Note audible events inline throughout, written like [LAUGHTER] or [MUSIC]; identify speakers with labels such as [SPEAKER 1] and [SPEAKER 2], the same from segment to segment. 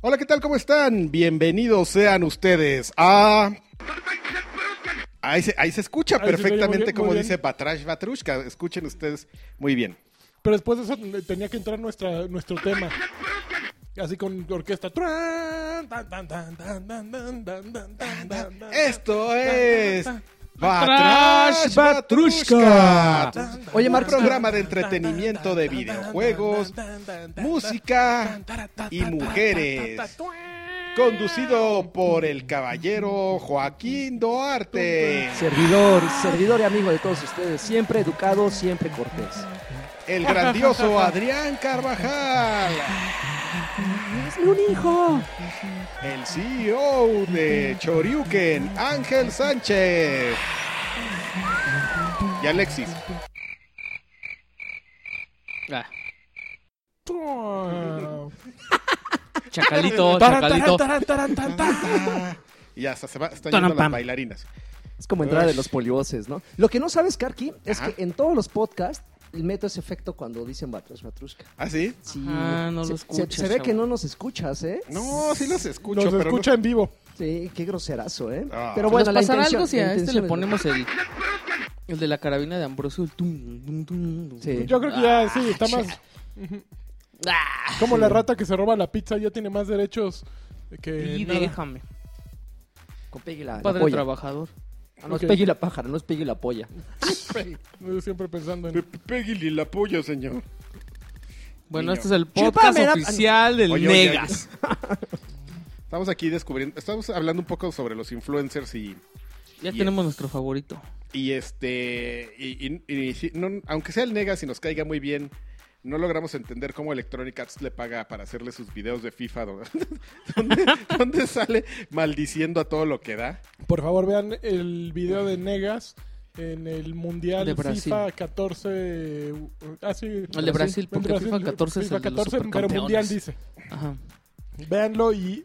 [SPEAKER 1] Hola, ¿qué tal? ¿Cómo están? Bienvenidos sean ustedes a... Ahí se, ahí se escucha
[SPEAKER 2] Ahí se oye
[SPEAKER 1] perfectamente
[SPEAKER 2] muy bien,
[SPEAKER 1] como
[SPEAKER 2] muy bien.
[SPEAKER 1] dice Batrash Batrushka. Escuchen ustedes muy bien.
[SPEAKER 2] Pero después de eso eh, tenía que entrar nuestra, nuestro tema. Así con orquesta. Tran, tan, tan, tan, tan, tan, tan, tan, tan, tan, tan, tan.
[SPEAKER 1] Esto es...
[SPEAKER 3] Batrash Batrushka.
[SPEAKER 1] Batrushka.
[SPEAKER 3] Oye,
[SPEAKER 1] Un
[SPEAKER 3] Marco.
[SPEAKER 1] programa de entretenimiento de videojuegos, música y mujeres. Conducido por el caballero Joaquín Duarte,
[SPEAKER 3] Servidor, servidor y amigo de todos ustedes, siempre educado, siempre cortés.
[SPEAKER 1] el grandioso Adrián Carvajal,
[SPEAKER 3] ¡Es un hijo!
[SPEAKER 1] el CEO de Choriuken, Ángel Sánchez y Alexis.
[SPEAKER 2] Tran.
[SPEAKER 4] Chacalito,
[SPEAKER 2] Taran,
[SPEAKER 4] chacalito.
[SPEAKER 2] taran, taran, taran, taran.
[SPEAKER 1] Y hasta se va, están yendo las
[SPEAKER 4] Tonopam.
[SPEAKER 1] bailarinas.
[SPEAKER 3] Es como entrada de los polioces, ¿no? Lo que no sabes, Karki, es
[SPEAKER 1] Ajá.
[SPEAKER 3] que en todos los podcasts meto ese efecto cuando dicen Batrash Batrushka.
[SPEAKER 1] ¿Ah, sí?
[SPEAKER 3] Sí.
[SPEAKER 4] Ajá, no lo
[SPEAKER 3] se,
[SPEAKER 4] escuchas,
[SPEAKER 3] se- se ve que
[SPEAKER 4] chavo.
[SPEAKER 3] no nos escuchas, ¿eh?
[SPEAKER 1] No, sí los escucho,
[SPEAKER 2] Nos
[SPEAKER 1] pero no-
[SPEAKER 2] escucha en vivo.
[SPEAKER 3] Sí, qué groserazo, ¿eh?
[SPEAKER 1] Ah.
[SPEAKER 3] Pero bueno,
[SPEAKER 4] Pues Nos
[SPEAKER 3] la
[SPEAKER 4] pasará
[SPEAKER 3] intención,
[SPEAKER 4] algo si
[SPEAKER 3] la
[SPEAKER 4] a este
[SPEAKER 3] intención
[SPEAKER 4] le
[SPEAKER 3] es-
[SPEAKER 4] ponemos el, el de la carabina de Ambrosio. el tum, tum, tum, tum.
[SPEAKER 3] Sí.
[SPEAKER 2] Yo creo que ya sí, está más.
[SPEAKER 4] Ah,
[SPEAKER 2] Como la rata que se roba la pizza ya tiene más derechos que.
[SPEAKER 4] y
[SPEAKER 2] nada.
[SPEAKER 4] déjame.
[SPEAKER 3] Con Peggy la, la
[SPEAKER 4] Padre
[SPEAKER 3] polla.
[SPEAKER 4] trabajador.
[SPEAKER 3] Ah, no es
[SPEAKER 2] Ok.
[SPEAKER 3] Peggy la pájara, no es Peggy la polla.
[SPEAKER 2] Yo Siempre pensando
[SPEAKER 1] Pe-
[SPEAKER 2] en.
[SPEAKER 1] pe- Pégale el apoyo, señor.
[SPEAKER 4] Bueno,
[SPEAKER 1] Niño.
[SPEAKER 4] este es el
[SPEAKER 3] Chúpame,
[SPEAKER 4] podcast
[SPEAKER 3] da-
[SPEAKER 4] oficial del
[SPEAKER 1] Oye, oye,
[SPEAKER 4] Negas.
[SPEAKER 1] Estamos aquí descubriendo, estamos hablando un poco sobre los influencers y,
[SPEAKER 4] Ya
[SPEAKER 1] Oye.
[SPEAKER 4] tenemos nuestro favorito.
[SPEAKER 1] y este, y, y- y si- no- aunque sea el Negas y nos caiga muy bien, no logramos entender cómo Electronic Arts le paga para hacerle sus videos de FIFA, [LAUGHS] do- donde, donde sale maldiciendo a todo lo que da.
[SPEAKER 2] Por favor, vean el video de Negas en el Mundial
[SPEAKER 4] De Brasil.
[SPEAKER 2] FIFA 14. uh, Ah, sí.
[SPEAKER 4] El de Brasil, porque FIFA 14 es
[SPEAKER 2] FIFA
[SPEAKER 4] el de los
[SPEAKER 2] 14, pero
[SPEAKER 4] supercampeones.
[SPEAKER 2] Mundial dice.
[SPEAKER 4] Ajá.
[SPEAKER 2] Véanlo y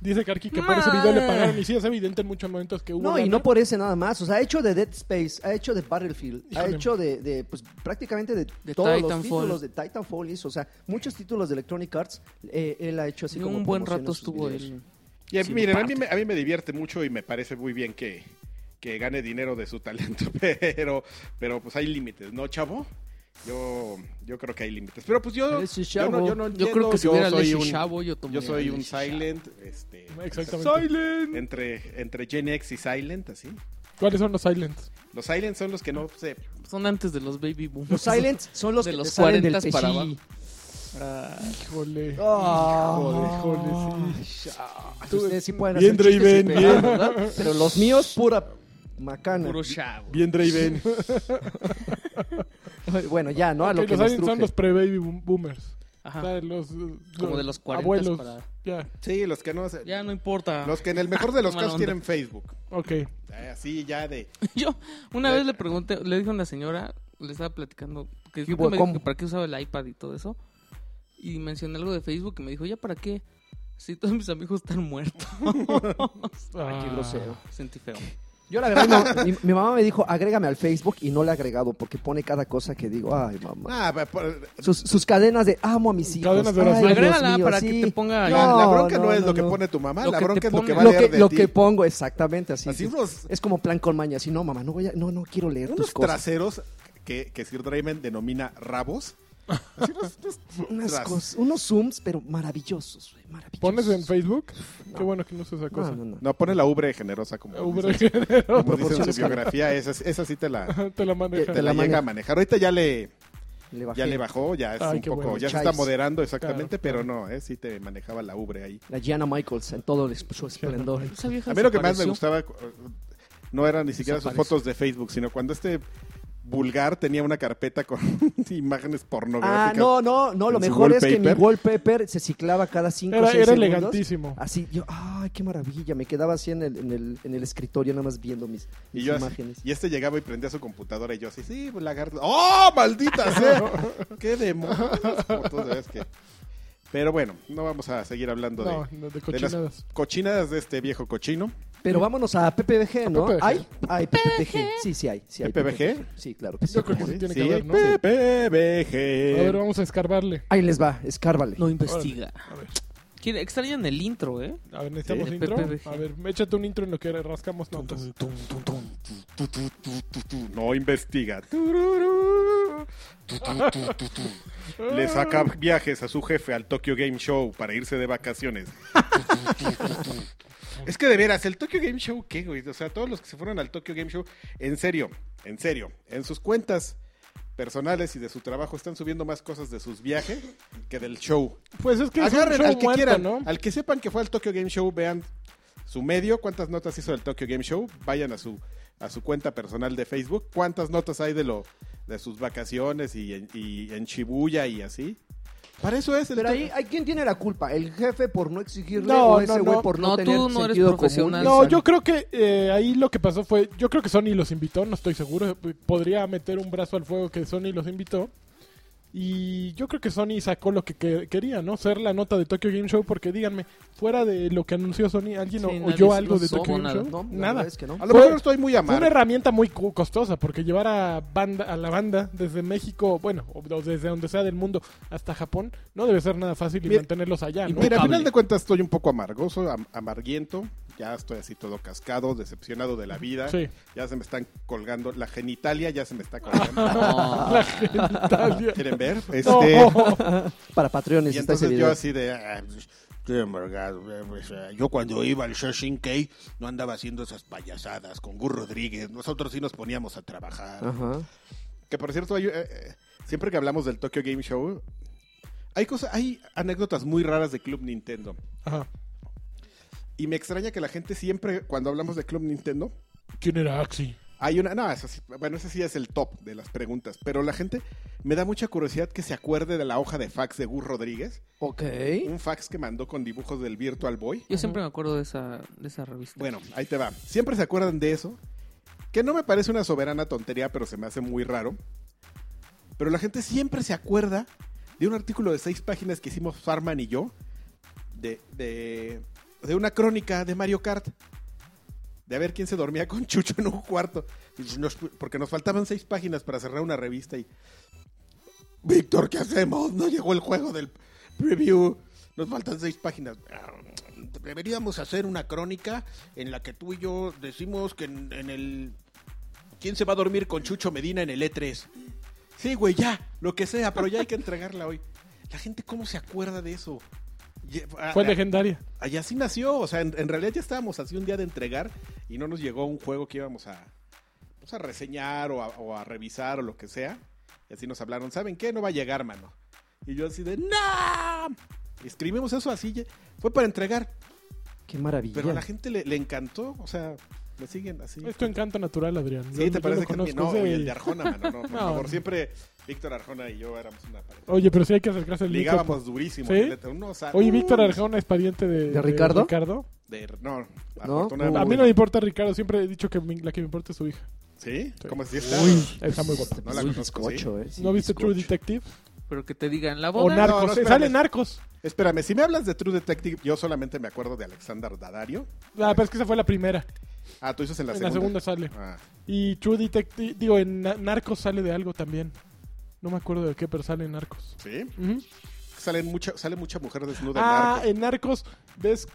[SPEAKER 2] dice Karki que por ese video le pagaron. Y sí, es evidente en muchos momentos que hubo.
[SPEAKER 3] No, y
[SPEAKER 2] lana.
[SPEAKER 3] no por ese nada más. O sea, ha hecho de Dead Space, ha hecho de Battlefield, ha
[SPEAKER 2] Híjole.
[SPEAKER 3] hecho de, de, pues, prácticamente de,
[SPEAKER 4] De
[SPEAKER 3] todos
[SPEAKER 4] Titanfall.
[SPEAKER 3] los títulos de Titanfall. Hizo, o sea, muchos títulos de Electronic Arts eh, él ha hecho así
[SPEAKER 4] Y
[SPEAKER 3] como
[SPEAKER 4] un buen
[SPEAKER 3] promoción en
[SPEAKER 4] rato
[SPEAKER 3] sus
[SPEAKER 4] estuvo
[SPEAKER 3] videos.
[SPEAKER 4] él.
[SPEAKER 1] Y a-
[SPEAKER 4] Sí,
[SPEAKER 1] miren, a
[SPEAKER 4] parte.
[SPEAKER 1] mí, me, a mí me divierte mucho y me parece muy bien que, que gane dinero de su talento, [LAUGHS] pero, pero pues hay límites, ¿no, chavo? Yo, yo creo que hay límites. Pero pues yo,
[SPEAKER 3] Ese
[SPEAKER 1] yo no,
[SPEAKER 3] chavo.
[SPEAKER 1] yo no
[SPEAKER 4] Yo creo
[SPEAKER 1] entiendo,
[SPEAKER 4] que si hubiera
[SPEAKER 1] soy
[SPEAKER 4] Leshi
[SPEAKER 1] un-
[SPEAKER 4] Chavo, yo tomaría
[SPEAKER 1] Yo soy un
[SPEAKER 4] Leshi Chavo.
[SPEAKER 1] silent, este,
[SPEAKER 2] Exactamente.
[SPEAKER 1] entre, entre Gen X y Silent, así.
[SPEAKER 2] ¿Cuáles son los Silents?
[SPEAKER 1] Los Silent son los que no se...
[SPEAKER 4] Son antes de los Baby Boom.
[SPEAKER 3] Los Silents son los
[SPEAKER 4] de
[SPEAKER 3] que
[SPEAKER 4] los
[SPEAKER 3] te salen del
[SPEAKER 4] 40 para
[SPEAKER 3] PG.
[SPEAKER 4] abajo.
[SPEAKER 2] Híjole.
[SPEAKER 3] Ah.
[SPEAKER 2] Híjole, híjole, sí.
[SPEAKER 3] Entonces, Ustedes sí pueden
[SPEAKER 2] Bien,
[SPEAKER 3] hacer chistes
[SPEAKER 2] Draven,
[SPEAKER 3] sin pegar, ¿verdad? Pero los míos, pura macana.
[SPEAKER 4] Puro chavo.
[SPEAKER 2] Bien, Draven.
[SPEAKER 3] Bueno, ya, ¿no? A Ah, lo
[SPEAKER 2] Ok,
[SPEAKER 3] que
[SPEAKER 2] los
[SPEAKER 3] nos
[SPEAKER 2] aliens son
[SPEAKER 3] truje.
[SPEAKER 2] los pre-baby boom- boomers. O
[SPEAKER 4] Ajá.
[SPEAKER 2] sea, los, eh,
[SPEAKER 4] Como de los 40
[SPEAKER 2] abuelos.
[SPEAKER 4] para-
[SPEAKER 2] Ya,
[SPEAKER 1] Sí, los que no se...
[SPEAKER 4] Ya no importa.
[SPEAKER 1] Los que en el mejor de los
[SPEAKER 4] Mala
[SPEAKER 1] casos
[SPEAKER 4] onda.
[SPEAKER 1] tienen Facebook.
[SPEAKER 2] ok.
[SPEAKER 1] Eh, Así ya de...
[SPEAKER 4] Yo una
[SPEAKER 1] Le-
[SPEAKER 4] vez le pregunté, le dije a una señora, le estaba platicando, que
[SPEAKER 3] ¿Qué
[SPEAKER 4] siempre
[SPEAKER 3] hubo?
[SPEAKER 4] me
[SPEAKER 3] ¿Cómo?
[SPEAKER 4] dijo que para qué usaba el iPad y todo eso. Y mencioné algo de Facebook y me dijo, ¿ya para qué? Si todos mis amigos están muertos. [LAUGHS]
[SPEAKER 2] Ah,
[SPEAKER 3] qué grosero.
[SPEAKER 4] Sentí feo.
[SPEAKER 3] Yo la verdad, no, mi, mi mamá me dijo, agrégame al Facebook y no le he agregado porque pone cada cosa que digo, ay, mamá.
[SPEAKER 1] Ah, pa- por-
[SPEAKER 3] Sus, sus cadenas de amo a mis hijos.
[SPEAKER 2] Cadenas de oración.
[SPEAKER 3] Ay, Dios
[SPEAKER 4] Agrégala
[SPEAKER 3] mío,
[SPEAKER 4] para
[SPEAKER 3] sí.
[SPEAKER 4] que te
[SPEAKER 1] La,
[SPEAKER 4] ponga...
[SPEAKER 3] No,
[SPEAKER 1] la bronca no,
[SPEAKER 3] no,
[SPEAKER 1] es
[SPEAKER 3] no,
[SPEAKER 1] lo que
[SPEAKER 3] no.
[SPEAKER 1] pone tu mamá,
[SPEAKER 4] Lo
[SPEAKER 1] la
[SPEAKER 4] que te
[SPEAKER 1] bronca es lo
[SPEAKER 4] pone.
[SPEAKER 1] que va a
[SPEAKER 3] lo
[SPEAKER 1] leer
[SPEAKER 3] que,
[SPEAKER 1] de
[SPEAKER 3] lo
[SPEAKER 1] ti.
[SPEAKER 3] que pongo, exactamente así.
[SPEAKER 1] Así
[SPEAKER 3] es,
[SPEAKER 1] unos,
[SPEAKER 3] es como plan con maña. Así, no, mamá, no, voy a- no, no quiero leer tus
[SPEAKER 1] unos
[SPEAKER 3] cosas.
[SPEAKER 1] traseros que, que Sir Draven denomina rabos. Así unos- unos
[SPEAKER 3] Unas
[SPEAKER 1] tras-
[SPEAKER 3] cosas- unos zooms, pero maravillosos, güey, maravillosos.
[SPEAKER 2] ¿Pones en Facebook?
[SPEAKER 3] No.
[SPEAKER 2] Qué bueno que no usas esa
[SPEAKER 3] No,
[SPEAKER 2] cosa.
[SPEAKER 3] no, no.
[SPEAKER 1] No, pone la ubre generosa como,
[SPEAKER 2] Ubre
[SPEAKER 1] dice,
[SPEAKER 2] Genero,
[SPEAKER 1] como dice en
[SPEAKER 3] Proporciones
[SPEAKER 1] su biografía. Esa, esa sí te la,
[SPEAKER 2] [LAUGHS] te la maneja.
[SPEAKER 1] te la
[SPEAKER 3] maneja.
[SPEAKER 1] llega a manejar. Ahorita ya le,
[SPEAKER 3] Le bajé.
[SPEAKER 1] ya le bajó, ya es
[SPEAKER 2] Ay,
[SPEAKER 1] un
[SPEAKER 2] qué
[SPEAKER 1] poco,
[SPEAKER 2] bueno.
[SPEAKER 1] ya se
[SPEAKER 3] Chives.
[SPEAKER 1] está moderando exactamente,
[SPEAKER 2] Claro,
[SPEAKER 1] pero no, eh, sí te manejaba la ubre ahí.
[SPEAKER 3] La Gianna Michaels en todo el- su esplendor.
[SPEAKER 1] [LAUGHS]
[SPEAKER 4] Esa vieja
[SPEAKER 1] A mí lo que más me
[SPEAKER 4] desapareció.
[SPEAKER 1] gustaba eh, no eran ni siquiera sus
[SPEAKER 3] Desapareció.
[SPEAKER 1] fotos de Facebook, sino cuando este vulgar tenía una carpeta con [LAUGHS] imágenes pornográficas.
[SPEAKER 3] Ah, no, no, no. Lo
[SPEAKER 1] en su
[SPEAKER 3] mejor es que mi
[SPEAKER 1] wallpaper.
[SPEAKER 3] wallpaper se ciclaba cada cinco
[SPEAKER 2] Era,
[SPEAKER 3] seis
[SPEAKER 2] era
[SPEAKER 3] segundos. Ah,
[SPEAKER 2] elegantísimo.
[SPEAKER 3] Así, yo, ay, qué maravilla. Me quedaba así en el, en el, en el escritorio, nada más viendo mis,
[SPEAKER 1] Y,
[SPEAKER 3] mis
[SPEAKER 1] yo así-
[SPEAKER 3] imágenes.
[SPEAKER 1] y este llegaba y prendía su computadora y yo así, sí, pues, lagarto. ¡Oh,
[SPEAKER 2] [LAUGHS]
[SPEAKER 1] maldita sea! ¡Qué demonios! Putos, ¿sabes qué? Pero bueno, no vamos a seguir hablando
[SPEAKER 2] No,
[SPEAKER 1] de,
[SPEAKER 2] no, de
[SPEAKER 1] de las
[SPEAKER 2] cochinadas.
[SPEAKER 1] cochinadas de este viejo cochino.
[SPEAKER 3] Pero vámonos a PPBG, ¿no?
[SPEAKER 2] A PPBG.
[SPEAKER 3] ¿Hay? Hay PPBG. Sí, sí hay. Sí hay
[SPEAKER 1] ¿PPBG?
[SPEAKER 3] Sí, claro que sí.
[SPEAKER 2] Yo creo que
[SPEAKER 3] ¿cómo
[SPEAKER 2] Pues sí tiene
[SPEAKER 3] no?
[SPEAKER 1] Sí,
[SPEAKER 2] que haber, ¿no?
[SPEAKER 1] PPBG.
[SPEAKER 2] A ver, vamos a escarbarle.
[SPEAKER 3] Ahí les va, escárbale.
[SPEAKER 4] No investiga. Quiere- Extrañan el intro, ¿eh?
[SPEAKER 2] A ver, necesitamos
[SPEAKER 4] Sí,
[SPEAKER 2] intro.
[SPEAKER 4] PPVG.
[SPEAKER 2] A ver, échate un intro en lo que rascamos notas.
[SPEAKER 1] No investiga. Tururú. Tu, tu, tu, tu, tu.
[SPEAKER 2] Ah,
[SPEAKER 1] Le saca viajes a su jefe al Tokyo Game Show para irse de vacaciones. Tu, tu, tu, tu, tu. Es que de veras, el Tokyo Game Show, ¿qué, güey? O sea, todos los que se fueron al Tokyo Game Show, en serio, en serio, en sus cuentas personales y de su trabajo están subiendo más cosas de sus viajes que del show.
[SPEAKER 2] Pues es que es un
[SPEAKER 1] Agarren
[SPEAKER 2] show
[SPEAKER 1] al que
[SPEAKER 2] muerto,
[SPEAKER 1] quieran,
[SPEAKER 2] ¿no?
[SPEAKER 1] al que sepan que fue al Tokyo Game Show, vean su medio, cuántas notas hizo del Tokyo Game Show, vayan a su a su cuenta personal de Facebook, cuántas notas hay de lo de sus vacaciones y en, y en Shibuya y así. Para eso es el
[SPEAKER 3] Pero
[SPEAKER 1] to-
[SPEAKER 3] ahí, ahí, ¿quién tiene la culpa? ¿El jefe por no exigirle
[SPEAKER 2] No,
[SPEAKER 3] o ese
[SPEAKER 2] no,
[SPEAKER 3] güey
[SPEAKER 2] no.
[SPEAKER 3] por no,
[SPEAKER 4] No, tú
[SPEAKER 3] tener
[SPEAKER 4] no eres
[SPEAKER 3] sentido común?
[SPEAKER 4] profesional.
[SPEAKER 2] No,
[SPEAKER 4] Exacto.
[SPEAKER 2] yo creo que eh, ahí lo que pasó fue, yo creo que Sony los invitó, no estoy seguro, podría meter un brazo al fuego que Sony los invitó. Y yo creo que Sony sacó lo que, que- quería, ¿no? Ser la nota de Tokyo Game Show, porque díganme, fuera de lo que anunció Sony, ¿alguien
[SPEAKER 4] Sí,
[SPEAKER 2] o-
[SPEAKER 4] nadie
[SPEAKER 2] oyó
[SPEAKER 4] se-
[SPEAKER 2] algo
[SPEAKER 4] no
[SPEAKER 2] de
[SPEAKER 4] supo
[SPEAKER 2] Tokyo Game
[SPEAKER 4] nada,
[SPEAKER 2] Show?
[SPEAKER 3] No, la
[SPEAKER 2] nada.
[SPEAKER 3] verdad es que no.
[SPEAKER 1] A lo mejor
[SPEAKER 2] Fue-
[SPEAKER 1] estoy muy
[SPEAKER 2] Fue una
[SPEAKER 1] amargo.
[SPEAKER 2] herramienta muy cu- costosa, porque llevar a, banda, a la banda desde México, bueno, o o desde donde sea del mundo hasta Japón, no debe ser nada fácil y
[SPEAKER 1] Mira-
[SPEAKER 2] mantenerlos allá,
[SPEAKER 4] y
[SPEAKER 2] ¿no?
[SPEAKER 1] Mira, a final
[SPEAKER 4] Cable.
[SPEAKER 1] de cuentas estoy un poco amargoso, am- amarguiento, ya estoy así todo cascado, decepcionado de la vida.
[SPEAKER 2] [LAUGHS] Sí.
[SPEAKER 1] Ya se me están colgando la genitalia, ya se me
[SPEAKER 2] [LAUGHS]
[SPEAKER 1] está colgando.
[SPEAKER 4] No.
[SPEAKER 2] La genitalia.
[SPEAKER 1] ¿Quieren ver? Este,
[SPEAKER 2] No.
[SPEAKER 3] Para Patreones
[SPEAKER 1] Y
[SPEAKER 3] está ese
[SPEAKER 1] entonces yo
[SPEAKER 3] video.
[SPEAKER 1] así de... "Ah,
[SPEAKER 5] pues,
[SPEAKER 1] Estoy amargado.
[SPEAKER 5] eh, O sea, Yo cuando iba al Shoshinkei no andaba haciendo esas payasadas con Gur Rodríguez. Nosotros sí nos poníamos a trabajar.
[SPEAKER 3] Ajá.
[SPEAKER 1] Que por cierto, hay, eh, eh, siempre que hablamos del Tokyo Game Show, hay, cosas, hay anécdotas muy raras de Club Nintendo.
[SPEAKER 2] Ajá.
[SPEAKER 1] Y me extraña que la gente siempre, cuando hablamos de Club Nintendo,
[SPEAKER 2] ¿Quién era Axi?
[SPEAKER 1] hay una... No, eso sí- bueno, ese sí es el top de las preguntas. Pero la gente me da mucha curiosidad que se acuerde de la hoja de fax de Gus Rodríguez.
[SPEAKER 3] Ok.
[SPEAKER 1] Un fax que mandó con dibujos del Virtual Boy.
[SPEAKER 4] [LAUGHS] Yo siempre me acuerdo de esa, de esa revista.
[SPEAKER 1] Bueno, ahí te va. Siempre se acuerdan de eso. Que no me parece una soberana tontería, pero se me hace muy raro. Pero la gente siempre se acuerda de un artículo de seis páginas que hicimos Farman y yo. De, de, de una crónica de Mario Kart. De a ver quién se dormía con [LAUGHS] Chucho en un cuarto. Y nos- porque nos faltaban seis páginas para cerrar una revista y... Víctor, ¿qué hacemos? No llegó el juego del preview. Nos faltan seis páginas.
[SPEAKER 5] Deberíamos hacer una crónica en la que tú y yo decimos que en, en el... ¿Quién se va a dormir con Chucho Medina en el E3?
[SPEAKER 1] E Sí, güey, ya, lo que sea, pero ya hay que entregarla hoy. La gente, ¿cómo se acuerda de eso? Y- a-
[SPEAKER 2] Fue
[SPEAKER 1] a-
[SPEAKER 2] legendaria.
[SPEAKER 1] y así nació, o sea, en, en realidad ya estábamos así un día de entregar y no nos llegó un juego que íbamos a, pues, a reseñar o a, o a revisar o lo que sea. Y así nos hablaron, ¿saben qué? No va a llegar, mano. Y yo así de, ¡No! Escribimos eso así, ya- fue para entregar,
[SPEAKER 3] Qué maravilla.
[SPEAKER 1] pero a la gente le, le encantó, o sea, me siguen así.
[SPEAKER 2] Es tu encanto natural, Adrián. Yo-
[SPEAKER 1] Sí,
[SPEAKER 2] yo
[SPEAKER 1] te
[SPEAKER 2] lo
[SPEAKER 1] parece que
[SPEAKER 2] conozco,
[SPEAKER 1] no,
[SPEAKER 2] sí.
[SPEAKER 1] y el de Arjona, mano,
[SPEAKER 2] [LAUGHS]
[SPEAKER 1] no, por
[SPEAKER 2] No.
[SPEAKER 1] favor, siempre Víctor Arjona y yo éramos una pareja.
[SPEAKER 2] Oye, pero sí hay que acercarse al micro.
[SPEAKER 1] Ligábamos durísimo.
[SPEAKER 2] ¿Sí?
[SPEAKER 1] neta, unos a-
[SPEAKER 2] Oye, Víctor Arjona es pariente de,
[SPEAKER 3] ¿De Ricardo?
[SPEAKER 1] De- no,
[SPEAKER 3] ¿No?
[SPEAKER 1] afortunadamente.
[SPEAKER 2] A mí no me importa Ricardo, siempre he dicho que mi- la que me importa es su hija.
[SPEAKER 1] ¿Sí?
[SPEAKER 2] Sí.
[SPEAKER 1] ¿Cómo así está?
[SPEAKER 2] Está muy guapa.
[SPEAKER 1] No la
[SPEAKER 3] Uy,
[SPEAKER 1] conozco, sí.
[SPEAKER 3] bizcocho, eh. Sí,
[SPEAKER 2] ¿No viste True
[SPEAKER 3] bizcocho.
[SPEAKER 2] Detective?
[SPEAKER 4] Pero que te digan la
[SPEAKER 2] O
[SPEAKER 4] boda.
[SPEAKER 1] nar-
[SPEAKER 2] Narcos.
[SPEAKER 1] no, no,
[SPEAKER 2] Eh,
[SPEAKER 1] espérame.
[SPEAKER 2] Sale Narcos.
[SPEAKER 1] Espérame, si me hablas de True Detective, yo solamente me acuerdo de Alexander Daddario.
[SPEAKER 2] Ah, pero es que esa fue la primera.
[SPEAKER 1] Ah, tú dices en la
[SPEAKER 2] en
[SPEAKER 1] segunda.
[SPEAKER 2] la segunda sale.
[SPEAKER 1] Ah,
[SPEAKER 2] Y True Detective, digo, en Na- Narcos sale de algo también. No me acuerdo de qué, pero sale en Narcos.
[SPEAKER 1] ¿sí?
[SPEAKER 2] Ujú.
[SPEAKER 1] Salen mucha, sale mucha mujer desnuda en
[SPEAKER 2] Ah,
[SPEAKER 1] narco.
[SPEAKER 2] en Narcos, ¿ves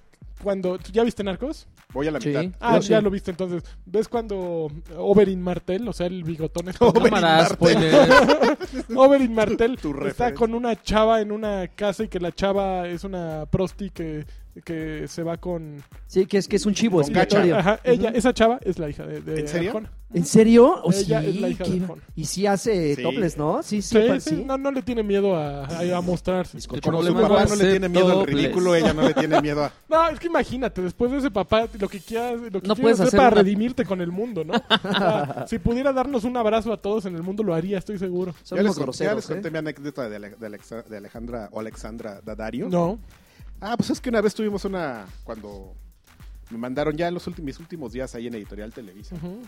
[SPEAKER 2] cuando... ¿tú ¿Ya viste Narcos?
[SPEAKER 1] Voy a la
[SPEAKER 3] sí.
[SPEAKER 1] mitad.
[SPEAKER 2] Ah,
[SPEAKER 3] Yo
[SPEAKER 2] ya
[SPEAKER 3] sí.
[SPEAKER 2] lo viste entonces. ¿Ves cuando Oberyn Martel, o sea, el bigotón este,
[SPEAKER 1] Oberyn
[SPEAKER 4] Cámara,
[SPEAKER 1] Marte. [LAUGHS]
[SPEAKER 4] spoiler.
[SPEAKER 2] [LAUGHS] Oberyn Martel
[SPEAKER 1] Tu- tu
[SPEAKER 2] está
[SPEAKER 1] referencia.
[SPEAKER 2] con una chava en una casa y que la chava es una prosti que, que se va con...
[SPEAKER 3] Sí, que es que es un chivo,
[SPEAKER 1] Con
[SPEAKER 3] es
[SPEAKER 1] Cacha.
[SPEAKER 3] aleatorio.
[SPEAKER 2] Ajá, ella,
[SPEAKER 3] Ujú.
[SPEAKER 2] esa chava es la hija de, de
[SPEAKER 1] ¿En serio?
[SPEAKER 2] Arjona.
[SPEAKER 3] ¿En serio? Oh,
[SPEAKER 2] Ella
[SPEAKER 3] sí,
[SPEAKER 2] es la hija
[SPEAKER 3] qué
[SPEAKER 2] de
[SPEAKER 3] iba-
[SPEAKER 2] Arjona.
[SPEAKER 3] Y sí hace
[SPEAKER 1] Sí.
[SPEAKER 3] toples, ¿no? Sí, sí,
[SPEAKER 2] Sí,
[SPEAKER 3] pa-
[SPEAKER 2] sí,
[SPEAKER 3] sí.
[SPEAKER 2] No, no le tiene miedo a, a- a mostrarse.
[SPEAKER 4] El
[SPEAKER 1] Como su
[SPEAKER 4] problema va
[SPEAKER 1] papá
[SPEAKER 4] a
[SPEAKER 1] no le
[SPEAKER 4] ser
[SPEAKER 1] tiene miedo al
[SPEAKER 4] dobles.
[SPEAKER 1] ridículo, ella no le tiene miedo
[SPEAKER 3] [LAUGHS]
[SPEAKER 1] a...
[SPEAKER 2] No, es que imagínate, después de ese papá, lo que quieras, lo que
[SPEAKER 4] No
[SPEAKER 2] quieras
[SPEAKER 4] puedes
[SPEAKER 2] hacer,
[SPEAKER 4] hacer
[SPEAKER 2] para
[SPEAKER 4] una-
[SPEAKER 2] redimirte con el mundo,
[SPEAKER 4] [LAUGHS]
[SPEAKER 2] ¿no? O sea, si pudiera darnos un abrazo a todos en el mundo, lo haría, estoy seguro.
[SPEAKER 3] Son
[SPEAKER 1] Ya les,
[SPEAKER 3] unos
[SPEAKER 1] conté, ya les
[SPEAKER 3] groseros,
[SPEAKER 1] conté
[SPEAKER 3] ¿eh?
[SPEAKER 1] mi anécdota de, Ale- de Alexa- de Alejandra o Alexandra Daddario.
[SPEAKER 2] No.
[SPEAKER 1] Ah, pues es que una vez tuvimos una... Cuando me mandaron ya en los últimos, mis últimos días ahí en Editorial Televisa.
[SPEAKER 2] Ujú.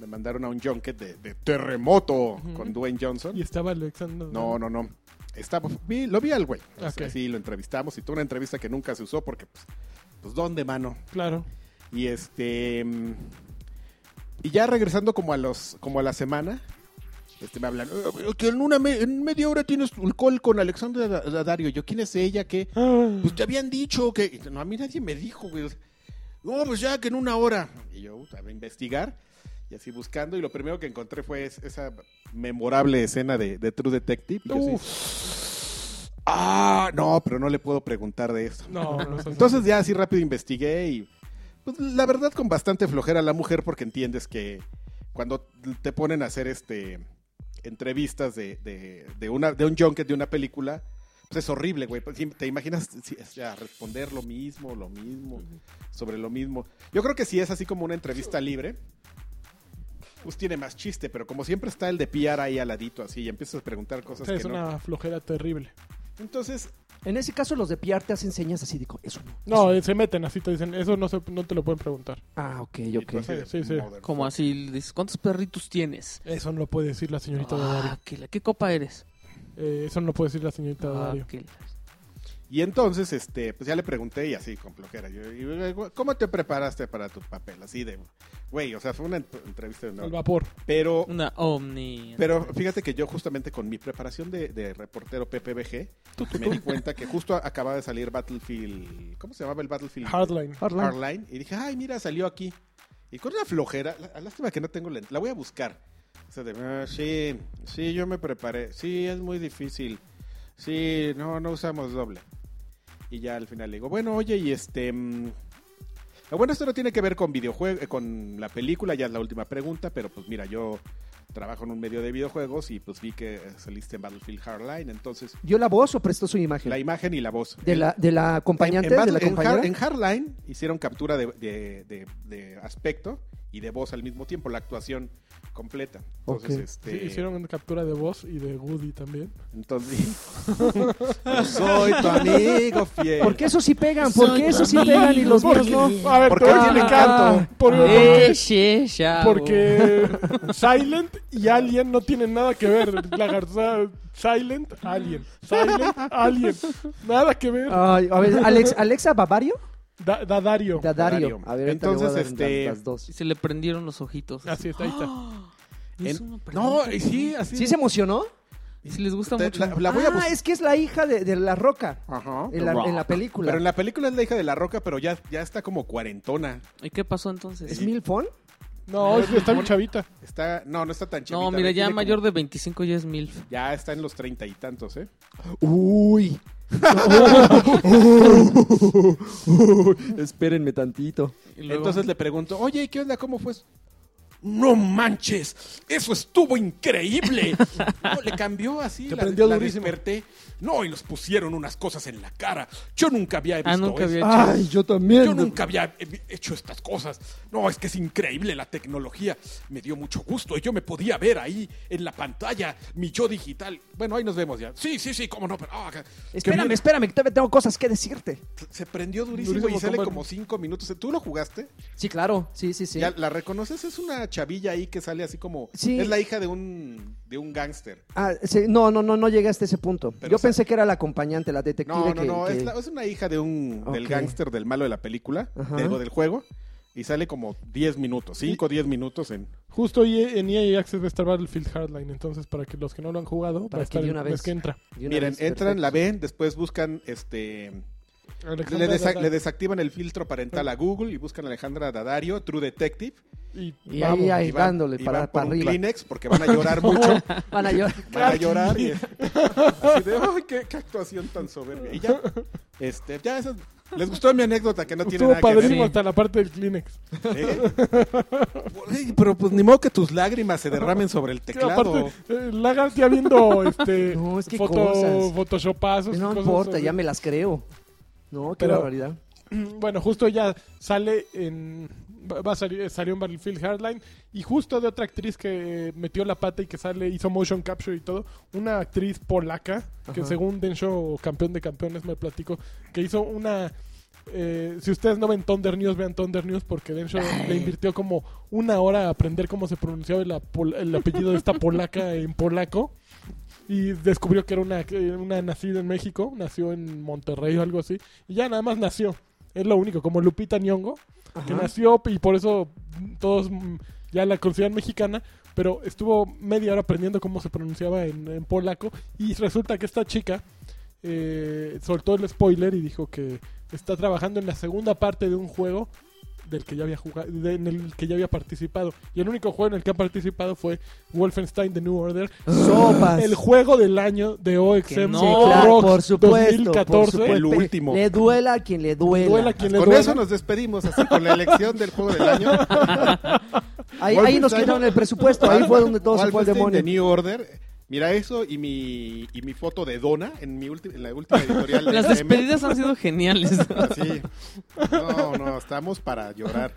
[SPEAKER 1] Me mandaron a un junket de, de terremoto con Dwayne Johnson.
[SPEAKER 2] Y estaba Alexander.
[SPEAKER 1] No, no, no. Estaba,
[SPEAKER 5] pues,
[SPEAKER 1] vi- lo vi al güey. O sea,
[SPEAKER 2] Ok.
[SPEAKER 1] Sí, lo entrevistamos y tuvo una entrevista que nunca se usó porque, pues, pues ¿dónde, mano?
[SPEAKER 2] Claro.
[SPEAKER 1] Y este. mm, Y ya regresando como a los como a la semana, este, me hablan. "Eh,
[SPEAKER 5] Eh, Que en una me- en media hora tienes tu alcohol con Alexandra Da- Da- Dario. Yo, ¿quién es ella? ¿Qué? Pues te habían dicho que. No, a mí nadie me dijo, güey. No, pues ya que en una hora. Y yo a investigar y así buscando. Y lo primero que encontré fue es- esa memorable escena de, de True Detective. Y yo así, ah, no, pero no le puedo preguntar de eso.
[SPEAKER 2] No, no es así.
[SPEAKER 1] Entonces ya así rápido investigué y pues, la verdad con bastante flojera la mujer porque entiendes que cuando te ponen a hacer este entrevistas de, de, de una, de un junket de una película, pues es horrible, güey. Pues, sí, te imaginas sí, o sea, responder lo mismo, lo mismo, sobre lo mismo. Yo creo que si es así como una entrevista libre, pues tiene más chiste, pero como siempre está el de PR ahí al ladito así y empiezas a preguntar cosas
[SPEAKER 2] Sí, es
[SPEAKER 1] que no.
[SPEAKER 2] una flojera terrible.
[SPEAKER 1] Entonces,
[SPEAKER 3] En ese caso, los de PR te hacen señas así, digo, eso no.
[SPEAKER 2] No, eh, se meten así, te dicen, eso no, se- no te lo pueden preguntar.
[SPEAKER 3] Ah, ok,
[SPEAKER 1] y
[SPEAKER 3] ok.
[SPEAKER 1] tú así de,
[SPEAKER 2] Sí, sí.
[SPEAKER 1] "Motherfucker".
[SPEAKER 4] Como así, le dices, ¿cuántos perritos tienes?
[SPEAKER 2] Eso no lo puede decir la señorita Dario.
[SPEAKER 4] Ah, que la- ¿Qué copa eres?
[SPEAKER 2] Eh, eso no lo puede decir la señorita
[SPEAKER 4] Ah,
[SPEAKER 2] Dario.
[SPEAKER 4] que la-
[SPEAKER 1] Y entonces, este, pues ya le pregunté y así con flojera. Yo, y, güey, ¿Cómo te preparaste para tu papel? Así de, güey, o sea, fue una ent- entrevista de una
[SPEAKER 2] Al
[SPEAKER 1] hora.
[SPEAKER 2] vapor.
[SPEAKER 1] Pero,
[SPEAKER 4] Una ovni.
[SPEAKER 1] pero fíjate que yo justamente con mi preparación de, de reportero PPBG, me di cuenta que justo acababa de salir Battlefield, ¿cómo se llamaba el Battlefield?
[SPEAKER 2] Hardline.
[SPEAKER 3] Hardline.
[SPEAKER 1] Hardline. Y dije, ay, mira, salió aquí. Y con una flojera, lá- lástima que no tengo lente, la voy a buscar. O sea, de, "Ah, sí, sí, yo me preparé. Sí, es muy difícil. Sí, no, no usamos doble. Y ya al final le digo, bueno, oye, y este... mm, ah, Bueno, esto no tiene que ver con videojuegos, con la película, ya es la última pregunta, pero pues mira, yo trabajo en un medio de videojuegos y pues vi que eh, saliste en Battlefield Hardline, entonces
[SPEAKER 3] ¿Dio la voz o prestó su imagen?
[SPEAKER 1] la imagen y la voz.
[SPEAKER 3] ¿De la, de la acompañante?
[SPEAKER 1] En- en,
[SPEAKER 3] ¿De la
[SPEAKER 1] Battle- en Hard-
[SPEAKER 3] compañera?
[SPEAKER 1] en Hardline hicieron captura de, de- de- de aspecto y de voz al mismo tiempo, la actuación completa. Entonces,
[SPEAKER 3] Ok.
[SPEAKER 1] este,
[SPEAKER 2] Sí, hicieron una captura de voz y de Woody también.
[SPEAKER 1] entonces Yo soy tu amigo fiel.
[SPEAKER 3] ¿Por qué esos sí pegan? ¿Por qué esos sí pegan y los míos no?
[SPEAKER 2] A ver,
[SPEAKER 1] Porque
[SPEAKER 2] te voy a
[SPEAKER 1] alguien
[SPEAKER 2] explicar.
[SPEAKER 3] encanta.
[SPEAKER 2] Por-
[SPEAKER 4] Eh, sí, chavo.
[SPEAKER 2] Porque Silent y Alien no tienen nada que ver. Lagarto, o sea, Silent, Alien. Silent, Alien. Nada que ver.
[SPEAKER 3] Ay, a ver,
[SPEAKER 1] [LAUGHS]
[SPEAKER 3] Alex, ¿Alexa Bavario?
[SPEAKER 2] Da- Dadario.
[SPEAKER 3] De Dario.
[SPEAKER 1] Dario.
[SPEAKER 3] A ver, ahorita le voy
[SPEAKER 1] Entonces,
[SPEAKER 3] a dar la-
[SPEAKER 1] este,
[SPEAKER 3] las dos.
[SPEAKER 4] Y se le prendieron los ojitos.
[SPEAKER 2] Así está, ahí está.
[SPEAKER 4] Es
[SPEAKER 1] En-
[SPEAKER 4] una
[SPEAKER 1] No,
[SPEAKER 4] pregunta,
[SPEAKER 1] y sí, así.
[SPEAKER 3] Ah. ¿Sí se emocionó?
[SPEAKER 4] Si les gusta
[SPEAKER 1] Te-
[SPEAKER 4] mucho.
[SPEAKER 1] la, la voy a
[SPEAKER 3] ah,
[SPEAKER 1] buscar.
[SPEAKER 3] es que es la hija de, de La Roca.
[SPEAKER 1] Ajá.
[SPEAKER 3] Ah, En la, en la película.
[SPEAKER 1] Pero en la película es la hija de la roca, pero ya, ya está como cuarentona.
[SPEAKER 4] ¿Y qué pasó entonces?
[SPEAKER 3] ¿Es Milfon?
[SPEAKER 2] No, es- está muy chavita.
[SPEAKER 1] Está, no, no está tan chiquita.
[SPEAKER 4] No, mira,
[SPEAKER 1] tiene
[SPEAKER 4] ya
[SPEAKER 1] como-
[SPEAKER 4] mayor de 25 ya es MILF.
[SPEAKER 1] Ya está en los treinta y tantos, ¿eh? [LAUGHS]
[SPEAKER 3] Uy. Espérenme tantito.
[SPEAKER 4] Y luego-
[SPEAKER 1] Entonces le pregunto, oye, ¿y ¿qué onda? ¿Cómo fue? eso?". No manches, eso estuvo increíble. No, le cambió así,
[SPEAKER 2] Te
[SPEAKER 1] la,
[SPEAKER 2] prendió
[SPEAKER 1] la
[SPEAKER 2] durísimo.
[SPEAKER 1] desperté. No, y nos pusieron unas cosas en la cara. Yo nunca había visto
[SPEAKER 4] Ah, nunca había
[SPEAKER 1] eso.
[SPEAKER 4] hecho.
[SPEAKER 3] Ay, yo también.
[SPEAKER 1] Yo nunca había he- hecho estas cosas. No, es que es increíble la tecnología. Me dio mucho gusto y yo me podía ver ahí en la pantalla mi yo digital. Bueno, ahí nos vemos ya. Sí, sí, sí, cómo no. Pero, ah, qué
[SPEAKER 3] Espérame,
[SPEAKER 1] bien.
[SPEAKER 3] espérame, que todavía tengo cosas que decirte.
[SPEAKER 1] Se prendió durísimo,
[SPEAKER 2] Durísimo,
[SPEAKER 1] y sale
[SPEAKER 2] compa.
[SPEAKER 1] como cinco minutos. ¿Tú lo jugaste?
[SPEAKER 3] Sí, claro. Sí, sí, sí.
[SPEAKER 1] Ya, ¿La reconoces? Es una chavilla ahí que sale así como...
[SPEAKER 3] Sí.
[SPEAKER 1] Es la hija de un, de un gángster.
[SPEAKER 3] Ah, sí, no, no, no, no llegué hasta ese punto.
[SPEAKER 1] Pero,
[SPEAKER 3] yo
[SPEAKER 1] o sea-
[SPEAKER 3] pensé que era la acompañante, la detective
[SPEAKER 1] No, no,
[SPEAKER 3] que-
[SPEAKER 1] no.
[SPEAKER 3] que-
[SPEAKER 1] Es, la- es una hija de un, del
[SPEAKER 3] Ok.
[SPEAKER 1] gángster, del malo de la película,
[SPEAKER 3] Ajá.
[SPEAKER 1] digo, del juego. Y sale como 10 minutos, 5 o 10 minutos en...
[SPEAKER 2] Justo EA en EA Access va a estar Battlefield Hardline. Entonces, para que los que no lo han jugado, va a
[SPEAKER 3] Para que
[SPEAKER 2] estar
[SPEAKER 3] de
[SPEAKER 2] el
[SPEAKER 3] una
[SPEAKER 2] mes
[SPEAKER 3] vez.
[SPEAKER 2] que entra.
[SPEAKER 3] de una
[SPEAKER 1] Miren,
[SPEAKER 3] vez,
[SPEAKER 1] entran,
[SPEAKER 3] perfecto.
[SPEAKER 1] la ven, después buscan este...
[SPEAKER 2] Alexandra
[SPEAKER 1] Le, desa-
[SPEAKER 2] Daddario.
[SPEAKER 1] le desactivan el filtro parental a Google y buscan a Alejandra Dadario, True Detective.
[SPEAKER 2] Y,
[SPEAKER 3] Y
[SPEAKER 2] vamos.
[SPEAKER 3] ahí, ahí,
[SPEAKER 1] y van-
[SPEAKER 3] dándole
[SPEAKER 1] y
[SPEAKER 3] para,
[SPEAKER 1] van por
[SPEAKER 3] para
[SPEAKER 1] un
[SPEAKER 3] arriba.
[SPEAKER 1] Kleenex porque van a llorar [LAUGHS]
[SPEAKER 3] [LAUGHS]
[SPEAKER 1] mucho.
[SPEAKER 3] Van a llorar.
[SPEAKER 1] van a llorar y así de, ay, qué, qué actuación tan soberbia. Y ya, este, ya eso- les gustó mi anécdota que no tiene
[SPEAKER 2] Estuvo
[SPEAKER 1] nada
[SPEAKER 2] padrísimo
[SPEAKER 4] Sí.
[SPEAKER 2] hasta la parte del Kleenex.
[SPEAKER 1] que ver. ¿eh? Ey, Pero pues ni modo que tus lágrimas se derramen sobre el teclado.
[SPEAKER 2] Aparte, eh, Lagarde ya
[SPEAKER 3] [LAUGHS]
[SPEAKER 2] viendo este,
[SPEAKER 3] No, es que
[SPEAKER 2] foto-
[SPEAKER 3] cosas.
[SPEAKER 2] photoshopazos. y
[SPEAKER 3] No
[SPEAKER 2] cosas
[SPEAKER 3] importa,
[SPEAKER 2] así.
[SPEAKER 3] ya me las creo. No, qué
[SPEAKER 2] Pero-
[SPEAKER 3] barbaridad.
[SPEAKER 2] Mm, Bueno, justo ella sale en. va- Va a salir, salió en Battlefield Hardline. Y justo de otra actriz que eh, metió la pata y que sale, hizo motion capture y todo. Una actriz polaca, que
[SPEAKER 3] Ajá.
[SPEAKER 2] según Densho, campeón de campeones, me platicó, que hizo una. eh, si ustedes no ven Thunder News, vean Thunder News porque Densho le invirtió como una hora a aprender cómo se pronunciaba el, apol- el apellido de esta polaca en polaco. Y descubrió que era una, que una nacida en México, nació en Monterrey o algo así. Y ya nada más nació. Es lo único, como Lupita Nyongo, que nació y por eso todos mm, ya la consideran mexicana, pero estuvo media hora aprendiendo cómo se pronunciaba en, en polaco y resulta que esta chica eh, soltó el spoiler y dijo que está trabajando en la segunda parte de un juego del que ya había jugado, de- en el que ya había participado y el único juego en el que ha participado fue Wolfenstein The New Order,
[SPEAKER 3] Sopas.
[SPEAKER 2] el juego del año de
[SPEAKER 4] Que
[SPEAKER 2] OXM
[SPEAKER 4] no,
[SPEAKER 2] Rock
[SPEAKER 3] claro, por supuesto, por
[SPEAKER 2] 2014.
[SPEAKER 3] supuesto.
[SPEAKER 1] El último.
[SPEAKER 3] Le duela a quien le duela.
[SPEAKER 2] Duela quien le
[SPEAKER 1] Con
[SPEAKER 2] duela.
[SPEAKER 1] eso nos despedimos, así con la elección del juego del
[SPEAKER 3] [LAUGHS]
[SPEAKER 1] año.
[SPEAKER 3] Ahí, ahí
[SPEAKER 1] Wolfenstein.
[SPEAKER 3] nos quitaron el presupuesto, ahí fue donde todo se fue al
[SPEAKER 1] Wolfenstein
[SPEAKER 3] demonio.
[SPEAKER 1] de New Order. Mira eso y mi, y mi foto de Donna en, mi ulti- en la última editorial. de
[SPEAKER 4] Las
[SPEAKER 1] SM.
[SPEAKER 4] despedidas han sido geniales.
[SPEAKER 1] Sí. No, no, estamos para llorar.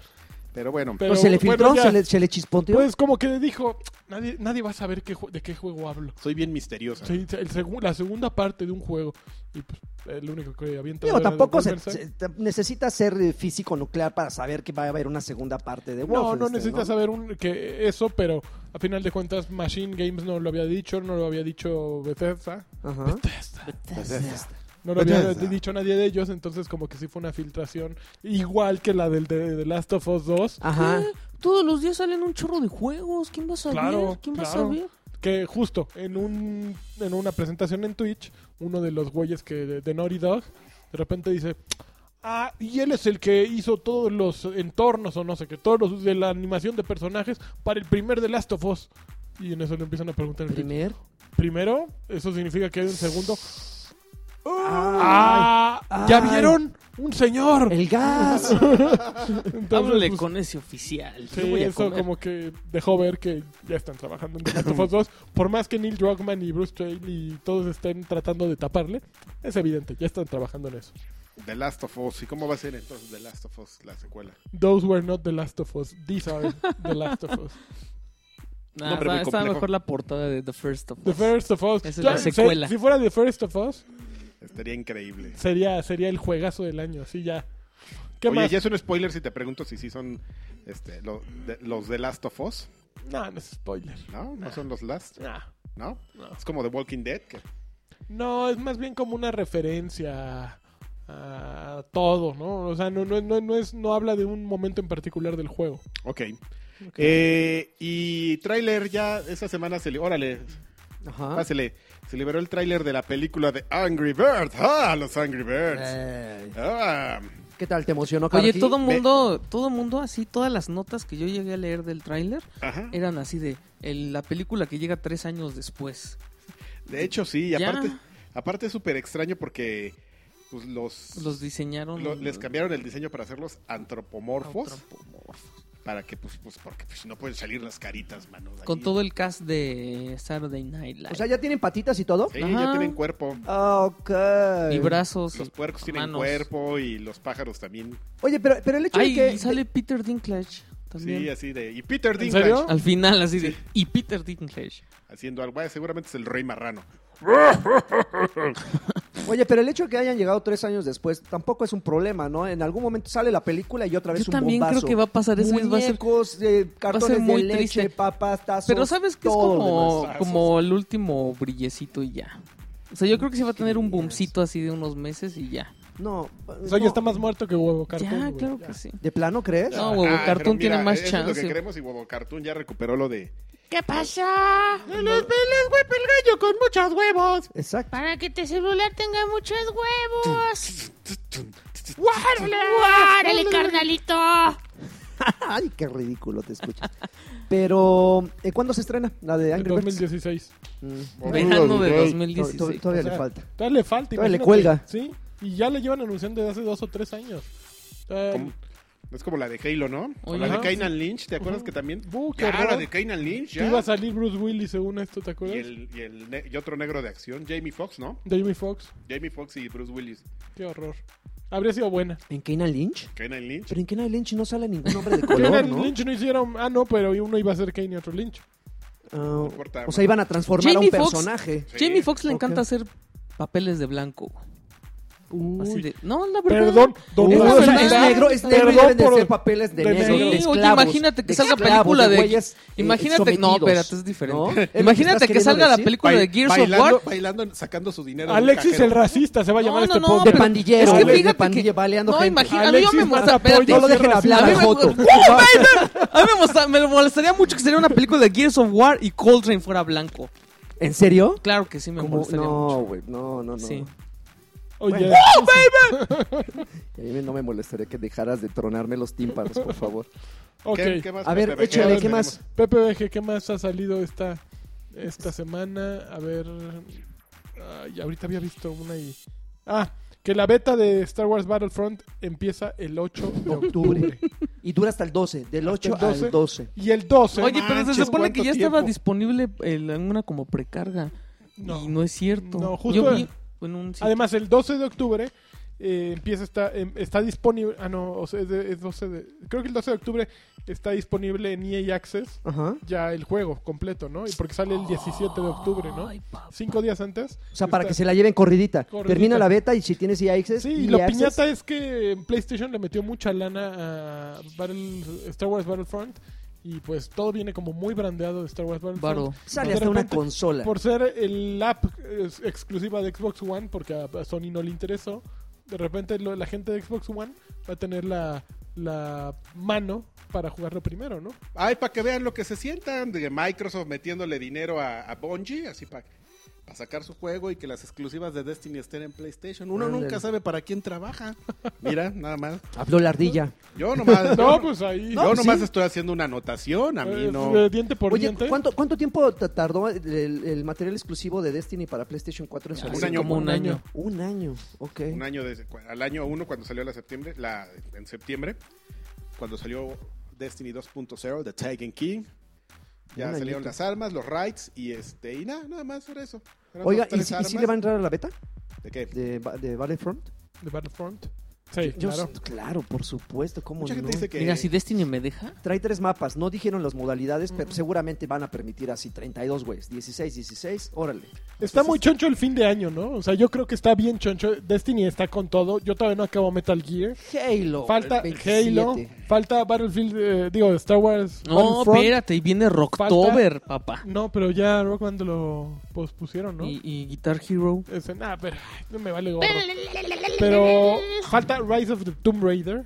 [SPEAKER 1] Pero bueno,
[SPEAKER 2] Pero
[SPEAKER 3] Pues se le
[SPEAKER 2] bueno,
[SPEAKER 3] filtró,
[SPEAKER 2] ya.
[SPEAKER 3] se, le, se le chisponteó.
[SPEAKER 2] Pues como que dijo, nadie, nadie va a saber qué ju- de qué juego hablo.
[SPEAKER 1] soy bien misteriosa.
[SPEAKER 2] Sí, el segu- la segunda parte de un juego. Y pues, el único que avienta.
[SPEAKER 3] Digo,
[SPEAKER 2] era de
[SPEAKER 3] tampoco se,
[SPEAKER 2] Wolfenstein.
[SPEAKER 3] se- t- necesita ser eh, físico nuclear para saber que va a haber una segunda parte de este,
[SPEAKER 2] No,
[SPEAKER 3] Wolfenstein.
[SPEAKER 2] no necesitas saber un, que eso, pero a final de cuentas Machine Games no lo había dicho, no lo había dicho Bethesda.
[SPEAKER 3] Ajá.
[SPEAKER 2] No lo había
[SPEAKER 1] Bethesda.
[SPEAKER 2] dicho nadie de ellos, entonces como que sí fue una filtración igual que la del de, de Last of Us 2, [LAUGHS]
[SPEAKER 3] Ajá.
[SPEAKER 4] Todos los días salen un chorro de juegos. ¿Quién va a saber?
[SPEAKER 2] Claro,
[SPEAKER 4] ¿Quién va a
[SPEAKER 2] claro.
[SPEAKER 4] saber?
[SPEAKER 2] que justo en un en una presentación en Twitch, uno de los güeyes que de, de Naughty Dog de repente dice, "Ah, y él es el que hizo todos los entornos o no sé qué, todos los de la animación de personajes para el primer de Last of Us." Y en eso le empiezan a preguntar en Twitch,
[SPEAKER 4] Primer.
[SPEAKER 2] primero, eso significa que hay un segundo.
[SPEAKER 3] Ay,
[SPEAKER 2] ¡Ah! ¿Ya
[SPEAKER 3] ay.
[SPEAKER 2] vieron? ¡Un señor!
[SPEAKER 3] el
[SPEAKER 2] [LAUGHS]
[SPEAKER 3] gas.
[SPEAKER 2] Entonces,
[SPEAKER 4] Háblale
[SPEAKER 2] pues,
[SPEAKER 4] con ese oficial.
[SPEAKER 2] sí,
[SPEAKER 4] Yo voy a
[SPEAKER 2] eso
[SPEAKER 4] comer.
[SPEAKER 2] como que dejó ver que ya están trabajando en The Last of
[SPEAKER 4] [LAUGHS]
[SPEAKER 2] Us 2. Por más que Neil Druckmann y Bruce Trail y todos estén tratando de taparle, es evidente, ya están trabajando en eso.
[SPEAKER 1] The Last of Us. ¿Y cómo va a ser entonces The Last of Us, la secuela?
[SPEAKER 2] Those were not The Last of Us. These are The Last of Us.
[SPEAKER 4] Nah,
[SPEAKER 1] nombre
[SPEAKER 4] está,
[SPEAKER 1] muy
[SPEAKER 4] está
[SPEAKER 1] complejo.
[SPEAKER 4] mejor la portada de The First of Us. [LAUGHS]
[SPEAKER 2] The First of Us.
[SPEAKER 4] Esa es la
[SPEAKER 2] Ya, se-
[SPEAKER 4] secuela.
[SPEAKER 2] Si fuera The First of Us,
[SPEAKER 1] Estaría increíble.
[SPEAKER 2] sería, sería el juegazo del año, así ya. ¿Qué
[SPEAKER 1] Oye,
[SPEAKER 2] más?
[SPEAKER 1] ya es un spoiler si te pregunto si sí son este, lo- de- los de Last of Us.
[SPEAKER 2] No, no es spoiler.
[SPEAKER 1] No, no son los Last.
[SPEAKER 2] Nah.
[SPEAKER 1] ¿No?
[SPEAKER 2] No.
[SPEAKER 1] Es como The Walking Dead. que-
[SPEAKER 2] No, es más bien como una referencia a, a todo, ¿no? O sea, no, no, no, no es, no habla de un momento en particular del juego.
[SPEAKER 1] Ok. Eh, y tráiler ya esa semana se le... Órale,
[SPEAKER 3] Ajá.
[SPEAKER 1] pásele. Se liberó el tráiler de la película de Angry Birds. ¡Ah, los Angry Birds!
[SPEAKER 3] Eh,
[SPEAKER 1] Ah,
[SPEAKER 3] ¿Qué tal? ¿Te emocionó,
[SPEAKER 4] Oye,
[SPEAKER 3] Karki?
[SPEAKER 4] todo mundo, todo mundo así, todas las notas que yo llegué a leer del tráiler
[SPEAKER 1] ajá.
[SPEAKER 4] eran así de el- la película que llega tres años después.
[SPEAKER 1] De hecho, sí. y
[SPEAKER 4] Ya.
[SPEAKER 1] aparte, aparte es súper extraño porque pues, los...
[SPEAKER 4] Los diseñaron.
[SPEAKER 1] lo- les cambiaron el diseño para hacerlos antropomorfos.
[SPEAKER 4] antropomorfos.
[SPEAKER 1] Para que, pues, pues porque pues, no pueden salir las caritas, mano. de
[SPEAKER 4] Con
[SPEAKER 1] ahí.
[SPEAKER 4] todo el cast de Saturday Night Live.
[SPEAKER 3] O sea, ¿ya tienen patitas y todo?
[SPEAKER 1] Sí,
[SPEAKER 4] Ajá.
[SPEAKER 1] ya tienen cuerpo.
[SPEAKER 3] Ah, Ok.
[SPEAKER 4] y brazos.
[SPEAKER 1] Los
[SPEAKER 4] y
[SPEAKER 1] puercos tienen
[SPEAKER 4] manos.
[SPEAKER 1] cuerpo y los pájaros también.
[SPEAKER 3] Oye, pero, pero el hecho
[SPEAKER 4] Ay,
[SPEAKER 3] de
[SPEAKER 4] y
[SPEAKER 3] que...
[SPEAKER 4] sale Peter Dinklage también.
[SPEAKER 1] Sí, así de. Y Peter
[SPEAKER 2] ¿En
[SPEAKER 1] Dinklage
[SPEAKER 2] serio?
[SPEAKER 4] Al final, así de. Y Peter Dinklage.
[SPEAKER 1] haciendo algo. Ah, Seguramente es el rey marrano.
[SPEAKER 3] Oye, pero el hecho de que hayan llegado tres años después tampoco es un problema, ¿no? En algún momento sale la película y otra vez
[SPEAKER 4] Yo
[SPEAKER 3] un
[SPEAKER 4] también creo
[SPEAKER 3] bombazo.
[SPEAKER 4] que va a pasar eso. y Va a ser
[SPEAKER 3] Muñecos, eh, cartones
[SPEAKER 4] muy
[SPEAKER 3] de leche,
[SPEAKER 4] triste.
[SPEAKER 3] papas, tazos,
[SPEAKER 4] Pero sabes que es
[SPEAKER 3] todo lo
[SPEAKER 4] como,
[SPEAKER 1] demás.
[SPEAKER 4] como el último brillecito y ya. O sea, yo creo que sí va a tener un boomcito así de unos meses y ya.
[SPEAKER 3] demás. No,
[SPEAKER 2] O sea,
[SPEAKER 3] no.
[SPEAKER 2] ya está más muerto que huevo cartón.
[SPEAKER 4] ya,
[SPEAKER 2] güey.
[SPEAKER 4] claro que sí.
[SPEAKER 3] ¿De plano crees?
[SPEAKER 4] No, Huevo
[SPEAKER 1] Ah, pero
[SPEAKER 4] Cartoon tiene más
[SPEAKER 1] eso Es lo
[SPEAKER 4] chance.
[SPEAKER 1] que queremos y Huevo Cartoon ya recuperó lo de.
[SPEAKER 6] ¿Qué pasa?
[SPEAKER 4] [LAUGHS]
[SPEAKER 3] Exacto.
[SPEAKER 6] Para que tu celular tenga muchos huevos. ¡Órale, carnalito!
[SPEAKER 3] Ay, qué ridículo te escuchas. Pero, eh, ¿cuándo se estrena la de
[SPEAKER 2] En
[SPEAKER 3] Angry Birds?
[SPEAKER 2] 2016.
[SPEAKER 3] Mm,
[SPEAKER 4] Verano de
[SPEAKER 3] to- to-
[SPEAKER 4] 2016.
[SPEAKER 3] Todavía
[SPEAKER 2] O sea,
[SPEAKER 3] le falta.
[SPEAKER 2] Todavía le falta.
[SPEAKER 3] Todavía le
[SPEAKER 2] imagínate.
[SPEAKER 3] cuelga.
[SPEAKER 2] Sí, y ya le llevan anunciando desde hace dos o tres años. Eh,
[SPEAKER 1] como- es como la de Halo, ¿no? O
[SPEAKER 4] Oye,
[SPEAKER 1] la de
[SPEAKER 2] ajá.
[SPEAKER 1] Kainan Lynch, ¿te acuerdas
[SPEAKER 2] Ujú.
[SPEAKER 1] que también?
[SPEAKER 2] Uh, qué
[SPEAKER 1] ya,
[SPEAKER 2] horror.
[SPEAKER 1] la de Kainan Lynch,
[SPEAKER 2] que
[SPEAKER 1] ya.
[SPEAKER 2] iba a salir Bruce Willis según esto, ¿te
[SPEAKER 1] Y,
[SPEAKER 2] acuerdas?
[SPEAKER 1] el, y, el ne- y otro negro de acción, Jamie Foxx, ¿no?
[SPEAKER 2] Jamie Foxx.
[SPEAKER 1] Jamie Foxx y Bruce Willis.
[SPEAKER 2] Qué horror. Habría sido
[SPEAKER 3] [LAUGHS]
[SPEAKER 2] buena.
[SPEAKER 3] ¿En Kenan Lynch?
[SPEAKER 1] Kainan Lynch.
[SPEAKER 3] Pero en Kenan Lynch no sale ningún
[SPEAKER 2] [LAUGHS]
[SPEAKER 3] hombre de
[SPEAKER 2] Kenan
[SPEAKER 3] color, ¿no?
[SPEAKER 2] Lynch no hicieron. Ah, no, pero uno iba a ser Kane y otro Lynch.
[SPEAKER 3] Ah,
[SPEAKER 1] importa,
[SPEAKER 3] o
[SPEAKER 1] ¿no?
[SPEAKER 3] sea, iban a transformar a
[SPEAKER 4] Jamie
[SPEAKER 3] un
[SPEAKER 4] Foxx.
[SPEAKER 3] personaje.
[SPEAKER 1] Sí.
[SPEAKER 4] Jamie Foxx le
[SPEAKER 3] Ok.
[SPEAKER 4] encanta hacer papeles de blanco. güey. Así
[SPEAKER 2] Uy,
[SPEAKER 4] de, no, la verdad.
[SPEAKER 2] Perdón, don
[SPEAKER 4] Es la
[SPEAKER 2] Blas
[SPEAKER 3] o sea,
[SPEAKER 4] verdad.
[SPEAKER 3] es
[SPEAKER 2] Villar,
[SPEAKER 3] negro, es negro y
[SPEAKER 2] perdón
[SPEAKER 3] deben de
[SPEAKER 2] por-
[SPEAKER 3] ser papeles de,
[SPEAKER 2] de
[SPEAKER 3] negro,
[SPEAKER 2] negro.
[SPEAKER 3] de
[SPEAKER 4] Sí, oye,
[SPEAKER 3] esclavos,
[SPEAKER 4] imagínate que
[SPEAKER 3] de
[SPEAKER 4] salga
[SPEAKER 3] esclavos,
[SPEAKER 4] película de-
[SPEAKER 3] güeyes, eh,
[SPEAKER 4] Imagínate, no,
[SPEAKER 3] sometidos,
[SPEAKER 4] espérate, es diferente.
[SPEAKER 3] ¿no? Es lo que
[SPEAKER 4] Imagínate
[SPEAKER 3] estás
[SPEAKER 4] que,
[SPEAKER 3] queriendo
[SPEAKER 4] salga la
[SPEAKER 3] decir.
[SPEAKER 4] película de Gears of
[SPEAKER 1] bailando,
[SPEAKER 4] War.
[SPEAKER 1] bailando, sacando su dinero. del
[SPEAKER 2] Alexis
[SPEAKER 1] cajero.
[SPEAKER 2] el racista se va a llamar este
[SPEAKER 4] no,
[SPEAKER 2] podcast.
[SPEAKER 3] De
[SPEAKER 4] pero-
[SPEAKER 3] pandillero,
[SPEAKER 4] es que
[SPEAKER 3] güey, de
[SPEAKER 4] fíjate que-
[SPEAKER 3] pandilla, baleando
[SPEAKER 4] no,
[SPEAKER 3] gente.
[SPEAKER 4] imagina- a mí
[SPEAKER 2] [LAUGHS]
[SPEAKER 4] yo
[SPEAKER 2] Alexis
[SPEAKER 4] me molesta,
[SPEAKER 2] Matapollo,
[SPEAKER 4] espérate.
[SPEAKER 3] No lo dejen
[SPEAKER 2] Sierra
[SPEAKER 3] hablar ¿eh?
[SPEAKER 4] A
[SPEAKER 3] al
[SPEAKER 4] mí me-
[SPEAKER 3] Joto.
[SPEAKER 4] A mí me, gusta- me lo molestaría mucho que sería una película de Gears of War y Coltrane fuera blanco.
[SPEAKER 3] ¿En serio?
[SPEAKER 4] Claro que sí me
[SPEAKER 3] ¿Cómo?
[SPEAKER 4] molestaría
[SPEAKER 3] No,
[SPEAKER 4] mucho.
[SPEAKER 3] güey, no, no, no.
[SPEAKER 4] Sí. [LAUGHS]
[SPEAKER 2] Oye,
[SPEAKER 3] A mí no me molestaría que dejaras de tronarme los tímpanos, por favor.
[SPEAKER 2] ok.
[SPEAKER 1] ¿Qué, qué más,
[SPEAKER 3] A ver,
[SPEAKER 1] Pepe?
[SPEAKER 3] échale, ¿qué
[SPEAKER 1] tenemos?
[SPEAKER 3] más?
[SPEAKER 2] Pepe BG, ¿qué más ha salido esta, esta semana? A ver. ay, ahorita había visto una y. Ah, que la beta de Star Wars Battlefront empieza el 8
[SPEAKER 3] [LAUGHS]
[SPEAKER 2] de octubre.
[SPEAKER 3] Y dura hasta el 12, del 8
[SPEAKER 2] Hasta el 12.
[SPEAKER 3] al 12.
[SPEAKER 2] y el 12.
[SPEAKER 4] Oye, pero
[SPEAKER 1] manches,
[SPEAKER 4] se supone que
[SPEAKER 1] ¿cuánto
[SPEAKER 4] ya estaba
[SPEAKER 1] tiempo?
[SPEAKER 4] disponible el- en una como precarga.
[SPEAKER 2] No.
[SPEAKER 4] Y no es cierto.
[SPEAKER 2] No, justo
[SPEAKER 4] Yo
[SPEAKER 2] en-
[SPEAKER 4] vi en un sitio-
[SPEAKER 2] Además, el 12 de octubre eh, empieza esta, em- está disponible. Ah, no, o sea, es, de- es 12 de. Creo que el 12 de octubre está disponible en EA Access
[SPEAKER 3] Ajá.
[SPEAKER 2] ya el juego completo, ¿no? Y porque sale el 17 de octubre, ¿no?
[SPEAKER 4] Ay, papá.
[SPEAKER 2] Cinco días antes.
[SPEAKER 3] O sea, para
[SPEAKER 2] está-
[SPEAKER 3] que se la lleven corridita.
[SPEAKER 2] Corridita.
[SPEAKER 3] Termina la beta y si tienes EA Access.
[SPEAKER 2] Sí, y
[SPEAKER 3] EA
[SPEAKER 2] lo
[SPEAKER 3] Access,
[SPEAKER 2] piñata es que en PlayStation le metió mucha lana a Battle- Star Wars Battlefront y pues todo viene como muy brandeado de Star Wars Battlefront.
[SPEAKER 4] Varo.
[SPEAKER 3] Sale
[SPEAKER 2] De
[SPEAKER 3] hasta una
[SPEAKER 2] repente,
[SPEAKER 3] consola.
[SPEAKER 2] Por ser el app es, exclusiva de Xbox One, porque a a Sony no le interesó, de repente lo- la gente de Xbox One va a tener la, la mano para jugarlo primero, ¿no?
[SPEAKER 1] Ay, para que vean lo que se sientan de Microsoft metiéndole dinero a, a Bungie, así para sacar su juego y que las exclusivas de Destiny estén en PlayStation. Uno
[SPEAKER 3] Ándale.
[SPEAKER 1] nunca sabe para quién trabaja. Mira, nada más.
[SPEAKER 3] Habló la ardilla.
[SPEAKER 1] Yo nomás,
[SPEAKER 2] [LAUGHS] No,
[SPEAKER 1] yo,
[SPEAKER 2] pues ahí.
[SPEAKER 1] yo nomás estoy haciendo una anotación, a mí
[SPEAKER 2] eh,
[SPEAKER 1] no.
[SPEAKER 2] de diente por
[SPEAKER 3] Oye,
[SPEAKER 2] diente.
[SPEAKER 3] ¿cuánto, ¿cuánto tiempo t- tardó el, el material exclusivo de Destiny para PlayStation 4 en salir?
[SPEAKER 1] un año.
[SPEAKER 4] como un año.
[SPEAKER 3] Un año, ok.
[SPEAKER 1] Un año de- al año 1 cuando salió la septiembre, la, en septiembre, cuando salió Destiny 2.0, The Taken King. Ya
[SPEAKER 3] Un añito.
[SPEAKER 1] salieron las armas, los rights y este y nada, nada más por eso. Eran
[SPEAKER 3] Oiga,
[SPEAKER 1] dos,
[SPEAKER 3] ¿y,
[SPEAKER 1] tres
[SPEAKER 3] si- y si
[SPEAKER 1] armas.
[SPEAKER 3] le va a entrar a la beta
[SPEAKER 1] ¿De qué?
[SPEAKER 3] de, Ba- de Battlefront?
[SPEAKER 2] De Battlefront. Sí,
[SPEAKER 3] Yo-
[SPEAKER 2] claro.
[SPEAKER 3] claro, por supuesto, ¿cómo
[SPEAKER 1] Mucha
[SPEAKER 3] no?
[SPEAKER 1] gente dice que
[SPEAKER 4] Mira, si Destiny me deja.
[SPEAKER 3] Trae tres mapas, no dijeron las modalidades,
[SPEAKER 2] Mm.
[SPEAKER 3] pero seguramente van a permitir así 32, güeyes. 16, 16, órale.
[SPEAKER 2] Pues Está muy choncho el fin de año, ¿no? O sea, yo creo que está bien choncho. Destiny está con todo. Yo todavía no acabo Metal Gear.
[SPEAKER 3] Halo.
[SPEAKER 2] Falta
[SPEAKER 3] el 27.
[SPEAKER 2] Halo. Falta Battlefield, eh, digo, Star Wars.
[SPEAKER 4] No,
[SPEAKER 2] Battlefront.
[SPEAKER 4] espérate, y viene Rocktober, papá.
[SPEAKER 2] No, pero ya luego cuando lo pospusieron, ¿no?
[SPEAKER 4] Y, y Guitar Hero.
[SPEAKER 2] Ese, nah, pero ay, no me vale gorro.
[SPEAKER 6] Pero,
[SPEAKER 2] Pero falta Rise of the Tomb Raider.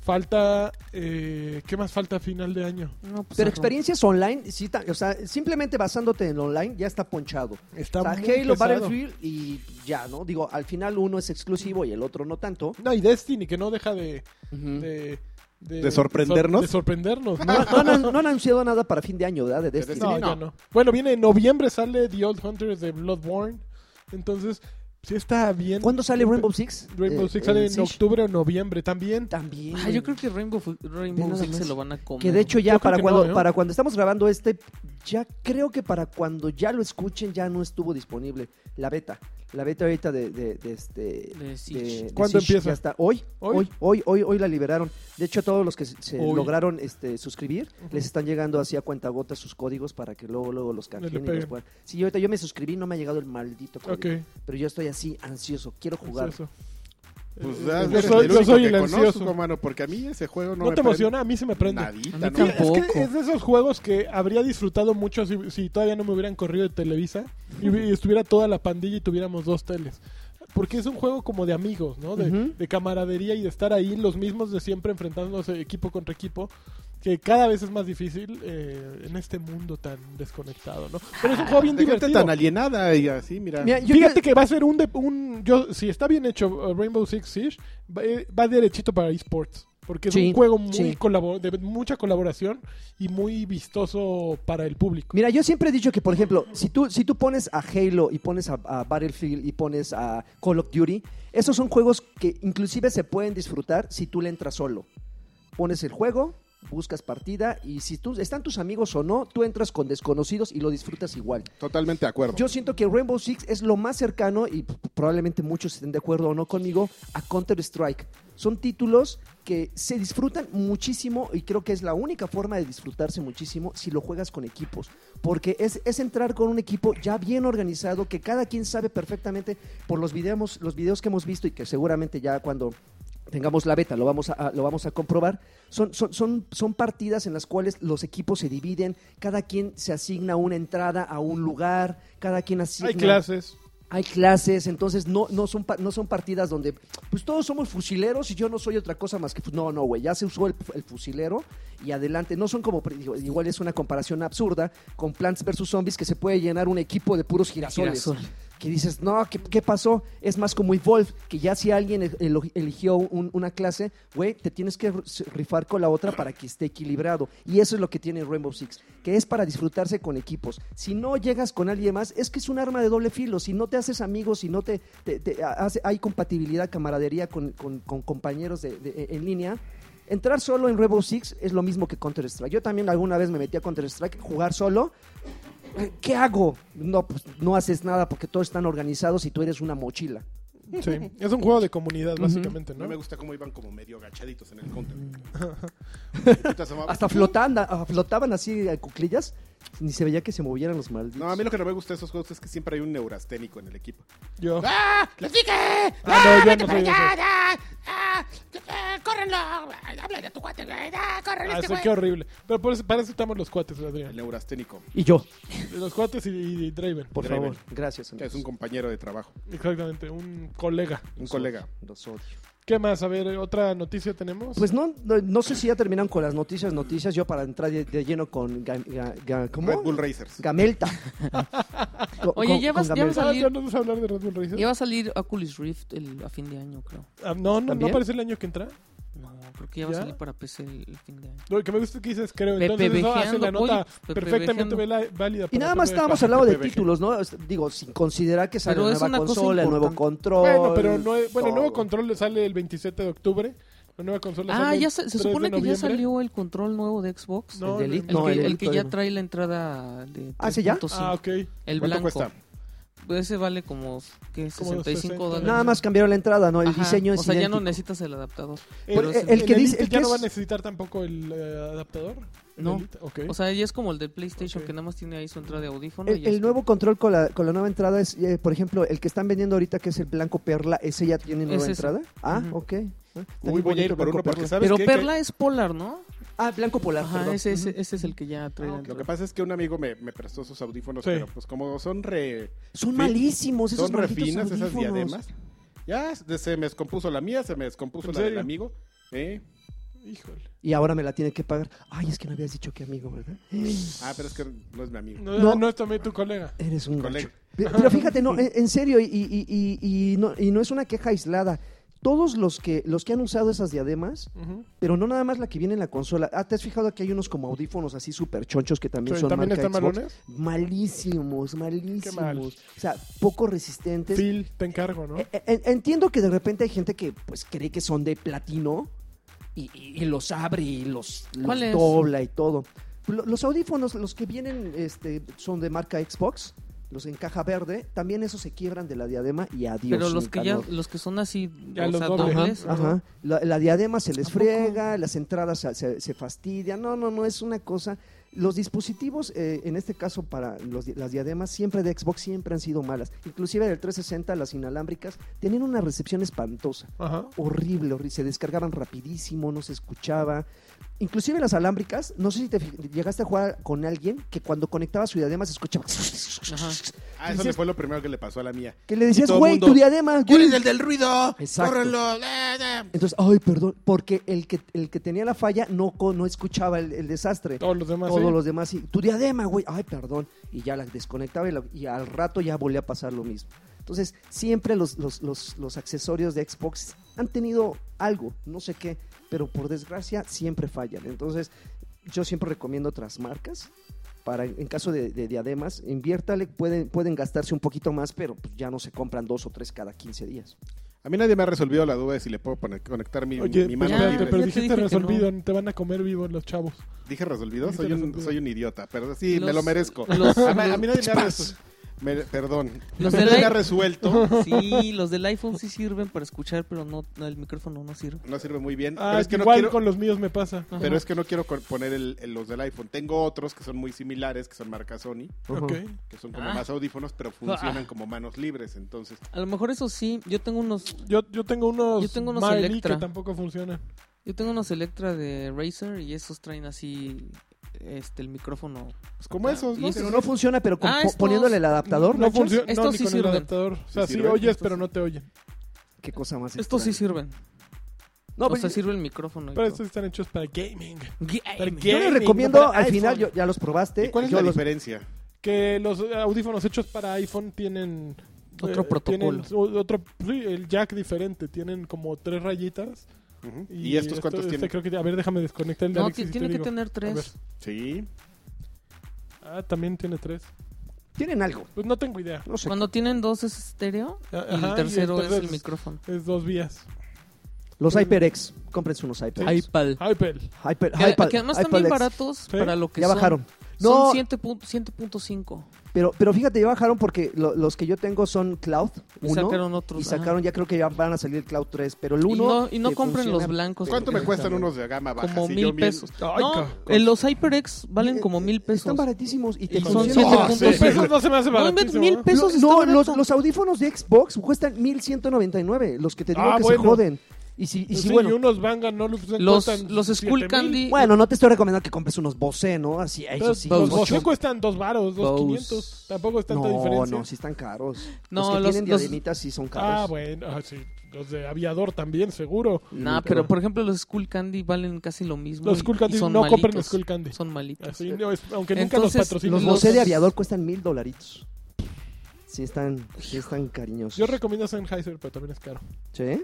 [SPEAKER 2] Falta... eh, ¿Qué más falta a final de año?
[SPEAKER 4] No, pues,
[SPEAKER 3] Pero
[SPEAKER 4] a romper.
[SPEAKER 3] experiencias online, sí, ta- o sea, simplemente basándote en online ya está ponchado.
[SPEAKER 2] Está
[SPEAKER 3] O sea,
[SPEAKER 2] muy
[SPEAKER 3] Halo,
[SPEAKER 2] pesado.
[SPEAKER 3] Battlefield y ya, ¿no? Digo, al final uno es exclusivo y el otro no tanto.
[SPEAKER 2] No, y Destiny, que no deja de... De,
[SPEAKER 5] ¿De sorprendernos?
[SPEAKER 2] De sorprendernos, [LAUGHS] ¿no? [LAUGHS]
[SPEAKER 3] No, no han- no han anunciado nada para fin de año, ¿verdad? De Destiny.
[SPEAKER 2] No, ya no. Bueno, este viene en noviembre, sale The Old Hunters de Bloodborne. Entonces, sí está bien.
[SPEAKER 3] ¿Cuándo sale Rainbow Six?
[SPEAKER 2] Rainbow
[SPEAKER 3] Eh,
[SPEAKER 2] Six
[SPEAKER 3] eh,
[SPEAKER 2] sale en
[SPEAKER 3] Siege.
[SPEAKER 2] octubre o noviembre también.
[SPEAKER 3] También.
[SPEAKER 4] Ah,
[SPEAKER 3] güey.
[SPEAKER 4] yo creo que Rainbow, Fu- Rainbow
[SPEAKER 3] Ve nada
[SPEAKER 4] Six se
[SPEAKER 3] más.
[SPEAKER 4] lo van a comer.
[SPEAKER 3] Que de hecho
[SPEAKER 2] Yo
[SPEAKER 3] ya
[SPEAKER 2] creo
[SPEAKER 3] para
[SPEAKER 2] que
[SPEAKER 3] cuando
[SPEAKER 2] no, ¿eh?
[SPEAKER 3] para cuando estamos grabando este ya creo que para cuando ya lo escuchen ya no estuvo disponible la beta la beta ahorita de, de, de este
[SPEAKER 4] De Siege.
[SPEAKER 2] ¿Cuándo
[SPEAKER 3] Siege,
[SPEAKER 2] empieza?
[SPEAKER 3] ya está. hoy
[SPEAKER 2] ¿Hoy?
[SPEAKER 3] hoy hoy hoy hoy la liberaron de hecho todos los que se- se
[SPEAKER 2] Hoy.
[SPEAKER 3] lograron este suscribir les están llegando así a cuentagotas sus códigos para que luego luego los
[SPEAKER 2] le
[SPEAKER 3] canjeen y los
[SPEAKER 2] peguen.
[SPEAKER 3] puedan- sí ahorita yo me suscribí no me ha llegado el maldito código
[SPEAKER 2] Ok.
[SPEAKER 3] pero yo estoy así ansioso quiero jugar
[SPEAKER 2] Ansioso.
[SPEAKER 1] Pues
[SPEAKER 2] Eh,
[SPEAKER 1] ya
[SPEAKER 2] yo
[SPEAKER 1] eres
[SPEAKER 2] soy,
[SPEAKER 1] el
[SPEAKER 2] yo
[SPEAKER 1] único
[SPEAKER 2] soy
[SPEAKER 1] que
[SPEAKER 2] el
[SPEAKER 1] conozco,
[SPEAKER 2] ansioso.
[SPEAKER 1] mano, porque a mí ese juego no,
[SPEAKER 2] ¿No
[SPEAKER 1] me
[SPEAKER 2] te
[SPEAKER 1] prende
[SPEAKER 2] emociona? A mí se me prende.
[SPEAKER 1] Nadita,
[SPEAKER 4] A mí
[SPEAKER 1] ¿no?
[SPEAKER 2] Sí, es
[SPEAKER 4] Tampoco.
[SPEAKER 2] que es de esos juegos que habría disfrutado mucho si, si todavía no me hubieran corrido de Televisa y, hubi- y estuviera toda la pandilla y tuviéramos dos teles. Porque es un juego como de amigos, ¿no? De,
[SPEAKER 3] Ujú.
[SPEAKER 2] de camaradería y de estar ahí los mismos de siempre enfrentándose equipo contra equipo, que cada vez es más difícil eh, en este mundo tan desconectado, ¿no? Pero es un juego bien
[SPEAKER 1] De gente
[SPEAKER 2] divertido.
[SPEAKER 1] tan alienada y así, mira.
[SPEAKER 3] Mira, yo
[SPEAKER 2] Fíjate
[SPEAKER 3] creo-
[SPEAKER 2] que va a ser un, de- un yo si está bien hecho uh, Rainbow Six Siege va, eh, va derechito para esports porque es
[SPEAKER 3] Sí,
[SPEAKER 2] un juego muy
[SPEAKER 3] sí.
[SPEAKER 2] colabor- de mucha colaboración y muy vistoso para el público.
[SPEAKER 3] Mira, yo siempre he dicho que, por ejemplo, si tú, si tú pones a Halo y pones a, a Battlefield y pones a Call of Duty, esos son juegos que inclusive se pueden disfrutar si tú le entras solo. Pones el juego, buscas partida y si tú, están tus amigos o no, tú entras con desconocidos y lo disfrutas igual.
[SPEAKER 1] Totalmente de acuerdo.
[SPEAKER 3] Yo siento que Rainbow Six es lo más cercano, y p- probablemente muchos estén de acuerdo o no conmigo, a Counter-Strike. Son títulos que se disfrutan muchísimo y creo que es la única forma de disfrutarse muchísimo si lo juegas con equipos. Porque es, es entrar con un equipo ya bien organizado, que cada quien sabe perfectamente por los videos, los videos que hemos visto y que seguramente ya cuando tengamos la beta, lo vamos a, a- lo vamos a comprobar. Son, son, son, son partidas en las cuales los equipos se dividen, cada quien se asigna una entrada a un lugar, cada quien asigna...
[SPEAKER 2] Hay clases.
[SPEAKER 3] Hay clases, entonces no, no, son, pa- no son partidas donde pues todos somos fusileros y yo no soy otra cosa más que... fu- No, no, güey, ya se usó el, el fusilero y adelante. No son como... digo, Igual es una comparación absurda con Plants vs. Zombies que se puede llenar un equipo de puros girasoles
[SPEAKER 4] Girasol.
[SPEAKER 3] que dices, no, ¿qué, qué pasó? Es más como Evolve, que ya si alguien el- el- eligió un- una clase, güey, te tienes que rifar con la otra para que esté equilibrado. Y eso es lo que tiene Rainbow Six, que es para disfrutarse con equipos. Si no llegas con alguien más, es que es un arma de doble filo. Si no te haces amigos, si no te, te- te hace- hay compatibilidad, camaradería con, con- con compañeros de- de- en línea, Entrar solo en Rainbow Six es lo mismo que Counter-Strike. Yo también alguna vez me metí a Counter-Strike, jugar solo. ¿Qué hago? No, pues no haces nada porque todos están organizados y tú eres una mochila.
[SPEAKER 2] Sí. Es un juego de comunidad, básicamente,
[SPEAKER 1] No
[SPEAKER 2] ¿no?
[SPEAKER 1] me gusta cómo iban como medio agachaditos en el counter.
[SPEAKER 3] [LAUGHS]
[SPEAKER 1] Puta, se movía-
[SPEAKER 3] Hasta flotanda, ah, flotaban así a cuclillas, ni se veía que se movieran los malditos.
[SPEAKER 1] No, a mí lo que no me gusta de esos juegos es que siempre hay un neurasténico en el equipo.
[SPEAKER 2] Yo.
[SPEAKER 6] ¡Ah! ¡Les dije!
[SPEAKER 2] no,
[SPEAKER 6] ¡Ah!
[SPEAKER 2] yo
[SPEAKER 6] ¡Vete
[SPEAKER 2] no
[SPEAKER 6] para
[SPEAKER 2] soy
[SPEAKER 6] allá! ¡Ah! ¡Ah! ¡Ah! ¡Córrenlo! ¡Habla de tu cuate! güey. ¡Ah! ¡Córrenlo
[SPEAKER 2] Ah,
[SPEAKER 6] este
[SPEAKER 2] sí,
[SPEAKER 6] güey!
[SPEAKER 2] qué horrible. Pero por eso, para eso estamos los cuates,
[SPEAKER 1] El
[SPEAKER 2] Adrián.
[SPEAKER 1] neurasténico,
[SPEAKER 3] Y yo,
[SPEAKER 2] Los cuates y, y Draven.
[SPEAKER 3] por
[SPEAKER 1] Draven.
[SPEAKER 3] favor. Gracias.
[SPEAKER 1] que es
[SPEAKER 3] amigos.
[SPEAKER 1] un compañero de trabajo,
[SPEAKER 2] Exactamente, un colega.
[SPEAKER 1] un colega.
[SPEAKER 3] Los odio.
[SPEAKER 2] ¿Qué más? A ver, ¿otra noticia tenemos?
[SPEAKER 3] Pues no, no, no sé si ya terminaron con las noticias, noticias. Yo para entrar de, de lleno con... ga- ga- ga- ¿Cómo?
[SPEAKER 1] Red Bull Racers.
[SPEAKER 4] [LAUGHS]
[SPEAKER 3] Gamelta. Con-
[SPEAKER 4] Oye,
[SPEAKER 3] con-
[SPEAKER 4] ya
[SPEAKER 3] con
[SPEAKER 4] vas- ya
[SPEAKER 3] Gamelta.
[SPEAKER 2] Ah,
[SPEAKER 4] salir-
[SPEAKER 2] ya no vamos a hablar de Red Bull Racing.
[SPEAKER 4] Ya va a salir Oculus Rift el- a fin de año, creo.
[SPEAKER 2] Ah, no, no, no
[SPEAKER 3] ¿También?
[SPEAKER 2] aparece el año que entra.
[SPEAKER 4] No, creo que ya va
[SPEAKER 2] ¿Ya?
[SPEAKER 4] a salir para PC el, el fin de año.
[SPEAKER 2] Lo que me gusta es que dices, creo.
[SPEAKER 4] Pepe
[SPEAKER 2] Entonces, eso hace la
[SPEAKER 4] vejeando,
[SPEAKER 2] nota
[SPEAKER 4] pollo. Pepe
[SPEAKER 2] perfectamente
[SPEAKER 4] vejeando.
[SPEAKER 2] vela- válida.
[SPEAKER 3] Y
[SPEAKER 2] para
[SPEAKER 3] nada más
[SPEAKER 2] Pepe
[SPEAKER 3] estábamos
[SPEAKER 1] [LAUGHS]
[SPEAKER 2] Vejeando.
[SPEAKER 3] hablando de
[SPEAKER 1] PPG.
[SPEAKER 3] títulos, ¿no? Es- Digo, sin considerar que sale
[SPEAKER 4] Pero
[SPEAKER 3] la
[SPEAKER 4] es
[SPEAKER 3] nueva
[SPEAKER 4] una cosa
[SPEAKER 3] consola, el nuevo
[SPEAKER 4] importante.
[SPEAKER 3] control.
[SPEAKER 2] Bueno, pero no, es- bueno, el nuevo
[SPEAKER 3] todo.
[SPEAKER 2] control le sale el 27 de octubre. La nueva consola
[SPEAKER 4] Ah,
[SPEAKER 2] sale el
[SPEAKER 4] ya se, se
[SPEAKER 2] 3 de
[SPEAKER 4] supone que ya
[SPEAKER 2] noviembre.
[SPEAKER 4] salió el control nuevo de Xbox.
[SPEAKER 2] No,
[SPEAKER 3] El de Elite,
[SPEAKER 4] El,
[SPEAKER 2] no,
[SPEAKER 3] no,
[SPEAKER 4] que,
[SPEAKER 3] el
[SPEAKER 4] el
[SPEAKER 3] Elite
[SPEAKER 4] que
[SPEAKER 3] todavía
[SPEAKER 4] ya
[SPEAKER 3] no.
[SPEAKER 4] trae la entrada de
[SPEAKER 3] Ah, ¿ese ya?
[SPEAKER 4] 3.5.
[SPEAKER 2] Ah, ok.
[SPEAKER 4] El
[SPEAKER 1] ¿Cuánto
[SPEAKER 4] blanco.
[SPEAKER 1] cuesta?
[SPEAKER 4] Ese vale como que
[SPEAKER 2] 60
[SPEAKER 4] 65 dólares.
[SPEAKER 3] Nada más cambiaron la entrada, ¿no? El
[SPEAKER 4] Ajá,
[SPEAKER 3] diseño es
[SPEAKER 4] O sea, ya no
[SPEAKER 3] idéntico.
[SPEAKER 4] necesitas el adaptador.
[SPEAKER 2] El,
[SPEAKER 4] Pero
[SPEAKER 2] el,
[SPEAKER 4] es
[SPEAKER 3] el que
[SPEAKER 2] Elite
[SPEAKER 3] dice- el
[SPEAKER 2] ya
[SPEAKER 3] que
[SPEAKER 2] no va a
[SPEAKER 3] es-
[SPEAKER 2] necesitar tampoco el eh, adaptador. ¿El
[SPEAKER 4] No.
[SPEAKER 2] Elite? Ok.
[SPEAKER 4] O sea, ya es como el del PlayStation
[SPEAKER 2] Ok.
[SPEAKER 4] que nada más tiene ahí su entrada de audífono. y
[SPEAKER 3] El,
[SPEAKER 4] ya
[SPEAKER 3] el
[SPEAKER 4] está.
[SPEAKER 3] nuevo control con la, con la nueva entrada es, eh, por ejemplo, el que están vendiendo ahorita, que es el blanco perla, ¿ese ya tiene nueva
[SPEAKER 4] Es ese.
[SPEAKER 3] entrada? Ah,
[SPEAKER 4] Ujú.
[SPEAKER 3] ok. Ah, está
[SPEAKER 1] Uy,
[SPEAKER 3] bien
[SPEAKER 1] voy a
[SPEAKER 3] bonito
[SPEAKER 1] ir por
[SPEAKER 3] blanco
[SPEAKER 1] uno porque
[SPEAKER 3] perla.
[SPEAKER 1] sabes
[SPEAKER 4] Pero
[SPEAKER 1] qué?
[SPEAKER 4] Perla es polar, ¿no?
[SPEAKER 3] Ah, blanco polar,
[SPEAKER 4] Ajá,
[SPEAKER 3] perdón.
[SPEAKER 4] ese, ese,
[SPEAKER 3] Ujú.
[SPEAKER 4] ese es el que
[SPEAKER 2] Ah,
[SPEAKER 4] ya trae la
[SPEAKER 1] que- Lo
[SPEAKER 4] entrada.
[SPEAKER 1] que pasa es que un amigo me, me prestó sus audífonos,
[SPEAKER 2] Sí.
[SPEAKER 1] pero pues como son re,
[SPEAKER 3] Son
[SPEAKER 1] Sí.
[SPEAKER 3] malísimos esos
[SPEAKER 1] son re
[SPEAKER 3] malditos
[SPEAKER 1] finas esas
[SPEAKER 3] audífonos.
[SPEAKER 1] diademas, ya se se me descompuso la mía, se me descompuso
[SPEAKER 2] ¿En
[SPEAKER 1] la del
[SPEAKER 2] serio?
[SPEAKER 1] amigo. ¿eh?
[SPEAKER 2] Híjole.
[SPEAKER 3] Y ahora me la tiene que pagar. Ay, es que no habías dicho que amigo, ¿verdad? [GASPS]
[SPEAKER 1] Ah, pero es que no es mi amigo.
[SPEAKER 2] No,
[SPEAKER 3] No.
[SPEAKER 2] no es también tu colega.
[SPEAKER 3] Eres un
[SPEAKER 1] Colega.
[SPEAKER 3] gacho. Pe- Pero fíjate, no, en en serio, y, y- y- y- y no, y no es una queja aislada. Todos los que, los que han usado esas diademas,
[SPEAKER 2] Ujú.
[SPEAKER 3] pero no nada más la que viene en la consola. Ah, ¿te has fijado que hay unos como audífonos así súper chonchos que también
[SPEAKER 2] Sí,
[SPEAKER 3] son
[SPEAKER 2] ¿También
[SPEAKER 3] marca
[SPEAKER 2] están
[SPEAKER 3] Xbox?
[SPEAKER 2] malones?
[SPEAKER 3] Malísimos, malísimos.
[SPEAKER 2] mal.
[SPEAKER 3] O sea, poco resistentes.
[SPEAKER 2] Phil, te encargo, ¿no?
[SPEAKER 3] E- e- Entiendo que de repente hay gente que pues cree que son de platino y, y- y los abre y los, los
[SPEAKER 4] ¿Cuál es?
[SPEAKER 3] dobla y todo. Lo- Los audífonos, los que vienen este, son de marca Xbox, los en caja verde, también esos se quiebran de la diadema y adiós.
[SPEAKER 4] Pero los que ya,
[SPEAKER 3] Nicanor.
[SPEAKER 4] los que son así,
[SPEAKER 2] Ya
[SPEAKER 4] o
[SPEAKER 2] los ¿eh?
[SPEAKER 4] sea,
[SPEAKER 2] dobles.
[SPEAKER 4] dobles,
[SPEAKER 3] Ajá. La, la diadema se les
[SPEAKER 4] ¿A poco?
[SPEAKER 3] friega, las entradas se, se- se fastidian. No, no, no, es una cosa. Los dispositivos, eh, en este caso para los di- las diademas, siempre de Xbox siempre han sido malas. Inclusive en el 360, las inalámbricas, tenían una recepción espantosa.
[SPEAKER 2] Ajá.
[SPEAKER 3] Horrible, horrible. Se descargaban rapidísimo, no se escuchaba. Inclusive las alámbricas, no sé si te fi- llegaste a jugar con alguien que cuando conectaba su diadema se escuchaba.
[SPEAKER 4] Ajá.
[SPEAKER 1] Ah, eso le fue lo primero que le pasó a la mía.
[SPEAKER 3] Que le
[SPEAKER 1] Y
[SPEAKER 3] decías,
[SPEAKER 1] todo
[SPEAKER 3] güey,
[SPEAKER 1] mundo,
[SPEAKER 3] tu diadema.
[SPEAKER 5] ¿Quién
[SPEAKER 3] güey".
[SPEAKER 5] es el del ruido?
[SPEAKER 3] Exacto.
[SPEAKER 5] ¡Córrelo! ¡Ah, ah!
[SPEAKER 3] Entonces, ay, perdón, porque el que, el que tenía la falla no, co- no escuchaba el, el desastre.
[SPEAKER 2] Todos los demás.
[SPEAKER 3] Todos
[SPEAKER 2] sí.
[SPEAKER 3] los demás, sí. Tu diadema, güey, ay, perdón. Y ya la desconectaba y, la- y al rato ya volvía a pasar lo mismo. Entonces, siempre los, los, los- los accesorios de Xbox han tenido algo, no sé qué, pero por desgracia siempre fallan. Entonces, yo siempre recomiendo otras marcas. Para, en caso de, de diademas, inviértale, pueden, pueden gastarse un poquito más, pero pues, ya no se compran dos o tres cada 15 días.
[SPEAKER 1] A mí nadie me ha resolvido la duda de si le puedo poner- conectar mi,
[SPEAKER 2] Oye, pues
[SPEAKER 1] mi
[SPEAKER 2] pero
[SPEAKER 1] mano
[SPEAKER 4] ya,
[SPEAKER 2] espérate,
[SPEAKER 1] libre.
[SPEAKER 2] pero
[SPEAKER 4] ya te dije
[SPEAKER 2] dijiste
[SPEAKER 4] que
[SPEAKER 2] resolvido, te van a comer vivos los chavos.
[SPEAKER 1] ¿Dije resolvido?
[SPEAKER 2] Dijiste
[SPEAKER 1] Soy un,
[SPEAKER 2] resolvido.
[SPEAKER 1] soy un idiota, pero sí, me
[SPEAKER 4] Los-
[SPEAKER 1] lo merezco.
[SPEAKER 4] los-
[SPEAKER 1] a, mí, a mí nadie me ha
[SPEAKER 4] Chpas.
[SPEAKER 1] resuelto. Perdón.
[SPEAKER 4] Los
[SPEAKER 1] Nadie
[SPEAKER 4] de
[SPEAKER 1] me
[SPEAKER 4] la-
[SPEAKER 1] ha resuelto.
[SPEAKER 2] [LAUGHS]
[SPEAKER 4] Sí, los del iPhone sí sirven para escuchar, pero no, no, el micrófono no sirve.
[SPEAKER 1] No sirve muy bien.
[SPEAKER 2] Ah,
[SPEAKER 1] pero es que no
[SPEAKER 2] igual
[SPEAKER 1] quiero...
[SPEAKER 2] con los míos me pasa.
[SPEAKER 4] Ajá.
[SPEAKER 1] Pero es que no quiero co- poner el- el- los del iPhone. Tengo otros que son muy similares, que son marca Sony,
[SPEAKER 3] Ujú.
[SPEAKER 2] Ok.
[SPEAKER 1] que son como
[SPEAKER 4] Ah.
[SPEAKER 1] más audífonos, pero funcionan
[SPEAKER 4] Ah.
[SPEAKER 1] como manos libres. Entonces,
[SPEAKER 4] A lo mejor eso sí, yo tengo unos
[SPEAKER 2] Yo, yo tengo unos,
[SPEAKER 4] Yo tengo unos
[SPEAKER 2] Maeli
[SPEAKER 4] Electra.
[SPEAKER 2] que tampoco funcionan.
[SPEAKER 4] yo tengo unos Electra de Razer y esos traen así este el micrófono.
[SPEAKER 1] pues como
[SPEAKER 4] Ah,
[SPEAKER 1] esos, ¿no?
[SPEAKER 4] y esos-
[SPEAKER 1] Pero
[SPEAKER 3] Pero
[SPEAKER 1] no-
[SPEAKER 3] no funciona, pero con-
[SPEAKER 4] Ah,
[SPEAKER 3] po-
[SPEAKER 4] estos-
[SPEAKER 3] poniéndole el adaptador,
[SPEAKER 2] No
[SPEAKER 3] Nachos,
[SPEAKER 2] funciona, no,
[SPEAKER 4] Estos
[SPEAKER 2] ni
[SPEAKER 4] sí
[SPEAKER 2] con
[SPEAKER 4] sirven.
[SPEAKER 2] el adaptador. O sea,
[SPEAKER 1] Sí
[SPEAKER 2] sí,
[SPEAKER 1] sirven.
[SPEAKER 2] oyes,
[SPEAKER 4] Estos
[SPEAKER 2] pero
[SPEAKER 4] sí.
[SPEAKER 2] no te oyen.
[SPEAKER 3] Qué cosa más
[SPEAKER 4] Estos sí
[SPEAKER 3] extraña.
[SPEAKER 4] sirven.
[SPEAKER 3] No, pues,
[SPEAKER 4] o
[SPEAKER 3] pero
[SPEAKER 4] sea,
[SPEAKER 3] yo-
[SPEAKER 4] sirve el micrófono. y
[SPEAKER 2] pues, Pero
[SPEAKER 4] todo.
[SPEAKER 2] estos están hechos para gaming.
[SPEAKER 4] Gaming.
[SPEAKER 2] ¿qué?
[SPEAKER 3] yo les
[SPEAKER 2] gaming,
[SPEAKER 3] recomiendo,
[SPEAKER 2] no para
[SPEAKER 3] al final,
[SPEAKER 2] iPhone.
[SPEAKER 3] yo- ya los probaste.
[SPEAKER 1] ¿Y cuál es
[SPEAKER 3] yo
[SPEAKER 1] la
[SPEAKER 3] los-
[SPEAKER 1] diferencia?
[SPEAKER 2] Que los audífonos hechos para iPhone tienen... eh,
[SPEAKER 4] Otro protocolo.
[SPEAKER 2] tienen o- otro, sí, el jack diferente. Tienen como tres rayitas.
[SPEAKER 1] Ujú. ¿Y, estos
[SPEAKER 2] esto-
[SPEAKER 1] cuántos
[SPEAKER 2] este
[SPEAKER 1] tienen?
[SPEAKER 2] creo que- a ver, déjame desconectar el de
[SPEAKER 4] No,
[SPEAKER 2] Alexis
[SPEAKER 4] ti-
[SPEAKER 2] y
[SPEAKER 4] tiene
[SPEAKER 2] te
[SPEAKER 4] que
[SPEAKER 2] digo.
[SPEAKER 4] tener
[SPEAKER 2] A ver.
[SPEAKER 4] tres.
[SPEAKER 1] Sí.
[SPEAKER 2] Ah, también tiene tres.
[SPEAKER 3] Tienen algo.
[SPEAKER 2] Pues no tengo idea.
[SPEAKER 3] No sé.
[SPEAKER 4] Cuando tienen dos es estéreo
[SPEAKER 2] Ah,
[SPEAKER 4] y
[SPEAKER 2] ajá,
[SPEAKER 4] el tercero es el
[SPEAKER 2] entonces
[SPEAKER 4] micrófono.
[SPEAKER 2] Es dos vías.
[SPEAKER 3] Los HyperX. Cómprense unos HyperX.
[SPEAKER 4] iPad.
[SPEAKER 2] Hypel.
[SPEAKER 3] Hyper,
[SPEAKER 4] Que,
[SPEAKER 3] iPad-
[SPEAKER 4] que además están bien
[SPEAKER 3] iPadX.
[SPEAKER 4] baratos
[SPEAKER 2] Sí.
[SPEAKER 4] para lo que
[SPEAKER 3] Ya
[SPEAKER 4] son.
[SPEAKER 3] bajaron. No,
[SPEAKER 4] Son 7 pun- 7.5.
[SPEAKER 3] pero, pero fíjate, ya bajaron porque lo- los que yo tengo son Cloud
[SPEAKER 4] Y
[SPEAKER 3] 1
[SPEAKER 4] sacaron otros.
[SPEAKER 3] y sacaron, ya creo que ya van a salir el Cloud 3, pero el
[SPEAKER 4] ajá.
[SPEAKER 3] 1...
[SPEAKER 4] y no, y no
[SPEAKER 3] te
[SPEAKER 4] compren
[SPEAKER 3] funciona.
[SPEAKER 4] los blancos.
[SPEAKER 1] ¿Cuánto
[SPEAKER 4] porque
[SPEAKER 1] me cuestan
[SPEAKER 4] están
[SPEAKER 1] unos de gama baja?
[SPEAKER 4] Como
[SPEAKER 1] Si yo
[SPEAKER 4] mil
[SPEAKER 1] bien-
[SPEAKER 4] pesos.
[SPEAKER 2] Ay,
[SPEAKER 4] no,
[SPEAKER 2] ca-
[SPEAKER 4] eh, los HyperX valen
[SPEAKER 3] Eh,
[SPEAKER 4] como mil pesos.
[SPEAKER 3] Están baratísimos y te
[SPEAKER 4] Y son
[SPEAKER 3] funcionan.
[SPEAKER 4] siete
[SPEAKER 1] Ah,
[SPEAKER 4] puntos.
[SPEAKER 1] sí.
[SPEAKER 4] Pero-
[SPEAKER 2] Pesos no se me hace
[SPEAKER 4] No,
[SPEAKER 2] baratísimo.
[SPEAKER 4] mil
[SPEAKER 2] ¿eh?
[SPEAKER 4] pesos. pesos está
[SPEAKER 3] no,
[SPEAKER 4] barato.
[SPEAKER 3] los, los audífonos de Xbox cuestan 1199, los que te digo
[SPEAKER 2] Ah,
[SPEAKER 3] que
[SPEAKER 2] bueno. Pues
[SPEAKER 3] se joden. Y si, y
[SPEAKER 2] Sí,
[SPEAKER 3] si bueno,
[SPEAKER 2] y unos Bangan no los
[SPEAKER 4] Los,
[SPEAKER 2] cuestan
[SPEAKER 4] los Skull
[SPEAKER 2] 7000.
[SPEAKER 4] Candy.
[SPEAKER 3] bueno, no te estoy recomendando que compres unos Bose, ¿no? Así, eso
[SPEAKER 2] Entonces,
[SPEAKER 3] sí.
[SPEAKER 2] los
[SPEAKER 4] Bose.
[SPEAKER 2] Bose cuestan dos varos, dos
[SPEAKER 4] Bose.
[SPEAKER 2] quinientos. Tampoco es tanta
[SPEAKER 3] no,
[SPEAKER 2] diferencia.
[SPEAKER 3] no, sí están caros.
[SPEAKER 4] No,
[SPEAKER 3] los que
[SPEAKER 4] los-
[SPEAKER 3] tienen
[SPEAKER 4] los-
[SPEAKER 3] diademitas sí son caros.
[SPEAKER 2] ah, bueno, ah, sí. Los de aviador también, seguro.
[SPEAKER 4] Nah, pero por ejemplo, los Skull Candy valen casi lo mismo.
[SPEAKER 2] Los
[SPEAKER 4] y-
[SPEAKER 2] Skull
[SPEAKER 4] y
[SPEAKER 2] Candy,
[SPEAKER 4] son
[SPEAKER 2] no compren
[SPEAKER 4] malitos.
[SPEAKER 2] Skull Candy.
[SPEAKER 4] Son malitos.
[SPEAKER 2] Así, no, es- aunque nunca
[SPEAKER 4] Entonces,
[SPEAKER 2] los patrocinen.
[SPEAKER 3] Los
[SPEAKER 4] los-
[SPEAKER 3] Bose de aviador cuestan mil dolaritos. Sí están, sí están cariñosos.
[SPEAKER 2] Yo recomiendo Sennheiser, pero también es caro.
[SPEAKER 3] ¿Sí?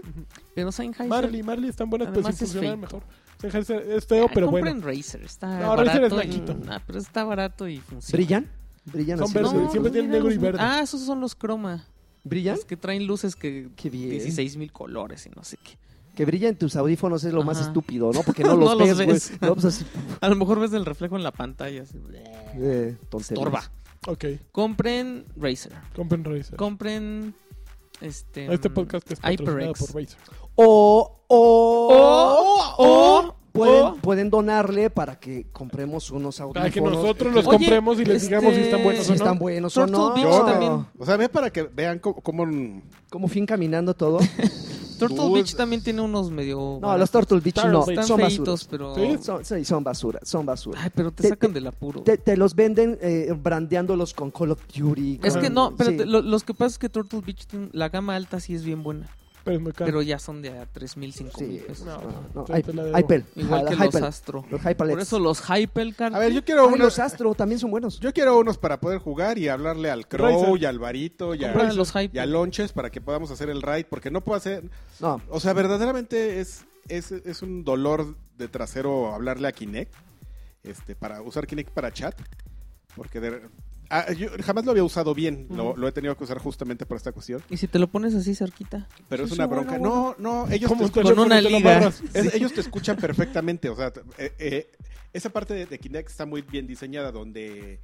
[SPEAKER 4] Pero Sennheiser.
[SPEAKER 2] Marley, Marley están buenas, pero sin
[SPEAKER 4] Además, es
[SPEAKER 2] funcionar
[SPEAKER 4] feito.
[SPEAKER 2] mejor. Sennheiser es feo,
[SPEAKER 4] Ay,
[SPEAKER 2] pero bueno.
[SPEAKER 4] compren Razer. Está
[SPEAKER 2] No,
[SPEAKER 4] barato.
[SPEAKER 2] Razer es
[SPEAKER 4] y-
[SPEAKER 2] blanquito.
[SPEAKER 4] Nah, pero está barato y funciona.
[SPEAKER 3] ¿Brillan? ¿Brillan
[SPEAKER 2] Son
[SPEAKER 3] así?
[SPEAKER 2] verdes,
[SPEAKER 3] ¿no?
[SPEAKER 2] siempre tienen
[SPEAKER 4] mira,
[SPEAKER 2] negro y
[SPEAKER 4] los-
[SPEAKER 2] verde.
[SPEAKER 4] Ah, esos son los croma.
[SPEAKER 3] ¿Brillan?
[SPEAKER 4] Los que traen luces que.
[SPEAKER 3] Qué bien.
[SPEAKER 4] 16 mil colores y no sé qué.
[SPEAKER 3] Que brillan tus audífonos es lo más
[SPEAKER 4] Ajá.
[SPEAKER 3] estúpido, ¿no?
[SPEAKER 4] [LAUGHS]
[SPEAKER 3] Porque no los
[SPEAKER 4] No los
[SPEAKER 3] ves, güey.
[SPEAKER 4] ves.
[SPEAKER 3] No, pues así,
[SPEAKER 4] A lo mejor ves el reflejo en la pantalla. Así. bleh,
[SPEAKER 3] eh, tonterías.
[SPEAKER 4] Estorba.
[SPEAKER 2] Ok,
[SPEAKER 4] Compren Razer.
[SPEAKER 2] compren Razer.
[SPEAKER 4] Compren. Este.
[SPEAKER 2] Este
[SPEAKER 4] mm,
[SPEAKER 2] podcast es patrocinado
[SPEAKER 4] HyperX. Oh,
[SPEAKER 2] por Razer.
[SPEAKER 3] O, o,
[SPEAKER 4] O,
[SPEAKER 2] Oh,
[SPEAKER 4] o,
[SPEAKER 3] pueden,
[SPEAKER 4] o.
[SPEAKER 3] pueden donarle para que compremos unos audífonos.
[SPEAKER 2] Para que nosotros los
[SPEAKER 4] Oye,
[SPEAKER 2] compremos y les digamos si están
[SPEAKER 4] este-
[SPEAKER 2] buenos
[SPEAKER 3] si
[SPEAKER 2] o no.
[SPEAKER 3] están buenos o
[SPEAKER 4] Turtle
[SPEAKER 3] no.
[SPEAKER 4] Beach
[SPEAKER 1] Yo-
[SPEAKER 4] también.
[SPEAKER 1] O sea, ve para que vean cómo... cómo-
[SPEAKER 3] Como fin caminando
[SPEAKER 2] [LAUGHS]
[SPEAKER 3] todo.
[SPEAKER 4] Turtle
[SPEAKER 1] Dude.
[SPEAKER 4] Beach también tiene unos medio.
[SPEAKER 3] No, los Turtle Beach
[SPEAKER 2] Turtle
[SPEAKER 3] no,
[SPEAKER 2] Beach.
[SPEAKER 4] Están
[SPEAKER 3] son basuras.
[SPEAKER 4] feitos, pero.
[SPEAKER 2] Sí.
[SPEAKER 3] Son, sí, son basura, son basura.
[SPEAKER 4] Ay, pero te,
[SPEAKER 3] Te-
[SPEAKER 4] sacan
[SPEAKER 3] te-
[SPEAKER 4] del apuro.
[SPEAKER 3] Te, te los venden eh, brandeándolos con Call of Duty.
[SPEAKER 4] es
[SPEAKER 3] con-
[SPEAKER 4] que no, pero
[SPEAKER 3] sí.
[SPEAKER 4] te- lo, los que pasa es que Turtle Beach, tiene- la gama alta sí es bien buena.
[SPEAKER 2] Pero es muy caro.
[SPEAKER 4] Pero ya son de a 3 mil, 5 mil
[SPEAKER 3] Sí,
[SPEAKER 4] pesos.
[SPEAKER 3] no, no,
[SPEAKER 2] Te- te la debo.
[SPEAKER 3] Hypel.
[SPEAKER 4] Igual
[SPEAKER 3] Ah,
[SPEAKER 4] que los
[SPEAKER 3] Hypel.
[SPEAKER 4] Astro.
[SPEAKER 3] Los Hyperlex.
[SPEAKER 4] Por eso los Hypercard.
[SPEAKER 1] A ver, yo quiero
[SPEAKER 3] Ay,
[SPEAKER 1] unos...
[SPEAKER 3] los Astro también son buenos.
[SPEAKER 1] Yo quiero unos para poder jugar y hablarle al Crow
[SPEAKER 2] Razer.
[SPEAKER 1] y al Barito y a,
[SPEAKER 4] Compra los
[SPEAKER 1] y a
[SPEAKER 4] Hyper.
[SPEAKER 1] Lonches para que podamos hacer el raid, porque no puedo hacer...
[SPEAKER 3] No,
[SPEAKER 1] O sea, verdaderamente es, es, es un dolor de trasero hablarle a Kinect, este, para usar Kinect para chat, porque de- ah, yo jamás lo había usado bien, lo, lo he tenido que usar justamente por esta cuestión,
[SPEAKER 4] Y si te lo pones así cerquita.
[SPEAKER 1] pero
[SPEAKER 4] Sí,
[SPEAKER 1] es
[SPEAKER 4] sí,
[SPEAKER 1] una
[SPEAKER 4] bueno,
[SPEAKER 1] bronca.
[SPEAKER 4] bueno.
[SPEAKER 1] No, no, ellos te,
[SPEAKER 2] Como un
[SPEAKER 1] escuchan,
[SPEAKER 2] teléfono
[SPEAKER 4] Con una
[SPEAKER 2] que lo
[SPEAKER 4] liga.
[SPEAKER 2] amarras.
[SPEAKER 1] es- ellos te
[SPEAKER 4] [LAUGHS]
[SPEAKER 1] escuchan perfectamente, o sea, t- eh, eh, esa parte de, de Kinect está muy bien diseñada, donde,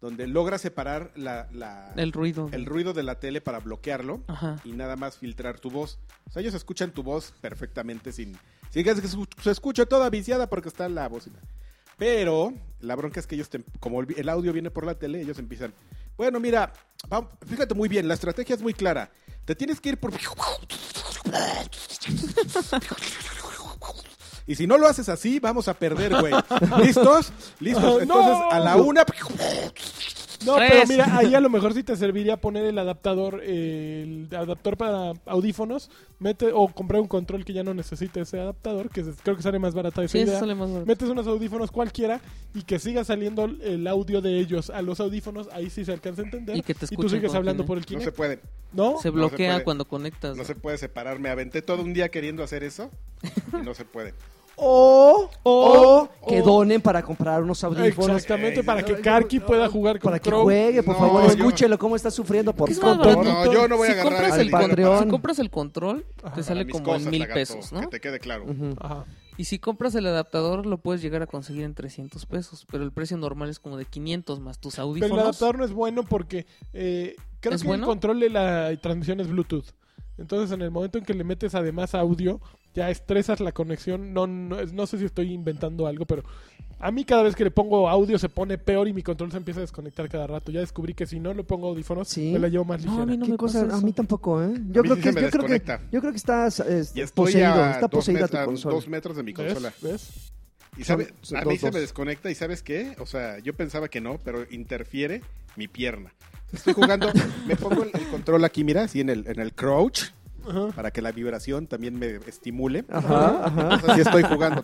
[SPEAKER 1] donde logra separar la- la-
[SPEAKER 4] El ruido.
[SPEAKER 1] el ruido de la tele para bloquearlo
[SPEAKER 4] Ajá.
[SPEAKER 1] y nada más filtrar tu voz. O sea, ellos escuchan tu voz perfectamente sin... sin que se escu- se escuche toda viciada porque está la bocina. Pero la bronca es que ellos, te- em, como el vi- el audio viene por la tele, ellos empiezan... Bueno, mira, va- fíjate muy bien, la estrategia es muy clara. Te tienes que ir por... [LAUGHS] Y si no lo haces así, vamos a perder, güey. ¿Listos?
[SPEAKER 2] Ah,
[SPEAKER 1] ¿Listos? Entonces,
[SPEAKER 2] no.
[SPEAKER 1] a la una...
[SPEAKER 2] No,
[SPEAKER 4] Tres.
[SPEAKER 2] pero mira, ahí a
[SPEAKER 4] [LAUGHS]
[SPEAKER 2] lo mejor sí te serviría poner el adaptador, eh, el adaptador para audífonos, mete o comprar un control que ya no necesite ese adaptador, que es- creo que sale más barata esa
[SPEAKER 4] Sí, eso
[SPEAKER 2] idea.
[SPEAKER 4] sale más barato.
[SPEAKER 2] Metes unos audífonos cualquiera y que siga saliendo el audio de ellos a los audífonos, ahí sí se alcanza a entender.
[SPEAKER 4] Y que te
[SPEAKER 2] tú
[SPEAKER 4] escuchen
[SPEAKER 2] sigues
[SPEAKER 4] con
[SPEAKER 2] hablando
[SPEAKER 4] Kinect.
[SPEAKER 2] por el
[SPEAKER 1] No se
[SPEAKER 2] Kinect,
[SPEAKER 1] puede.
[SPEAKER 2] ¿no?
[SPEAKER 4] Se
[SPEAKER 1] No se
[SPEAKER 4] bloquea
[SPEAKER 1] puede.
[SPEAKER 4] cuando conectas. [LAUGHS]
[SPEAKER 1] No se puede separar. Me aventé todo un día queriendo hacer eso y no se puede.
[SPEAKER 3] O,
[SPEAKER 2] O-
[SPEAKER 3] o, que donen para comprar unos audífonos.
[SPEAKER 2] Exactamente,
[SPEAKER 1] Ey,
[SPEAKER 2] para
[SPEAKER 3] no,
[SPEAKER 2] que
[SPEAKER 3] yo-
[SPEAKER 2] Karki
[SPEAKER 3] no,
[SPEAKER 2] pueda jugar con
[SPEAKER 3] Para que
[SPEAKER 2] Crow.
[SPEAKER 3] juegue, por
[SPEAKER 1] No,
[SPEAKER 3] favor,
[SPEAKER 1] yo-
[SPEAKER 3] escúchelo cómo está sufriendo por
[SPEAKER 4] Es más
[SPEAKER 3] favor.
[SPEAKER 4] barato.
[SPEAKER 1] No, yo no voy a
[SPEAKER 4] si
[SPEAKER 1] agarrar
[SPEAKER 4] compras
[SPEAKER 1] al
[SPEAKER 4] el
[SPEAKER 1] dinero
[SPEAKER 4] control,
[SPEAKER 1] para-
[SPEAKER 4] si compras el control, te
[SPEAKER 1] para
[SPEAKER 4] sale
[SPEAKER 1] mis
[SPEAKER 4] como
[SPEAKER 1] cosas,
[SPEAKER 4] en mil
[SPEAKER 1] lagarto,
[SPEAKER 4] pesos, ¿no?
[SPEAKER 1] Que te quede claro.
[SPEAKER 3] Ujú.
[SPEAKER 2] Ajá.
[SPEAKER 4] Y si compras el adaptador, lo puedes llegar a conseguir en 300 pesos. Pero el precio normal es como de 500 más tus
[SPEAKER 2] Pero
[SPEAKER 4] audífonos.
[SPEAKER 2] el adaptador no es bueno porque eh, creo
[SPEAKER 4] ¿Es
[SPEAKER 2] que
[SPEAKER 4] bueno?
[SPEAKER 2] el control de la transmisión es Bluetooth. Entonces, en el momento en que le metes además audio, ya estresas la conexión. No, no, es- no sé si estoy inventando algo, pero a mí cada vez que le pongo audio se pone peor y mi control se empieza a desconectar cada rato. Ya descubrí que si no le pongo audífonos,
[SPEAKER 3] Sí.
[SPEAKER 2] me la llevo más
[SPEAKER 4] No,
[SPEAKER 2] ligera.
[SPEAKER 4] a mí no
[SPEAKER 3] ¿Qué
[SPEAKER 4] me
[SPEAKER 3] cosa?
[SPEAKER 4] pasa eso.
[SPEAKER 3] A mí tampoco, ¿eh? Yo,
[SPEAKER 1] mí
[SPEAKER 3] creo
[SPEAKER 1] sí
[SPEAKER 3] que,
[SPEAKER 1] se me
[SPEAKER 3] yo, creo que,
[SPEAKER 1] desconecta.
[SPEAKER 3] yo creo que estás eh,
[SPEAKER 1] Y estoy
[SPEAKER 3] poseído.
[SPEAKER 1] a
[SPEAKER 3] Está
[SPEAKER 1] dos,
[SPEAKER 3] poseída
[SPEAKER 1] met-
[SPEAKER 3] tu
[SPEAKER 1] a
[SPEAKER 3] consola.
[SPEAKER 1] dos metros de mi
[SPEAKER 2] ¿Ves?
[SPEAKER 1] consola.
[SPEAKER 2] ¿Ves?
[SPEAKER 1] Y sabe,
[SPEAKER 3] Son-
[SPEAKER 1] a
[SPEAKER 3] dos,
[SPEAKER 1] mí se
[SPEAKER 3] dos.
[SPEAKER 1] me desconecta y ¿sabes qué? O sea, yo pensaba que no, pero interfiere mi pierna. Estoy jugando,
[SPEAKER 3] [LAUGHS]
[SPEAKER 1] me pongo el, el control aquí, mira, así en el, en el crouch,
[SPEAKER 2] Ajá.
[SPEAKER 1] para que la vibración también me estimule.
[SPEAKER 3] Ajá, ajá.
[SPEAKER 1] Entonces, así estoy
[SPEAKER 3] [LAUGHS]
[SPEAKER 1] jugando.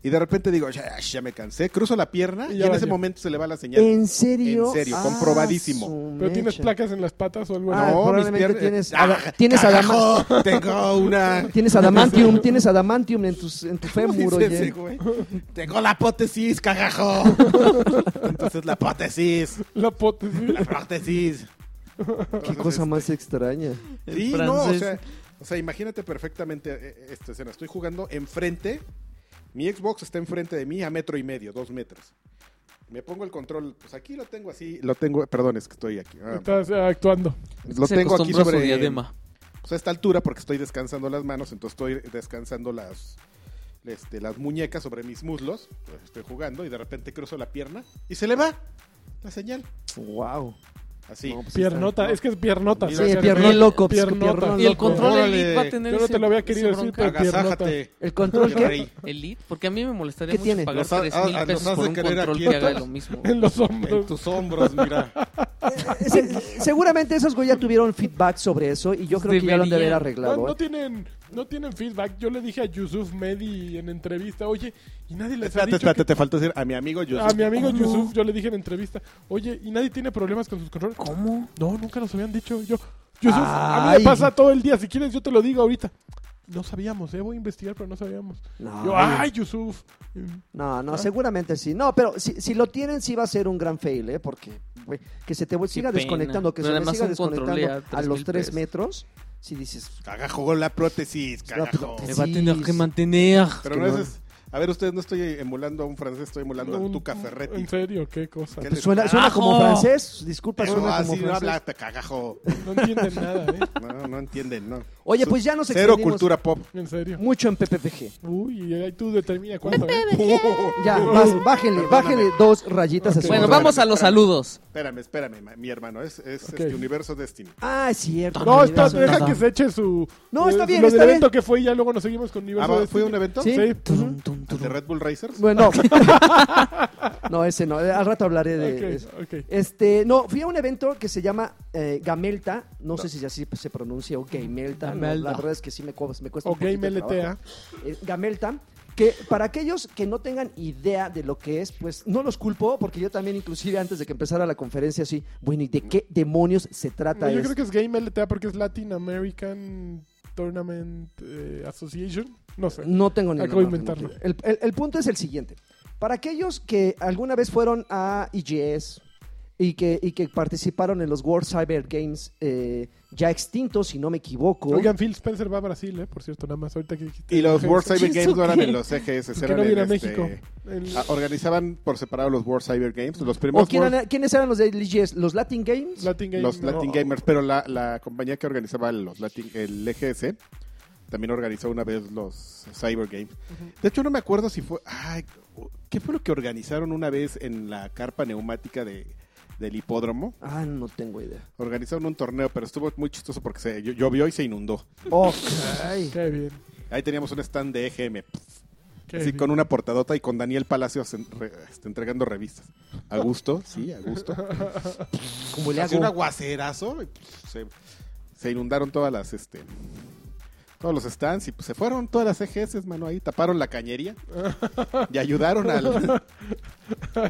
[SPEAKER 1] Y de repente digo, ya, ya me cansé, cruzo la pierna
[SPEAKER 2] Y
[SPEAKER 1] y,
[SPEAKER 2] ya
[SPEAKER 1] en
[SPEAKER 2] valió.
[SPEAKER 1] ese momento se le va la señal.
[SPEAKER 3] ¿En serio?
[SPEAKER 1] En serio,
[SPEAKER 3] Ah,
[SPEAKER 1] comprobadísimo.
[SPEAKER 3] su
[SPEAKER 2] Pero tienes
[SPEAKER 3] mecha.
[SPEAKER 2] placas en las patas o algo así.
[SPEAKER 3] Ah,
[SPEAKER 1] mis
[SPEAKER 3] probablemente
[SPEAKER 1] piernas-
[SPEAKER 3] tienes,
[SPEAKER 1] ¡Ah,
[SPEAKER 3] ada- tienes, adama-
[SPEAKER 1] ¡Carajo! [LAUGHS] Tengo
[SPEAKER 3] [LAUGHS]
[SPEAKER 1] una... [LAUGHS]
[SPEAKER 3] tienes adamantium, tienes adamantium en, tus, en tu
[SPEAKER 1] ¿Cómo
[SPEAKER 3] fémur,
[SPEAKER 1] dice
[SPEAKER 3] oye.
[SPEAKER 1] ese güey? Tengo la prótesis,
[SPEAKER 3] [LAUGHS]
[SPEAKER 1] cagajo. Entonces la prótesis,
[SPEAKER 2] La hipótesis.
[SPEAKER 1] la prótesis.
[SPEAKER 3] Qué
[SPEAKER 1] Entonces,
[SPEAKER 3] cosa más extraña.
[SPEAKER 1] Sí,
[SPEAKER 4] El
[SPEAKER 1] no, o
[SPEAKER 4] francés.
[SPEAKER 1] sea, o sea, imagínate perfectamente eh, esta escena. Estoy jugando enfrente. Mi Xbox está enfrente de mí a metro y medio, dos metros. Me pongo el control, pues aquí lo tengo así, lo tengo, perdón, es que estoy aquí. ah,
[SPEAKER 2] Estás ah, actuando.
[SPEAKER 1] lo
[SPEAKER 4] Se
[SPEAKER 1] tengo aquí
[SPEAKER 4] acostumbró a su
[SPEAKER 1] sobre
[SPEAKER 4] diadema.
[SPEAKER 1] pues, a esta altura porque estoy descansando las manos, entonces estoy descansando las este, las muñecas sobre mis muslos, pues, estoy jugando y de repente cruzo la pierna y se le va la señal,
[SPEAKER 3] Wow.
[SPEAKER 1] así.
[SPEAKER 3] pues,
[SPEAKER 2] Piernota. Es que es piernota.
[SPEAKER 1] Sí,
[SPEAKER 2] ¿no? O sea,
[SPEAKER 3] piernón loco,
[SPEAKER 2] Piernota.
[SPEAKER 3] piernón
[SPEAKER 4] Y el
[SPEAKER 3] loco.
[SPEAKER 4] control
[SPEAKER 5] Órale.
[SPEAKER 4] Elite va a tener
[SPEAKER 2] Yo no te
[SPEAKER 4] ese-
[SPEAKER 2] lo había
[SPEAKER 4] esa
[SPEAKER 2] querido decir,
[SPEAKER 4] bronca.
[SPEAKER 2] pero piernota.
[SPEAKER 5] Agasájate.
[SPEAKER 3] ¿El control qué?
[SPEAKER 5] Rey.
[SPEAKER 4] Elite, porque a mí me molestaría
[SPEAKER 3] ¿Qué
[SPEAKER 4] mucho
[SPEAKER 3] tiene?
[SPEAKER 4] pagar
[SPEAKER 5] Los ha-
[SPEAKER 4] 3
[SPEAKER 5] a- a-
[SPEAKER 1] ah,
[SPEAKER 4] mil
[SPEAKER 5] los
[SPEAKER 4] pesos
[SPEAKER 5] hace
[SPEAKER 4] por un
[SPEAKER 5] querer
[SPEAKER 4] control
[SPEAKER 5] aquí
[SPEAKER 4] que haga
[SPEAKER 5] atrás.
[SPEAKER 4] lo mismo.
[SPEAKER 2] En los
[SPEAKER 5] En
[SPEAKER 2] hombros.
[SPEAKER 5] tus hombros, mira.
[SPEAKER 3] [LAUGHS] Se- seguramente esos güey ya tuvieron feedback sobre eso y yo creo que ya lo han de haber
[SPEAKER 4] Deberían.
[SPEAKER 2] No,
[SPEAKER 3] arreglado.
[SPEAKER 2] no
[SPEAKER 3] ¿eh?
[SPEAKER 2] tienen, no tienen feedback. Yo le dije a Yusuf Medi en entrevista, oye, y nadie les ha
[SPEAKER 5] Espérate,
[SPEAKER 2] dicho
[SPEAKER 5] espérate,
[SPEAKER 2] que-
[SPEAKER 5] te faltó decir a mi amigo yo.
[SPEAKER 2] A mi amigo Yusuf yo le dije en entrevista, oye, y nadie tiene problemas con sus controles.
[SPEAKER 4] ¿Cómo?
[SPEAKER 2] No, nunca nos habían dicho. Yo, Yusuf, a mí
[SPEAKER 3] Ay.
[SPEAKER 2] me pasa todo el día. Si quieres, yo te lo digo ahorita. No sabíamos, eh, voy a investigar, pero no sabíamos.
[SPEAKER 3] No,
[SPEAKER 2] Yo, ay, Yusuf.
[SPEAKER 3] no, no, seguramente sí. No, pero si, si lo tienen sí va a ser un gran fail, ¿eh? Porque güey, que se te siga
[SPEAKER 4] pena.
[SPEAKER 3] desconectando, que
[SPEAKER 4] Pero
[SPEAKER 3] se te
[SPEAKER 4] además
[SPEAKER 3] siga
[SPEAKER 4] un control
[SPEAKER 3] desconectando a
[SPEAKER 4] ya, tres
[SPEAKER 3] los
[SPEAKER 4] mil
[SPEAKER 3] tres
[SPEAKER 4] pesos.
[SPEAKER 3] metros, si dices...
[SPEAKER 5] Cagajo con la prótesis, cagajo.
[SPEAKER 3] prótesis.
[SPEAKER 4] Me va a
[SPEAKER 3] Sí,
[SPEAKER 4] tener
[SPEAKER 3] sí.
[SPEAKER 4] que mantener.
[SPEAKER 1] Pero
[SPEAKER 3] que
[SPEAKER 1] no
[SPEAKER 3] no.
[SPEAKER 1] es, a ver, ustedes no estoy emulando a un francés, estoy emulando a
[SPEAKER 2] Un-
[SPEAKER 1] Tuca
[SPEAKER 2] En
[SPEAKER 1] Ferretti.
[SPEAKER 2] serio, qué cosa.
[SPEAKER 1] ¿Qué
[SPEAKER 3] pues
[SPEAKER 1] le-
[SPEAKER 3] suena, suena como
[SPEAKER 4] ¡Carajo!
[SPEAKER 3] francés, disculpa,
[SPEAKER 1] Pero
[SPEAKER 3] suena como
[SPEAKER 1] así ah, no
[SPEAKER 3] francés.
[SPEAKER 1] habla, te cagajo.
[SPEAKER 2] No entienden nada, eh.
[SPEAKER 1] No, no entienden, no.
[SPEAKER 3] Oye, pues ya nos
[SPEAKER 1] Cero
[SPEAKER 3] extendimos
[SPEAKER 1] cultura pop.
[SPEAKER 2] En
[SPEAKER 3] [LAUGHS]
[SPEAKER 2] serio.
[SPEAKER 3] mucho en PPPG.
[SPEAKER 2] Uy, y ahí tú determina cuánto. ¿eh?
[SPEAKER 1] [LAUGHS] Oh.
[SPEAKER 3] Ya, vas, bájele, bájele dos rayitas a su
[SPEAKER 4] Bueno,
[SPEAKER 3] control.
[SPEAKER 4] vamos a los saludos.
[SPEAKER 1] Espérame, espérame, ma- mi hermano, es, es
[SPEAKER 2] Ok.
[SPEAKER 1] este universo Destiny.
[SPEAKER 3] Ah, es cierto.
[SPEAKER 2] No,
[SPEAKER 3] mira,
[SPEAKER 2] está,
[SPEAKER 3] eso
[SPEAKER 2] deja
[SPEAKER 3] nada.
[SPEAKER 2] que se eche su.
[SPEAKER 3] No, está
[SPEAKER 2] eh,
[SPEAKER 3] bien,
[SPEAKER 2] Lo
[SPEAKER 3] está
[SPEAKER 2] del evento que fue y ya luego nos seguimos con
[SPEAKER 1] Ah,
[SPEAKER 2] Universo.
[SPEAKER 1] ¿va-
[SPEAKER 2] de
[SPEAKER 1] ¿Fue
[SPEAKER 2] Destiny.
[SPEAKER 1] un evento?
[SPEAKER 3] Sí.
[SPEAKER 2] Sí.
[SPEAKER 4] Turum, tum,
[SPEAKER 1] ¿El de
[SPEAKER 4] turum.
[SPEAKER 1] Red Bull Racers?
[SPEAKER 3] Bueno, [LAUGHS] no, ese no. eh, Al rato hablaré de eso.
[SPEAKER 2] Ok, ok.
[SPEAKER 3] Este, no, fui a un evento que se llama eh, Gamelta. No, sé si así se pronuncia o Gamelta. no,
[SPEAKER 4] Gamelta.
[SPEAKER 3] la verdad es que sí me, cu- me cuesta
[SPEAKER 2] O
[SPEAKER 3] un poquito
[SPEAKER 2] Game
[SPEAKER 3] de
[SPEAKER 2] LTA.
[SPEAKER 3] trabajo. Eh, Gamelta. Que para aquellos que no tengan idea de lo que es, pues no los culpo, porque yo también, inclusive antes de que empezara la conferencia, así, bueno, ¿y de qué demonios se trata
[SPEAKER 2] No, yo
[SPEAKER 3] esto?
[SPEAKER 2] creo que es Game LTA porque es Latin American Tournament eh, Association. No sé.
[SPEAKER 3] No tengo ni
[SPEAKER 2] Acabo de
[SPEAKER 3] idea, no
[SPEAKER 2] inventarlo.
[SPEAKER 3] tengo ni idea. El, el- el punto es el siguiente. Para aquellos que alguna vez fueron a EGS y que, y que participaron en los World Cyber Games eh, ya extintos, si no me equivoco.
[SPEAKER 2] Oigan, Phil Spencer va a Brasil, eh, por cierto, nada más. Ahorita que dijiste-
[SPEAKER 1] Y los World Cyber
[SPEAKER 4] ¿Eso
[SPEAKER 1] Games no eran
[SPEAKER 4] qué?
[SPEAKER 1] en los EGS,
[SPEAKER 2] ¿Por qué
[SPEAKER 1] eran
[SPEAKER 2] no
[SPEAKER 1] en
[SPEAKER 2] viene a
[SPEAKER 1] este-
[SPEAKER 2] México? El-
[SPEAKER 1] Ah, Organizaban por separado los World Cyber Games, los
[SPEAKER 3] ¿O
[SPEAKER 1] primeros
[SPEAKER 3] quién
[SPEAKER 1] World-
[SPEAKER 3] era- quiénes eran los de EGS? ¿Los Latin Games?
[SPEAKER 2] Latin Game.
[SPEAKER 1] los
[SPEAKER 2] no.
[SPEAKER 1] Latin Gamers, pero la, la compañía que organizaba los Latin, el EGS también organizó una vez los Cyber Games. De hecho, no me acuerdo si fue... Ay, ¿Qué fue lo que organizaron una vez en la carpa neumática de, del hipódromo?
[SPEAKER 3] Ah, no tengo idea.
[SPEAKER 2] [LAUGHS]
[SPEAKER 1] Organizaron un torneo, pero estuvo muy chistoso porque se, llo- llovió y se inundó.
[SPEAKER 3] Oh, caray.
[SPEAKER 2] Qué bien.
[SPEAKER 1] Ahí teníamos un stand de EGM,
[SPEAKER 2] qué
[SPEAKER 1] así
[SPEAKER 2] bien.
[SPEAKER 1] con una portadota y con Daniel Palacios en- re- este, entregando revistas. A gusto, sí, a
[SPEAKER 5] [LAUGHS]
[SPEAKER 1] gusto.
[SPEAKER 3] Como le
[SPEAKER 5] Hacía un
[SPEAKER 3] hago.
[SPEAKER 5] aguacerazo.
[SPEAKER 1] se, se inundaron todas las este todos los stands y pues se fueron todas las EGS, mano, ahí taparon la cañería y ayudaron al-
[SPEAKER 2] [LAUGHS]
[SPEAKER 1] [LAUGHS]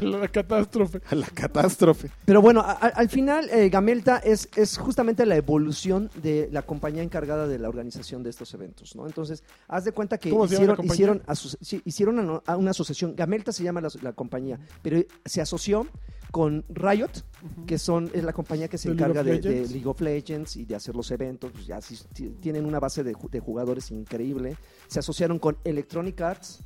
[SPEAKER 2] La catástrofe.
[SPEAKER 1] a la catástrofe.
[SPEAKER 3] Pero bueno, a- a- al final eh, Gamelta es, es justamente la evolución de la compañía encargada de la organización de estos eventos, ¿no? Entonces, haz de cuenta que
[SPEAKER 2] ¿Cómo se llama la
[SPEAKER 3] hicieron,
[SPEAKER 2] compañía?
[SPEAKER 3] hicieron, aso- sí, hicieron ano- a una asociación, Gamelta se llama la, la compañía, pero se asoció con Riot, que son es la compañía que se
[SPEAKER 2] ¿De League
[SPEAKER 3] encarga
[SPEAKER 2] of
[SPEAKER 3] de, de
[SPEAKER 2] Legends?
[SPEAKER 3] League of Legends y de hacer los eventos, pues, ya sí ti- tienen una base de, ju- de jugadores increíble, se asociaron con Electronic Arts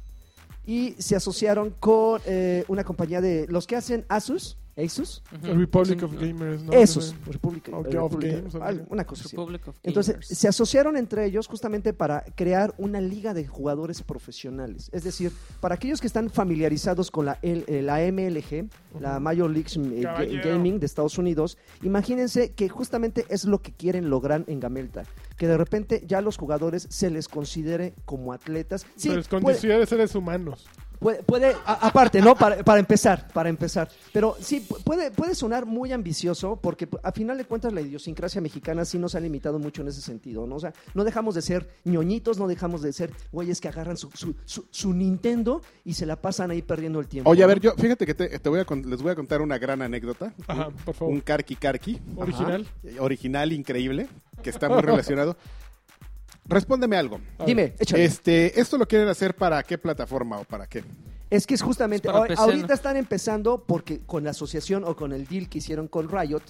[SPEAKER 3] y se asociaron con eh, una compañía de los que hacen Asus, Asus,
[SPEAKER 4] Ujú.
[SPEAKER 2] Republic
[SPEAKER 4] Sí,
[SPEAKER 2] of
[SPEAKER 3] Mm.
[SPEAKER 4] no.
[SPEAKER 2] Gamers, ¿no?
[SPEAKER 3] esos, República,
[SPEAKER 2] Of-
[SPEAKER 3] eh,
[SPEAKER 2] of
[SPEAKER 3] República-
[SPEAKER 2] Games,
[SPEAKER 3] algo,
[SPEAKER 2] algo.
[SPEAKER 3] una cosa así.
[SPEAKER 4] Republic of
[SPEAKER 3] Entonces,
[SPEAKER 4] Gamers.
[SPEAKER 3] se asociaron entre ellos justamente para crear una liga de jugadores profesionales. Es decir, para aquellos que están familiarizados con la, L- eh, la MLG, la Major League eh, Ga-
[SPEAKER 2] Caballero.
[SPEAKER 3] Gaming de Estados Unidos, imagínense que justamente es lo que quieren lograr en Gamelta. Que de repente ya los jugadores se les considere como atletas. Sí,
[SPEAKER 2] Pero es con
[SPEAKER 3] puede-
[SPEAKER 2] de seres humanos.
[SPEAKER 3] Puede, puede- a- aparte, ¿no? Para, para empezar, para empezar. Pero sí, pu- puede, puede sonar muy ambicioso porque pu- a final de cuentas la idiosincrasia mexicana sí nos ha limitado mucho en ese sentido, ¿no? O sea, no dejamos de ser ñoñitos, no dejamos de ser güeyes que agarran su, su, su- su Nintendo y se la pasan ahí perdiendo el tiempo.
[SPEAKER 1] Oye, a
[SPEAKER 3] ¿no?
[SPEAKER 1] ver, yo fíjate que te, te voy a con- les voy a contar una gran anécdota,
[SPEAKER 2] Ajá, por favor.
[SPEAKER 1] un carqui carqui
[SPEAKER 2] Original.
[SPEAKER 1] eh, original increíble que está muy relacionado. Respóndeme algo.
[SPEAKER 2] A ver.
[SPEAKER 3] Dime, échale. Es,
[SPEAKER 1] Este, esto lo quieren hacer para qué plataforma o para qué?
[SPEAKER 3] que es justamente,
[SPEAKER 4] Es para
[SPEAKER 3] ahor-
[SPEAKER 4] PC,
[SPEAKER 3] ahorita
[SPEAKER 4] ¿no?
[SPEAKER 3] están empezando porque con la asociación o con el deal que hicieron con Riot,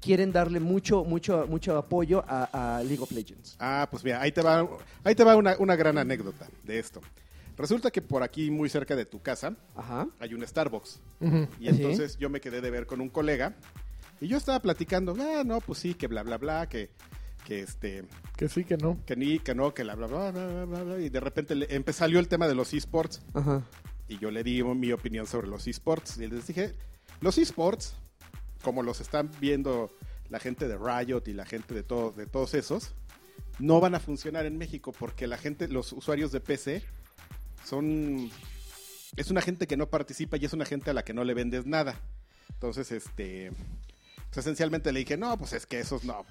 [SPEAKER 3] quieren darle mucho, mucho, mucho apoyo a, a League of Legends.
[SPEAKER 1] Ah, pues mira, ahí te va, ahí te va una, una gran anécdota de esto. Resulta que por aquí, muy cerca de tu casa,
[SPEAKER 3] Ajá.
[SPEAKER 1] hay un Starbucks.
[SPEAKER 2] Ujú.
[SPEAKER 1] Y entonces yo me quedé de ver con un colega y yo estaba platicando, ah, no, pues sí, que bla, bla, bla, que, que este,
[SPEAKER 2] Que sí, que no.
[SPEAKER 1] que ni, que no, que la, bla, bla, bla, bla, bla, bla. Y de repente le, empe- salió el tema de los esports
[SPEAKER 3] Ajá.
[SPEAKER 1] y yo le di mi opinión sobre los esports. Y les dije, los esports, como los están viendo la gente de Riot y la gente de, todo- de todos esos, no van a funcionar en México porque la gente, los usuarios de PC son... Es una gente que no participa y es una gente a la que no le vendes nada. Entonces, este... pues, esencialmente le dije, no, pues es que esos no.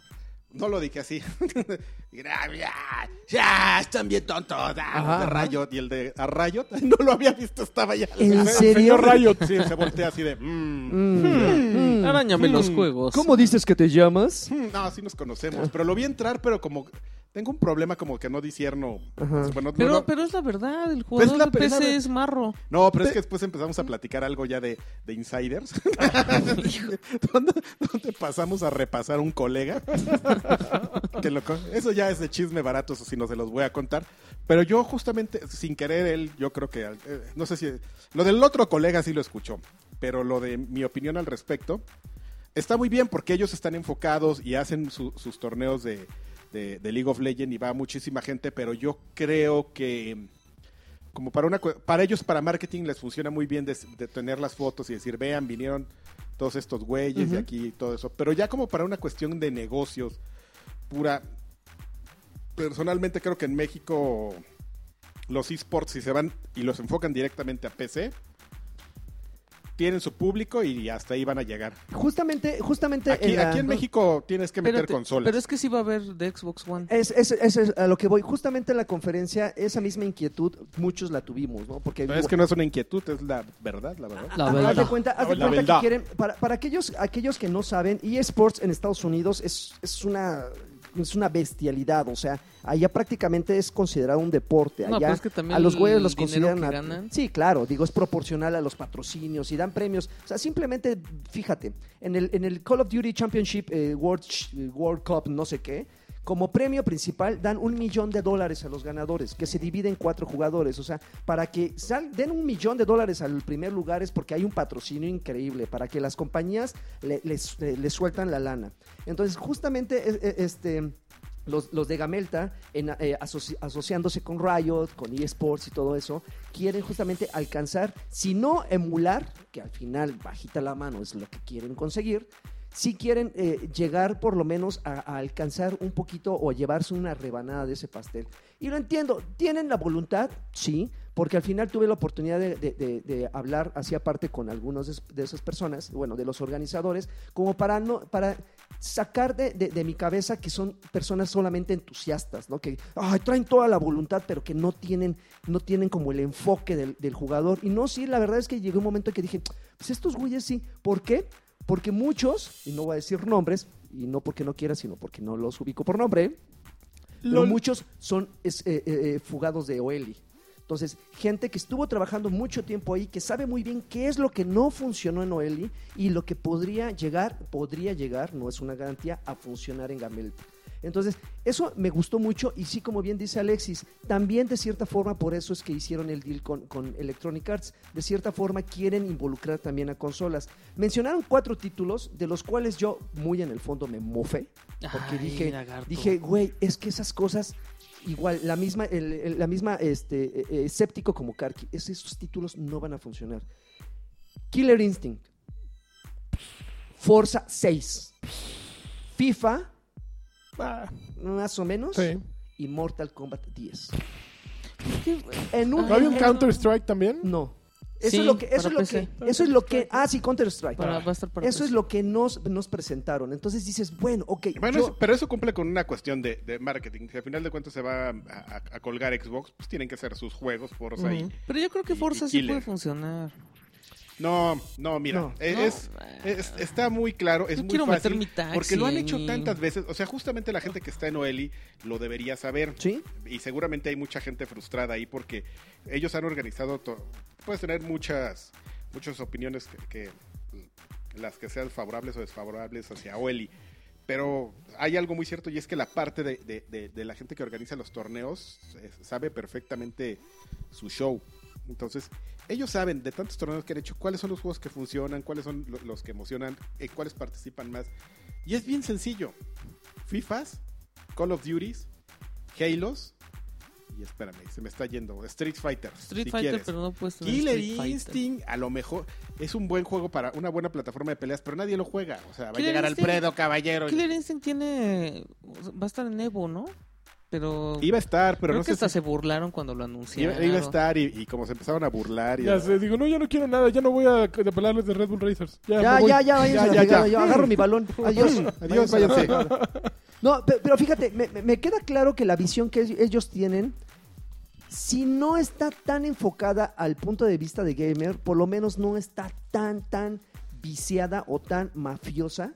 [SPEAKER 1] No lo dije así. [LAUGHS] Dije, "Ah, ya, ya, están bien tontos. ah,
[SPEAKER 3] Ajá,
[SPEAKER 1] de
[SPEAKER 3] ajá.
[SPEAKER 1] Riot y el de a Riot [LAUGHS] no lo había visto, estaba ya.
[SPEAKER 3] ¿En
[SPEAKER 2] Se-
[SPEAKER 3] serio?
[SPEAKER 2] Señor Riot.
[SPEAKER 1] Sí, se voltea así de.
[SPEAKER 3] [LAUGHS]
[SPEAKER 1] "Mm,
[SPEAKER 4] Hmm.
[SPEAKER 3] Mm.
[SPEAKER 4] Aráñame los juegos.
[SPEAKER 3] ¿Cómo dices que te llamas?
[SPEAKER 1] mm, no, así nos conocemos. Pero lo vi entrar, pero como. Tengo un problema como que no disierno.
[SPEAKER 3] Ajá.
[SPEAKER 1] Bueno,
[SPEAKER 4] Pero,
[SPEAKER 1] no,
[SPEAKER 4] pero es la verdad, el jugador
[SPEAKER 1] la-
[SPEAKER 4] de
[SPEAKER 1] es la
[SPEAKER 4] PC
[SPEAKER 1] ver-
[SPEAKER 4] es marro.
[SPEAKER 1] no, pero es que después empezamos a platicar algo ya de, de insiders. ¿Dónde, dónde pasamos a repasar un colega? Que lo con- eso ya es de chisme barato, eso sí no se los voy a contar. Pero yo justamente, sin querer, él, yo creo que... al- eh, no sé si... Lo del otro colega sí lo escuchó, pero lo de mi opinión al respecto está muy bien porque ellos están enfocados y hacen su- sus torneos de, de- de League of Legends y va muchísima gente, pero yo creo que como para una cu- para ellos para marketing les funciona muy bien de, de tener las fotos y decir vean vinieron todos estos güeyes de aquí y todo eso, pero ya como para una cuestión de negocios pura personalmente creo que en México los esports si se van y los enfocan directamente a PC tienen su público y hasta ahí van a llegar.
[SPEAKER 3] Justamente, justamente.
[SPEAKER 1] Aquí,
[SPEAKER 3] la-
[SPEAKER 1] aquí en México tienes que meter
[SPEAKER 4] Espérate,
[SPEAKER 1] consolas.
[SPEAKER 4] Pero es que sí va a haber de Xbox One.
[SPEAKER 3] Es, es- es- es a lo que voy. Justamente en la conferencia, esa misma inquietud, muchos la tuvimos, ¿no? Porque
[SPEAKER 1] Pero es que no es una inquietud, es la verdad, la verdad.
[SPEAKER 4] La
[SPEAKER 3] Haz de
[SPEAKER 4] verdad.
[SPEAKER 3] cuenta, haz de
[SPEAKER 1] La
[SPEAKER 3] cuenta
[SPEAKER 1] verdad.
[SPEAKER 3] que quieren, para, para aquellos, aquellos que no saben, eSports en Estados Unidos es, es una es una bestialidad, o sea, allá prácticamente es considerado un deporte. este,
[SPEAKER 4] No,
[SPEAKER 3] Allá
[SPEAKER 4] pero es que también
[SPEAKER 3] a los güeyes
[SPEAKER 4] el
[SPEAKER 3] los
[SPEAKER 4] dinero que
[SPEAKER 3] consideran... a-
[SPEAKER 4] ganan.
[SPEAKER 3] sí, claro, digo, es proporcional a los patrocinios y dan premios. O sea, simplemente, fíjate, en el, en el Call of Duty Championship eh, World, Ch- eh, World Cup, no sé qué, como premio principal dan un millón de dólares a los ganadores, que se divide en cuatro jugadores. O sea, para que sal- den un millón de dólares al primer lugar es porque hay un patrocinio increíble, para que las compañías le- les, le- les sueltan la lana. Entonces, justamente, e- e- este... Los, los de Gamelta, en, eh, asoci- asociándose con Riot, con eSports y todo eso, quieren justamente alcanzar, si no emular, que al final bajita la mano es lo que quieren conseguir, si quieren eh, llegar por lo menos a, a alcanzar un poquito o a llevarse una rebanada de ese pastel. Y lo entiendo, tienen la voluntad, sí, porque al final tuve la oportunidad de, de- de- de hablar hacia parte con algunos de, es- de esas personas, bueno, de los organizadores, como para no, para sacar de, de- de mi cabeza que son personas solamente entusiastas, ¿no? Que ay, traen toda la voluntad, pero que no tienen, no tienen como el enfoque del, del jugador. Y no, sí, la verdad es que llegó un momento que dije, pues estos güeyes sí, ¿por qué? Porque muchos, y no voy a decir nombres, y no porque no quiera, sino porque no los ubico por nombre, pero muchos son es- eh, eh, eh, fugados de Oeli. Entonces, gente que estuvo trabajando mucho tiempo ahí, que sabe muy bien qué es lo que no funcionó en Oeli y lo que podría llegar, podría llegar, no es una garantía, a funcionar en Gamelta. Entonces, eso me gustó mucho y sí, como bien dice Alexis, también de cierta forma por eso es que hicieron el deal con, con Electronic Arts. De cierta forma quieren involucrar también a consolas. Mencionaron cuatro títulos, de los cuales yo muy en el fondo me mofé, porque
[SPEAKER 4] Ay,
[SPEAKER 3] dije,
[SPEAKER 4] lagarto.
[SPEAKER 3] dije, güey, es que esas cosas, igual, la misma, el- el- la misma este, eh, eh, escéptico como Karki, es- esos títulos no van a funcionar. Killer Instinct, Forza 6, FIFA,
[SPEAKER 2] Ah.
[SPEAKER 3] más o menos,
[SPEAKER 2] Sí.
[SPEAKER 3] y Mortal Kombat 10.
[SPEAKER 4] ¿Qué, güey?
[SPEAKER 3] En
[SPEAKER 2] ¿No
[SPEAKER 3] un
[SPEAKER 2] Ah, había un
[SPEAKER 4] Ay,
[SPEAKER 2] Counter-Strike también?
[SPEAKER 3] no. Eso
[SPEAKER 4] Sí,
[SPEAKER 3] es lo que, eso es
[SPEAKER 4] para
[SPEAKER 3] lo
[SPEAKER 4] PC.
[SPEAKER 3] que, eso es lo que, ah, sí, Counter Strike.
[SPEAKER 4] Para, va a estar para
[SPEAKER 3] eso es
[SPEAKER 4] PC.
[SPEAKER 3] lo que nos, nos presentaron. Entonces dices, bueno, ok.
[SPEAKER 1] Bueno,
[SPEAKER 3] yo-
[SPEAKER 1] eso- pero eso cumple con una cuestión de, de marketing. Si al final de cuentas se va a, a- a colgar Xbox, pues tienen que hacer sus juegos por ahí.
[SPEAKER 2] Ujú.
[SPEAKER 4] Pero yo creo que
[SPEAKER 1] Y-
[SPEAKER 4] Forza
[SPEAKER 1] y
[SPEAKER 4] sí
[SPEAKER 1] Killer.
[SPEAKER 4] puede funcionar.
[SPEAKER 1] No, no, mira,
[SPEAKER 3] No.
[SPEAKER 1] eh,
[SPEAKER 4] No.
[SPEAKER 1] es, es- está muy claro, es
[SPEAKER 4] Yo
[SPEAKER 1] muy
[SPEAKER 4] quiero meter
[SPEAKER 1] fácil,
[SPEAKER 4] mi taxi
[SPEAKER 1] porque lo han hecho
[SPEAKER 4] ahí.
[SPEAKER 1] tantas veces, o sea, justamente la gente que está en Oeli lo debería saber.
[SPEAKER 3] Sí.
[SPEAKER 1] y seguramente hay mucha gente frustrada ahí porque ellos han organizado to- puedes tener muchas muchas opiniones que, que- las que sean favorables o desfavorables hacia Oeli pero hay algo muy cierto y es que la parte de, de- de- de la gente que organiza los torneos eh, sabe perfectamente su show entonces ellos saben de tantos torneos que han hecho cuáles son los juegos que funcionan cuáles son lo- los que emocionan en cuáles participan más y es bien sencillo FIFAs Call of Duties Halos y espérame, se me está yendo. Street Fighter.
[SPEAKER 4] Street
[SPEAKER 1] si
[SPEAKER 4] Fighter,
[SPEAKER 1] quieres.
[SPEAKER 4] pero no puedes tener
[SPEAKER 1] Killer
[SPEAKER 4] Street Fighter.
[SPEAKER 1] Instinct, a lo mejor es un buen juego para una buena plataforma de peleas, pero nadie lo juega. O sea, va a
[SPEAKER 4] Killer
[SPEAKER 1] llegar
[SPEAKER 4] Instinct-
[SPEAKER 1] Alfredo, caballero. y-
[SPEAKER 4] Killer Instinct tiene. o sea, Va a estar en Evo, ¿no? Pero.
[SPEAKER 1] Iba a estar, pero
[SPEAKER 4] creo
[SPEAKER 1] no
[SPEAKER 4] que
[SPEAKER 1] sé.
[SPEAKER 4] hasta
[SPEAKER 1] si-
[SPEAKER 4] se burlaron cuando lo
[SPEAKER 1] Iba,
[SPEAKER 4] anunciaron.
[SPEAKER 1] iba a estar y, y como se empezaron a burlar. Y
[SPEAKER 2] Ya sé, digo, no, ya no quiero nada, ya no voy a apelarles de Red Bull Racers. Ya,
[SPEAKER 3] Ya,
[SPEAKER 2] me voy.
[SPEAKER 3] ya, ya, váyanse a la
[SPEAKER 1] ya,
[SPEAKER 3] fregada,
[SPEAKER 1] ya.
[SPEAKER 3] Yo agarro mi balón. Adiós.
[SPEAKER 1] Adiós,
[SPEAKER 3] a la
[SPEAKER 1] váyanse.
[SPEAKER 3] fregada. No, pe- pero fíjate, me, me- me queda claro que la visión que ellos tienen, si no está tan enfocada al punto de vista de gamer, por lo menos no está tan, tan viciada o tan mafiosa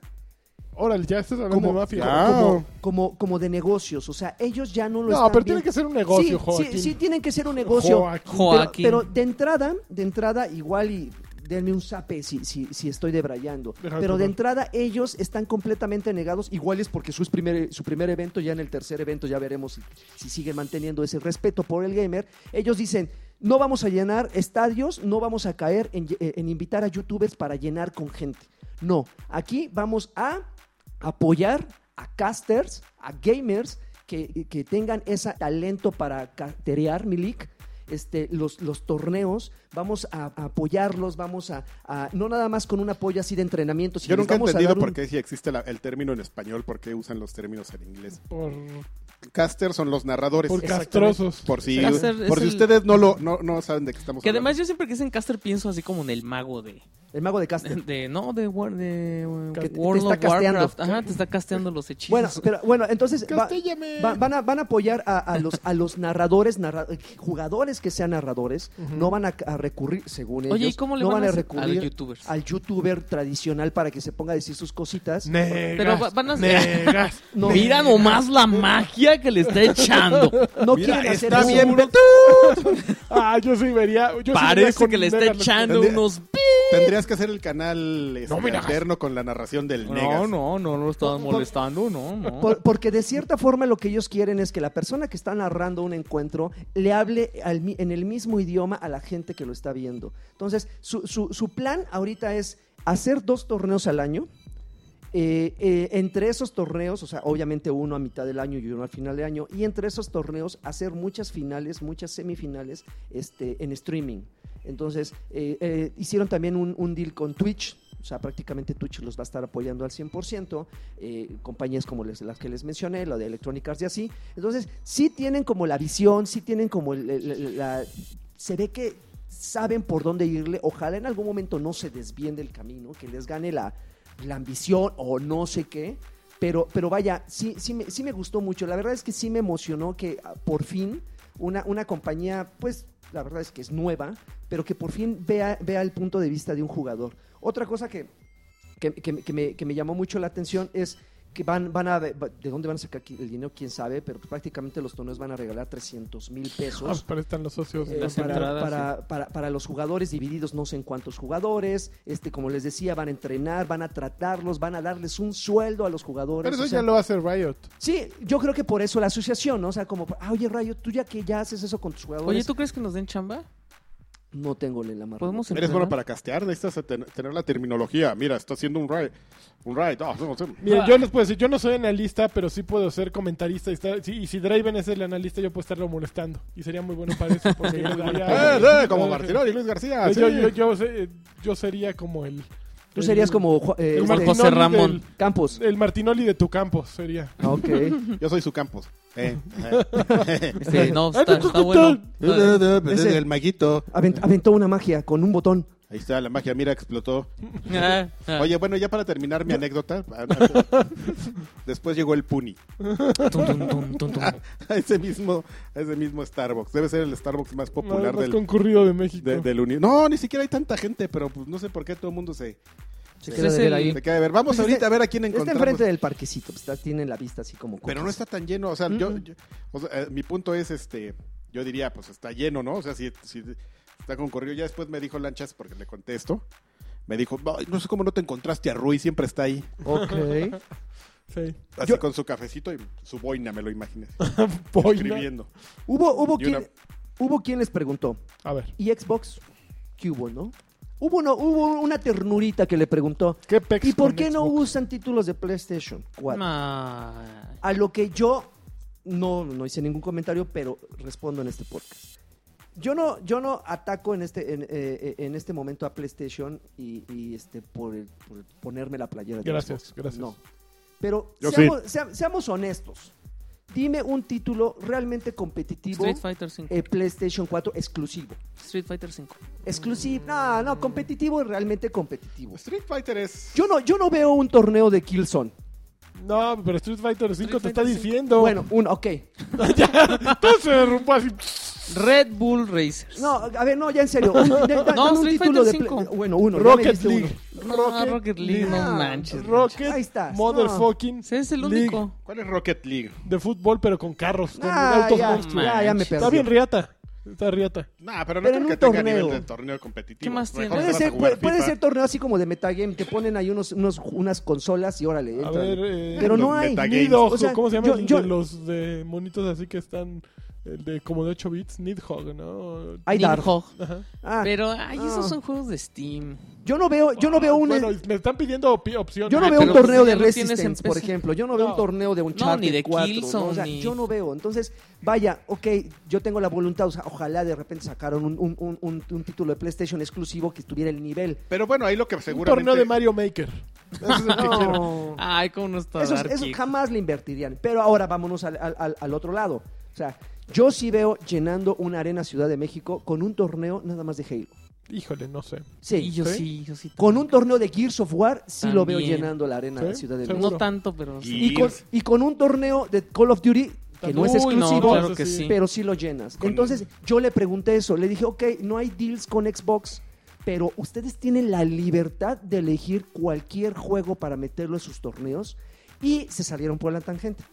[SPEAKER 2] Órale, ya estás hablando
[SPEAKER 3] como,
[SPEAKER 2] de mafia.
[SPEAKER 3] como, como, como de negocios. O sea, ellos ya no lo
[SPEAKER 2] No,
[SPEAKER 3] están
[SPEAKER 2] pero tiene
[SPEAKER 3] viendo.
[SPEAKER 2] que ser un negocio,
[SPEAKER 3] sí,
[SPEAKER 2] Joaquín.
[SPEAKER 3] Sí, sí, tienen que ser un negocio.
[SPEAKER 2] Joaquín.
[SPEAKER 3] Pero-
[SPEAKER 4] Joaquín.
[SPEAKER 3] Pero, de entrada, de entrada, igual y denme un zape si, si, si estoy debrayando.
[SPEAKER 2] Déjame
[SPEAKER 3] pero de
[SPEAKER 2] probar.
[SPEAKER 3] entrada, ellos están completamente negados. Igual es porque su primer, su primer evento, ya en el tercer evento, ya veremos si, si siguen manteniendo ese respeto por el gamer. Ellos dicen. No vamos a llenar estadios, no vamos a caer en, lle- en invitar a youtubers para llenar con gente. No, aquí vamos a apoyar a casters, a gamers que, que tengan ese talento para caterear Milik. Este, los, los torneos, vamos a, a apoyarlos, vamos a, a- No nada más con un apoyo así de entrenamiento, sino
[SPEAKER 1] Yo
[SPEAKER 3] les
[SPEAKER 1] nunca he
[SPEAKER 3] vamos a
[SPEAKER 1] entendido
[SPEAKER 3] dar un-
[SPEAKER 1] por qué si existe la- el término en español, por qué usan los términos en inglés.
[SPEAKER 2] Por,
[SPEAKER 1] Caster son los narradores.
[SPEAKER 2] por castrosos.
[SPEAKER 1] Por si,
[SPEAKER 4] Caster es
[SPEAKER 1] por si
[SPEAKER 4] el-
[SPEAKER 1] ustedes no lo no, no saben de qué estamos
[SPEAKER 4] Que
[SPEAKER 1] hablando.
[SPEAKER 4] además yo siempre que dicen Caster pienso así como en el mago de.
[SPEAKER 3] El mago
[SPEAKER 1] [LAUGHS]
[SPEAKER 3] de caster.
[SPEAKER 4] de no, de, War- de uh,
[SPEAKER 3] Que te-
[SPEAKER 4] World
[SPEAKER 3] te está
[SPEAKER 4] of
[SPEAKER 3] casteando.
[SPEAKER 4] Warcraft. Ajá, te está casteando los hechizos.
[SPEAKER 3] Bueno, pero, bueno, entonces va-
[SPEAKER 5] Castíllame.
[SPEAKER 3] va- van, a, van a apoyar a, a los, a los narradores, narra- jugadores que sean narradores, no van a, a recurrir, según ellos,
[SPEAKER 4] Oye, ¿y cómo le
[SPEAKER 3] no
[SPEAKER 4] van,
[SPEAKER 3] van a
[SPEAKER 4] hacer
[SPEAKER 3] recurrir
[SPEAKER 4] los youtubers?
[SPEAKER 3] al youtuber tradicional para que se ponga a decir sus cositas.
[SPEAKER 2] Negas.
[SPEAKER 4] Pero va- van a-
[SPEAKER 2] Negas.
[SPEAKER 3] [LAUGHS] No.
[SPEAKER 4] Mira nomás la magia que le
[SPEAKER 1] [LAUGHS]
[SPEAKER 4] está echando.
[SPEAKER 3] No quieren hacer
[SPEAKER 5] Está
[SPEAKER 3] eso.
[SPEAKER 5] bien,
[SPEAKER 2] [LAUGHS] Ah, yo sí vería. Yo sí vería
[SPEAKER 4] Parece
[SPEAKER 2] con
[SPEAKER 4] que le está
[SPEAKER 2] negas las-
[SPEAKER 4] echando
[SPEAKER 1] Tendría-
[SPEAKER 4] unos.
[SPEAKER 1] Tendrías que hacer el canal este,
[SPEAKER 2] No me negas.
[SPEAKER 1] alterno con la narración del
[SPEAKER 4] No,
[SPEAKER 1] Negas.
[SPEAKER 4] no, no lo estaban
[SPEAKER 3] Por-
[SPEAKER 4] molestando, no, no.
[SPEAKER 3] Por- porque de cierta forma lo que ellos quieren es que la persona que está narrando un encuentro le hable al mi- en el mismo idioma a la gente que lo está viendo. Entonces, su, su- su plan ahorita es hacer dos torneos al año. Eh, eh, entre esos torneos, o sea, obviamente uno a mitad del año y uno al final de año, y entre esos torneos hacer muchas finales, muchas semifinales este, en streaming. Entonces, eh, eh, hicieron también un, un deal con Twitch, o sea, prácticamente Twitch los va a estar apoyando al 100%, eh, compañías como les- las que les mencioné, la de Electronic Arts y así. Entonces, sí tienen como la visión, sí tienen como el- el- la... se ve que saben por dónde irle. Ojalá en algún momento no se desvíen del camino, que les gane la, la ambición o no sé qué. Pero, pero vaya, sí, sí, me, sí me gustó mucho. La verdad es que sí me emocionó que ah, por fin una, una compañía, pues la verdad es que es nueva, pero que por fin vea, vea el punto de vista de un jugador. Otra cosa que, que, que- que me, que me llamó mucho la atención es que van, van a... ¿De dónde van a sacar el dinero? ¿Quién sabe? Pero prácticamente los torneos van a regalar 300 mil
[SPEAKER 2] Ah,
[SPEAKER 3] pesos.
[SPEAKER 2] para están los socios.
[SPEAKER 3] Eh,
[SPEAKER 4] Las
[SPEAKER 3] para,
[SPEAKER 4] entradas,
[SPEAKER 3] para- para- para los jugadores divididos no sé en cuántos jugadores, este como les decía, van a entrenar, van a tratarlos, van a darles un sueldo a los jugadores.
[SPEAKER 2] Pero eso
[SPEAKER 3] o sea,
[SPEAKER 2] ya lo hace Riot.
[SPEAKER 3] Sí, yo creo que por eso la asociación, ¿no? O sea, como, ah, oye, Rayo, tú ya que ya haces eso con tus jugadores,
[SPEAKER 4] Oye, ¿tú crees que nos den chamba?
[SPEAKER 3] no tengo la mano.
[SPEAKER 4] Podemos
[SPEAKER 1] Eres bueno
[SPEAKER 4] entrenar?
[SPEAKER 1] para castear, necesitas ten- tener la terminología. Mira, está haciendo un raid. Un raid. Ah, no, no, no.
[SPEAKER 2] Mira, yo les puedo decir, yo no soy analista, pero sí puedo ser comentarista. Y, estar- sí, y si Draven es el analista, yo puedo estarlo molestando. Y sería muy bueno para eso.
[SPEAKER 3] [LAUGHS]
[SPEAKER 2] Porque le daría-
[SPEAKER 1] Eh, eh, como
[SPEAKER 2] Eh,
[SPEAKER 1] Martirol y Luis García.
[SPEAKER 2] yo,
[SPEAKER 1] sí.
[SPEAKER 2] yo, yo, se- yo sería como el.
[SPEAKER 3] Ah, Tú
[SPEAKER 2] el-
[SPEAKER 3] serías como Ju-
[SPEAKER 2] el
[SPEAKER 3] eh, este,
[SPEAKER 2] Martinoli
[SPEAKER 4] José Ramón.
[SPEAKER 2] del-
[SPEAKER 3] Campos.
[SPEAKER 2] el Martinoli de tu campo sería.
[SPEAKER 3] Ah, Ok.
[SPEAKER 1] Yo soy su campos. Eh,
[SPEAKER 4] Este, no,
[SPEAKER 2] Ah,
[SPEAKER 4] está,
[SPEAKER 2] no,
[SPEAKER 4] está
[SPEAKER 2] [LAUGHS] no,
[SPEAKER 4] bueno. Está-
[SPEAKER 1] eh.
[SPEAKER 3] Ese-
[SPEAKER 1] el maguito.
[SPEAKER 3] Avent- aventó una magia con un botón.
[SPEAKER 1] Ahí está la magia, mira, explotó.
[SPEAKER 4] Ah, ah.
[SPEAKER 1] Oye, bueno, ya para terminar mi
[SPEAKER 2] [LAUGHS]
[SPEAKER 1] anécdota. ah, Después llegó el Puni. [LAUGHS]
[SPEAKER 4] Tum, tum, tum, tum, tum.
[SPEAKER 1] A ese mismo, a ese mismo Starbucks. Debe ser el Starbucks más
[SPEAKER 2] Más,
[SPEAKER 1] popular
[SPEAKER 2] más
[SPEAKER 1] del,
[SPEAKER 2] concurrido de México.
[SPEAKER 1] de- del uni- No, ni siquiera hay tanta gente, pero pues, no sé por qué todo el mundo se,
[SPEAKER 3] Se
[SPEAKER 4] Ese
[SPEAKER 3] queda
[SPEAKER 4] es
[SPEAKER 3] de ver
[SPEAKER 4] el-
[SPEAKER 3] ahí.
[SPEAKER 1] se queda de ver. Vamos
[SPEAKER 3] Pues
[SPEAKER 2] Este
[SPEAKER 1] ahorita
[SPEAKER 3] está-
[SPEAKER 1] a ver a quién
[SPEAKER 3] Está
[SPEAKER 1] encontramos.
[SPEAKER 3] enfrente del parquecito, pues, está- tienen la vista así como...
[SPEAKER 1] Pero no está tan lleno. O sea, yo, yo- o sea, eh, mi punto es, este, yo diría, pues está lleno, ¿no? O sea, si, si está concurrido. Ya después me dijo Lanchas, porque le contesto. Me dijo, "No, no sé cómo no te encontraste a Rui, siempre está ahí.
[SPEAKER 2] [LAUGHS]
[SPEAKER 3] Ok.
[SPEAKER 2] Sí.
[SPEAKER 1] Así
[SPEAKER 3] Yo-
[SPEAKER 1] con su cafecito y su boina, me lo
[SPEAKER 3] [LAUGHS]
[SPEAKER 1] imaginé.
[SPEAKER 2] Boina.
[SPEAKER 1] escribiendo.
[SPEAKER 3] Hubo, hubo,
[SPEAKER 1] Y una-
[SPEAKER 3] quien, hubo quien les preguntó,
[SPEAKER 2] A ver.
[SPEAKER 3] ¿y Xbox? ¿Qué hubo, no? Hubo, uno- hubo una ternurita que le preguntó,
[SPEAKER 2] ¿Qué pex
[SPEAKER 3] ¿y por
[SPEAKER 2] con
[SPEAKER 3] qué no
[SPEAKER 2] Xbox?
[SPEAKER 3] usan títulos de PlayStation 4?
[SPEAKER 4] Ah.
[SPEAKER 3] A lo que yo no, no hice ningún comentario, pero respondo en este podcast. Yo no, yo no ataco en este, en, eh, eh, en este momento a PlayStation y, y, este, por, el- por ponerme la playera de
[SPEAKER 2] Gracias,
[SPEAKER 3] Xbox.
[SPEAKER 2] gracias.
[SPEAKER 3] No. Pero
[SPEAKER 1] Yo
[SPEAKER 3] seamos, sea- seamos honestos. Dime un título realmente competitivo
[SPEAKER 4] Street Fighter 5.
[SPEAKER 3] eh, PlayStation 4 exclusivo.
[SPEAKER 4] Street Fighter 5.
[SPEAKER 3] Exclusivo, no, no, competitivo, realmente competitivo.
[SPEAKER 1] Street Fighter es...
[SPEAKER 3] Yo no, yo no veo un torneo de Killzone.
[SPEAKER 2] No, pero Street Fighter 5 te
[SPEAKER 4] Street
[SPEAKER 2] está
[SPEAKER 4] Fighter cinco.
[SPEAKER 2] diciendo. [LAUGHS]
[SPEAKER 3] Bueno, un, ok.
[SPEAKER 2] Todo se derrumbó así.
[SPEAKER 4] Red Bull Racers.
[SPEAKER 3] No, a ver, no, ya en serio. Un, da-
[SPEAKER 2] [LAUGHS]
[SPEAKER 3] da- dame un
[SPEAKER 4] Street
[SPEAKER 3] título de
[SPEAKER 4] Fighter
[SPEAKER 3] Play-
[SPEAKER 4] cinco.
[SPEAKER 3] Bueno, uno. ya me
[SPEAKER 2] Rocket
[SPEAKER 3] diste uno.
[SPEAKER 2] League.
[SPEAKER 4] No, Rocket League, no manches.
[SPEAKER 2] Rocket
[SPEAKER 3] Ahí estás,
[SPEAKER 2] Motherfucking.
[SPEAKER 4] Ese es el
[SPEAKER 2] League
[SPEAKER 4] único.
[SPEAKER 1] ¿Cuál es Rocket League?
[SPEAKER 2] De fútbol, pero con carros. Con
[SPEAKER 3] Ah,
[SPEAKER 2] autos
[SPEAKER 3] ya,
[SPEAKER 2] monstruos.
[SPEAKER 3] ya, ya me
[SPEAKER 2] Está
[SPEAKER 3] perdí.
[SPEAKER 2] bien, Riata. Está Riata.
[SPEAKER 1] Nah, pero no
[SPEAKER 3] Pero
[SPEAKER 1] creo
[SPEAKER 3] en
[SPEAKER 1] que
[SPEAKER 3] un
[SPEAKER 1] tenga
[SPEAKER 3] torneo.
[SPEAKER 1] nivel de torneo competitivo.
[SPEAKER 4] ¿Qué más
[SPEAKER 1] Mejor
[SPEAKER 4] tiene?
[SPEAKER 1] te
[SPEAKER 3] Puede
[SPEAKER 1] vas a
[SPEAKER 3] ser,
[SPEAKER 1] jugar
[SPEAKER 3] puede, puede
[SPEAKER 1] FIFA.
[SPEAKER 3] ser torneo así como de metagame. Te ponen ahí unos, unos- unas consolas y órale.
[SPEAKER 2] A
[SPEAKER 3] entrale.
[SPEAKER 2] ver. eh,
[SPEAKER 3] Pero no
[SPEAKER 1] Los
[SPEAKER 3] hay.
[SPEAKER 1] metagames.
[SPEAKER 2] Nidojo,
[SPEAKER 3] O sea,
[SPEAKER 2] ¿cómo se llama?
[SPEAKER 3] yo-
[SPEAKER 2] el
[SPEAKER 3] yo-
[SPEAKER 2] de los de monitos así que están el de como de 8 bits, Nidhogg, ¿no?
[SPEAKER 3] Hay
[SPEAKER 4] Need
[SPEAKER 3] Dark.
[SPEAKER 4] Hog.
[SPEAKER 3] Ah,
[SPEAKER 4] Pero, ay,
[SPEAKER 3] Ah.
[SPEAKER 4] esos son juegos de Steam.
[SPEAKER 3] yo no veo, yo no veo un,
[SPEAKER 2] Bueno, me están pidiendo opi- opciones.
[SPEAKER 3] yo no
[SPEAKER 1] Ah,
[SPEAKER 4] Ay,
[SPEAKER 3] veo un
[SPEAKER 4] pero
[SPEAKER 3] torneo
[SPEAKER 4] pues
[SPEAKER 3] de
[SPEAKER 4] ya lo tienes en
[SPEAKER 3] Resistance, por
[SPEAKER 4] PC.
[SPEAKER 3] ejemplo. Yo no veo un
[SPEAKER 2] No.
[SPEAKER 3] torneo de un
[SPEAKER 4] No, ni de
[SPEAKER 3] 4. ¿no? O sea,
[SPEAKER 4] Killzone,
[SPEAKER 3] yo
[SPEAKER 4] ni-
[SPEAKER 3] no veo. Entonces, vaya, ok, yo tengo la voluntad. o sea, ojalá de repente sacaron un, un- un- un- un título de PlayStation exclusivo que tuviera el
[SPEAKER 4] [LAUGHS]
[SPEAKER 3] nivel.
[SPEAKER 1] Pero bueno, ahí lo que
[SPEAKER 2] Un
[SPEAKER 1] seguramente...
[SPEAKER 2] torneo de Mario Maker.
[SPEAKER 1] Eso es lo que quiero.
[SPEAKER 3] No.
[SPEAKER 4] Ay, cómo no está
[SPEAKER 3] [LAUGHS] Eso,
[SPEAKER 4] Dark
[SPEAKER 3] eso
[SPEAKER 4] Kick.
[SPEAKER 3] jamás le invertirían. Pero ahora vámonos al, al- al- al otro lado. O sea, yo sí veo llenando una arena Ciudad de México con un torneo nada más de Halo.
[SPEAKER 2] Híjole, no sé.
[SPEAKER 4] Y
[SPEAKER 3] Sí.
[SPEAKER 4] yo
[SPEAKER 2] ¿Sí?
[SPEAKER 4] sí, yo sí.
[SPEAKER 3] Con un torneo de Gears of War sí lo veo
[SPEAKER 4] También.
[SPEAKER 3] llenando la arena
[SPEAKER 2] Sí,
[SPEAKER 3] Ciudad de
[SPEAKER 2] seguro.
[SPEAKER 3] México.
[SPEAKER 4] No tanto, pero sí.
[SPEAKER 3] Y con, y con un torneo de Call of Duty que no es
[SPEAKER 4] Uy, no,
[SPEAKER 3] exclusivo,
[SPEAKER 4] claro que sí.
[SPEAKER 3] pero sí lo llenas. Entonces yo le pregunté eso. Le dije, ok, no hay deals con Xbox. Pero ustedes tienen la libertad de elegir cualquier juego para meterlo en sus torneos y se salieron por la tangente.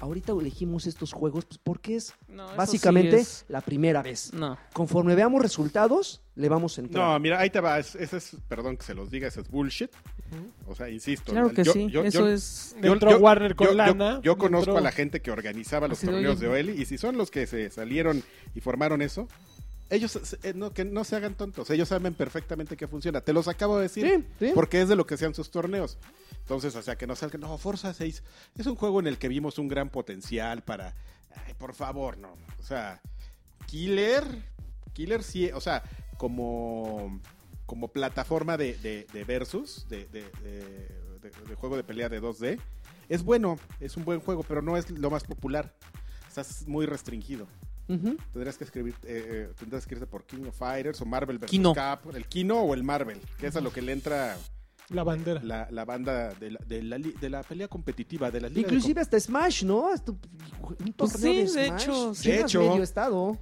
[SPEAKER 3] Ahorita elegimos estos juegos pues, porque es
[SPEAKER 4] No, eso
[SPEAKER 3] básicamente
[SPEAKER 4] sí es-
[SPEAKER 3] la primera vez.
[SPEAKER 4] No.
[SPEAKER 3] Conforme veamos resultados, le vamos a entrar.
[SPEAKER 1] No, mira, ahí te va. es- Ese es, perdón que se los diga, ese es bullshit. O sea, insisto.
[SPEAKER 4] Claro que
[SPEAKER 1] yo-
[SPEAKER 4] sí.
[SPEAKER 1] yo-
[SPEAKER 4] eso
[SPEAKER 1] yo-
[SPEAKER 4] es.
[SPEAKER 1] yo-
[SPEAKER 2] Entró
[SPEAKER 1] yo-
[SPEAKER 2] Warner con
[SPEAKER 1] yo- yo-
[SPEAKER 2] lana,
[SPEAKER 1] Yo, conozco
[SPEAKER 2] entró-
[SPEAKER 1] a la gente que organizaba los
[SPEAKER 4] Así de,
[SPEAKER 1] torneos
[SPEAKER 4] oye.
[SPEAKER 1] de Oeli y si son los que se salieron y formaron eso, ellos se- eh, no, que no se hagan tontos. Ellos saben perfectamente que funciona. Te los acabo de decir.
[SPEAKER 3] Sí, sí.
[SPEAKER 1] Porque es de lo que sean sus torneos. Entonces, o sea, que no salgan. No, Forza 6 es un juego en el que vimos un gran potencial para. Ay, por favor, no. O sea, Killer. Killer sí, o sea, como. Como plataforma de, de- de versus, de, de- de- de- de juego de pelea de 2D, es bueno, es un buen juego, pero no es lo más popular. Estás muy restringido.
[SPEAKER 3] Ujú.
[SPEAKER 1] Tendrías que escribir, eh, eh, tendrías que irse por King of Fighters o Marvel versus
[SPEAKER 4] Kino.
[SPEAKER 1] Cap, el Kino o el Marvel, que es a lo que le entra
[SPEAKER 2] La bandera.
[SPEAKER 1] la, la banda de la, de, la, li- de la pelea competitiva, de la liga de
[SPEAKER 3] Inclusive hasta Smash, ¿no? Hasta Un torneo
[SPEAKER 4] Pues sí, de
[SPEAKER 3] Smash.
[SPEAKER 4] hecho,
[SPEAKER 1] sí. De
[SPEAKER 3] Llenas
[SPEAKER 1] hecho.
[SPEAKER 3] medio estado.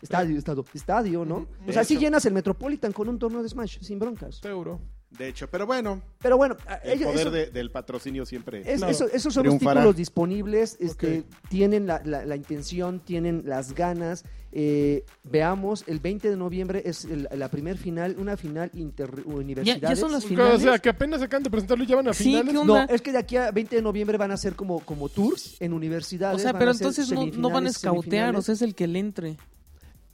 [SPEAKER 3] Estadio, estadio, estadio, ¿no?
[SPEAKER 1] Eh. De
[SPEAKER 3] O sea, sí
[SPEAKER 1] hecho.
[SPEAKER 3] llenas el Metropolitan con un torneo de Smash, sin broncas.
[SPEAKER 2] Euro.
[SPEAKER 1] De hecho, pero bueno,
[SPEAKER 3] Pero bueno, a-
[SPEAKER 1] el
[SPEAKER 3] ellos-
[SPEAKER 1] poder
[SPEAKER 3] eso-
[SPEAKER 1] de- del patrocinio siempre.
[SPEAKER 3] es-
[SPEAKER 2] Claro.
[SPEAKER 3] eso- esos son los
[SPEAKER 1] Triunfará.
[SPEAKER 3] títulos disponibles, este, tienen la, la- la intención, tienen las ganas. eh, veamos, el 20 de noviembre es el- la primer final, una final
[SPEAKER 4] Ya,
[SPEAKER 3] interuniversidad.
[SPEAKER 4] ya son las
[SPEAKER 2] O
[SPEAKER 4] finales.
[SPEAKER 2] sea, que apenas acaban de presentarlo y ya van a
[SPEAKER 4] Sí,
[SPEAKER 2] finales.
[SPEAKER 4] ¿qué
[SPEAKER 2] No,
[SPEAKER 4] onda?
[SPEAKER 3] No, es que de aquí a 20 de noviembre van a ser como, como tours en universidades.
[SPEAKER 4] O sea,
[SPEAKER 3] van
[SPEAKER 4] pero
[SPEAKER 3] a ser
[SPEAKER 4] entonces no, no van a
[SPEAKER 3] semifinales,
[SPEAKER 4] escautear,
[SPEAKER 3] semifinales.
[SPEAKER 4] o sea, es el que le entre.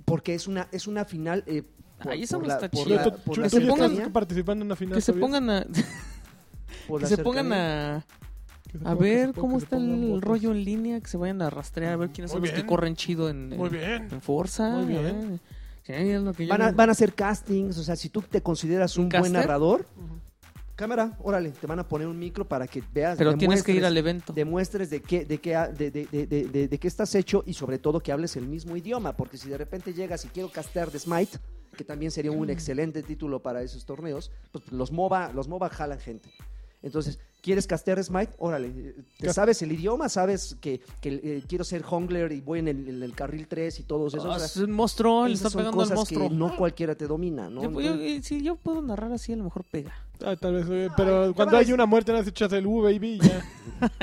[SPEAKER 3] porque es una es una final eh,
[SPEAKER 4] Ay, esa no está
[SPEAKER 2] Yo
[SPEAKER 4] chida.
[SPEAKER 2] to-
[SPEAKER 3] por
[SPEAKER 2] tú-
[SPEAKER 3] la
[SPEAKER 2] tú ya
[SPEAKER 4] cercanía.
[SPEAKER 2] estás participando en la final.
[SPEAKER 4] Que se
[SPEAKER 2] todavía.
[SPEAKER 4] pongan a,
[SPEAKER 3] por
[SPEAKER 4] que
[SPEAKER 3] la
[SPEAKER 4] se pongan
[SPEAKER 3] cercanía.
[SPEAKER 4] a,
[SPEAKER 2] Que se
[SPEAKER 4] a
[SPEAKER 2] pongan- que se
[SPEAKER 4] ver
[SPEAKER 2] pongan-
[SPEAKER 4] cómo
[SPEAKER 2] que se
[SPEAKER 4] está
[SPEAKER 2] pongan
[SPEAKER 4] el
[SPEAKER 2] votos.
[SPEAKER 4] rollo en línea, que se vayan a rastrear, a ver quiénes son
[SPEAKER 2] Muy
[SPEAKER 4] los que
[SPEAKER 2] bien.
[SPEAKER 4] corren chido en,
[SPEAKER 2] Muy
[SPEAKER 4] en,
[SPEAKER 2] bien.
[SPEAKER 4] en Forza.
[SPEAKER 2] Muy bien.
[SPEAKER 4] eh. Sí, es lo que yo
[SPEAKER 3] van a
[SPEAKER 4] no-
[SPEAKER 3] van a hacer castings o sea si tú te consideras un buen
[SPEAKER 4] caster?
[SPEAKER 3] narrador cámara órale te van a poner un micro para que veas
[SPEAKER 4] Pero tienes
[SPEAKER 3] demuestres-
[SPEAKER 4] que ir al evento.
[SPEAKER 3] demuestres de qué de qué ha- de, de- de- de- de- de qué estás hecho y sobre todo que hables el mismo idioma porque si de repente llegas y quiero castear de Smite que también sería un excelente título para esos torneos pues los MOBA los MOBA jalan gente entonces, ¿quieres castear Smite? Órale, eh, te
[SPEAKER 2] Cas-
[SPEAKER 3] sabes el idioma, sabes que, que, eh, quiero ser jungler y voy en el, en el carril 3 y todos esos.
[SPEAKER 4] Ah,
[SPEAKER 3] o sea,
[SPEAKER 4] es un monstruo, le
[SPEAKER 3] esas
[SPEAKER 4] está
[SPEAKER 3] son
[SPEAKER 4] pegando al
[SPEAKER 3] cosas
[SPEAKER 4] monstruo.
[SPEAKER 3] que no cualquiera te domina, ¿no?
[SPEAKER 4] Yo- yo-
[SPEAKER 3] Entonces,
[SPEAKER 4] eh, si yo puedo narrar así, a lo mejor
[SPEAKER 3] [LAUGHS]
[SPEAKER 4] pega.
[SPEAKER 2] Ah, tal vez, eh, pero
[SPEAKER 3] ya
[SPEAKER 2] cuando
[SPEAKER 3] van a-
[SPEAKER 2] hay una muerte, nada más echas el U, baby, y
[SPEAKER 1] [LAUGHS]
[SPEAKER 2] ya.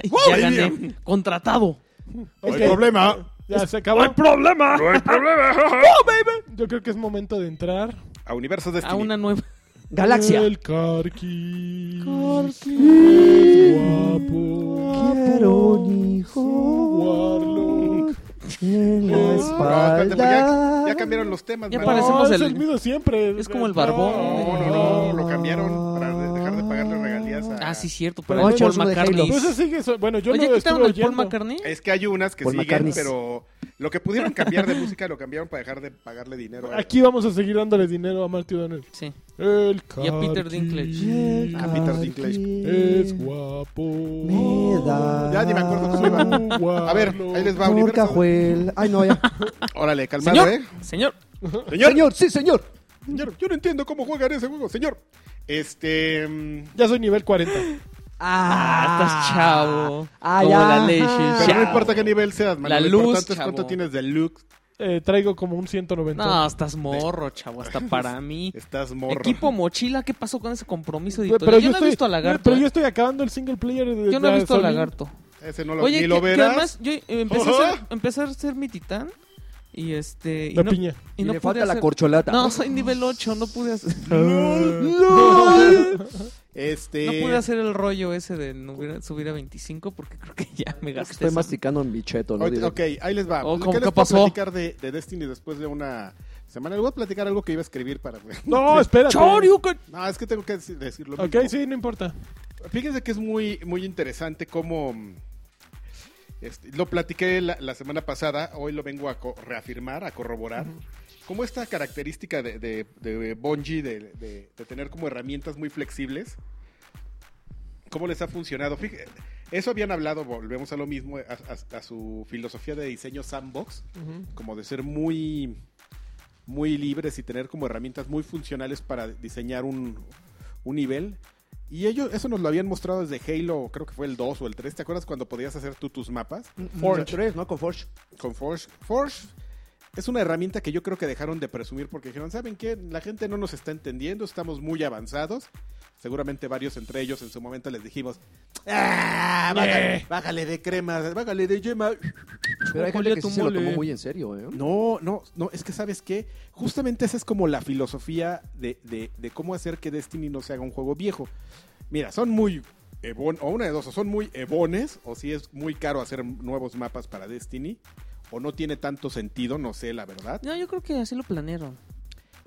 [SPEAKER 4] Y ya gané. Contratado.
[SPEAKER 1] No hay
[SPEAKER 2] Ok,
[SPEAKER 1] problema.
[SPEAKER 2] Ya se acabó.
[SPEAKER 1] problema. No hay problema.
[SPEAKER 2] Yo creo que es momento de entrar.
[SPEAKER 1] A Universo de
[SPEAKER 4] A una nueva.
[SPEAKER 3] Galaxia.
[SPEAKER 2] El Carqui. Guapo.
[SPEAKER 3] Quiero un hijo.
[SPEAKER 2] Warlock.
[SPEAKER 3] En la
[SPEAKER 2] No,
[SPEAKER 1] espérate, pues
[SPEAKER 3] espalda.
[SPEAKER 1] ya, ya cambiaron los temas.
[SPEAKER 4] Ya
[SPEAKER 1] man.
[SPEAKER 4] parece-
[SPEAKER 2] No,
[SPEAKER 4] Parecemos
[SPEAKER 2] Ah, es el...
[SPEAKER 4] el-
[SPEAKER 2] mismo siempre.
[SPEAKER 4] es como el barbón.
[SPEAKER 1] No, no, no, lo cambiaron para de- dejar de pagarle regalías a...
[SPEAKER 4] Ah, sí, cierto.
[SPEAKER 2] Pero
[SPEAKER 4] Para el
[SPEAKER 3] no,
[SPEAKER 4] Paul
[SPEAKER 3] yo no dejé
[SPEAKER 4] McCartney.
[SPEAKER 3] los-
[SPEAKER 2] Pues ese sigue. su- Bueno, yo
[SPEAKER 4] Oye,
[SPEAKER 2] no estuve
[SPEAKER 4] quitaron al
[SPEAKER 2] oyendo.
[SPEAKER 4] Paul McCartney.
[SPEAKER 3] Eh,
[SPEAKER 1] Es que hay unas que
[SPEAKER 3] Paul
[SPEAKER 1] siguen,
[SPEAKER 3] McCartney.
[SPEAKER 1] pero lo que pudieron cambiar de música lo cambiaron para dejar de pagarle dinero. a-
[SPEAKER 2] Aquí vamos a seguir dándole dinero a Marty O'Donnell.
[SPEAKER 4] Sí.
[SPEAKER 2] El
[SPEAKER 4] Y a Peter
[SPEAKER 2] Carqui
[SPEAKER 4] Dinklage.
[SPEAKER 1] A Peter Dinklage.
[SPEAKER 2] Es
[SPEAKER 3] Carqui,
[SPEAKER 2] guapo.
[SPEAKER 3] Me da.
[SPEAKER 1] Ya ni me acuerdo cómo iba.
[SPEAKER 2] Guapo.
[SPEAKER 1] A ver, ahí les va
[SPEAKER 3] Por
[SPEAKER 1] Universo.
[SPEAKER 3] cajuel. Ay, no,
[SPEAKER 1] [LAUGHS]
[SPEAKER 3] ya.
[SPEAKER 1] Órale, calmado,
[SPEAKER 4] Señor,
[SPEAKER 1] ¿eh?
[SPEAKER 4] señor.
[SPEAKER 1] Señor,
[SPEAKER 3] Señor, sí, señor.
[SPEAKER 1] señor, yo no entiendo cómo juegan ese juego, señor. Este... mm,
[SPEAKER 2] Ya soy nivel 40.
[SPEAKER 4] Ah, estás chavo.
[SPEAKER 3] Ah,
[SPEAKER 4] Como
[SPEAKER 3] ya.
[SPEAKER 4] la leche.
[SPEAKER 1] Pero
[SPEAKER 4] Chao.
[SPEAKER 1] no importa qué nivel seas, man.
[SPEAKER 4] La
[SPEAKER 1] lo
[SPEAKER 4] luz,
[SPEAKER 1] importante es
[SPEAKER 4] chavo.
[SPEAKER 1] cuánto tienes de look.
[SPEAKER 2] Eh, traigo como un 190.
[SPEAKER 4] No, estás morro, chavo.
[SPEAKER 3] [LAUGHS]
[SPEAKER 4] Hasta para mí.
[SPEAKER 1] Estás morro.
[SPEAKER 4] Equipo mochila, ¿qué pasó con ese compromiso
[SPEAKER 2] Pero,
[SPEAKER 4] editorial?
[SPEAKER 2] pero
[SPEAKER 4] yo,
[SPEAKER 2] yo
[SPEAKER 4] no
[SPEAKER 2] estoy,
[SPEAKER 4] he visto a Lagarto.
[SPEAKER 2] pero
[SPEAKER 4] ¿eh?
[SPEAKER 2] yo estoy acabando el single player de
[SPEAKER 4] Yo no he
[SPEAKER 2] de
[SPEAKER 4] visto a
[SPEAKER 2] Solín.
[SPEAKER 4] Lagarto.
[SPEAKER 1] [LAUGHS] Ese no lo,
[SPEAKER 4] Oye,
[SPEAKER 1] ni
[SPEAKER 4] que-
[SPEAKER 1] lo
[SPEAKER 4] que
[SPEAKER 1] verás.
[SPEAKER 4] además yo eh, empecé,
[SPEAKER 1] Ajá.
[SPEAKER 4] a ser, empecé a ser mi titán y este... Y
[SPEAKER 2] La
[SPEAKER 4] no,
[SPEAKER 2] piña.
[SPEAKER 4] y
[SPEAKER 3] Y
[SPEAKER 4] no
[SPEAKER 3] le
[SPEAKER 4] pude
[SPEAKER 3] falta la
[SPEAKER 4] hacer-
[SPEAKER 3] corcholata.
[SPEAKER 4] No, soy nivel 8, no
[SPEAKER 2] [LAUGHS]
[SPEAKER 4] pude hacer...
[SPEAKER 1] Este...
[SPEAKER 4] No pude hacer el rollo ese de no hubiera- subir a 25 porque creo que ya me gasté.
[SPEAKER 3] Estoy
[SPEAKER 4] esa-
[SPEAKER 3] masticando en bicheto, ¿no?
[SPEAKER 1] Oye, Ok, ahí les va.
[SPEAKER 4] Oh,
[SPEAKER 1] ¿Qué
[SPEAKER 4] ¿cómo
[SPEAKER 1] les
[SPEAKER 4] qué
[SPEAKER 1] puedo
[SPEAKER 4] pasó?
[SPEAKER 1] platicar de, de Destiny después de una semana? Les voy a platicar algo que iba a escribir para...
[SPEAKER 2] No, espérate.
[SPEAKER 4] Choryuken.
[SPEAKER 1] [LAUGHS] No, es que tengo que decir- decirlo.
[SPEAKER 2] Ok,
[SPEAKER 1] mismo.
[SPEAKER 2] sí, no importa.
[SPEAKER 1] Fíjense que es muy, muy interesante cómo... mm, este, lo platiqué la, la semana pasada, hoy lo vengo a co- reafirmar, a corroborar. Como esta característica de, de, de Bungie de, de- de tener como herramientas muy flexibles, ¿cómo les ha funcionado? Fíjense, eso habían hablado, volvemos a lo mismo, a, a- a su filosofía de diseño sandbox, como de ser muy, muy libres y tener como herramientas muy funcionales para diseñar un, un nivel. Y ellos, eso nos lo habían mostrado desde Halo, creo que fue el 2 o el 3, ¿te acuerdas cuando podías hacer tú tus mapas?
[SPEAKER 3] Forge. Mm, ¿no? Con Forge.
[SPEAKER 1] con Forge. Forge es una herramienta que yo creo que dejaron de presumir porque dijeron, ¿saben qué? La gente no nos está entendiendo, estamos muy avanzados. Seguramente varios entre ellos en su momento les dijimos, "Ah, bájale, bájale de crema, bájale de yema.
[SPEAKER 3] Pero hay gente que sí se lo tomó muy en serio, ¿eh?
[SPEAKER 1] No, no, no, es que sabes qué, justamente esa es como la filosofía de, de- de cómo hacer que Destiny no se haga un juego viejo. Mira, son muy... ebon- o una de dos, o son muy ebones, o si es muy caro hacer nuevos mapas para Destiny, o no tiene tanto sentido, no sé la verdad.
[SPEAKER 4] No, yo creo que así lo planearon.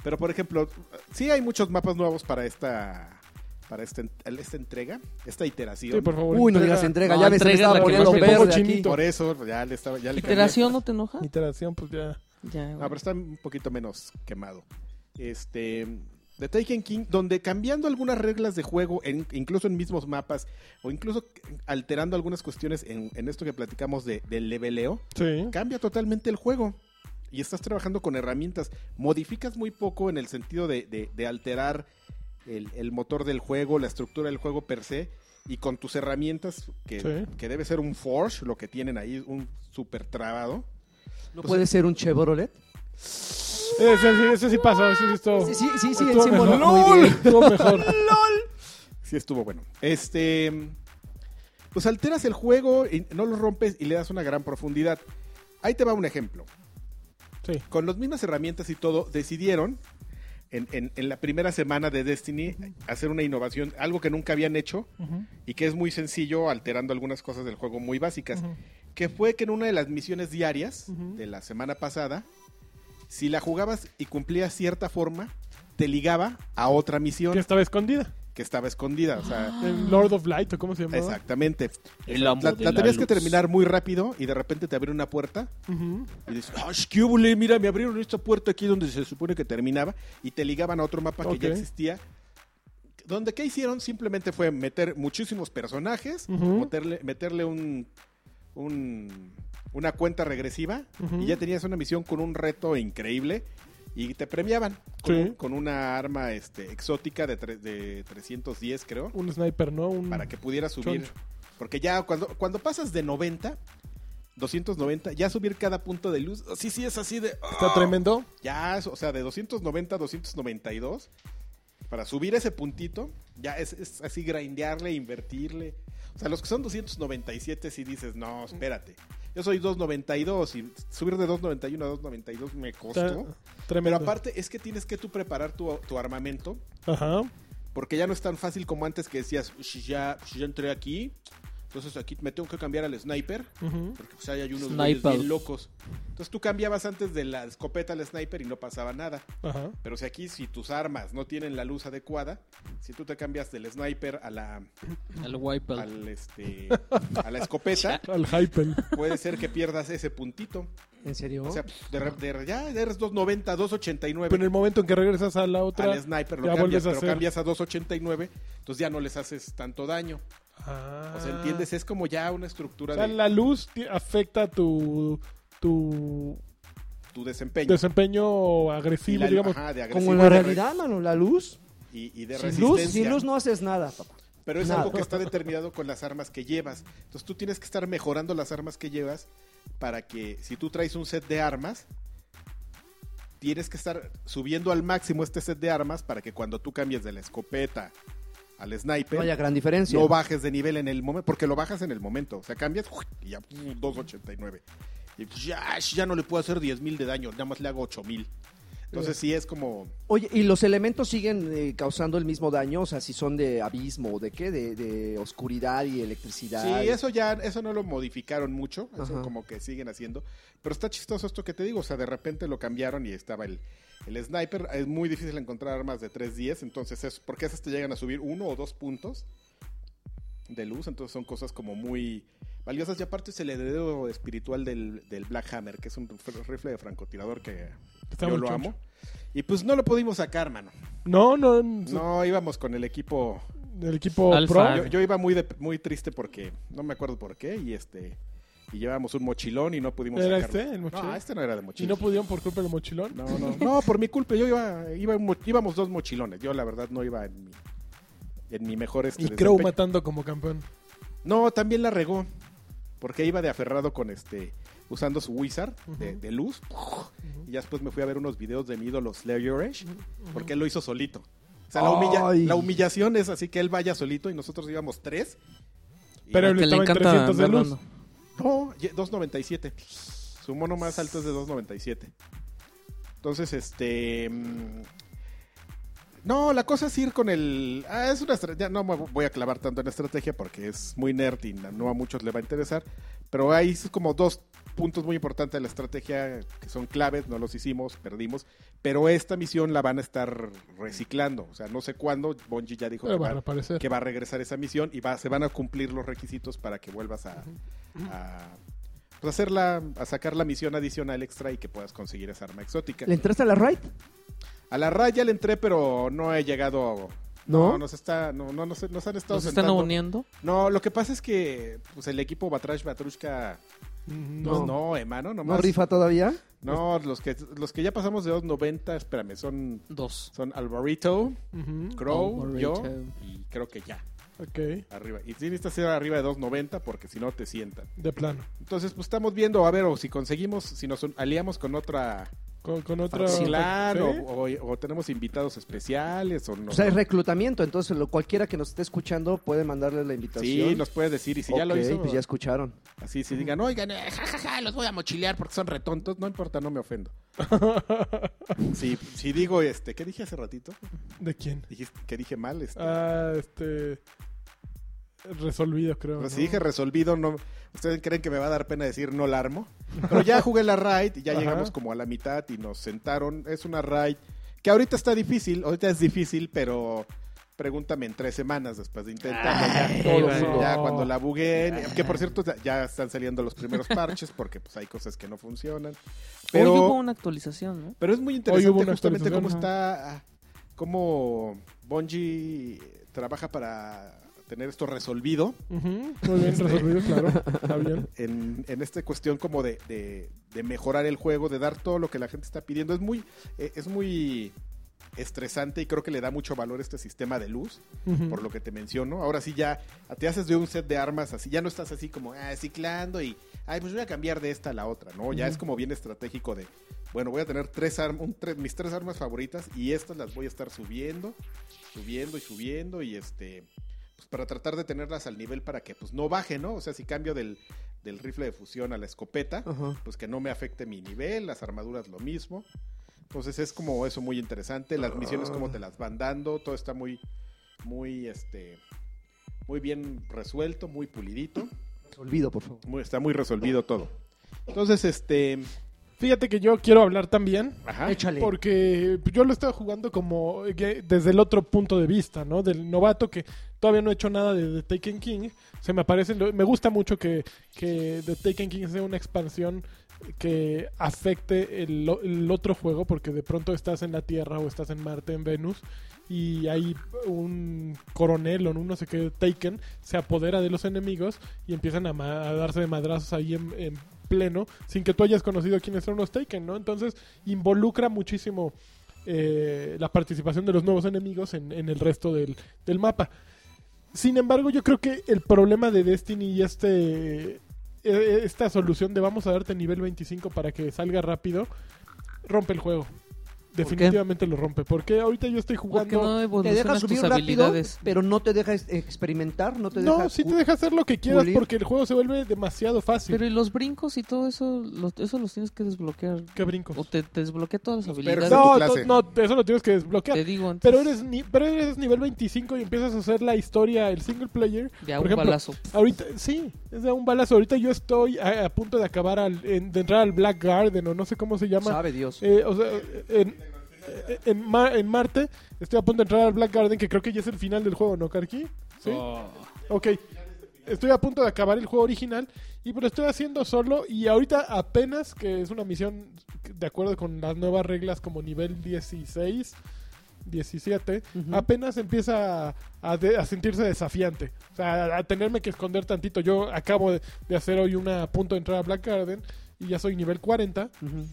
[SPEAKER 1] Pero por ejemplo, sí hay muchos mapas nuevos para esta para esta, en- esta entrega, esta iteración.
[SPEAKER 2] Sí, por favor.
[SPEAKER 3] Uy, no
[SPEAKER 2] entrega.
[SPEAKER 3] digas entrega,
[SPEAKER 4] No,
[SPEAKER 3] ya ves, me
[SPEAKER 4] entrega es
[SPEAKER 3] estaba
[SPEAKER 4] la que
[SPEAKER 3] poniendo
[SPEAKER 4] más me
[SPEAKER 3] verde
[SPEAKER 2] pongo
[SPEAKER 3] aquí.
[SPEAKER 2] chinito.
[SPEAKER 1] Por eso ya le estaba ya le cambié.
[SPEAKER 4] ¿Iteración no te enoja?
[SPEAKER 2] Iteración, pues ya.
[SPEAKER 4] Ya,
[SPEAKER 1] No, pero está un poquito menos quemado. Este The Taken King, donde cambiando algunas reglas de juego, en- incluso en mismos mapas, o incluso alterando algunas cuestiones en, en esto que platicamos de, del leveleo,
[SPEAKER 2] Sí.
[SPEAKER 1] cambia totalmente el juego. y estás trabajando con herramientas. Modificas muy poco en el sentido de, de- de alterar el, el motor del juego, la estructura del juego per se, y con tus herramientas, que,
[SPEAKER 2] Sí.
[SPEAKER 1] que debe ser un Forge, lo que tienen ahí, un super trabado.
[SPEAKER 3] ¿No puede ser un Chevrolet?
[SPEAKER 2] Ese, sí- ese sí pasó, ese sí estuvo.
[SPEAKER 3] Sí, sí, sí, sí,
[SPEAKER 2] estuvo
[SPEAKER 3] encima
[SPEAKER 2] mejor.
[SPEAKER 3] no, muy bien.
[SPEAKER 2] Estuvo mejor.
[SPEAKER 1] Sí, estuvo bueno. Este. Pues alteras el juego, y no lo rompes y le das una gran profundidad. Ahí te va un ejemplo.
[SPEAKER 2] Sí.
[SPEAKER 1] Con las mismas herramientas y todo, decidieron en, en- en la primera semana de Destiny hacer una innovación, algo que nunca habían hecho
[SPEAKER 2] Ujú,
[SPEAKER 1] y que es muy sencillo, alterando algunas cosas del juego muy básicas.
[SPEAKER 2] ujú.
[SPEAKER 1] Que fue que en una de las misiones diarias
[SPEAKER 2] Ujú.
[SPEAKER 1] de la semana pasada, si la jugabas y cumplías cierta forma, te ligaba a otra
[SPEAKER 2] Que
[SPEAKER 1] misión
[SPEAKER 2] estaba escondida.
[SPEAKER 1] que estaba escondida. O sea.
[SPEAKER 2] El Lord of Light, ¿o cómo se llamaba?
[SPEAKER 1] Exactamente.
[SPEAKER 7] El
[SPEAKER 1] la
[SPEAKER 7] amor
[SPEAKER 1] la-
[SPEAKER 7] de
[SPEAKER 1] la
[SPEAKER 7] la
[SPEAKER 1] tenías que
[SPEAKER 7] luz.
[SPEAKER 1] terminar muy rápido y de repente te abrió una puerta
[SPEAKER 2] Ujú.
[SPEAKER 1] y dices, ¡ah, qué hubole! Mira, me abrieron esta puerta aquí donde se supone que terminaba y te ligaban a otro mapa que ya
[SPEAKER 2] Ok.
[SPEAKER 1] existía. Donde qué hicieron simplemente fue meter muchísimos personajes,
[SPEAKER 2] Ujú.
[SPEAKER 1] meterle, meterle un, un- una cuenta regresiva
[SPEAKER 2] Ujú.
[SPEAKER 1] y ya tenías una misión con un reto increíble y te premiaban con,
[SPEAKER 2] Sí.
[SPEAKER 1] un- con una arma este, exótica de, tre- de 310 creo
[SPEAKER 2] Un sniper, ¿no? Un...
[SPEAKER 1] para que pudieras subir.
[SPEAKER 2] Choncho.
[SPEAKER 1] Porque ya cuando, cuando pasas de 90, 290, ya subir cada punto de luz, sí, sí, es así de... ah,
[SPEAKER 2] Está tremendo.
[SPEAKER 1] Ya, es- o sea, de 290 a 292, para subir ese puntito, ya es, es así grindearle, invertirle. O sea, los que son 297 si dices, no, espérate. Yo soy 292 y subir de 291 a 292 me
[SPEAKER 2] Está
[SPEAKER 1] costó. Pues Pero
[SPEAKER 2] tremendo.
[SPEAKER 1] aparte es que tienes que tú preparar tu, tu armamento
[SPEAKER 2] Ajá.
[SPEAKER 1] porque ya no es tan fácil como antes que decías, "Ush, ya, ush, ya entré aquí, entonces aquí me tengo que cambiar al sniper,
[SPEAKER 2] ujú.
[SPEAKER 1] porque pues, ahí hay unos
[SPEAKER 7] Sniper.
[SPEAKER 1] güeyes bien locos. Entonces tú cambiabas antes de la escopeta al sniper y no pasaba nada.
[SPEAKER 2] Ajá.
[SPEAKER 1] Pero si aquí, si tus armas no tienen la luz adecuada, si tú te cambias del sniper a la,
[SPEAKER 4] Al
[SPEAKER 2] Pues.
[SPEAKER 4] Wipeout.
[SPEAKER 1] al, este, a la
[SPEAKER 2] [LAUGHS]
[SPEAKER 1] escopeta,
[SPEAKER 2] Al hyper.
[SPEAKER 1] puede ser que pierdas ese puntito.
[SPEAKER 3] ¿En serio?
[SPEAKER 1] O sea, de, re- de re- ya eres 290,
[SPEAKER 2] Oh. Pero en
[SPEAKER 1] 289.
[SPEAKER 2] el momento en que regresas a la otra.
[SPEAKER 1] Al sniper
[SPEAKER 2] ya
[SPEAKER 1] lo cambias,
[SPEAKER 2] vuelves a
[SPEAKER 1] pero
[SPEAKER 2] hacer.
[SPEAKER 1] cambias a 289, entonces ya no les haces tanto daño.
[SPEAKER 2] Ah.
[SPEAKER 1] O sea, ¿entiendes? Es como ya una estructura
[SPEAKER 2] O sea,
[SPEAKER 1] de
[SPEAKER 2] la luz ti- afecta tu tu
[SPEAKER 1] tu desempeño.
[SPEAKER 2] desempeño
[SPEAKER 1] Y
[SPEAKER 2] agresivo,
[SPEAKER 1] la-
[SPEAKER 2] digamos.
[SPEAKER 1] ajá, de agresivo
[SPEAKER 3] Como
[SPEAKER 1] y
[SPEAKER 3] en la
[SPEAKER 1] de re-
[SPEAKER 3] realidad, mano, la luz.
[SPEAKER 1] Y, y de
[SPEAKER 3] Sin luz,
[SPEAKER 1] resistencia.
[SPEAKER 3] sin luz no haces nada, papá.
[SPEAKER 1] Pero es
[SPEAKER 3] nada.
[SPEAKER 1] algo que está determinado con las armas que llevas. Entonces tú tienes que estar mejorando las armas que llevas para que si tú traes un set de armas, tienes que estar subiendo al máximo este set de armas para que cuando tú cambies de la escopeta al sniper,
[SPEAKER 3] No haya gran diferencia.
[SPEAKER 1] no bajes de nivel en el momento, porque lo bajas en el momento. O sea, cambias ¡juj! y ya ¡pum! 289. Y pues, ya, ya no le puedo hacer 10.000 de daño, nada más le hago 8.000. Entonces sí es como...
[SPEAKER 3] Oye, ¿y los elementos siguen eh, causando el mismo daño? O sea, si son de abismo o de qué, de, de oscuridad y electricidad.
[SPEAKER 1] Sí, eso ya, eso no lo modificaron mucho, eso
[SPEAKER 3] Ajá.
[SPEAKER 1] como que siguen haciendo. Pero está chistoso esto que te digo, o sea, de repente lo cambiaron y estaba el, el sniper. Es muy difícil encontrar armas de 3.10, entonces es porque esas te llegan a subir uno o dos puntos de luz, entonces son cosas como muy valiosas. Y aparte es el heredero espiritual del, del Black Hammer, que es un rif- rifle de francotirador que
[SPEAKER 2] Está
[SPEAKER 1] yo
[SPEAKER 2] muy
[SPEAKER 1] lo
[SPEAKER 2] choncho.
[SPEAKER 1] amo. Y pues no lo pudimos sacar, mano.
[SPEAKER 2] No, no,
[SPEAKER 1] No íbamos con el equipo
[SPEAKER 2] el equipo
[SPEAKER 4] Alfa.
[SPEAKER 2] pro.
[SPEAKER 4] Ah.
[SPEAKER 1] yo, yo iba muy de- muy triste porque no me acuerdo por qué y este y llevábamos un mochilón y no pudimos
[SPEAKER 2] ¿Era
[SPEAKER 1] sacarlo.
[SPEAKER 2] este, el mochilón?
[SPEAKER 1] No, este no era de
[SPEAKER 2] Y
[SPEAKER 1] mochilón.
[SPEAKER 2] no pudieron por culpa del mochilón.
[SPEAKER 1] No, no, no, por mi culpa yo iba, iba en mo- íbamos dos mochilones. Yo la verdad no iba en mi en mi mejor este
[SPEAKER 2] y Crow
[SPEAKER 1] desempeño.
[SPEAKER 2] matando como campeón.
[SPEAKER 1] No, también la regó porque iba de aferrado con este usando su wizard de,
[SPEAKER 2] Ujú.
[SPEAKER 1] de luz y ya después me fui a ver unos videos de mi ídolo Slayer Ash porque él lo hizo solito. O sea, la, humilla-
[SPEAKER 3] Ay.
[SPEAKER 1] la humillación es así que él vaya solito y nosotros íbamos tres. Y
[SPEAKER 2] Pero
[SPEAKER 1] ya
[SPEAKER 2] el-
[SPEAKER 4] que le
[SPEAKER 2] estaba en
[SPEAKER 4] encanta
[SPEAKER 2] 300 de
[SPEAKER 4] andar
[SPEAKER 2] luz.
[SPEAKER 4] dando.
[SPEAKER 1] No, ye- 2.97. Su mono más alto es de 2.97. Entonces, este. mm, No, la cosa es ir con el. Ah, es una estrategia. No me voy a clavar tanto en la estrategia porque es muy nerd y no a muchos le va a interesar. Pero hay como dos puntos muy importantes de la estrategia que son claves. No los hicimos, perdimos. Pero esta misión la van a estar reciclando. O sea, no sé cuándo. Bungie ya dijo
[SPEAKER 2] Pero
[SPEAKER 1] que va-
[SPEAKER 2] van a aparecer.
[SPEAKER 1] que va a regresar esa misión y va, se van a cumplir los requisitos para que vuelvas a, a, pues, hacer la- a sacar la misión adicional extra y que puedas conseguir esa arma exótica.
[SPEAKER 3] ¿Le entraste a la raid?
[SPEAKER 1] A la raya le entré, pero no he llegado.
[SPEAKER 3] ¿No?
[SPEAKER 1] nos está, no, no, nos, nos han estado
[SPEAKER 4] ¿Nos están
[SPEAKER 1] sentando.
[SPEAKER 4] uniendo?
[SPEAKER 1] No, lo que pasa es que pues, el equipo Batrash Batrushka No, no, hermano,
[SPEAKER 3] ¿No
[SPEAKER 1] nomás. No,
[SPEAKER 3] rifa todavía?
[SPEAKER 1] los que los que ya pasamos de 2.90, espérame, son
[SPEAKER 4] Dos.
[SPEAKER 1] son Alvarito,
[SPEAKER 2] Ujú,
[SPEAKER 1] Crow, yo
[SPEAKER 4] Alvarito.
[SPEAKER 1] y creo que ya
[SPEAKER 2] Ok,
[SPEAKER 1] arriba. Y tienes que estar arriba de 2.90 porque si no te sientan.
[SPEAKER 2] de plano.
[SPEAKER 1] Entonces, pues estamos viendo a ver o si conseguimos, si nos aliamos con otra
[SPEAKER 2] Con,
[SPEAKER 1] Ah,
[SPEAKER 2] con otra...
[SPEAKER 1] particular
[SPEAKER 2] ¿Sí?
[SPEAKER 1] o, o- o tenemos invitados especiales o no.
[SPEAKER 3] O sea, es reclutamiento, entonces lo, cualquiera que nos esté escuchando puede mandarle la invitación.
[SPEAKER 1] Sí, nos puedes decir y si ya lo
[SPEAKER 3] Ok,
[SPEAKER 1] hizo,
[SPEAKER 3] pues ya escucharon.
[SPEAKER 1] así si digan, "Oigan, eh, jajaja, los voy a mochilear porque son retontos", no importa, no me ofendo. si si digo este, ¿qué dije hace ratito?
[SPEAKER 2] ¿De quién?
[SPEAKER 1] Dijiste que dije mal este.
[SPEAKER 2] Ah, este... Resolvido, creo.
[SPEAKER 1] Pues
[SPEAKER 2] ¿no?
[SPEAKER 1] si dije resolvido, no. ¿Ustedes creen que me va a dar pena decir no la armo? Pero ya jugué la raid y ya
[SPEAKER 2] Ajá.
[SPEAKER 1] llegamos como a la mitad y nos sentaron. Es una raid que ahorita está difícil, ahorita es difícil, pero pregúntame en tres semanas después de intentarlo. ya,
[SPEAKER 4] ahí
[SPEAKER 1] todos,
[SPEAKER 4] va.
[SPEAKER 1] ya cuando la bugueen. Que por cierto, ya- ya están saliendo los primeros parches porque pues hay cosas que no funcionan. Pero...
[SPEAKER 4] Hoy hubo una actualización, ¿no?
[SPEAKER 1] Pero es muy
[SPEAKER 2] Hoy hubo
[SPEAKER 1] interesante
[SPEAKER 2] una
[SPEAKER 1] justamente cómo
[SPEAKER 2] actualización,
[SPEAKER 1] está, ah, cómo Bungie trabaja para tener esto resolvido
[SPEAKER 2] Ujú, Muy bien resolvido, claro. Está bien.
[SPEAKER 1] en, en esta cuestión como de, de- de mejorar el juego, de dar todo lo que la gente está pidiendo. Es muy, eh, es muy estresante y creo que le da mucho valor este sistema de luz,
[SPEAKER 2] Ujú.
[SPEAKER 1] por lo que te menciono. Ahora sí ya te haces de un set de armas así, ya no estás así como ah, ciclando y, ay, pues voy a cambiar de esta a la otra, ¿no? Ya
[SPEAKER 2] Ujú.
[SPEAKER 1] es como bien estratégico de, bueno, voy a tener tres armas, mis tres armas favoritas y estas las voy a estar subiendo, subiendo y subiendo y este, pues para tratar de tenerlas al nivel para que pues no baje, ¿no? O sea, si cambio del, del rifle de fusión a la escopeta,
[SPEAKER 3] Ajá.
[SPEAKER 1] pues que no me afecte mi nivel, las armaduras lo mismo. Entonces es como eso muy interesante, las misiones como
[SPEAKER 2] Ah.
[SPEAKER 1] te las van dando, todo está muy muy este muy bien resuelto, muy pulidito,
[SPEAKER 3] Olvido, por favor.
[SPEAKER 1] muy- está muy resolvido todo. Entonces, este,
[SPEAKER 2] Fíjate que yo quiero hablar también.
[SPEAKER 1] ajá.
[SPEAKER 3] Échale.
[SPEAKER 2] Porque yo lo estaba jugando como que desde el otro punto de vista, ¿no? Del novato que todavía no he hecho nada de The Taken King. Se me aparece, lo- me gusta mucho que, que The Taken King sea una expansión que afecte el, o- el otro juego, porque de pronto estás en la Tierra o estás en Marte, en Venus, y hay un coronel o un no sé qué Taken se apodera de los enemigos y empiezan a, ma- a darse de madrazos ahí en, en pleno, sin que tú hayas conocido quiénes son los Taken, ¿no? Entonces involucra muchísimo eh, la participación de los nuevos enemigos en, en el resto del, del mapa. Sin embargo, yo creo que el problema de Destiny y este eh, esta solución de vamos a darte nivel 25 para que salga rápido rompe el juego. Definitivamente lo rompe. Porque ahorita yo estoy
[SPEAKER 4] Porque
[SPEAKER 2] jugando.
[SPEAKER 4] no
[SPEAKER 3] Te deja
[SPEAKER 4] evolucionas
[SPEAKER 3] subir
[SPEAKER 4] tus
[SPEAKER 3] rápido,
[SPEAKER 4] habilidades.
[SPEAKER 3] pero no te deja es- experimentar, no te
[SPEAKER 2] No,
[SPEAKER 3] deja...
[SPEAKER 2] sí te
[SPEAKER 3] cu-
[SPEAKER 2] deja hacer lo que quieras
[SPEAKER 3] pulir.
[SPEAKER 2] porque el juego se vuelve demasiado fácil.
[SPEAKER 4] Pero y los brincos y todo eso, los- eso los tienes que desbloquear.
[SPEAKER 2] ¿Qué brinco?
[SPEAKER 4] O te, te desbloquea todas las
[SPEAKER 1] Los
[SPEAKER 4] habilidades.
[SPEAKER 1] perks.
[SPEAKER 2] No,
[SPEAKER 1] tu clase.
[SPEAKER 2] to- no, eso lo tienes que desbloquear.
[SPEAKER 4] Te digo antes.
[SPEAKER 2] Pero eres, ni- pero eres nivel 25 y empiezas a hacer la historia, el single player.
[SPEAKER 4] De a
[SPEAKER 2] por
[SPEAKER 4] un
[SPEAKER 2] ejemplo,
[SPEAKER 4] balazo.
[SPEAKER 2] Ahorita, sí, es de un balazo. Ahorita yo estoy a, a punto de acabar, al, en- de entrar al Black Garden o no sé cómo se llama.
[SPEAKER 3] Sabe Dios.
[SPEAKER 2] Eh, o sea, en, en, Mar- en Marte estoy a punto de entrar al Black Garden, que creo que ya es el final del juego, ¿no, Karki? Sí. Ok. Estoy a punto de acabar el juego original y pero estoy haciendo solo y ahorita apenas que es una misión de acuerdo con las nuevas reglas como nivel 16, 17, apenas empieza a, a de- a sentirse desafiante, o sea, a, a tenerme que esconder tantito. Yo acabo de, de hacer hoy una a punto de entrar a Black Garden y ya soy nivel 40.
[SPEAKER 3] Ujú.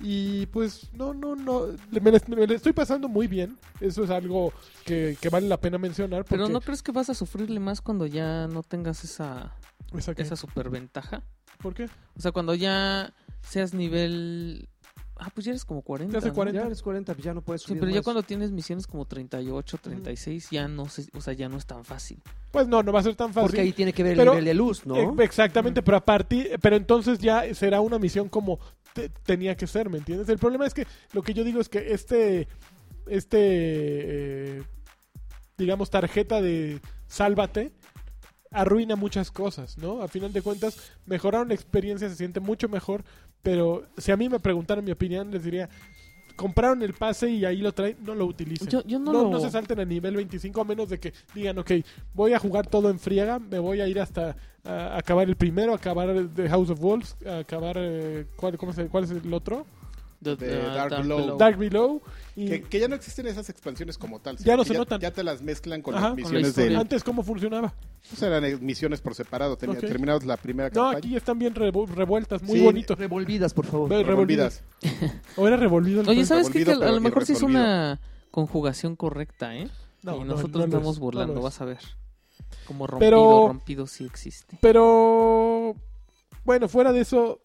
[SPEAKER 2] Y pues no, no, no, le- me, le- me le estoy pasando muy bien. Eso es algo que, que vale la pena mencionar. Porque,
[SPEAKER 4] Pero no crees que vas a sufrirle más cuando ya no tengas esa,
[SPEAKER 2] Esa que-
[SPEAKER 4] esa superventaja.
[SPEAKER 2] ¿Por qué?
[SPEAKER 4] O sea, cuando ya seas nivel. Ah, pues ya eres como 40.
[SPEAKER 2] Ya hace
[SPEAKER 4] ¿no?
[SPEAKER 2] 40.
[SPEAKER 3] Ya eres 40, pues ya no puedes
[SPEAKER 4] Sí,
[SPEAKER 3] subir
[SPEAKER 4] pero ya
[SPEAKER 3] más.
[SPEAKER 4] cuando tienes misiones como 38, 36, ya no se, o sea, ya no es tan fácil.
[SPEAKER 2] Pues no, no va a ser tan fácil.
[SPEAKER 3] Porque ahí tiene que ver el
[SPEAKER 2] Pero-
[SPEAKER 3] nivel de luz, ¿no? Mm.
[SPEAKER 2] Eh, Exactamente, pero a partir, pero entonces ya será una misión como te- tenía que ser, ¿me entiendes? El problema es que lo que yo digo es que este, este, eh, digamos, tarjeta de sálvate arruina muchas cosas, ¿no? A final de cuentas, mejoraron la experiencia, se siente mucho mejor, pero si a mí me preguntaran mi opinión, les diría, compraron el pase y ahí lo traen, no lo utilicen.
[SPEAKER 4] Yo- yo no
[SPEAKER 2] no,
[SPEAKER 4] lo-
[SPEAKER 2] no se salten a nivel 25 a menos de que digan, ok, voy a jugar todo en friega, me voy a ir hasta a acabar el primero, acabar The House of Wolves, a acabar, eh, ¿cuál, cómo se- ¿cuál es el otro?
[SPEAKER 4] De-
[SPEAKER 1] de
[SPEAKER 4] de-
[SPEAKER 1] Dark
[SPEAKER 4] Ah, Dark
[SPEAKER 1] Below.
[SPEAKER 4] Below.
[SPEAKER 2] Dark Below. Y
[SPEAKER 1] Que, que ya no existen esas expansiones como tal.
[SPEAKER 2] Ya
[SPEAKER 1] sino
[SPEAKER 2] no
[SPEAKER 1] que
[SPEAKER 2] se notan.
[SPEAKER 1] Ya te las mezclan con
[SPEAKER 2] Ajá,
[SPEAKER 1] las
[SPEAKER 2] con la
[SPEAKER 1] misiones de...
[SPEAKER 4] historia.
[SPEAKER 2] antes, ¿cómo funcionaba?
[SPEAKER 1] Pues eran eh, misiones por separado. Tenía,
[SPEAKER 2] Ok.
[SPEAKER 1] Terminados la primera
[SPEAKER 2] No,
[SPEAKER 1] campaña.
[SPEAKER 2] aquí están bien revo- revueltas, muy
[SPEAKER 1] Sí,
[SPEAKER 2] bonito.
[SPEAKER 3] Revolvidas, por favor.
[SPEAKER 2] Ve, revolvidas.
[SPEAKER 1] Revolvidas.
[SPEAKER 2] ¿O era revolvido el
[SPEAKER 4] Oye,
[SPEAKER 2] pedo?
[SPEAKER 4] ¿sabes qué? Que a
[SPEAKER 1] revolvido,
[SPEAKER 4] a lo
[SPEAKER 1] pero
[SPEAKER 4] mejor sí es
[SPEAKER 1] irresolvido.
[SPEAKER 4] una conjugación correcta, ¿eh?
[SPEAKER 2] No,
[SPEAKER 4] y
[SPEAKER 2] no,
[SPEAKER 4] nosotros
[SPEAKER 2] no lo
[SPEAKER 4] estamos
[SPEAKER 2] es, no lo
[SPEAKER 4] burlando,
[SPEAKER 2] es.
[SPEAKER 4] vas a ver. Como rompido,
[SPEAKER 2] Pero-
[SPEAKER 4] rompido sí existe.
[SPEAKER 2] Pero bueno, fuera de eso,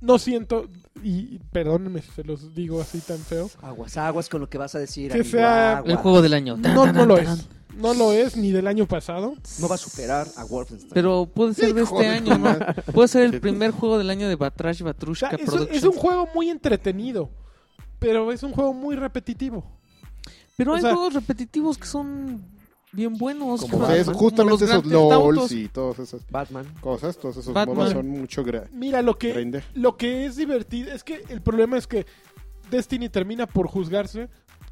[SPEAKER 2] no siento, y perdónenme si se los digo así tan feo,
[SPEAKER 3] Aguas, aguas con lo que vas a decir.
[SPEAKER 2] Que
[SPEAKER 3] amigo,
[SPEAKER 2] sea-
[SPEAKER 3] aguas.
[SPEAKER 4] El juego del año. Tan,
[SPEAKER 2] no,
[SPEAKER 4] tan,
[SPEAKER 2] no lo
[SPEAKER 4] tan,
[SPEAKER 2] es.
[SPEAKER 4] tan.
[SPEAKER 2] No lo es ni del año pasado.
[SPEAKER 3] No va a superar a Wolfenstein.
[SPEAKER 4] Pero puede ser de
[SPEAKER 1] Hijo
[SPEAKER 4] este
[SPEAKER 1] de tu
[SPEAKER 4] año, ¿no?
[SPEAKER 1] madre.
[SPEAKER 4] Puede ser el primer juego del año de Batrash
[SPEAKER 2] O sea,
[SPEAKER 4] Batrushka
[SPEAKER 2] Ah, es, un-
[SPEAKER 4] Productions.
[SPEAKER 2] es un juego muy entretenido, pero es un juego muy repetitivo.
[SPEAKER 4] Pero
[SPEAKER 2] o
[SPEAKER 4] hay
[SPEAKER 2] sea-
[SPEAKER 4] juegos repetitivos que son bien buenos.
[SPEAKER 1] Como
[SPEAKER 4] Batman,
[SPEAKER 1] es
[SPEAKER 4] como
[SPEAKER 1] justamente
[SPEAKER 4] los
[SPEAKER 1] esos
[SPEAKER 4] Grand Theft Autos.
[SPEAKER 1] LOLs y todas esas
[SPEAKER 3] Batman.
[SPEAKER 1] cosas. Todos esos
[SPEAKER 4] Batman.
[SPEAKER 1] MOBAs son mucho... gra-
[SPEAKER 2] Mira, lo que,
[SPEAKER 1] Grindr.
[SPEAKER 2] lo que es divertido es que el problema es que Destiny termina por juzgarse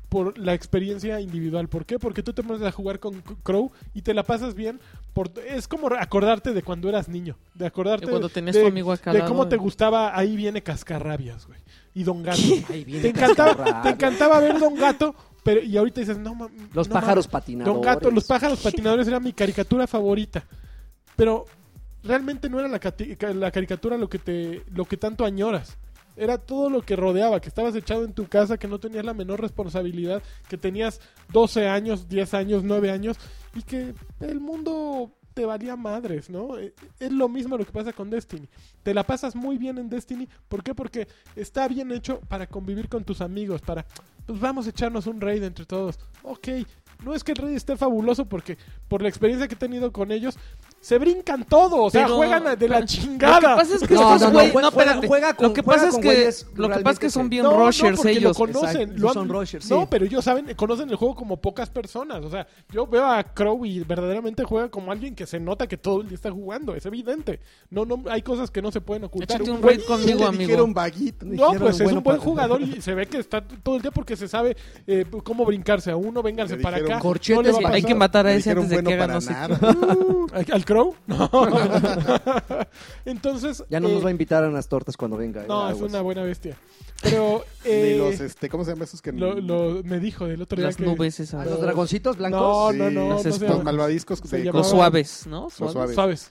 [SPEAKER 2] por la experiencia individual. ¿Por qué? Porque tú te pones a jugar con C- Crow y te la pasas bien. Por, es como acordarte de cuando eras niño. De acordarte
[SPEAKER 4] De cuando
[SPEAKER 2] de-
[SPEAKER 4] tenías
[SPEAKER 2] de,
[SPEAKER 4] tu amigo acá al
[SPEAKER 2] de
[SPEAKER 4] lado,
[SPEAKER 2] cómo te
[SPEAKER 4] eh.
[SPEAKER 2] gustaba. Ahí viene Cascarrabias, güey. Y Don Gato.
[SPEAKER 3] Ahí viene
[SPEAKER 2] Te encantaba,
[SPEAKER 3] Cascarrabias.
[SPEAKER 2] te encantaba ver Don Gato. Pero, y ahorita dices, no mam-
[SPEAKER 3] Los
[SPEAKER 2] no
[SPEAKER 3] pájaros
[SPEAKER 2] mames.
[SPEAKER 3] patinadores.
[SPEAKER 2] Don Gato, los pájaros patinadores era mi caricatura favorita. Pero realmente no era la, cati- ca- la caricatura lo que, te, lo que tanto añoras. Era todo lo que rodeaba, que estabas echado en tu casa, que no tenías la menor responsabilidad, que tenías 12 años, 10 años, 9 años y que el mundo te valía madres, ¿no? Eh, Es lo mismo lo que pasa con Destiny. Te la pasas muy bien en Destiny. ¿Por qué? Porque está bien hecho para convivir con tus amigos, para, pues vamos a echarnos un raid entre todos. Ok, no es que el raid esté fabuloso porque por la experiencia que he tenido con ellos, se brincan todo, o sea,
[SPEAKER 4] Pero-
[SPEAKER 2] juegan a- de la
[SPEAKER 4] lo que
[SPEAKER 2] chingada.
[SPEAKER 4] Lo que pasa es que
[SPEAKER 3] No,
[SPEAKER 4] estos
[SPEAKER 3] no, no,
[SPEAKER 4] güey-
[SPEAKER 3] jue-
[SPEAKER 4] no,
[SPEAKER 3] juega-
[SPEAKER 4] espérate.
[SPEAKER 3] juega con-
[SPEAKER 4] lo que
[SPEAKER 3] juega
[SPEAKER 4] pasa es
[SPEAKER 3] con
[SPEAKER 4] que,
[SPEAKER 3] güeyes
[SPEAKER 4] lo que pasa es que
[SPEAKER 3] realmente
[SPEAKER 4] son
[SPEAKER 3] que-
[SPEAKER 4] bien
[SPEAKER 2] No, no,
[SPEAKER 4] rushers
[SPEAKER 2] porque
[SPEAKER 4] ellos.
[SPEAKER 2] Lo conocen,
[SPEAKER 3] Exacto,
[SPEAKER 2] lo
[SPEAKER 3] son
[SPEAKER 2] han-
[SPEAKER 3] rushers,
[SPEAKER 2] No,
[SPEAKER 3] sí.
[SPEAKER 2] pero ellos saben, conocen el juego como pocas personas. O sea, yo veo a Crow y verdaderamente juega como alguien que se nota que todo el día está jugando. Es evidente. No, no, hay cosas que no se pueden ocultar.
[SPEAKER 4] Échate un
[SPEAKER 2] güey-
[SPEAKER 4] raid conmigo, amigo.
[SPEAKER 1] vaguito.
[SPEAKER 2] No,
[SPEAKER 3] Dijeron,
[SPEAKER 2] pues es
[SPEAKER 3] bueno,
[SPEAKER 2] un buen
[SPEAKER 3] pa- [LAUGHS]
[SPEAKER 2] jugador y se ve que está t- todo el día porque se sabe eh, cómo brincarse a uno, vénganse
[SPEAKER 1] Le
[SPEAKER 2] para
[SPEAKER 1] dijeron
[SPEAKER 2] acá.
[SPEAKER 3] corchetes
[SPEAKER 2] no le va a
[SPEAKER 3] y
[SPEAKER 4] Hay
[SPEAKER 2] pasar.
[SPEAKER 4] que matar a
[SPEAKER 1] Le
[SPEAKER 4] ese
[SPEAKER 1] dijeron
[SPEAKER 4] antes de que
[SPEAKER 1] bueno
[SPEAKER 4] haga
[SPEAKER 1] para
[SPEAKER 4] no sé qué.
[SPEAKER 1] nada.
[SPEAKER 2] ¿Al Crow? [LAUGHS]
[SPEAKER 3] [LAUGHS]
[SPEAKER 2] No. Entonces.
[SPEAKER 3] Ya no
[SPEAKER 2] eh,
[SPEAKER 3] nos va a invitar a unas tortas cuando venga. eh,
[SPEAKER 2] No, es
[SPEAKER 3] aguas.
[SPEAKER 2] una buena bestia. Pero.
[SPEAKER 1] [LAUGHS] Ni
[SPEAKER 2] eh,
[SPEAKER 1] los, este, ¿cómo se llama esos que
[SPEAKER 2] lo, lo- me dijo del otro día
[SPEAKER 4] Las
[SPEAKER 2] que-
[SPEAKER 4] nubes esas.
[SPEAKER 3] ¿A los dragoncitos
[SPEAKER 2] No,
[SPEAKER 3] blancos?
[SPEAKER 2] no,
[SPEAKER 1] Sí,
[SPEAKER 2] no. no
[SPEAKER 4] las
[SPEAKER 2] se
[SPEAKER 4] esponjas.
[SPEAKER 2] llama-
[SPEAKER 1] los malvadiscos
[SPEAKER 2] Se
[SPEAKER 1] de
[SPEAKER 2] llamaba-
[SPEAKER 4] Los suaves, ¿no?
[SPEAKER 1] Los
[SPEAKER 4] Suaves.
[SPEAKER 1] suaves.
[SPEAKER 2] Sabes.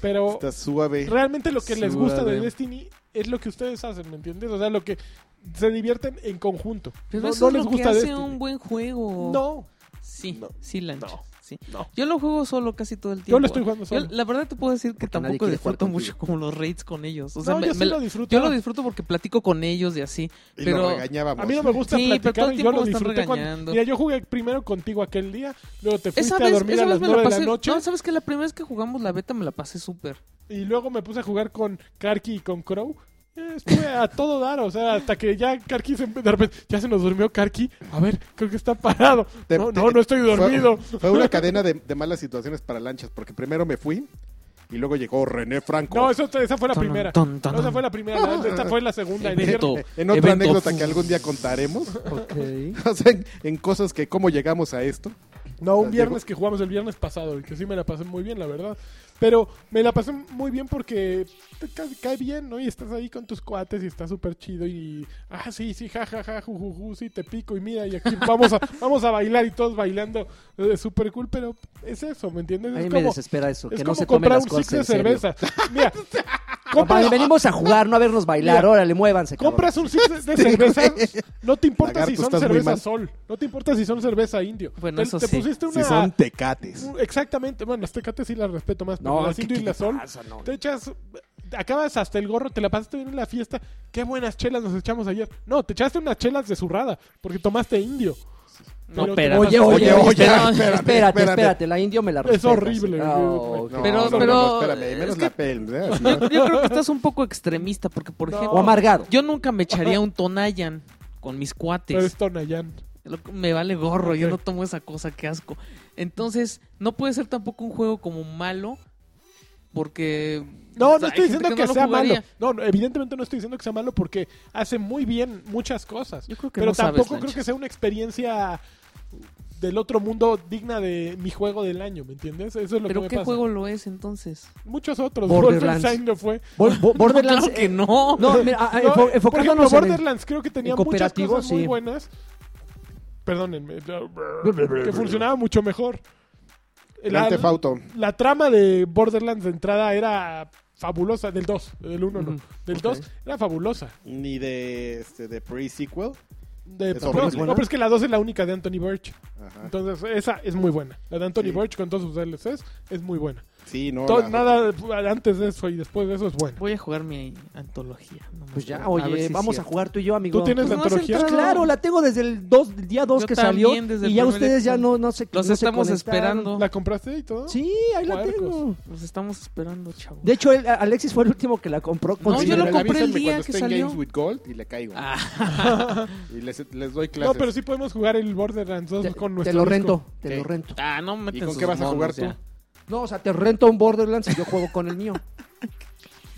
[SPEAKER 2] Pero
[SPEAKER 1] Está suave.
[SPEAKER 2] realmente lo que les gusta de
[SPEAKER 4] Suave.
[SPEAKER 2] Destiny es lo que ustedes hacen, ¿me entiendes? O sea, lo que se divierten en conjunto.
[SPEAKER 4] Pero
[SPEAKER 2] no,
[SPEAKER 4] Pues eso
[SPEAKER 2] no
[SPEAKER 4] es
[SPEAKER 2] les
[SPEAKER 4] lo que
[SPEAKER 2] gusta
[SPEAKER 4] hace
[SPEAKER 2] Destiny.
[SPEAKER 4] un buen juego.
[SPEAKER 2] No,
[SPEAKER 4] Sí,
[SPEAKER 2] No.
[SPEAKER 4] sí, Lancha.
[SPEAKER 2] No.
[SPEAKER 4] sí.
[SPEAKER 2] No.
[SPEAKER 4] Yo lo juego solo casi todo el tiempo.
[SPEAKER 2] yo lo estoy jugando
[SPEAKER 4] Yo,
[SPEAKER 2] solo.
[SPEAKER 4] la verdad te puedo decir que
[SPEAKER 3] Porque nadie
[SPEAKER 4] tampoco
[SPEAKER 3] quiere jugar
[SPEAKER 4] disfruto
[SPEAKER 3] contigo.
[SPEAKER 4] mucho como los raids con ellos. O sea,
[SPEAKER 2] no,
[SPEAKER 4] me-
[SPEAKER 2] yo sí
[SPEAKER 4] me-
[SPEAKER 2] lo disfruto.
[SPEAKER 4] yo lo disfruto porque platico con ellos y así.
[SPEAKER 1] Y
[SPEAKER 4] pero-
[SPEAKER 1] lo regañábamos.
[SPEAKER 2] A mí no me gusta
[SPEAKER 4] Sí, pero todo
[SPEAKER 2] platicar
[SPEAKER 4] el
[SPEAKER 2] y yo
[SPEAKER 4] tiempo
[SPEAKER 2] lo
[SPEAKER 4] me están
[SPEAKER 2] disfruté cuando...
[SPEAKER 4] regañando.
[SPEAKER 2] Mira, yo jugué primero contigo aquel día, luego te fuiste
[SPEAKER 4] Esa
[SPEAKER 2] a
[SPEAKER 4] vez,
[SPEAKER 2] dormir
[SPEAKER 4] esa
[SPEAKER 2] a
[SPEAKER 4] vez
[SPEAKER 2] las
[SPEAKER 4] me la
[SPEAKER 2] nueve de
[SPEAKER 4] pasé.
[SPEAKER 2] la noche
[SPEAKER 4] No, sabes que la primera vez que jugamos la beta me la pasé súper.
[SPEAKER 2] y luego me puse a jugar con Karki y con Crow. Eh, Estuve a todo dar, o sea, hasta que ya Karki se... de repente, ya se nos durmió Karki. A ver, creo que está parado.
[SPEAKER 1] Te-
[SPEAKER 2] no,
[SPEAKER 1] te-
[SPEAKER 2] no, no estoy
[SPEAKER 1] fue-
[SPEAKER 2] dormido.
[SPEAKER 1] [LAUGHS] Fue, una cadena de, de malas situaciones para lanchas, porque primero me fui y luego llegó René Franco.
[SPEAKER 2] No, eso- esa fue la
[SPEAKER 4] Tan,
[SPEAKER 2] primera.
[SPEAKER 4] tan, tan,
[SPEAKER 2] No, esa
[SPEAKER 4] tan.
[SPEAKER 2] fue la primera. la- Esta fue
[SPEAKER 1] [LAUGHS]
[SPEAKER 2] la segunda. El
[SPEAKER 4] Evento.
[SPEAKER 2] viernes-
[SPEAKER 1] En otra
[SPEAKER 4] Evento.
[SPEAKER 1] anécdota que algún día contaremos. [LAUGHS] O sea, en, en cosas que cómo llegamos a esto.
[SPEAKER 2] No, un
[SPEAKER 1] Llegó-
[SPEAKER 2] viernes que jugamos el viernes pasado. Y que sí me la pasé muy bien, la verdad. Pero me la pasé muy bien porque te ca- cae bien, ¿no? Y estás ahí con tus cuates y está súper chido. Y. Ah, sí, sí, ja, ja, ja, ju, ju, ju, sí, te pico. Y mira, y
[SPEAKER 3] [LAUGHS]
[SPEAKER 2] aquí vamos a, vamos a bailar y todos bailando. eh, súper cool, pero es eso, ¿me entiendes?
[SPEAKER 3] A
[SPEAKER 2] Es
[SPEAKER 3] mí me
[SPEAKER 2] como,
[SPEAKER 3] desespera eso,
[SPEAKER 2] es
[SPEAKER 3] que no
[SPEAKER 2] como
[SPEAKER 3] se tomen
[SPEAKER 2] comprar
[SPEAKER 3] las
[SPEAKER 2] un six
[SPEAKER 3] cosas
[SPEAKER 2] de
[SPEAKER 3] en serio.
[SPEAKER 2] cerveza.
[SPEAKER 3] [LAUGHS]
[SPEAKER 2] Mira, compras-
[SPEAKER 3] Papá, venimos a jugar, no a vernos bailar.
[SPEAKER 2] Mira,
[SPEAKER 3] Órale, muévanse. cabrón.
[SPEAKER 2] Compras un six de, de cerveza, no te importa
[SPEAKER 1] Lagarto,
[SPEAKER 2] si son
[SPEAKER 1] estás muy
[SPEAKER 2] cerveza
[SPEAKER 1] mal.
[SPEAKER 2] sol, no te importa si son cerveza indio.
[SPEAKER 4] Bueno,
[SPEAKER 2] te,
[SPEAKER 4] eso
[SPEAKER 2] te
[SPEAKER 4] sí.
[SPEAKER 2] pusiste una
[SPEAKER 1] Si son tecates.
[SPEAKER 2] un- exactamente, bueno, las tecates sí las respeto más, pero
[SPEAKER 3] No,
[SPEAKER 2] las
[SPEAKER 3] ¿qué-
[SPEAKER 2] indio y
[SPEAKER 3] qué
[SPEAKER 2] la
[SPEAKER 3] te
[SPEAKER 2] sol.
[SPEAKER 3] pasa? No.
[SPEAKER 2] Te echas acabas hasta el gorro, te la pasaste bien en la fiesta. Qué buenas chelas nos echamos ayer. No, te echaste unas chelas de zurrada porque tomaste indio.
[SPEAKER 4] No,
[SPEAKER 2] Pero te
[SPEAKER 4] espera.
[SPEAKER 2] pasas-
[SPEAKER 3] Oye, oye,
[SPEAKER 1] Oye,
[SPEAKER 3] oye,
[SPEAKER 1] oye,
[SPEAKER 3] espérate, espérate,
[SPEAKER 1] espérate,
[SPEAKER 3] espérate,
[SPEAKER 1] espérate.
[SPEAKER 3] La indio me la
[SPEAKER 2] Es
[SPEAKER 3] respetas.
[SPEAKER 2] horrible.
[SPEAKER 3] Ah,
[SPEAKER 2] Yo-
[SPEAKER 3] ok.
[SPEAKER 1] No,
[SPEAKER 4] Pero-
[SPEAKER 1] no, no,
[SPEAKER 4] pero-
[SPEAKER 1] no, espérame, menos
[SPEAKER 4] es que-
[SPEAKER 1] la pel. ¿eh?
[SPEAKER 4] [LAUGHS]
[SPEAKER 1] Así,
[SPEAKER 4] Yo, yo creo que estás un poco extremista porque, por
[SPEAKER 2] No.
[SPEAKER 3] O
[SPEAKER 4] ejemplo,
[SPEAKER 3] amargado.
[SPEAKER 4] yo nunca me echaría un Tonayan con mis
[SPEAKER 2] Pero es
[SPEAKER 4] cuates.
[SPEAKER 2] Tonayán.
[SPEAKER 4] Lo que- Me vale gorro, yo
[SPEAKER 2] Pues. Ok.
[SPEAKER 4] no tomo esa cosa, qué asco. Entonces, no puede ser tampoco un juego como malo porque...
[SPEAKER 2] No,
[SPEAKER 4] o
[SPEAKER 2] no
[SPEAKER 4] sea,
[SPEAKER 2] estoy
[SPEAKER 4] hay gente
[SPEAKER 2] diciendo que,
[SPEAKER 4] no lo
[SPEAKER 2] sea
[SPEAKER 4] jugaría.
[SPEAKER 2] malo. No, no, evidentemente no estoy diciendo que sea malo porque hace muy bien muchas cosas.
[SPEAKER 4] Yo creo que
[SPEAKER 2] pero
[SPEAKER 4] no sabes,
[SPEAKER 2] tampoco creo
[SPEAKER 4] Lanchas.
[SPEAKER 2] que sea una experiencia del otro mundo digna de mi juego del año, ¿me entiendes? Eso es lo
[SPEAKER 4] ¿Pero
[SPEAKER 2] que me
[SPEAKER 4] qué
[SPEAKER 2] pasa.
[SPEAKER 4] juego lo es entonces?
[SPEAKER 2] Muchos otros.
[SPEAKER 3] Borderlands.
[SPEAKER 2] Wolfenstein lo fue. [LAUGHS]
[SPEAKER 3] Bor- Bo- Borderlands.
[SPEAKER 4] claro que
[SPEAKER 3] eh,
[SPEAKER 4] no.
[SPEAKER 3] No, mira, ah, ah,
[SPEAKER 2] No,
[SPEAKER 3] enfo-
[SPEAKER 2] por
[SPEAKER 3] enfocándonos
[SPEAKER 2] ejemplo,
[SPEAKER 3] en el-
[SPEAKER 2] Borderlands creo que tenía
[SPEAKER 3] en
[SPEAKER 2] muchas
[SPEAKER 3] cooperativo,
[SPEAKER 2] cosas muy
[SPEAKER 3] sí.
[SPEAKER 2] buenas. Perdónenme. Que funcionaba mucho mejor. La,
[SPEAKER 1] Grand Theft Auto.
[SPEAKER 2] la trama de Borderlands de entrada era fabulosa. Del 2. Del 1 no.
[SPEAKER 4] Ujú,
[SPEAKER 2] Del
[SPEAKER 4] ok.
[SPEAKER 2] 2 era fabulosa.
[SPEAKER 1] Ni de, este, de pre-sequel.
[SPEAKER 2] De-
[SPEAKER 1] Es
[SPEAKER 2] no,
[SPEAKER 1] horrible.
[SPEAKER 2] no, pero es que la 2 es la única de Anthony Birch.
[SPEAKER 1] Ajá.
[SPEAKER 2] Entonces, esa es muy buena. La de Anthony
[SPEAKER 1] Sí.
[SPEAKER 2] Birch con todos sus DLCs es muy buena.
[SPEAKER 1] Sí, no.
[SPEAKER 2] To-
[SPEAKER 1] la-
[SPEAKER 2] nada antes de eso y después de eso es buena.
[SPEAKER 4] Voy a jugar mi antología. no me
[SPEAKER 3] Pues ya,
[SPEAKER 4] acuerdo. A ver
[SPEAKER 3] oye,
[SPEAKER 4] si
[SPEAKER 3] vamos
[SPEAKER 4] es
[SPEAKER 3] a
[SPEAKER 4] cierto.
[SPEAKER 3] jugar tú y yo, amigo.
[SPEAKER 2] ¿Tú tienes
[SPEAKER 4] Pues
[SPEAKER 2] la
[SPEAKER 4] no has
[SPEAKER 2] antología?
[SPEAKER 4] entrado.
[SPEAKER 3] Claro, la tengo desde el dos- el día 2
[SPEAKER 4] Yo
[SPEAKER 3] que
[SPEAKER 4] también,
[SPEAKER 3] salió.
[SPEAKER 4] desde el
[SPEAKER 3] Y ya
[SPEAKER 4] primer
[SPEAKER 3] ustedes ya
[SPEAKER 4] día.
[SPEAKER 3] no, no se
[SPEAKER 4] Los
[SPEAKER 3] no se
[SPEAKER 4] estamos
[SPEAKER 3] conectaron.
[SPEAKER 4] esperando.
[SPEAKER 2] ¿La compraste y todo?
[SPEAKER 3] Sí, ahí la
[SPEAKER 2] Puercos.
[SPEAKER 3] tengo.
[SPEAKER 4] Nos estamos esperando, chavo.
[SPEAKER 3] De hecho, él- Alexis fue el último que la compró. con
[SPEAKER 4] No,
[SPEAKER 3] su
[SPEAKER 4] yo lo
[SPEAKER 3] dinero.
[SPEAKER 4] compré el
[SPEAKER 1] Avísenme
[SPEAKER 4] día
[SPEAKER 1] cuando
[SPEAKER 4] que
[SPEAKER 1] esté en
[SPEAKER 4] salió.
[SPEAKER 1] Games with Gold y le caigo. [LAUGHS] Y les, les doy
[SPEAKER 2] No,
[SPEAKER 1] clases.
[SPEAKER 2] pero sí podemos jugar el Borderlands 2
[SPEAKER 3] Te,
[SPEAKER 2] con
[SPEAKER 3] te
[SPEAKER 2] nuestro
[SPEAKER 3] lo
[SPEAKER 2] disco.
[SPEAKER 3] rento, te lo
[SPEAKER 1] Ok.
[SPEAKER 3] rento.
[SPEAKER 4] Ah, no me
[SPEAKER 1] ¿Y con qué vas a jugar tú?
[SPEAKER 3] No, o sea, te rento un Borderlands y yo juego con el mío.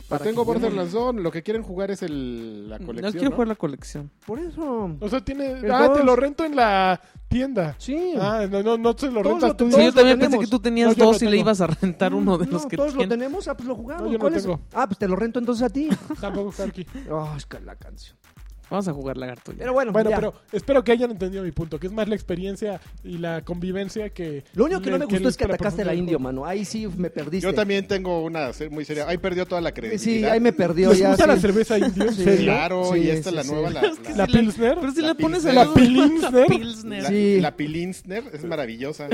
[SPEAKER 1] Pues tengo Borderlands 2. Lo que quieren jugar es el, la colección.
[SPEAKER 4] No quiero
[SPEAKER 1] ¿no?
[SPEAKER 4] jugar la colección.
[SPEAKER 3] Por eso.
[SPEAKER 2] O sea, tiene...
[SPEAKER 3] El
[SPEAKER 2] ah,
[SPEAKER 3] dos.
[SPEAKER 2] te lo rento en la tienda.
[SPEAKER 3] Sí.
[SPEAKER 2] Ah, no, no, no te lo
[SPEAKER 3] Todos
[SPEAKER 2] rentas
[SPEAKER 3] lo
[SPEAKER 2] tú.
[SPEAKER 3] tenemos.
[SPEAKER 4] Sí, yo
[SPEAKER 3] Todos lo
[SPEAKER 4] también pensé
[SPEAKER 3] tenemos.
[SPEAKER 4] que tú tenías
[SPEAKER 2] No, yo lo
[SPEAKER 4] dos y le
[SPEAKER 2] tengo.
[SPEAKER 4] ibas a rentar uno [LAUGHS] de los
[SPEAKER 3] Mm, no,
[SPEAKER 4] que
[SPEAKER 3] todos lo
[SPEAKER 4] tienes.
[SPEAKER 3] tenemos. Ah, pues lo jugamos.
[SPEAKER 2] No, yo no
[SPEAKER 3] ¿Cuál es?
[SPEAKER 2] tengo.
[SPEAKER 3] Ah, pues te lo rento entonces a ti.
[SPEAKER 4] [LAUGHS]
[SPEAKER 2] Tampoco está
[SPEAKER 3] [LAUGHS]
[SPEAKER 2] aquí.
[SPEAKER 3] Ah, es que la canción.
[SPEAKER 4] Vamos a jugar lagarto. ya.
[SPEAKER 3] Pero bueno,
[SPEAKER 2] Bueno,
[SPEAKER 3] ya.
[SPEAKER 2] pero espero que hayan entendido mi punto, que es más la experiencia y la convivencia que...
[SPEAKER 3] Lo único que no
[SPEAKER 2] el-
[SPEAKER 3] me gustó es que
[SPEAKER 2] la
[SPEAKER 3] atacaste a la
[SPEAKER 2] profundidad
[SPEAKER 3] indio,
[SPEAKER 2] del
[SPEAKER 3] mano. Ahí sí me perdiste.
[SPEAKER 1] Yo también tengo una se- muy seria. Ahí perdió toda la credibilidad.
[SPEAKER 3] Sí, ahí me perdió
[SPEAKER 2] juego. ¿Les
[SPEAKER 3] ya.
[SPEAKER 2] gusta
[SPEAKER 3] sí.
[SPEAKER 2] la cerveza indio? en
[SPEAKER 3] Sí.
[SPEAKER 2] serio?
[SPEAKER 1] Claro,
[SPEAKER 3] Sí,
[SPEAKER 1] y esta
[SPEAKER 3] sí,
[SPEAKER 1] es la
[SPEAKER 3] sí.
[SPEAKER 1] nueva. La,
[SPEAKER 4] Es que
[SPEAKER 2] ¿La
[SPEAKER 1] la-
[SPEAKER 4] si le-
[SPEAKER 2] Pilsner?
[SPEAKER 4] Pero si le
[SPEAKER 1] La
[SPEAKER 4] pones
[SPEAKER 1] Pilsner.
[SPEAKER 4] el
[SPEAKER 2] ¿La Pilsner?
[SPEAKER 1] la-
[SPEAKER 4] Pilsner.
[SPEAKER 3] Sí.
[SPEAKER 1] la Pilinsner es maravillosa.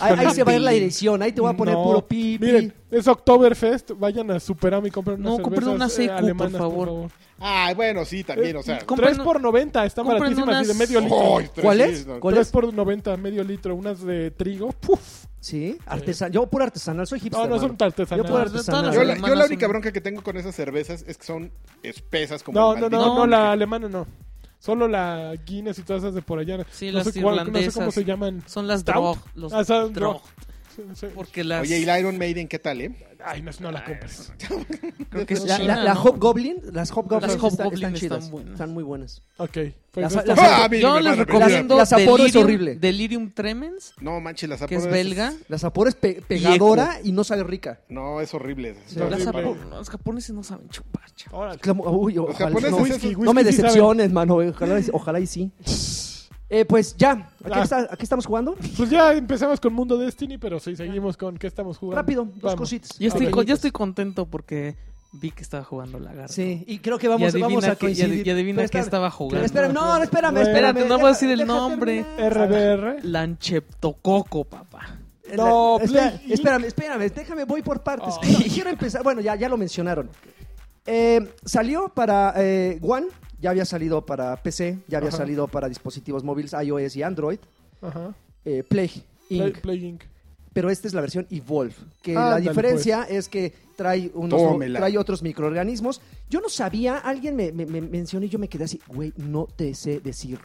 [SPEAKER 3] Ahí, ahí se va a ir la dirección. Ahí te voy a poner
[SPEAKER 2] No.
[SPEAKER 3] puro pi. pi.
[SPEAKER 2] Miren, es Oktoberfest, vayan a Superama y compren unas
[SPEAKER 4] No, compren una
[SPEAKER 2] cervezas, eh,
[SPEAKER 4] CQ, por
[SPEAKER 2] alemanas,
[SPEAKER 4] favor.
[SPEAKER 1] Ah, bueno, sí, también, o sea.
[SPEAKER 4] Com- Compren-
[SPEAKER 2] 3 por 90, están
[SPEAKER 4] compren
[SPEAKER 2] baratísimas y de
[SPEAKER 4] unas-
[SPEAKER 2] medio litro.
[SPEAKER 1] ¡Ay, tres,
[SPEAKER 3] ¿Cuál
[SPEAKER 1] sí,
[SPEAKER 3] es?
[SPEAKER 1] no,
[SPEAKER 3] ¿Cuál
[SPEAKER 2] 3
[SPEAKER 3] es?
[SPEAKER 2] por 90, medio litro, unas de trigo. Puf.
[SPEAKER 3] Sí, artesanal. Yo puro artesanal, soy hipster.
[SPEAKER 2] Ah, No, no son
[SPEAKER 3] mano.
[SPEAKER 2] artesanales.
[SPEAKER 3] Yo puedo
[SPEAKER 4] Todas las-
[SPEAKER 3] artesanal.
[SPEAKER 1] Yo la,
[SPEAKER 4] Hermanas
[SPEAKER 1] yo la única
[SPEAKER 4] son-
[SPEAKER 1] bronca que tengo con esas cervezas es que son espesas como
[SPEAKER 2] No,
[SPEAKER 1] el
[SPEAKER 2] no,
[SPEAKER 1] maldito.
[SPEAKER 2] no, no, la alemana no. Solo la Guinness y todas esas de por allá.
[SPEAKER 4] Sí,
[SPEAKER 2] no,
[SPEAKER 4] las
[SPEAKER 2] sé cuál- no sé cómo
[SPEAKER 4] irlandesas.
[SPEAKER 2] se llaman.
[SPEAKER 4] Son las
[SPEAKER 2] Stout.
[SPEAKER 4] drog. Los
[SPEAKER 2] Ah, son drog.
[SPEAKER 4] drog.
[SPEAKER 2] Sí, sí.
[SPEAKER 4] Porque las.
[SPEAKER 1] Oye, ¿y la Iron Maiden qué tal, eh?
[SPEAKER 2] Ay, no, no la compres.
[SPEAKER 4] creo que es
[SPEAKER 3] La,
[SPEAKER 4] China,
[SPEAKER 3] la, la
[SPEAKER 4] Ah, ¿no?
[SPEAKER 3] Hobgoblin, las Hobgoblins
[SPEAKER 4] Las
[SPEAKER 3] están-
[SPEAKER 4] Hobgoblin
[SPEAKER 3] están,
[SPEAKER 4] están
[SPEAKER 3] chidas.
[SPEAKER 4] buenas.
[SPEAKER 3] Están muy buenas.
[SPEAKER 2] Ok. Pues
[SPEAKER 3] Las-
[SPEAKER 2] esto-
[SPEAKER 3] las-
[SPEAKER 1] a mí
[SPEAKER 4] Yo
[SPEAKER 1] me
[SPEAKER 4] les
[SPEAKER 1] van a
[SPEAKER 4] recomiendo
[SPEAKER 3] La Sapporo es
[SPEAKER 4] Delirium,
[SPEAKER 3] horrible.
[SPEAKER 4] Delirium Tremens,
[SPEAKER 1] No, manches, las
[SPEAKER 4] que es
[SPEAKER 1] Sapporo
[SPEAKER 4] belga.
[SPEAKER 3] La Sapor es pe- pegadora y no sale rica.
[SPEAKER 1] No, es horrible.
[SPEAKER 2] Las
[SPEAKER 4] La
[SPEAKER 2] horrible.
[SPEAKER 4] Sapporo- no, los japoneses no saben chupar, chaval.
[SPEAKER 2] Ah, Órale.
[SPEAKER 3] Clamo- Uy, ojalá y
[SPEAKER 1] japoneses
[SPEAKER 3] no,
[SPEAKER 1] es-
[SPEAKER 2] este, Whisky,
[SPEAKER 1] no
[SPEAKER 3] No
[SPEAKER 2] whisky
[SPEAKER 3] me
[SPEAKER 2] sí saben.
[SPEAKER 3] decepciones, mano. Ojalá, y- ojalá
[SPEAKER 2] [LAUGHS]
[SPEAKER 3] y sí. Eh, pues ya, ¿a qué,
[SPEAKER 2] Ah.
[SPEAKER 3] está- a qué estamos jugando?
[SPEAKER 2] Pues ya empezamos con Mundo Destiny, pero sí, seguimos con qué estamos jugando.
[SPEAKER 3] Rápido, dos
[SPEAKER 2] Vamos.
[SPEAKER 3] cositas.
[SPEAKER 4] Yo estoy,
[SPEAKER 2] Ok.
[SPEAKER 4] con- yo este estoy contento porque vi que estaba jugando lagarto.
[SPEAKER 3] Sí, y creo que vamos,
[SPEAKER 4] y adivina,
[SPEAKER 3] vamos a
[SPEAKER 4] que- y
[SPEAKER 3] coincidir.
[SPEAKER 4] adi- y
[SPEAKER 3] Pero
[SPEAKER 4] adivina qué
[SPEAKER 3] espérame,
[SPEAKER 4] estaba jugando.
[SPEAKER 3] Espérame, no, no, espérame,
[SPEAKER 2] Bueno,
[SPEAKER 3] espérame.
[SPEAKER 4] no voy a decir el
[SPEAKER 3] Deja
[SPEAKER 4] nombre.
[SPEAKER 3] terminar.
[SPEAKER 2] RBR.
[SPEAKER 4] Lancheptococo, papá.
[SPEAKER 2] No,
[SPEAKER 3] Eh, espera-
[SPEAKER 2] Play Inc.
[SPEAKER 3] espérame, espérame, déjame, voy por partes.
[SPEAKER 2] Oh.
[SPEAKER 3] [LAUGHS] Quiero, quiero empezar, bueno, ya, ya lo mencionaron. Eh, salió para eh, One, ya había salido para PC, ya había
[SPEAKER 2] Ajá.
[SPEAKER 3] salido para dispositivos móviles, iOS y Android,
[SPEAKER 2] Ajá.
[SPEAKER 3] eh, Play Inc.
[SPEAKER 2] Play, Play Inc.
[SPEAKER 3] Pero esta es la versión Evolve, que la
[SPEAKER 2] Ándale,
[SPEAKER 3] diferencia es que trae, unos,
[SPEAKER 1] Tómela.
[SPEAKER 3] trae otros microorganismos. Yo no sabía, alguien me, me- me mencionó y yo me quedé así, güey, no te sé decir.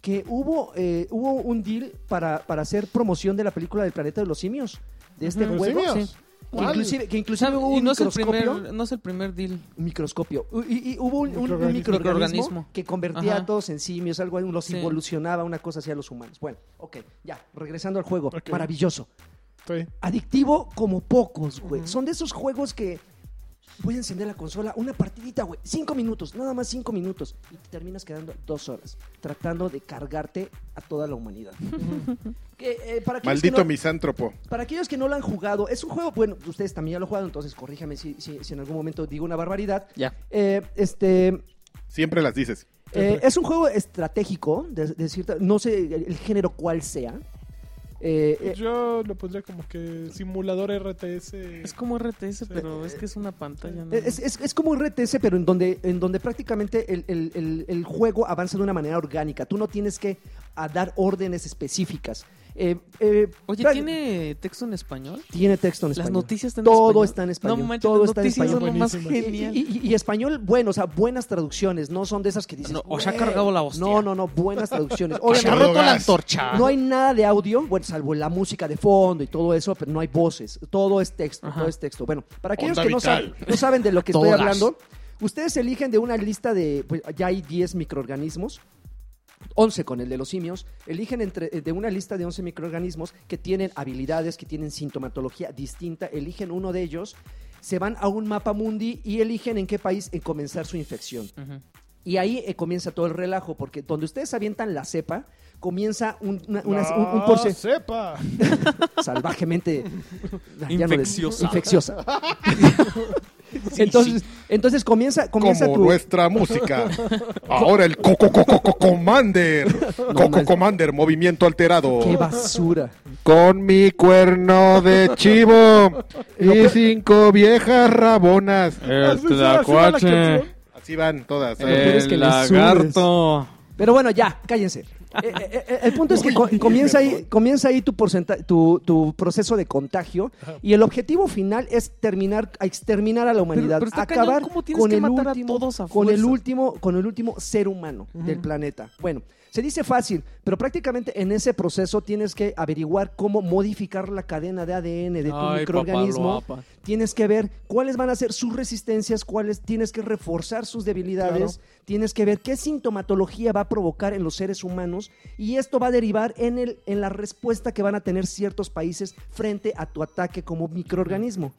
[SPEAKER 3] Que hubo, eh, hubo un deal para, para hacer promoción de la película del planeta de los simios, de este
[SPEAKER 2] Ujú. ¿Los
[SPEAKER 3] juego.
[SPEAKER 2] simios?
[SPEAKER 3] Sí. Que inclusive, que inclusive hubo
[SPEAKER 4] Ah, y
[SPEAKER 3] un
[SPEAKER 4] no es, el
[SPEAKER 3] microscopio.
[SPEAKER 4] primer, no es el primer deal.
[SPEAKER 3] un microscopio. U- Y, y hubo un, un- un
[SPEAKER 2] Microorganismo.
[SPEAKER 3] microorganismo,
[SPEAKER 4] Microorganismo.
[SPEAKER 3] que convertía
[SPEAKER 4] Ajá.
[SPEAKER 3] a todos en simios, algo ahí, los
[SPEAKER 4] Sí.
[SPEAKER 3] evolucionaba, una cosa así a los humanos. Bueno, ok, ya, regresando al juego.
[SPEAKER 2] Ok.
[SPEAKER 3] Maravilloso
[SPEAKER 2] Sí.
[SPEAKER 3] adictivo como pocos, güey. Son de esos juegos que voy a encender la consola, una partidita, güey. Cinco minutos, nada más cinco minutos. Y te terminas quedando dos horas tratando de cargarte a toda la humanidad. Que, eh, para aquellos que
[SPEAKER 1] Maldito
[SPEAKER 3] no-
[SPEAKER 1] misántropo.
[SPEAKER 3] para aquellos que no lo han jugado, es un juego, bueno, ustedes también ya lo jugaron, entonces corríjame si, si- si en algún momento digo una barbaridad.
[SPEAKER 4] Ya.
[SPEAKER 3] Eh, este,
[SPEAKER 1] Siempre las dices.
[SPEAKER 3] eh, es un juego estratégico, de, de cierta- no sé el, el género cuál sea. Eh, eh,
[SPEAKER 2] Pues Yo lo pondría como que simulador RTS.
[SPEAKER 4] Es como RTS, pero es que es una pantalla. ¿no?
[SPEAKER 3] Es, es- es como un RTS, pero en donde, en donde prácticamente el, el- el- el juego avanza de una manera orgánica. Tú no tienes que a dar órdenes específicas. Eh, eh,
[SPEAKER 4] Oye,
[SPEAKER 3] claro,
[SPEAKER 4] ¿tiene texto en español?
[SPEAKER 3] tiene texto en
[SPEAKER 4] Las
[SPEAKER 3] español.
[SPEAKER 4] noticias están en español.
[SPEAKER 3] Todo está en español.
[SPEAKER 4] No manches,
[SPEAKER 3] todo
[SPEAKER 4] las
[SPEAKER 3] está en
[SPEAKER 4] noticias
[SPEAKER 3] español.
[SPEAKER 4] son lo más
[SPEAKER 2] Buenísimas.
[SPEAKER 4] genial.
[SPEAKER 3] Y, y- y- y español bueno, o sea, buenas traducciones, no son de esas que dices.
[SPEAKER 4] No, o sea, ha
[SPEAKER 3] "Güey".
[SPEAKER 4] cargado la hostia.
[SPEAKER 3] No, no, no, buenas traducciones.
[SPEAKER 4] Se [LAUGHS] ha
[SPEAKER 1] Cargado
[SPEAKER 3] Obviamente,
[SPEAKER 4] roto la
[SPEAKER 1] gas.
[SPEAKER 4] antorcha.
[SPEAKER 3] no hay nada de audio, bueno, salvo la música de fondo y todo eso, pero no hay voces. Todo es texto,
[SPEAKER 4] Ajá.
[SPEAKER 3] todo es texto. Bueno, para aquellos
[SPEAKER 1] Onda
[SPEAKER 3] que no
[SPEAKER 1] vital.
[SPEAKER 3] saben, no saben de lo que estoy
[SPEAKER 4] Todas.
[SPEAKER 3] hablando, ustedes eligen de una lista de, pues, ya hay 10 microorganismos. 11 con el de los simios, eligen entre, eh, de una lista de 11 microorganismos que tienen habilidades, que tienen sintomatología distinta, eligen uno de ellos, se van a un mapa mundi y eligen en qué país en comenzar su infección.
[SPEAKER 4] Ujú.
[SPEAKER 3] Y ahí eh, comienza todo el relajo, porque donde ustedes avientan la cepa, comienza un, una- una- un, un porce- [LAUGHS]
[SPEAKER 2] sepa.
[SPEAKER 3] salvajemente ya no les-
[SPEAKER 4] Infecciosa.
[SPEAKER 3] infecciosa. entonces, entonces comienza, comienza
[SPEAKER 1] Como
[SPEAKER 3] tu,
[SPEAKER 1] nuestra música.
[SPEAKER 3] [LAUGHS]
[SPEAKER 1] Ahora el Coco Coco Coco Commander. Coco
[SPEAKER 3] manches.
[SPEAKER 1] Commander, movimiento alterado.
[SPEAKER 3] qué basura.
[SPEAKER 1] Con mi cuerno de
[SPEAKER 3] [LAUGHS]
[SPEAKER 1] chivo y cinco viejas rabonas.
[SPEAKER 2] Así se llama la canción.
[SPEAKER 1] Así van todas.
[SPEAKER 3] Eh, es que le subes.
[SPEAKER 7] lagarto.
[SPEAKER 3] Pero bueno, ya, cállense. Eh, eh, eh,
[SPEAKER 4] [LAUGHS]
[SPEAKER 3] el punto es que co- comienza ahí, comienza ahí tu, porcenta- tu, tu proceso de contagio y el objetivo final es terminar, a exterminar a la humanidad,
[SPEAKER 4] pero está cañón,
[SPEAKER 3] acabar
[SPEAKER 4] ¿cómo tienes
[SPEAKER 3] con
[SPEAKER 4] que
[SPEAKER 3] el
[SPEAKER 4] matar a
[SPEAKER 3] último,
[SPEAKER 4] todos a
[SPEAKER 3] con el
[SPEAKER 4] fuerzas?
[SPEAKER 3] último, con el último ser humano del planeta. Bueno, se dice fácil, pero prácticamente en ese proceso tienes que averiguar cómo modificar la cadena de ADN de tu
[SPEAKER 4] Ay,
[SPEAKER 3] microorganismo.
[SPEAKER 4] papaloapa.
[SPEAKER 3] Tienes que ver cuáles van a ser sus resistencias, cuáles tienes que reforzar sus debilidades, tienes que ver qué sintomatología va a provocar en los seres humanos y esto va a derivar en, el, en la respuesta que van a tener ciertos países frente a tu ataque como microorganismo.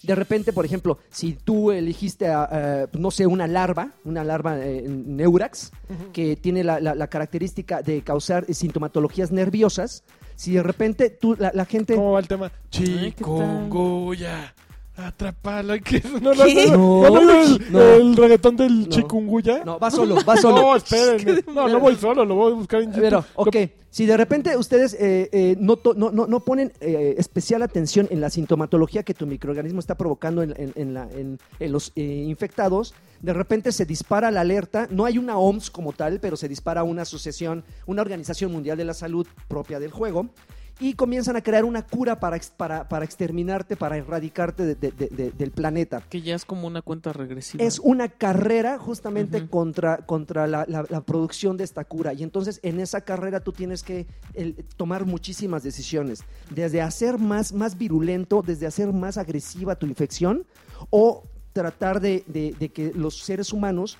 [SPEAKER 3] De repente, por ejemplo, si tú elegiste, a, eh, no sé, una larva, una larva eh, neurax, que tiene la, la- la característica de causar eh, sintomatologías nerviosas, si de repente tú, la, la gente...
[SPEAKER 2] ¿Cómo va el tema?
[SPEAKER 4] Ay, ¿qué tal?
[SPEAKER 2] Chikungunya. Atrapalo. ¿Qué? No, no,
[SPEAKER 4] ¿Qué?
[SPEAKER 2] no, no, no, no, el,
[SPEAKER 3] No.
[SPEAKER 2] el reggaetón del
[SPEAKER 3] No.
[SPEAKER 2] chikungunya.
[SPEAKER 3] No, va solo, va solo.
[SPEAKER 2] No, esperen. No, no voy solo, lo voy a buscar en YouTube.
[SPEAKER 3] Pero, ok,
[SPEAKER 2] Lo-
[SPEAKER 3] si de repente ustedes eh, eh, no, to- no, no, no ponen eh, especial atención en la sintomatología que tu microorganismo está provocando en, en- en la- en- en los eh, infectados, de repente se dispara la alerta, no hay una OMS como tal, pero se dispara una asociación, una Organización Mundial de la Salud propia del juego, y comienzan a crear una cura para, ex- para, para exterminarte, para erradicarte de- de- de- de- del planeta.
[SPEAKER 4] Que ya es como una cuenta regresiva.
[SPEAKER 3] Es una carrera justamente
[SPEAKER 4] Ujú.
[SPEAKER 3] contra, contra la, la- la producción de esta cura. Y entonces en esa carrera tú tienes que el, tomar muchísimas decisiones. Desde hacer más, más virulento, desde hacer más agresiva tu infección o tratar de, de- de que los seres humanos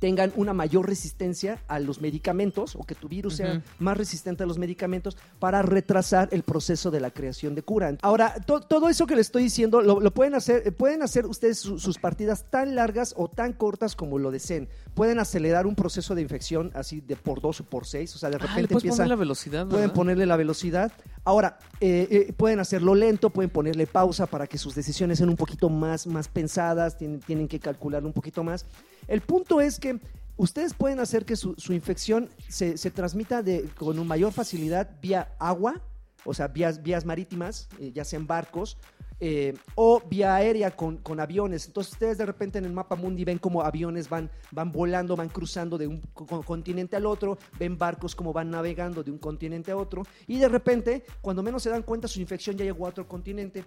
[SPEAKER 3] tengan una mayor resistencia a los medicamentos o que tu virus sea
[SPEAKER 4] Ujú.
[SPEAKER 3] más resistente a los medicamentos para retrasar el proceso de la creación de cura. Ahora, to- todo eso que les estoy diciendo lo, lo pueden hacer, eh, pueden hacer ustedes su- sus partidas tan largas o tan cortas como lo deseen. Pueden acelerar un proceso de infección así de por dos o por seis, o sea, de
[SPEAKER 4] Ah, le
[SPEAKER 3] repente
[SPEAKER 4] puedes
[SPEAKER 3] empieza
[SPEAKER 4] poner la velocidad,
[SPEAKER 3] pueden
[SPEAKER 4] ¿verdad?
[SPEAKER 3] ponerle la velocidad. Ahora, eh, eh, pueden hacerlo lento, pueden ponerle pausa para que sus decisiones sean un poquito más, más pensadas, tienen, tienen que calcular un poquito más. El punto es que ustedes pueden hacer que su, su infección se, se transmita de, con un mayor facilidad vía agua, o sea, vías, vías marítimas, eh, ya sean barcos, eh, o vía aérea con, con aviones. Entonces ustedes de repente en el mapa mundi ven como aviones van, van volando, van cruzando de un co- co- continente al otro, ven barcos como van navegando de un continente a otro y de repente, cuando menos se dan cuenta, su infección ya llegó a otro continente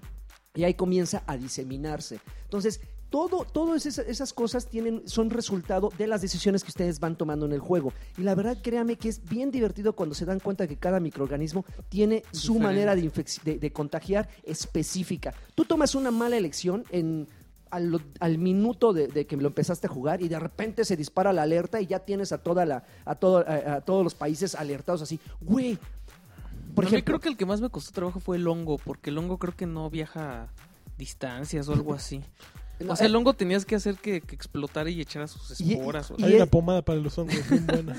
[SPEAKER 3] y ahí comienza a diseminarse. Entonces, todo, todas esas, esas cosas tienen, son resultado de las decisiones que ustedes van tomando en el juego. Y la verdad, créame que es bien divertido cuando se dan cuenta que cada microorganismo tiene su
[SPEAKER 4] Diferente.
[SPEAKER 3] manera de, infec- de- de contagiar específica. Tú tomas una mala elección en... Al, al minuto de, de que lo empezaste a jugar y de repente se dispara la alerta y ya tienes a toda la a, todo, a, a todos los países alertados así güey por
[SPEAKER 4] a mí
[SPEAKER 3] ejemplo
[SPEAKER 4] creo que el que más me costó trabajo fue el hongo, porque el hongo creo que no viaja distancias o
[SPEAKER 3] [LAUGHS]
[SPEAKER 4] algo así.
[SPEAKER 3] no,
[SPEAKER 4] o sea,
[SPEAKER 3] eh,
[SPEAKER 4] el hongo tenías que hacer que, que explotara y echara sus
[SPEAKER 3] Y-
[SPEAKER 4] esporas. o-
[SPEAKER 3] y-
[SPEAKER 2] Hay una pomada para los hongos bien buena.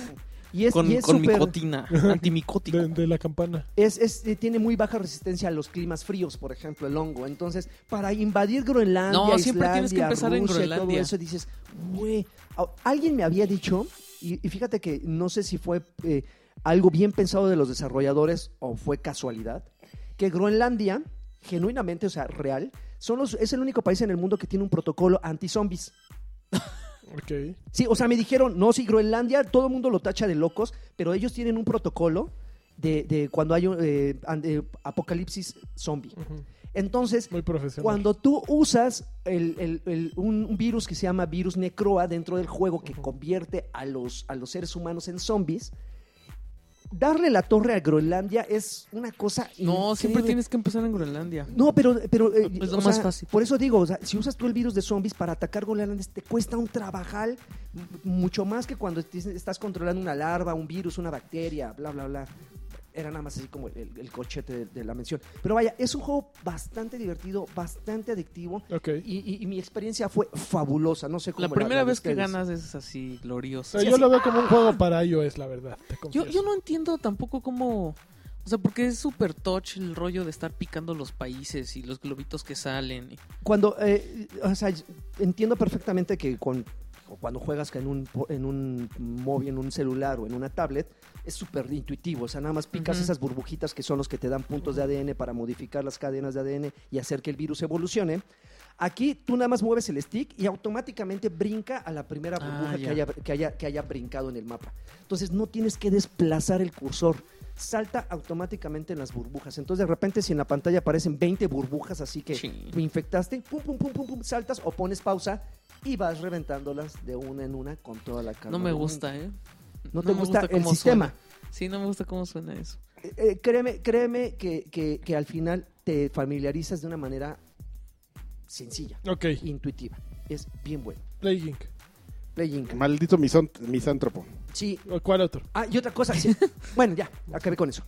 [SPEAKER 3] y es,
[SPEAKER 4] con
[SPEAKER 3] y es
[SPEAKER 4] con
[SPEAKER 3] súper- [LAUGHS]
[SPEAKER 4] micotina, antimicótico.
[SPEAKER 2] De, de la campana.
[SPEAKER 3] es, es- eh, tiene muy baja resistencia a los climas fríos, por ejemplo, el hongo. Entonces, para invadir Groenlandia,
[SPEAKER 4] No, siempre
[SPEAKER 3] Islandia,
[SPEAKER 4] tienes que empezar en
[SPEAKER 3] Rusia y todo
[SPEAKER 4] Groenlandia.
[SPEAKER 3] eso, dices, güey, au- alguien me había dicho, y, y fíjate que no sé si fue eh, algo bien pensado de los desarrolladores o fue casualidad, que Groenlandia, genuinamente, o sea, real, son los, es el único país en el mundo que tiene un protocolo anti-zombies.
[SPEAKER 2] Ok.
[SPEAKER 3] Sí, o sea, me dijeron, no, sí, Groenlandia, todo el mundo lo tacha de locos, pero ellos tienen un protocolo de, de cuando hay un eh, an- eh, apocalipsis zombie.
[SPEAKER 2] Ujú.
[SPEAKER 3] Entonces,
[SPEAKER 2] Muy profesional.
[SPEAKER 3] cuando tú usas el- el- el- un un virus que se llama virus necroa dentro del juego que convierte a los, a los seres humanos en zombies, darle la torre a Groenlandia es una cosa.
[SPEAKER 4] No, siempre
[SPEAKER 3] increíble.
[SPEAKER 4] tienes que empezar
[SPEAKER 3] [LAUGHS]
[SPEAKER 4] en Groenlandia.
[SPEAKER 3] No, pero, pero eh,
[SPEAKER 4] Es lo
[SPEAKER 3] o
[SPEAKER 4] más
[SPEAKER 3] sea,
[SPEAKER 4] fácil.
[SPEAKER 3] Por eso digo, o sea, si usas tú el virus de zombies para atacar goleandes, te cuesta un trabajal m- mucho más que cuando te- estás controlando una larva, un virus, una bacteria, bla, bla, bla. Era nada más así como el, el cochete de, de la mención. Pero vaya, es un juego bastante divertido, bastante adictivo.
[SPEAKER 2] Ok.
[SPEAKER 3] Y, y- y mi experiencia fue fabulosa. No sé cómo
[SPEAKER 4] La
[SPEAKER 3] la-
[SPEAKER 4] primera
[SPEAKER 3] la de
[SPEAKER 4] vez que
[SPEAKER 3] ustedes.
[SPEAKER 4] ganas es así gloriosa.
[SPEAKER 2] Pero yo lo veo como un juego para iOS, la verdad. Te
[SPEAKER 4] Yo,
[SPEAKER 2] confieso.
[SPEAKER 4] yo no entiendo tampoco cómo. O sea, porque es súper touch el rollo de estar picando los países y los globitos que salen. y-
[SPEAKER 3] Cuando, eh, o sea, entiendo perfectamente que con, cuando juegas en un, en un móvil, en un celular o en una tablet, es súper intuitivo. O sea, nada más picas
[SPEAKER 4] Ujú.
[SPEAKER 3] esas burbujitas que son los que te dan puntos de ADN para modificar las cadenas de ADN y hacer que el virus evolucione. Aquí tú nada más mueves el stick y automáticamente brinca a la primera
[SPEAKER 4] Ah,
[SPEAKER 3] burbuja que,
[SPEAKER 4] ya.
[SPEAKER 3] haya, que, haya, que haya brincado en el mapa. Entonces no tienes que desplazar el cursor. Salta automáticamente en las burbujas. Entonces de repente si en la pantalla aparecen 20 burbujas así que
[SPEAKER 4] Sí.
[SPEAKER 3] infectaste, pum, pum, pum, pum, pum, saltas o pones pausa y vas reventándolas de una en una con toda la calma.
[SPEAKER 4] No me
[SPEAKER 3] del
[SPEAKER 4] gusta, ¿eh?
[SPEAKER 3] mundo. No te
[SPEAKER 4] me
[SPEAKER 3] gusta, el
[SPEAKER 4] cómo
[SPEAKER 3] sistema.
[SPEAKER 4] suena. Sí, no me gusta cómo suena eso.
[SPEAKER 3] Eh, eh, créeme créeme que, que- que al final te familiarizas de una manera sencilla,
[SPEAKER 2] Ok,
[SPEAKER 3] intuitiva. Es bien bueno.
[SPEAKER 2] Plague Inc.
[SPEAKER 3] Play Inc.
[SPEAKER 1] Maldito misón- misántropo.
[SPEAKER 3] Sí.
[SPEAKER 2] ¿O ¿Cuál otro?
[SPEAKER 3] Ah, y otra
[SPEAKER 1] [LAUGHS]
[SPEAKER 3] cosa. sí. bueno, ya, acabé con eso.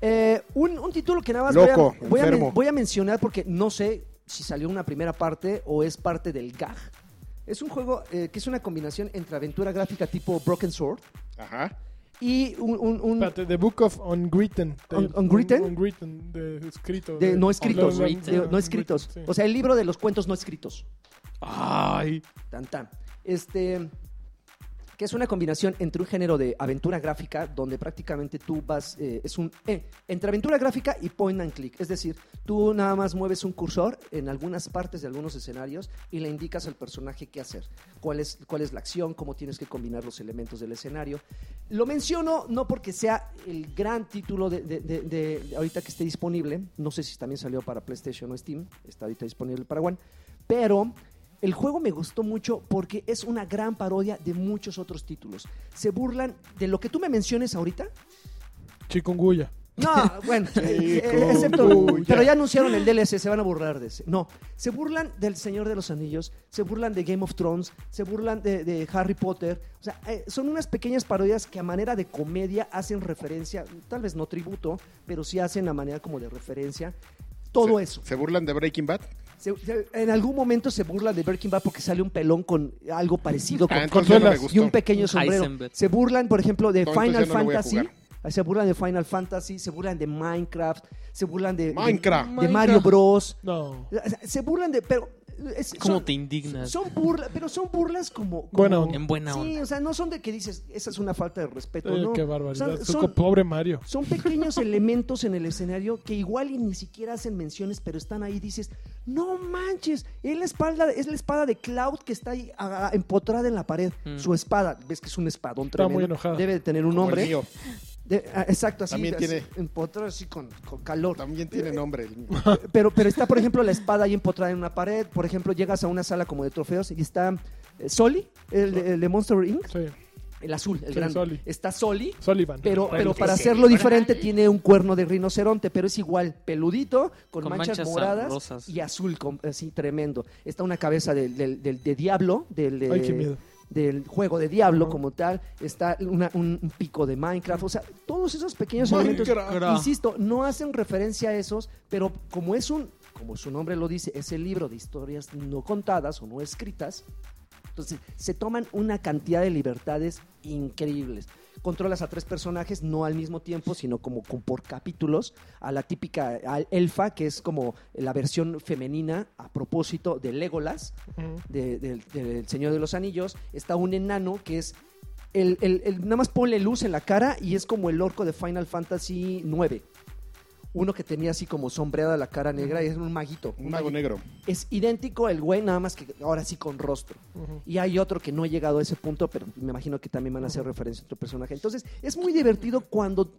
[SPEAKER 3] Eh, un, un título que nada más
[SPEAKER 1] Loco,
[SPEAKER 3] voy, a, voy, a, men-
[SPEAKER 1] enfermo.
[SPEAKER 3] voy a mencionar porque no sé si salió una primera parte o es parte del GAG. Es un juego eh, que es una combinación entre aventura gráfica tipo Broken Sword
[SPEAKER 1] Ajá.
[SPEAKER 3] y un, un- un-
[SPEAKER 2] Espérate, The Book of Ungwritten. de-
[SPEAKER 3] Un- Ungwritten?
[SPEAKER 2] Ungwritten, de escrito.
[SPEAKER 3] de no escritos,
[SPEAKER 2] Lo- lo-
[SPEAKER 3] de no escritos.
[SPEAKER 2] Ungwritten, sí.
[SPEAKER 3] O sea, el libro de los cuentos no escritos.
[SPEAKER 4] Ay.
[SPEAKER 3] Tan tan. Este que es una combinación entre un género de aventura gráfica donde prácticamente tú vas eh, es un eh, entre aventura gráfica y point and click, es decir, tú nada más mueves un cursor en algunas partes de algunos escenarios y le indicas al personaje qué hacer, cuál es cuál es la acción, cómo tienes que combinar los elementos del escenario. Lo menciono no porque sea el gran título de, de- de- de- de ahorita que esté disponible, no sé si también salió para PlayStation o Steam, está ahorita disponible para One, pero el juego me gustó mucho porque es una gran parodia de muchos otros títulos. Se burlan de lo que tú me menciones ahorita.
[SPEAKER 2] Chikungunya.
[SPEAKER 1] [LAUGHS]
[SPEAKER 3] No, bueno, eh,
[SPEAKER 1] Chico,
[SPEAKER 3] excepto.
[SPEAKER 1] ya.
[SPEAKER 3] Pero ya anunciaron el DLC, se van a burlar de ese. No, se burlan del Señor de los Anillos, se burlan de Game of Thrones, se burlan de, de Harry Potter. O sea, eh, son unas pequeñas parodias que a manera de comedia hacen referencia, tal vez no tributo, pero sí hacen a manera como de referencia todo
[SPEAKER 1] Se-
[SPEAKER 3] eso.
[SPEAKER 1] ¿Se burlan de Breaking Bad?
[SPEAKER 3] Se- se- en algún momento se burla de Breaking Bad porque sale un pelón con algo parecido con
[SPEAKER 1] Ah, entonces ya no me
[SPEAKER 2] consolas
[SPEAKER 1] gustó.
[SPEAKER 3] y un pequeño sombrero.
[SPEAKER 4] Heisenberg.
[SPEAKER 3] Se burlan, por ejemplo, de
[SPEAKER 1] Entonces ya no
[SPEAKER 3] Final
[SPEAKER 1] lo voy a
[SPEAKER 3] Fantasy.
[SPEAKER 1] jugar.
[SPEAKER 3] Se burlan de Final Fantasy, se burlan de Minecraft, se burlan de, de-
[SPEAKER 1] Minecraft.
[SPEAKER 3] de Mario Bros.
[SPEAKER 2] No.
[SPEAKER 3] Se burlan de, pero es-
[SPEAKER 4] ¿Cómo
[SPEAKER 3] son-
[SPEAKER 4] te indignas?
[SPEAKER 3] son burlas, pero son burlas como, como-
[SPEAKER 2] Bueno,
[SPEAKER 4] En buena
[SPEAKER 3] sí,
[SPEAKER 4] onda.
[SPEAKER 3] o sea, no son de que dices, esa es una falta de respeto,
[SPEAKER 2] Eh,
[SPEAKER 3] no.
[SPEAKER 2] qué barbaridad.
[SPEAKER 3] Son-
[SPEAKER 2] Su-
[SPEAKER 3] son-
[SPEAKER 2] Pobre Mario.
[SPEAKER 3] son pequeños elementos en el escenario que igual y ni siquiera hacen menciones, pero están ahí. Dices, no manches, es la espalda, es la espada de Cloud que está ahí ah, empotrada en la pared.
[SPEAKER 4] Mm.
[SPEAKER 3] Su espada, ves que es un espadón
[SPEAKER 2] Está
[SPEAKER 3] tremendo.
[SPEAKER 2] muy enojada.
[SPEAKER 3] Debe de tener un
[SPEAKER 1] Como el
[SPEAKER 3] nombre.
[SPEAKER 1] mío.
[SPEAKER 3] De- ah, exacto, así.
[SPEAKER 1] También
[SPEAKER 3] así,
[SPEAKER 1] tiene-
[SPEAKER 3] Empotrado así con, con calor.
[SPEAKER 1] También tiene nombre. el mío.
[SPEAKER 3] [LAUGHS] Pero, pero está, por ejemplo, la espada ahí empotrada en una pared. Por ejemplo, llegas a una sala como de trofeos y está eh, Soli, el, de- el de Monster Inc.,
[SPEAKER 2] Sí.
[SPEAKER 3] el azul, el
[SPEAKER 2] Sí,
[SPEAKER 3] grande.
[SPEAKER 2] Sully.
[SPEAKER 3] Está Soli.
[SPEAKER 2] Sullivan.
[SPEAKER 3] Pero, pero para hacerlo diferente tiene un cuerno de rinoceronte, pero es igual, peludito, con,
[SPEAKER 4] Con
[SPEAKER 3] manchas,
[SPEAKER 4] manchas
[SPEAKER 3] moradas
[SPEAKER 4] sabrosas.
[SPEAKER 3] y azul, con- así tremendo. Está una cabeza del, del- del- de diablo, del, de-
[SPEAKER 2] Ay, qué miedo.
[SPEAKER 3] del juego de diablo
[SPEAKER 2] Ajá.
[SPEAKER 3] como tal. Está una- un, un pico de Minecraft. O sea, todos esos pequeños
[SPEAKER 4] Minecraft.
[SPEAKER 3] elementos, insisto, no hacen referencia a esos, pero como es un, como su nombre lo dice, es el libro de historias no contadas o no escritas, entonces, se toman una cantidad de libertades increíbles. Controlas a tres personajes, no al mismo tiempo, sino como con- por capítulos, a la típica al- elfa, que es como la versión femenina a propósito de Legolas,
[SPEAKER 2] Ujú.
[SPEAKER 3] de- del, del Señor de los Anillos. Está un enano que es... El, el- el- nada más ponle luz en la cara y es como el orco de Final Fantasy IX. Uno que tenía así como sombreada la cara negra y es un maguito.
[SPEAKER 1] Un mago negro.
[SPEAKER 3] Es idéntico el güey, nada más que ahora sí con rostro.
[SPEAKER 2] Ujú.
[SPEAKER 3] Y hay otro que no ha llegado a ese punto, pero me imagino que también van a hacer referencia a otro personaje. Entonces, es muy divertido cuando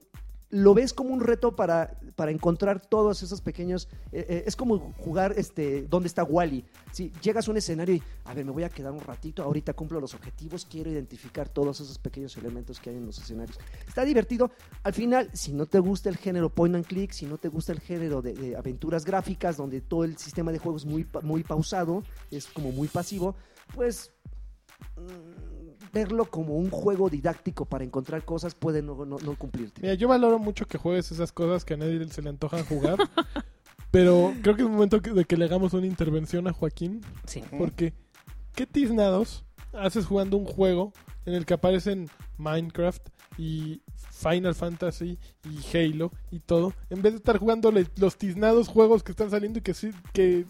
[SPEAKER 3] lo ves como un reto para, para encontrar todos esos pequeños. eh, eh, es como jugar este, ¿Dónde está Wally? Si llegas a un escenario y, a ver, me voy a quedar un ratito, ahorita cumplo los objetivos, quiero identificar todos esos pequeños elementos que hay en los escenarios. Está divertido. Al final, si no te gusta el género point and click, si no te gusta el género de, de aventuras gráficas, donde todo el sistema de juego es muy, pa- muy pausado, es como muy pasivo, pues mm, verlo como un juego didáctico para encontrar cosas puede no, no- no cumplirte.
[SPEAKER 2] Mira, yo valoro mucho que juegues esas cosas que a nadie se le antojan jugar. [LAUGHS] pero creo que es momento que- de que le hagamos una intervención a Joaquín.
[SPEAKER 4] Sí.
[SPEAKER 2] Porque, ¿qué tiznados haces jugando un juego en el que aparecen Minecraft y Final Fantasy y Halo y todo? En vez de estar jugando le- los tiznados juegos que están saliendo y que, sí- que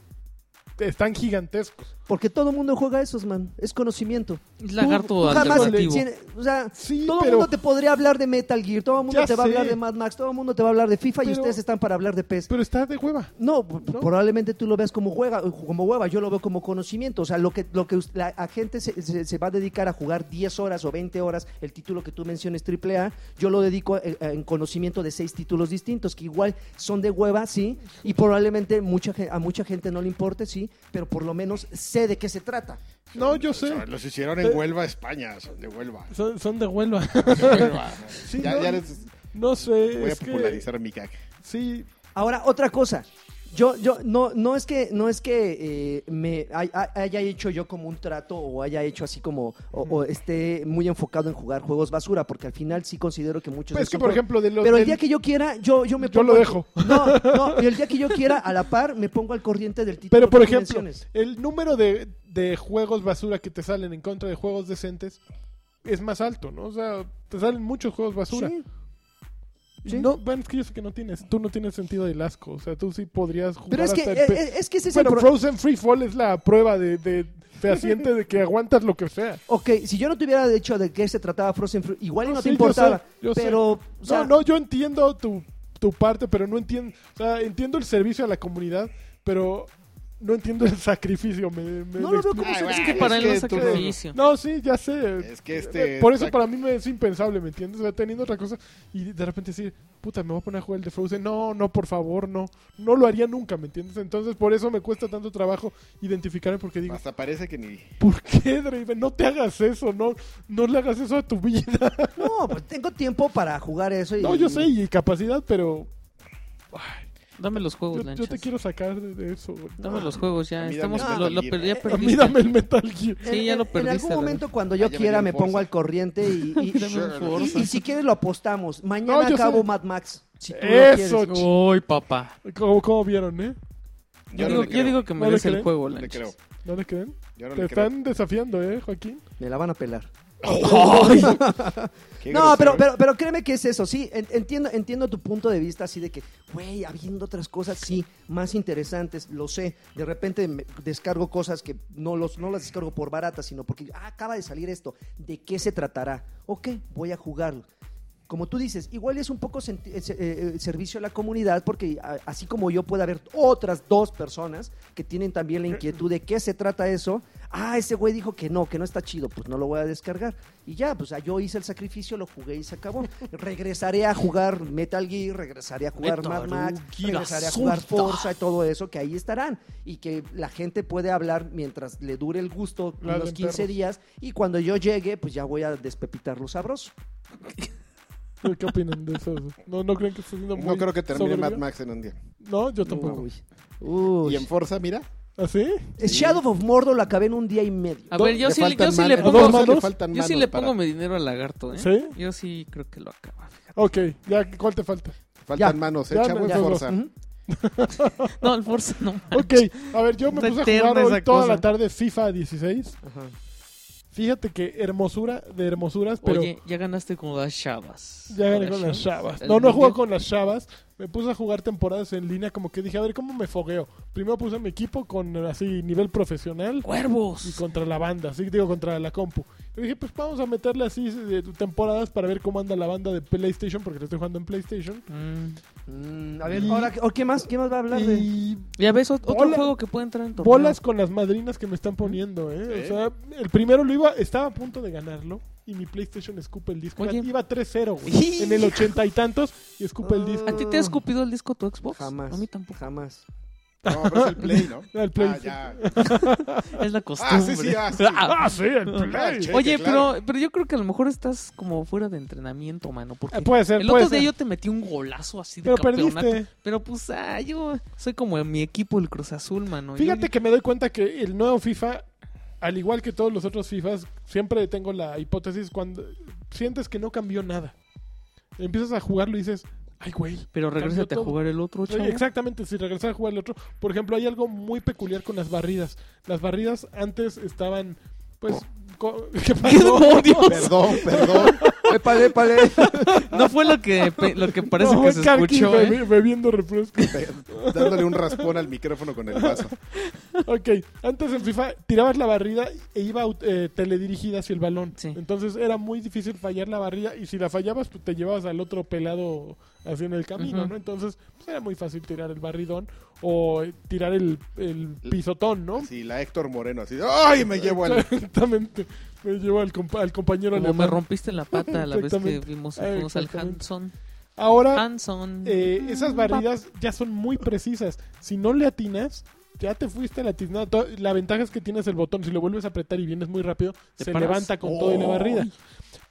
[SPEAKER 2] están gigantescos.
[SPEAKER 3] Porque todo el mundo juega esos, man. Es conocimiento.
[SPEAKER 4] Es lagarto
[SPEAKER 3] Tú jamás
[SPEAKER 4] alternativo.
[SPEAKER 3] tiene- o sea,
[SPEAKER 2] Sí,
[SPEAKER 3] todo el
[SPEAKER 2] pero-
[SPEAKER 3] mundo te podría hablar de Metal Gear, todo el mundo
[SPEAKER 2] Ya
[SPEAKER 3] te va a
[SPEAKER 2] sé.
[SPEAKER 3] hablar de Mad Max, todo el mundo te va a hablar de FIFA y
[SPEAKER 2] Pero-
[SPEAKER 3] ustedes están para hablar de PES.
[SPEAKER 2] Pero está de hueva.
[SPEAKER 3] No, p- probablemente tú lo veas como juega, como hueva, yo lo veo como conocimiento. O sea, lo que, lo que us- la, la gente se, se- se va a dedicar a jugar 10 horas o 20 horas, el título que tú menciones, AAA, yo lo dedico eh, eh, en conocimiento de seis títulos distintos, que igual son de hueva, sí, y probablemente mucha, gen- a mucha gente no le importe, sí, pero por lo menos sé de qué se trata.
[SPEAKER 2] No, yo sé. Eh,
[SPEAKER 1] Son- Los hicieron en Huelva, España, son de Huelva. [LAUGHS]
[SPEAKER 2] Son, son de huelva.
[SPEAKER 1] Huelva.
[SPEAKER 2] Sí,
[SPEAKER 1] ya,
[SPEAKER 2] no,
[SPEAKER 1] ya les
[SPEAKER 2] [LAUGHS] no sé.
[SPEAKER 1] voy a
[SPEAKER 2] es que-
[SPEAKER 1] popularizar Pues mi gag.
[SPEAKER 2] Sí,
[SPEAKER 3] Ahora, otra cosa. Yo, yo, no, no es que, no es que eh, me hay- hay- haya hecho yo como un trato o haya hecho así como, o, o esté muy enfocado en jugar juegos basura, porque al final sí considero que muchos... de
[SPEAKER 2] Pues que,
[SPEAKER 3] esos
[SPEAKER 2] por
[SPEAKER 3] juegos-
[SPEAKER 2] ejemplo, de los.
[SPEAKER 3] Pero el
[SPEAKER 2] del-
[SPEAKER 3] día que yo quiera, yo, yo me
[SPEAKER 2] Yo lo
[SPEAKER 3] al-
[SPEAKER 2] dejo.
[SPEAKER 3] [LAUGHS] No, no, y el día que yo quiera, a la par, me pongo al corriente del título.
[SPEAKER 2] Pero, por
[SPEAKER 3] que tú
[SPEAKER 2] ejemplo,
[SPEAKER 3] menciones.
[SPEAKER 2] el número de, de juegos basura que te salen en contra de juegos decentes es más alto, ¿no? O sea, te salen muchos juegos basura.
[SPEAKER 3] Sí. sí.
[SPEAKER 2] No, bueno, es que yo sé que no tienes. Tú no tienes sentido del asco. O sea, tú sí podrías jugar.
[SPEAKER 3] Pero es que,
[SPEAKER 2] hasta el
[SPEAKER 3] eh,
[SPEAKER 2] pe-
[SPEAKER 3] eh, es que ese es el
[SPEAKER 2] Bueno,
[SPEAKER 3] pro-
[SPEAKER 2] Frozen Free Fall es la prueba de, de
[SPEAKER 3] [LAUGHS]
[SPEAKER 2] fehaciente de que aguantas lo que sea.
[SPEAKER 3] Ok, si yo no tuviera dicho de qué se trataba Frozen Fruit, igual y no,
[SPEAKER 2] No, Ah, sí,
[SPEAKER 3] te
[SPEAKER 2] yo
[SPEAKER 3] importaba.
[SPEAKER 2] sé, yo sé.
[SPEAKER 3] pero, o sea,
[SPEAKER 2] no, no, yo entiendo tu, tu parte, pero no entiendo. O sea, entiendo el servicio a la comunidad, pero no entiendo el sacrificio. Me, me-
[SPEAKER 3] no
[SPEAKER 2] me
[SPEAKER 3] lo veo
[SPEAKER 2] explico.
[SPEAKER 3] como...
[SPEAKER 1] Ay,
[SPEAKER 3] un-
[SPEAKER 1] güey,
[SPEAKER 4] Es que para
[SPEAKER 1] es
[SPEAKER 4] él no
[SPEAKER 1] que
[SPEAKER 4] es
[SPEAKER 1] tú-
[SPEAKER 4] sacrificio.
[SPEAKER 2] No, sí, ya sé.
[SPEAKER 1] Es que este
[SPEAKER 2] Eh, Por eso
[SPEAKER 1] está-
[SPEAKER 2] para mí me es impensable, ¿me entiendes? O sea, teniendo otra cosa y de repente decir, puta, me voy a poner a jugar el de Frozen. No, no, por favor, no. No lo haría nunca, ¿me entiendes? Entonces por eso me cuesta tanto trabajo identificarme porque digo,
[SPEAKER 1] Hasta parece que ni.
[SPEAKER 2] ¿por qué, Draven? No te hagas eso, no, no le hagas eso a tu
[SPEAKER 1] [LAUGHS]
[SPEAKER 2] vida.
[SPEAKER 3] No, pues tengo tiempo para jugar eso. Y,
[SPEAKER 2] No, yo sé, y capacidad, pero
[SPEAKER 4] Dame los
[SPEAKER 2] yo,
[SPEAKER 4] juegos,
[SPEAKER 2] yo
[SPEAKER 4] lanchas.
[SPEAKER 2] te quiero sacar de, de eso. güey.
[SPEAKER 4] Dame los juegos
[SPEAKER 1] A
[SPEAKER 4] ya.
[SPEAKER 1] mí
[SPEAKER 4] Estamos
[SPEAKER 1] dame
[SPEAKER 4] lo,
[SPEAKER 1] el
[SPEAKER 4] lo
[SPEAKER 1] Metal
[SPEAKER 4] per-
[SPEAKER 1] Gear.
[SPEAKER 4] ya
[SPEAKER 2] A mí
[SPEAKER 4] perdiste.
[SPEAKER 2] dame el Metal Gear.
[SPEAKER 4] Sí, ya lo
[SPEAKER 3] En
[SPEAKER 4] perdiste,
[SPEAKER 3] algún
[SPEAKER 4] la
[SPEAKER 3] momento cuando yo
[SPEAKER 1] Ah, ya me
[SPEAKER 3] quiera
[SPEAKER 1] dio
[SPEAKER 3] me
[SPEAKER 1] Forza.
[SPEAKER 3] pongo al corriente y, y-
[SPEAKER 2] [LAUGHS]
[SPEAKER 3] y-
[SPEAKER 4] Dame un
[SPEAKER 3] y-
[SPEAKER 4] Forza.
[SPEAKER 3] y si quieres lo apostamos. Mañana
[SPEAKER 2] No, yo
[SPEAKER 3] acabo
[SPEAKER 2] sé.
[SPEAKER 3] Mad Max. Si tú lo
[SPEAKER 2] Eso,
[SPEAKER 3] quieres.
[SPEAKER 2] ch-
[SPEAKER 4] Uy, papá.
[SPEAKER 2] ¿Cómo, cómo vieron, eh?
[SPEAKER 1] Yo
[SPEAKER 4] Yo,
[SPEAKER 1] no
[SPEAKER 4] digo,
[SPEAKER 1] le
[SPEAKER 4] yo
[SPEAKER 1] creo.
[SPEAKER 4] digo que
[SPEAKER 2] ¿No le
[SPEAKER 4] merece el
[SPEAKER 2] creen?
[SPEAKER 4] juego,
[SPEAKER 1] No le creo.
[SPEAKER 4] lanchas.
[SPEAKER 2] ¿No le creen?
[SPEAKER 1] Yo no
[SPEAKER 2] Te
[SPEAKER 1] le creo.
[SPEAKER 2] están desafiando, eh, Joaquín.
[SPEAKER 3] Me la van a pelar. [LAUGHS]
[SPEAKER 1] Qué
[SPEAKER 3] No, pero,
[SPEAKER 1] grosero.
[SPEAKER 3] pero, pero créeme que es eso, sí, en- entiendo, entiendo tu punto de vista así de que, güey, habiendo otras cosas, sí, más interesantes, lo sé, de repente me descargo cosas que no, los, no las descargo por baratas, sino porque ah, acaba de salir esto, ¿de qué se tratará? Ok, voy a jugarlo. Como tú dices, igual es un poco senti- eh, se- eh, eh, servicio a la comunidad, porque a- así como yo puede haber otras dos personas que tienen también la inquietud de qué se trata eso. Ah, ese güey dijo que no, que no está chido, pues no lo voy a descargar. Y ya, pues ah, yo hice el sacrificio, lo jugué y se
[SPEAKER 4] [LAUGHS]
[SPEAKER 3] acabó. regresaré a jugar Metal Gear, regresaré a jugar
[SPEAKER 4] Metal
[SPEAKER 3] Mad Max,
[SPEAKER 4] Gear
[SPEAKER 3] regresaré a jugar
[SPEAKER 4] Solta.
[SPEAKER 3] Forza y todo eso, que ahí estarán. Y que la gente puede hablar mientras le dure el gusto
[SPEAKER 2] Ladren
[SPEAKER 3] unos 15
[SPEAKER 2] perros.
[SPEAKER 3] días. Y cuando yo llegue, pues ya voy a despepitar lo sabroso.
[SPEAKER 2] ¿Qué opinan de eso? ¿No, no creen que está siendo muy
[SPEAKER 1] No creo que termine Mad
[SPEAKER 2] soberbio?
[SPEAKER 1] Max en un día.
[SPEAKER 2] No, yo tampoco. ¿Ah,
[SPEAKER 3] Uy. Uy.
[SPEAKER 1] Y en Forza, mira.
[SPEAKER 2] ¿Así?
[SPEAKER 3] Es Shadow of Mordor lo acabé en un día y medio.
[SPEAKER 4] A ver, yo
[SPEAKER 1] le
[SPEAKER 4] sí, le- yo
[SPEAKER 1] faltan
[SPEAKER 4] sí
[SPEAKER 1] man-
[SPEAKER 4] le
[SPEAKER 1] en
[SPEAKER 4] pongo,
[SPEAKER 1] Forza
[SPEAKER 2] manos.
[SPEAKER 1] faltan
[SPEAKER 4] yo sí
[SPEAKER 1] manos
[SPEAKER 4] le pongo
[SPEAKER 1] para-
[SPEAKER 4] mi dinero al lagarto, ¿eh?
[SPEAKER 2] ¿Sí?
[SPEAKER 4] Yo sí creo que lo acaba. fíjate.
[SPEAKER 2] Ok, ya, ¿cuál te falta?
[SPEAKER 1] Faltan
[SPEAKER 3] Ya.
[SPEAKER 1] manos,
[SPEAKER 2] Ya,
[SPEAKER 1] el chavo
[SPEAKER 2] ya.
[SPEAKER 1] en Forza.
[SPEAKER 3] Ujú.
[SPEAKER 4] No, el Forza no.
[SPEAKER 2] Ok, a ver, yo me
[SPEAKER 4] Está
[SPEAKER 2] puse a
[SPEAKER 4] eterna
[SPEAKER 2] jugar hoy
[SPEAKER 4] esa
[SPEAKER 2] toda
[SPEAKER 4] cosa.
[SPEAKER 2] la tarde FIFA 16.
[SPEAKER 3] Ajá.
[SPEAKER 2] Fíjate que hermosura de hermosuras, pero
[SPEAKER 4] Oye, ya ganaste con las chavas.
[SPEAKER 2] ya gané con las chavas. No, no juego con las chavas. Me puse a jugar temporadas en línea, como que dije, a ver, ¿cómo me fogueo? Primero puse mi equipo con así nivel profesional y
[SPEAKER 4] ¡Cuervos!
[SPEAKER 2] contra la banda, así digo, contra la compu. Y dije, pues vamos a meterle así eh, temporadas para ver cómo anda la banda de PlayStation, porque lo estoy jugando en PlayStation.
[SPEAKER 4] Mm.
[SPEAKER 3] Mm, a ver,
[SPEAKER 2] Y-
[SPEAKER 3] ahora, ¿o ¿qué más? ¿Qué más va a hablar de...?
[SPEAKER 2] Y
[SPEAKER 4] Ya ves, ot- otro
[SPEAKER 2] Bola-
[SPEAKER 4] juego que puede entrar en torneo.
[SPEAKER 2] Bolas con las madrinas que me están poniendo, ¿eh? O sea, el primero lo iba, estaba a punto de ganarlo. y mi PlayStation escupe el disco.
[SPEAKER 4] Oye.
[SPEAKER 2] Iba 3-0, güey. en el ochenta y tantos y escupe el disco.
[SPEAKER 4] ¿A ti te ha escupido el disco tu Xbox?
[SPEAKER 3] Jamás.
[SPEAKER 4] A mí tampoco.
[SPEAKER 3] Jamás.
[SPEAKER 1] No, pero es el Play,
[SPEAKER 2] [LAUGHS]
[SPEAKER 1] ¿no?
[SPEAKER 2] El Play.
[SPEAKER 1] Ah, ya.
[SPEAKER 4] Es la
[SPEAKER 1] Ah,
[SPEAKER 4] costumbre.
[SPEAKER 1] sí, sí,
[SPEAKER 4] [LAUGHS]
[SPEAKER 1] ah, sí.
[SPEAKER 2] Ah, sí, el Play.
[SPEAKER 1] che,
[SPEAKER 4] Oye,
[SPEAKER 1] que claro.
[SPEAKER 4] pero, pero yo creo que a lo mejor estás como fuera de entrenamiento, mano. Porque
[SPEAKER 2] Eh, puede ser,
[SPEAKER 4] el
[SPEAKER 2] puede
[SPEAKER 4] otro día
[SPEAKER 2] ser.
[SPEAKER 4] yo te metí un golazo así de
[SPEAKER 2] Pero
[SPEAKER 4] campeonato.
[SPEAKER 2] perdiste.
[SPEAKER 4] Pero pues, ah, yo soy como mi equipo, el Cruz Azul, mano. Yo-
[SPEAKER 2] Fíjate que me doy cuenta que el nuevo FIFA, al igual que todos los otros FIFAs, siempre tengo la hipótesis cuando sientes que no cambió nada. Empiezas a jugarlo y dices, ay, güey.
[SPEAKER 4] Pero
[SPEAKER 2] cambió
[SPEAKER 4] regrésate a
[SPEAKER 2] todo".
[SPEAKER 4] jugar el otro, chavo.
[SPEAKER 2] Oye, exactamente, si regresas a jugar el otro. Por ejemplo, hay algo muy peculiar con las barridas. Las barridas antes estaban, pues... co- [LAUGHS] ¿Qué
[SPEAKER 4] ¡Qué
[SPEAKER 2] pasó?
[SPEAKER 4] [LAUGHS] demonios!
[SPEAKER 5] Perdón, perdón.
[SPEAKER 3] Épale, épale. [LAUGHS]
[SPEAKER 4] No fue lo que, pe- lo que parece
[SPEAKER 2] No,
[SPEAKER 4] que se
[SPEAKER 2] Karki
[SPEAKER 4] escuchó, ¿eh?
[SPEAKER 2] bebi- bebiendo refresco.
[SPEAKER 1] Pe- Dándole un raspón al micrófono con el vaso.
[SPEAKER 2] Ok, antes en FIFA tirabas la barrida e iba aut- eh, teledirigida hacia el balón.
[SPEAKER 4] Sí.
[SPEAKER 2] Entonces era muy difícil fallar la barrida y si la fallabas pues, te llevabas al otro pelado así en el camino,
[SPEAKER 4] Ujú.
[SPEAKER 2] ¿no? Entonces pues, era muy fácil tirar el barridón o eh, tirar el, el pisotón, ¿no?
[SPEAKER 1] Sí, la Héctor Moreno, así. ¡Ay, me llevo al.
[SPEAKER 2] [LAUGHS] Exactamente. Me llevo al, compa- al compañero
[SPEAKER 4] Como me
[SPEAKER 2] alemán.
[SPEAKER 4] rompiste la pata la vez que
[SPEAKER 2] Exactamente.
[SPEAKER 4] vimos
[SPEAKER 2] Ah,
[SPEAKER 4] fuimos al
[SPEAKER 2] exactamente.
[SPEAKER 4] Hanson. Ah,
[SPEAKER 2] Ahora
[SPEAKER 4] Hanson.
[SPEAKER 2] eh, esas barridas ya son muy precisas. Si no le atinas... Ya te fuiste a la tiznada. To- La ventaja es que tienes el botón. Si lo vuelves a apretar y vienes muy rápido,
[SPEAKER 4] Te
[SPEAKER 2] se
[SPEAKER 4] paras.
[SPEAKER 2] levanta con todo y la barrida.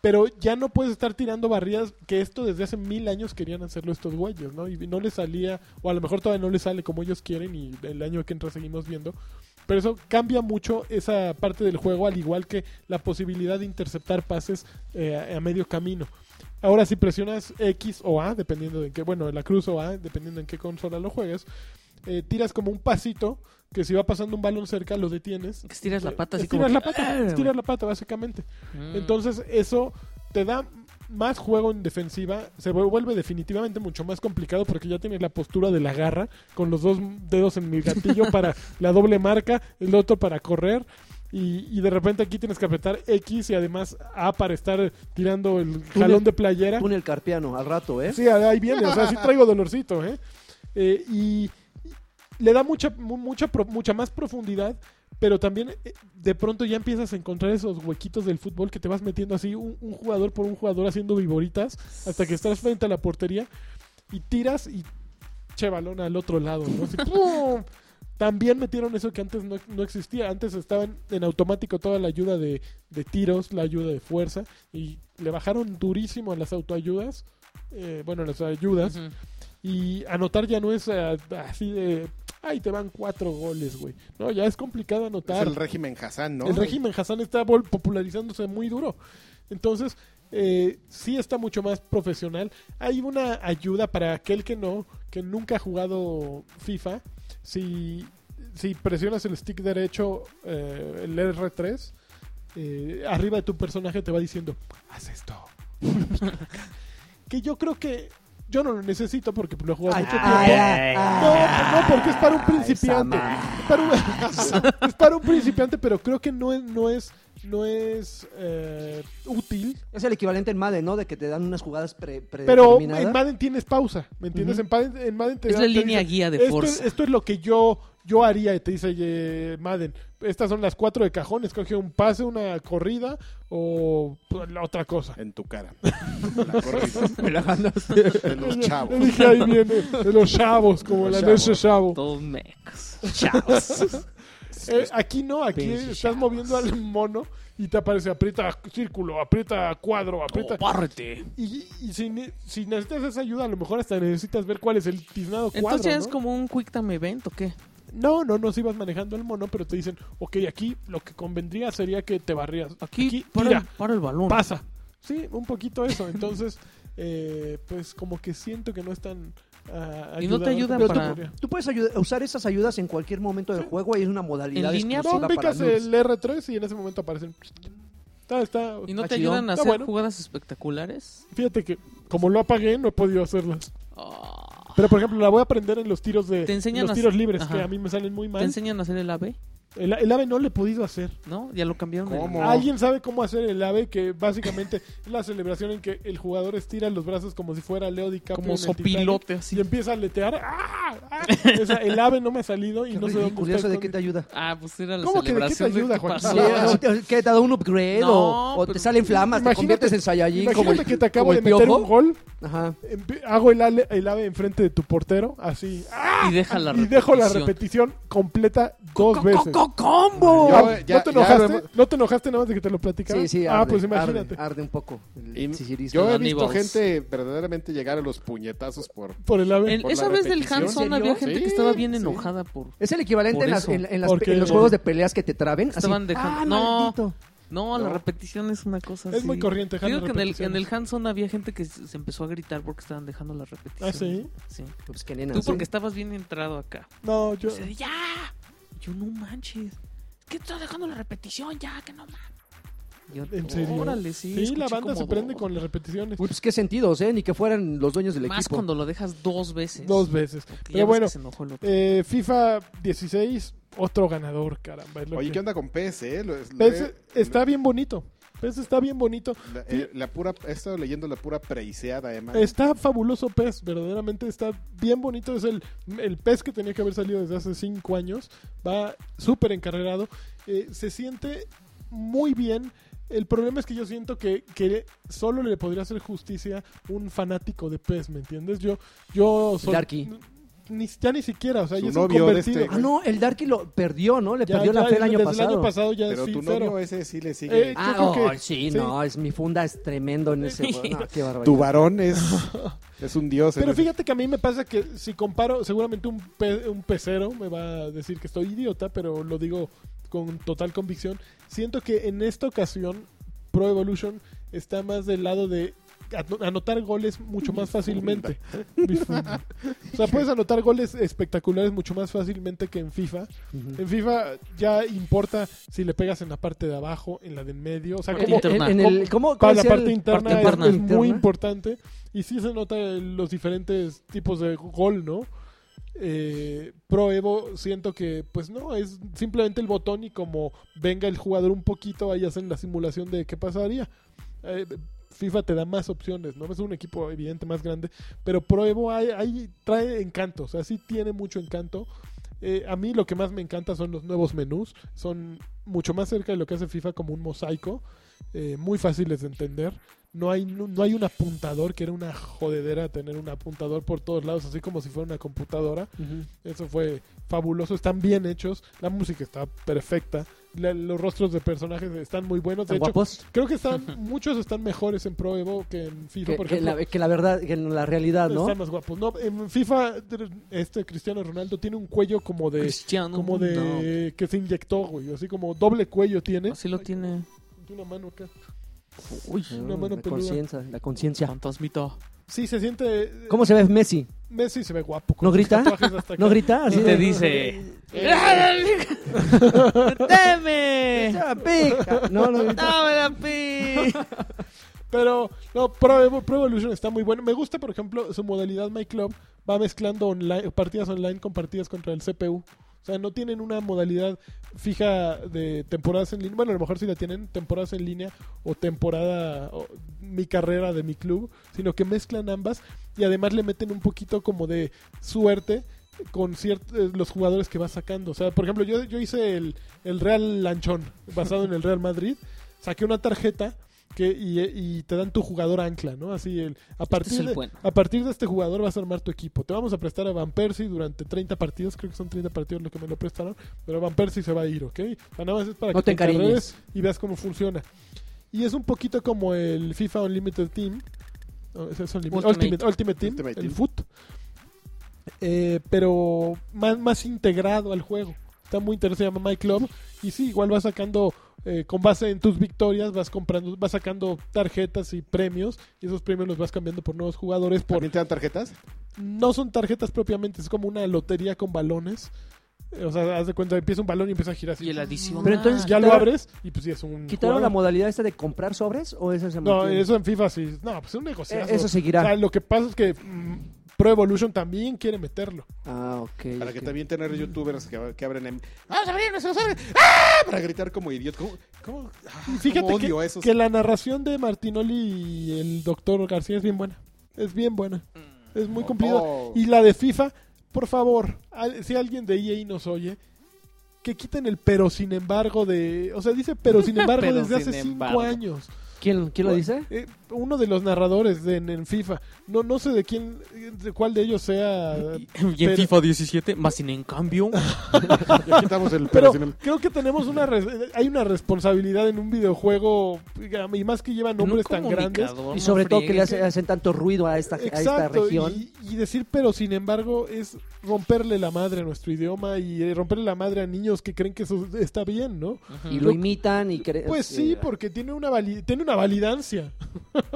[SPEAKER 2] Pero ya no puedes estar tirando barridas, que esto desde hace mil años querían hacerlo estos güeyes, ¿no? Y no les salía, o a lo mejor todavía no les sale como ellos quieren y el año que entra seguimos viendo. Pero eso cambia mucho esa parte del juego, al igual que la posibilidad de interceptar pases eh, a- a medio camino. Ahora si presionas X o A, dependiendo de en qué, bueno, la cruz o A, dependiendo en qué consola lo juegues, eh, tiras como un pasito que si va pasando un balón cerca lo detienes.
[SPEAKER 4] Estiras la pata así como.
[SPEAKER 2] Estiras la
[SPEAKER 4] que-
[SPEAKER 2] pata,
[SPEAKER 4] ¡Ah!
[SPEAKER 2] estiras la pata básicamente.
[SPEAKER 4] Mm.
[SPEAKER 2] Entonces eso te da más juego en defensiva, se vu- vuelve definitivamente mucho más complicado porque ya tienes la postura de la garra con los dos dedos en el gatillo para la doble marca, el otro para correr. Y, y de repente aquí tienes que apretar X y además A para estar tirando el jalón de playera.
[SPEAKER 3] Túnel carpiano, al rato, ¿eh?
[SPEAKER 2] Sí, ahí viene, o sea, sí traigo dolorcito, ¿eh? Eh, y le da mucha, mu- mucha, pro- mucha más profundidad, pero también eh, de pronto ya empiezas a encontrar esos huequitos del fútbol que te vas metiendo así, un, un jugador por un jugador haciendo viboritas, hasta que estás frente a la portería y tiras y che balón al otro lado, ¿no? Así, [LAUGHS] ¡pum! También metieron eso que antes no, no existía. Antes estaban en automático toda la ayuda de, de tiros, la ayuda de fuerza. Y le bajaron durísimo a las autoayudas. eh, bueno, a las ayudas.
[SPEAKER 4] Ujú.
[SPEAKER 2] Y anotar ya no es eh, así de. Ay, te van cuatro goles, güey. No, ya es complicado
[SPEAKER 1] Es
[SPEAKER 2] anotar.
[SPEAKER 1] el régimen Hassan, ¿no?
[SPEAKER 2] El régimen Hassan está vol- popularizándose muy duro. Entonces, eh, sí está mucho más profesional. Hay una ayuda para aquel que no, que nunca ha jugado FIFA. Si, si presionas el stick derecho, eh, el R3, eh, arriba de tu personaje te va diciendo, haz esto. [LAUGHS] que yo creo que yo no lo necesito porque lo he jugado mucho tiempo.
[SPEAKER 3] pues
[SPEAKER 4] Ah,
[SPEAKER 2] No, no, porque es para un principiante. Es para [LAUGHS] un, es para un principiante, pero creo que no es, no es, no es eh, útil.
[SPEAKER 3] Es el equivalente en Madden, ¿no? De que te dan unas jugadas pre,
[SPEAKER 4] Eh,
[SPEAKER 2] Pero
[SPEAKER 3] predeterminadas.
[SPEAKER 2] en Madden tienes pausa, ¿me entiendes? En Madden, en Madden te
[SPEAKER 4] Es
[SPEAKER 2] da-
[SPEAKER 4] la
[SPEAKER 2] te
[SPEAKER 4] línea
[SPEAKER 2] dice,
[SPEAKER 4] guía de
[SPEAKER 2] esto,
[SPEAKER 4] Forza".
[SPEAKER 2] Esto es lo que yo, yo haría, y te dice eh, Madden. Estas son las cuatro de cajón, escoge un pase, una corrida o pues, la otra cosa.
[SPEAKER 1] En tu
[SPEAKER 2] [LAUGHS]
[SPEAKER 1] cara. La corrida
[SPEAKER 3] Me la mandas.
[SPEAKER 1] de los
[SPEAKER 2] Yo
[SPEAKER 1] chavos.
[SPEAKER 2] dije, ahí viene, de los chavos, como
[SPEAKER 1] Los
[SPEAKER 2] la
[SPEAKER 1] chavos.
[SPEAKER 2] noche chavo.
[SPEAKER 4] [LAUGHS] Todos mecos.
[SPEAKER 2] [LAUGHS]
[SPEAKER 4] Chavos.
[SPEAKER 2] Eh, aquí no, aquí
[SPEAKER 4] Pinches
[SPEAKER 2] estás
[SPEAKER 4] chavos.
[SPEAKER 2] moviendo al mono y te aparece aprieta círculo, aprieta cuadro, aprieta.
[SPEAKER 4] Oh, párrete.
[SPEAKER 2] y y si, ne- si necesitas esa ayuda, a lo mejor hasta necesitas ver cuál es el tiznado cuadro.
[SPEAKER 4] Entonces ya es
[SPEAKER 2] ¿no?
[SPEAKER 4] como un quick time event o qué?
[SPEAKER 2] No, no, no, si vas manejando el mono, pero te dicen, ok, aquí lo que convendría sería que te barrías.
[SPEAKER 4] Aquí, para,
[SPEAKER 2] tira,
[SPEAKER 4] el, para el balón.
[SPEAKER 2] pasa. Sí, un poquito eso. Entonces, [LAUGHS] eh, pues como que siento que no es tan. ah,
[SPEAKER 4] Y no
[SPEAKER 2] ayudador
[SPEAKER 4] te ayudan
[SPEAKER 2] como
[SPEAKER 4] para-
[SPEAKER 2] podría.
[SPEAKER 3] Tú puedes ayud- usar esas ayudas en cualquier momento del juego y es una modalidad
[SPEAKER 4] ¿En línea?
[SPEAKER 2] No,
[SPEAKER 3] exclusiva para
[SPEAKER 2] picas
[SPEAKER 3] noobs.
[SPEAKER 2] el R3 y en ese momento aparecen. Está, está.
[SPEAKER 4] ¿Y no
[SPEAKER 3] Ah,
[SPEAKER 4] te
[SPEAKER 3] chido.
[SPEAKER 4] ayudan a
[SPEAKER 2] Está
[SPEAKER 4] hacer
[SPEAKER 2] bueno.
[SPEAKER 4] jugadas espectaculares?
[SPEAKER 2] Fíjate que como lo apagué, no he podido hacerlas.
[SPEAKER 4] Ah,
[SPEAKER 2] Pero por ejemplo, la voy a aprender en los tiros de
[SPEAKER 4] Te enseñan
[SPEAKER 2] los
[SPEAKER 4] a-
[SPEAKER 2] tiros libres,
[SPEAKER 4] Ajá.
[SPEAKER 2] que a mí me salen muy
[SPEAKER 4] ¿Te
[SPEAKER 2] mal.
[SPEAKER 4] enseñan a hacer el AB?
[SPEAKER 2] El, el ave no lo he podido hacer.
[SPEAKER 4] ¿No? Ya lo cambiaron. el-
[SPEAKER 5] ¿Cómo?
[SPEAKER 2] ¿Alguien sabe cómo hacer el ave? Que básicamente [LAUGHS] es la celebración en que el jugador estira los brazos como si fuera Leo DiCaprio.
[SPEAKER 4] Como
[SPEAKER 2] en el Titanic
[SPEAKER 4] sopilote, así.
[SPEAKER 2] Y empieza a letear. ¡Ah! ¡Ah! O sea, el ave no me ha salido y
[SPEAKER 3] Qué
[SPEAKER 2] no sé dónde
[SPEAKER 3] ridículo, ¿y eso
[SPEAKER 2] está
[SPEAKER 3] de qué te
[SPEAKER 2] escondido.
[SPEAKER 3] ayuda?
[SPEAKER 4] Ah, pues era la
[SPEAKER 2] ¿Cómo que de qué te
[SPEAKER 4] celebración
[SPEAKER 2] ayuda,
[SPEAKER 4] qué
[SPEAKER 2] Joaquín? [LAUGHS]
[SPEAKER 4] pasó.
[SPEAKER 2] Sí, Ah.
[SPEAKER 3] Sí, ¿te- ¿Qué? ¿Te da un upgrade
[SPEAKER 4] No, pues,
[SPEAKER 3] o, o
[SPEAKER 4] pero-
[SPEAKER 3] te salen flamas? ¿Te
[SPEAKER 2] Imagínate-
[SPEAKER 3] conviertes en Saiyajin? como
[SPEAKER 2] Imagínate
[SPEAKER 3] el-
[SPEAKER 2] que te acabo
[SPEAKER 3] como el
[SPEAKER 2] de meter
[SPEAKER 3] piojo.
[SPEAKER 2] un gol.
[SPEAKER 3] Ajá.
[SPEAKER 2] empe- Hago el, ale- el ave enfrente de tu portero, así. ¡Ah!
[SPEAKER 4] Y deja la
[SPEAKER 2] y dejo la
[SPEAKER 4] repetición.
[SPEAKER 2] repetición completa dos veces.
[SPEAKER 4] ¡Combo!
[SPEAKER 1] Yo, ya-
[SPEAKER 2] Ah, ¿No te
[SPEAKER 1] ya lo
[SPEAKER 2] enojaste?
[SPEAKER 1] hemos-
[SPEAKER 2] ¿No te enojaste nada más de que te lo platicaba?
[SPEAKER 3] Sí, sí,
[SPEAKER 2] Ah,
[SPEAKER 3] arde,
[SPEAKER 2] pues imagínate.
[SPEAKER 3] Arde, arde un poco. el
[SPEAKER 1] Y
[SPEAKER 3] sisirisco.
[SPEAKER 1] yo he
[SPEAKER 4] Los
[SPEAKER 1] visto
[SPEAKER 4] Hannibals.
[SPEAKER 1] gente verdaderamente llegar a los puñetazos por...
[SPEAKER 2] Por el ave.
[SPEAKER 4] En-
[SPEAKER 1] Por
[SPEAKER 4] esa
[SPEAKER 1] la
[SPEAKER 4] vez del
[SPEAKER 1] repetición.
[SPEAKER 4] Hanson
[SPEAKER 3] ¿En
[SPEAKER 4] había
[SPEAKER 3] serio?
[SPEAKER 4] gente que
[SPEAKER 1] Sí,
[SPEAKER 4] estaba bien
[SPEAKER 1] sí.
[SPEAKER 4] enojamente enojada por.
[SPEAKER 3] Es el equivalente
[SPEAKER 4] Por
[SPEAKER 3] en, las-
[SPEAKER 4] eso.
[SPEAKER 3] en- en las-
[SPEAKER 2] Porque-
[SPEAKER 3] en los juegos de peleas que te traben. así,
[SPEAKER 4] Estaban dejando-
[SPEAKER 3] ¡Ah,
[SPEAKER 4] no.
[SPEAKER 3] maldito!
[SPEAKER 4] No, la
[SPEAKER 1] No.
[SPEAKER 4] repetición es una cosa
[SPEAKER 2] Es
[SPEAKER 4] así.
[SPEAKER 2] muy corriente dejar
[SPEAKER 4] Digo
[SPEAKER 2] las
[SPEAKER 4] que en el, en
[SPEAKER 2] repeticiones.
[SPEAKER 4] el Hanson había gente que se se empezó a gritar porque estaban dejando la repetición.
[SPEAKER 2] ¿Ah, sí?
[SPEAKER 4] Ah, Sí.
[SPEAKER 3] Pues qué nena.
[SPEAKER 4] Tú
[SPEAKER 3] sí.
[SPEAKER 4] porque estabas bien entrado acá.
[SPEAKER 2] No, yo.
[SPEAKER 4] Así de, ¡Ya! Yo no manches.
[SPEAKER 6] ¿Qué estás dejando la repetición ya? Que no mames.
[SPEAKER 4] Yo,
[SPEAKER 2] ¿En serio?
[SPEAKER 4] Órale,
[SPEAKER 2] Sí,
[SPEAKER 4] sí.
[SPEAKER 2] la
[SPEAKER 4] escuché
[SPEAKER 2] banda
[SPEAKER 4] como
[SPEAKER 2] se prende
[SPEAKER 4] dos.
[SPEAKER 2] con las repeticiones.
[SPEAKER 3] Uy, Pues qué sentidos, ¿eh? Ni que fueran los dueños del
[SPEAKER 4] Más
[SPEAKER 3] equipo.
[SPEAKER 4] cuando lo dejas dos veces.
[SPEAKER 2] Dos veces.
[SPEAKER 4] Porque ya
[SPEAKER 2] Pero
[SPEAKER 4] ves
[SPEAKER 2] bueno.
[SPEAKER 4] que se enojó el otro.
[SPEAKER 2] Eh, FIFA 16, otro ganador, caramba. es lo
[SPEAKER 1] Oye,
[SPEAKER 2] que-
[SPEAKER 1] ¿qué onda con PES, eh? Lo- es-
[SPEAKER 2] PES
[SPEAKER 1] le-
[SPEAKER 2] está bien bonito. PES está bien bonito.
[SPEAKER 1] La, eh, la pura, he estado leyendo la pura preiseada, además.
[SPEAKER 2] Está fabuloso PES, verdaderamente está bien bonito. Es el, el PES que tenía que haber salido desde hace 5 años. Va súper encarrerado. Eh, se siente muy bien. El problema es que yo siento que, que solo le podría hacer justicia un fanático de PES, ¿me entiendes? Yo, yo soy...
[SPEAKER 3] Darky.
[SPEAKER 2] Ni, ya ni siquiera, o sea,
[SPEAKER 1] Su
[SPEAKER 2] ya es
[SPEAKER 1] novio
[SPEAKER 2] un
[SPEAKER 1] de
[SPEAKER 2] convertido.
[SPEAKER 1] este-
[SPEAKER 3] Ah, no, el Darky lo perdió, ¿no? Le
[SPEAKER 2] Ya-
[SPEAKER 3] perdió la
[SPEAKER 2] ya
[SPEAKER 3] fe el año
[SPEAKER 2] desde
[SPEAKER 3] pasado.
[SPEAKER 2] el año pasado ya
[SPEAKER 1] Pero
[SPEAKER 2] es
[SPEAKER 1] tu
[SPEAKER 2] sincero.
[SPEAKER 1] novio ese sí le sigue.
[SPEAKER 2] Eh,
[SPEAKER 3] Ah,
[SPEAKER 2] Yo creo
[SPEAKER 3] oh,
[SPEAKER 2] que-
[SPEAKER 3] sí,
[SPEAKER 2] sí.
[SPEAKER 3] no, es mi funda es tremendo en ese juego. No, qué barbaridad.
[SPEAKER 1] tu varón
[SPEAKER 2] [LAUGHS]
[SPEAKER 1] es, es un dios.
[SPEAKER 2] Pero
[SPEAKER 1] en ese-
[SPEAKER 2] fíjate que a mí me pasa que si comparo, seguramente un, pe- un pecero me va a decir que estoy idiota, pero lo digo con total convicción. Siento que en esta ocasión Pro Evolution está más del lado de ano- anotar goles mucho más fácilmente. Mi funda. o sea, puedes anotar goles espectaculares mucho más fácilmente que en FIFA.
[SPEAKER 3] Ujú.
[SPEAKER 2] En FIFA ya importa si le pegas en la parte de abajo, en la del medio, o sea,
[SPEAKER 4] Parte
[SPEAKER 2] como
[SPEAKER 4] interna.
[SPEAKER 3] En- en el- ¿Cómo,
[SPEAKER 2] para
[SPEAKER 3] cómo
[SPEAKER 2] la
[SPEAKER 3] decía
[SPEAKER 2] parte
[SPEAKER 3] el-
[SPEAKER 2] interna,
[SPEAKER 4] parte
[SPEAKER 2] es-
[SPEAKER 4] interna.
[SPEAKER 2] Es, muy
[SPEAKER 3] Interna.
[SPEAKER 2] importante y sí se nota los diferentes tipos de gol, ¿no? Eh, Pro Evo siento que pues no, es simplemente el botón y como venga el jugador un poquito ahí hacen la simulación de qué pasaría. Eh, FIFA te da más opciones, ¿no? Es un equipo evidente más grande, pero Pro Evo ahí, ahí trae encanto, o sea, sí tiene mucho encanto. Eh, a mí lo que más me encanta son los nuevos menús, son mucho más cerca de lo que hace FIFA como un mosaico, eh, muy fáciles de entender. No hay, no, no hay un apuntador, que era una jodedera tener un apuntador por todos lados, así como si fuera una computadora.
[SPEAKER 3] Ujú.
[SPEAKER 2] Eso fue fabuloso, están bien hechos, la música está perfecta, la- los rostros de personajes están muy buenos. De
[SPEAKER 3] ¿Tan
[SPEAKER 2] hecho,
[SPEAKER 3] guapos?
[SPEAKER 2] creo que
[SPEAKER 3] [LAUGHS]
[SPEAKER 2] están muchos están mejores en Pro Evo que en FIFA,
[SPEAKER 3] Que,
[SPEAKER 2] por
[SPEAKER 3] que
[SPEAKER 2] ejemplo.
[SPEAKER 3] la, que la verdad, que en la realidad, ¿no?
[SPEAKER 2] Están más guapos. No, en FIFA este Cristiano Ronaldo tiene un cuello como de
[SPEAKER 4] Cristiano.
[SPEAKER 2] como de que se inyectó, güey, así como doble cuello tiene.
[SPEAKER 4] no, Así lo tiene.
[SPEAKER 2] Tiene una mano acá.
[SPEAKER 4] Uy,
[SPEAKER 3] Ah,
[SPEAKER 2] una mano
[SPEAKER 3] la
[SPEAKER 2] peluda.
[SPEAKER 3] conciencia, la conciencia.
[SPEAKER 4] fantasmita.
[SPEAKER 2] Sí, se siente eh,
[SPEAKER 3] ¿Cómo se ve Messi?
[SPEAKER 2] Messi se ve guapo. con
[SPEAKER 3] ¿No
[SPEAKER 2] los
[SPEAKER 3] grita?
[SPEAKER 2] tatuajes hasta acá.
[SPEAKER 3] ¿No grita? Así
[SPEAKER 4] Y
[SPEAKER 3] de-
[SPEAKER 4] te dice. [LAUGHS] ¡Deme!
[SPEAKER 3] Ah, pica.
[SPEAKER 2] [LAUGHS]
[SPEAKER 3] No, no grita.
[SPEAKER 4] ¡Dame la pi!
[SPEAKER 2] Pero, no, Pro, Evo- Pro Evolution está muy bueno. Me gusta, por ejemplo, su modalidad My Club va mezclando online, partidas online con partidas contra el CPU. O sea, no tienen una modalidad fija de temporadas en línea. Bueno, a lo mejor sí la tienen, temporadas en línea o temporada, o mi carrera de mi club, sino que mezclan ambas y además le meten un poquito como de suerte con ciert- eh, los jugadores que va sacando. O sea, por ejemplo, yo, yo hice el, el Real Lanchón, basado en el Real Madrid. Saqué una tarjeta que, y, y te dan tu jugador ancla, ¿no? Así, el, a, partir
[SPEAKER 4] Este es el
[SPEAKER 2] de,
[SPEAKER 4] bueno.
[SPEAKER 2] a partir de este jugador vas a armar tu equipo. Te vamos a prestar a Van Persie durante 30 partidos, creo que son 30 partidos lo que me lo prestaron, pero Van Persie se va a ir, ¿ok? O sea, nada más es para
[SPEAKER 3] No
[SPEAKER 2] que
[SPEAKER 3] te encariñes.
[SPEAKER 2] encarregues y veas cómo funciona. Y es un poquito como el FIFA Unlimited Team. No, es- es Unlimited-
[SPEAKER 4] Ultimate.
[SPEAKER 2] Ultimate, Ultimate Team,
[SPEAKER 1] Ultimate
[SPEAKER 2] el
[SPEAKER 1] Team.
[SPEAKER 2] FUT. Eh, pero más, más integrado al juego. Está muy interesante, se llama My Club. Y sí, igual vas sacando, eh, con base en tus victorias, vas comprando, vas sacando tarjetas y premios. Y esos premios los vas cambiando por nuevos jugadores. Por,
[SPEAKER 1] ¿También te dan tarjetas?
[SPEAKER 2] no son tarjetas propiamente, es como una lotería con balones. Eh, O sea, haz de cuenta, empieza un balón y empieza a girar así.
[SPEAKER 4] Y el adicional.
[SPEAKER 3] Pero entonces
[SPEAKER 2] Ya lo
[SPEAKER 3] Quitaron-
[SPEAKER 2] abres y pues sí es un.
[SPEAKER 3] ¿Quitaron la
[SPEAKER 2] jugador.
[SPEAKER 3] modalidad esta de comprar sobres o esa se
[SPEAKER 2] No,
[SPEAKER 3] mantiene?
[SPEAKER 2] eso en FIFA sí. No, pues es un negocio.
[SPEAKER 3] Eh, eso seguirá.
[SPEAKER 2] lo que pasa es que mm, Pro Evolution también quiere meterlo.
[SPEAKER 3] Ah, ok.
[SPEAKER 1] Para que
[SPEAKER 3] ok.
[SPEAKER 1] también tener
[SPEAKER 2] Mm.
[SPEAKER 1] youtubers que, que abren en... ¡Vamos a abrir! ¡No se nos abre! ¡Ah! Para gritar como idiota. ¿Cómo, cómo, ah,
[SPEAKER 2] Y Fíjate
[SPEAKER 1] cómo
[SPEAKER 2] que,
[SPEAKER 1] odio a esos. [LAUGHS]
[SPEAKER 2] que la narración de Martinoli y el doctor García es bien buena. Es bien buena.
[SPEAKER 4] Mm,
[SPEAKER 2] Es muy cumplida.
[SPEAKER 1] Oh.
[SPEAKER 2] Y la de FIFA, por favor, al- si alguien de EA nos oye, que quiten el pero sin embargo de... O sea, dice pero
[SPEAKER 4] [LAUGHS]
[SPEAKER 2] sin embargo
[SPEAKER 4] Pero
[SPEAKER 2] desde
[SPEAKER 4] sin
[SPEAKER 2] hace
[SPEAKER 4] embargo.
[SPEAKER 2] cinco años.
[SPEAKER 3] ¿Quién, quién lo dice?
[SPEAKER 2] Eh, uno de los narradores de, en, en FIFA. No, no sé de quién, de cuál de ellos sea...
[SPEAKER 4] Y en
[SPEAKER 2] pero-
[SPEAKER 4] FIFA 17, más sin
[SPEAKER 3] [LAUGHS]
[SPEAKER 4] en cambio.
[SPEAKER 5] Ya quitamos el
[SPEAKER 2] Pero
[SPEAKER 1] em-
[SPEAKER 5] sin el-
[SPEAKER 2] creo que tenemos una res- hay una responsabilidad en un videojuego y más que llevan
[SPEAKER 4] en un
[SPEAKER 2] nombres tan grandes.
[SPEAKER 4] comunicador,
[SPEAKER 3] Y
[SPEAKER 4] no
[SPEAKER 3] sobre todo que le
[SPEAKER 4] friegues.
[SPEAKER 3] hace- hacen tanto ruido a esta, a esta
[SPEAKER 2] Exacto,
[SPEAKER 3] región.
[SPEAKER 2] y, y decir pero sin embargo es romperle la madre a nuestro idioma y eh, romperle la madre a niños que creen que eso está bien, ¿no?
[SPEAKER 4] Ajá.
[SPEAKER 3] Y lo imitan y cre-
[SPEAKER 2] Pues sí,
[SPEAKER 3] eh,
[SPEAKER 2] porque tiene una vali- tiene una validancia.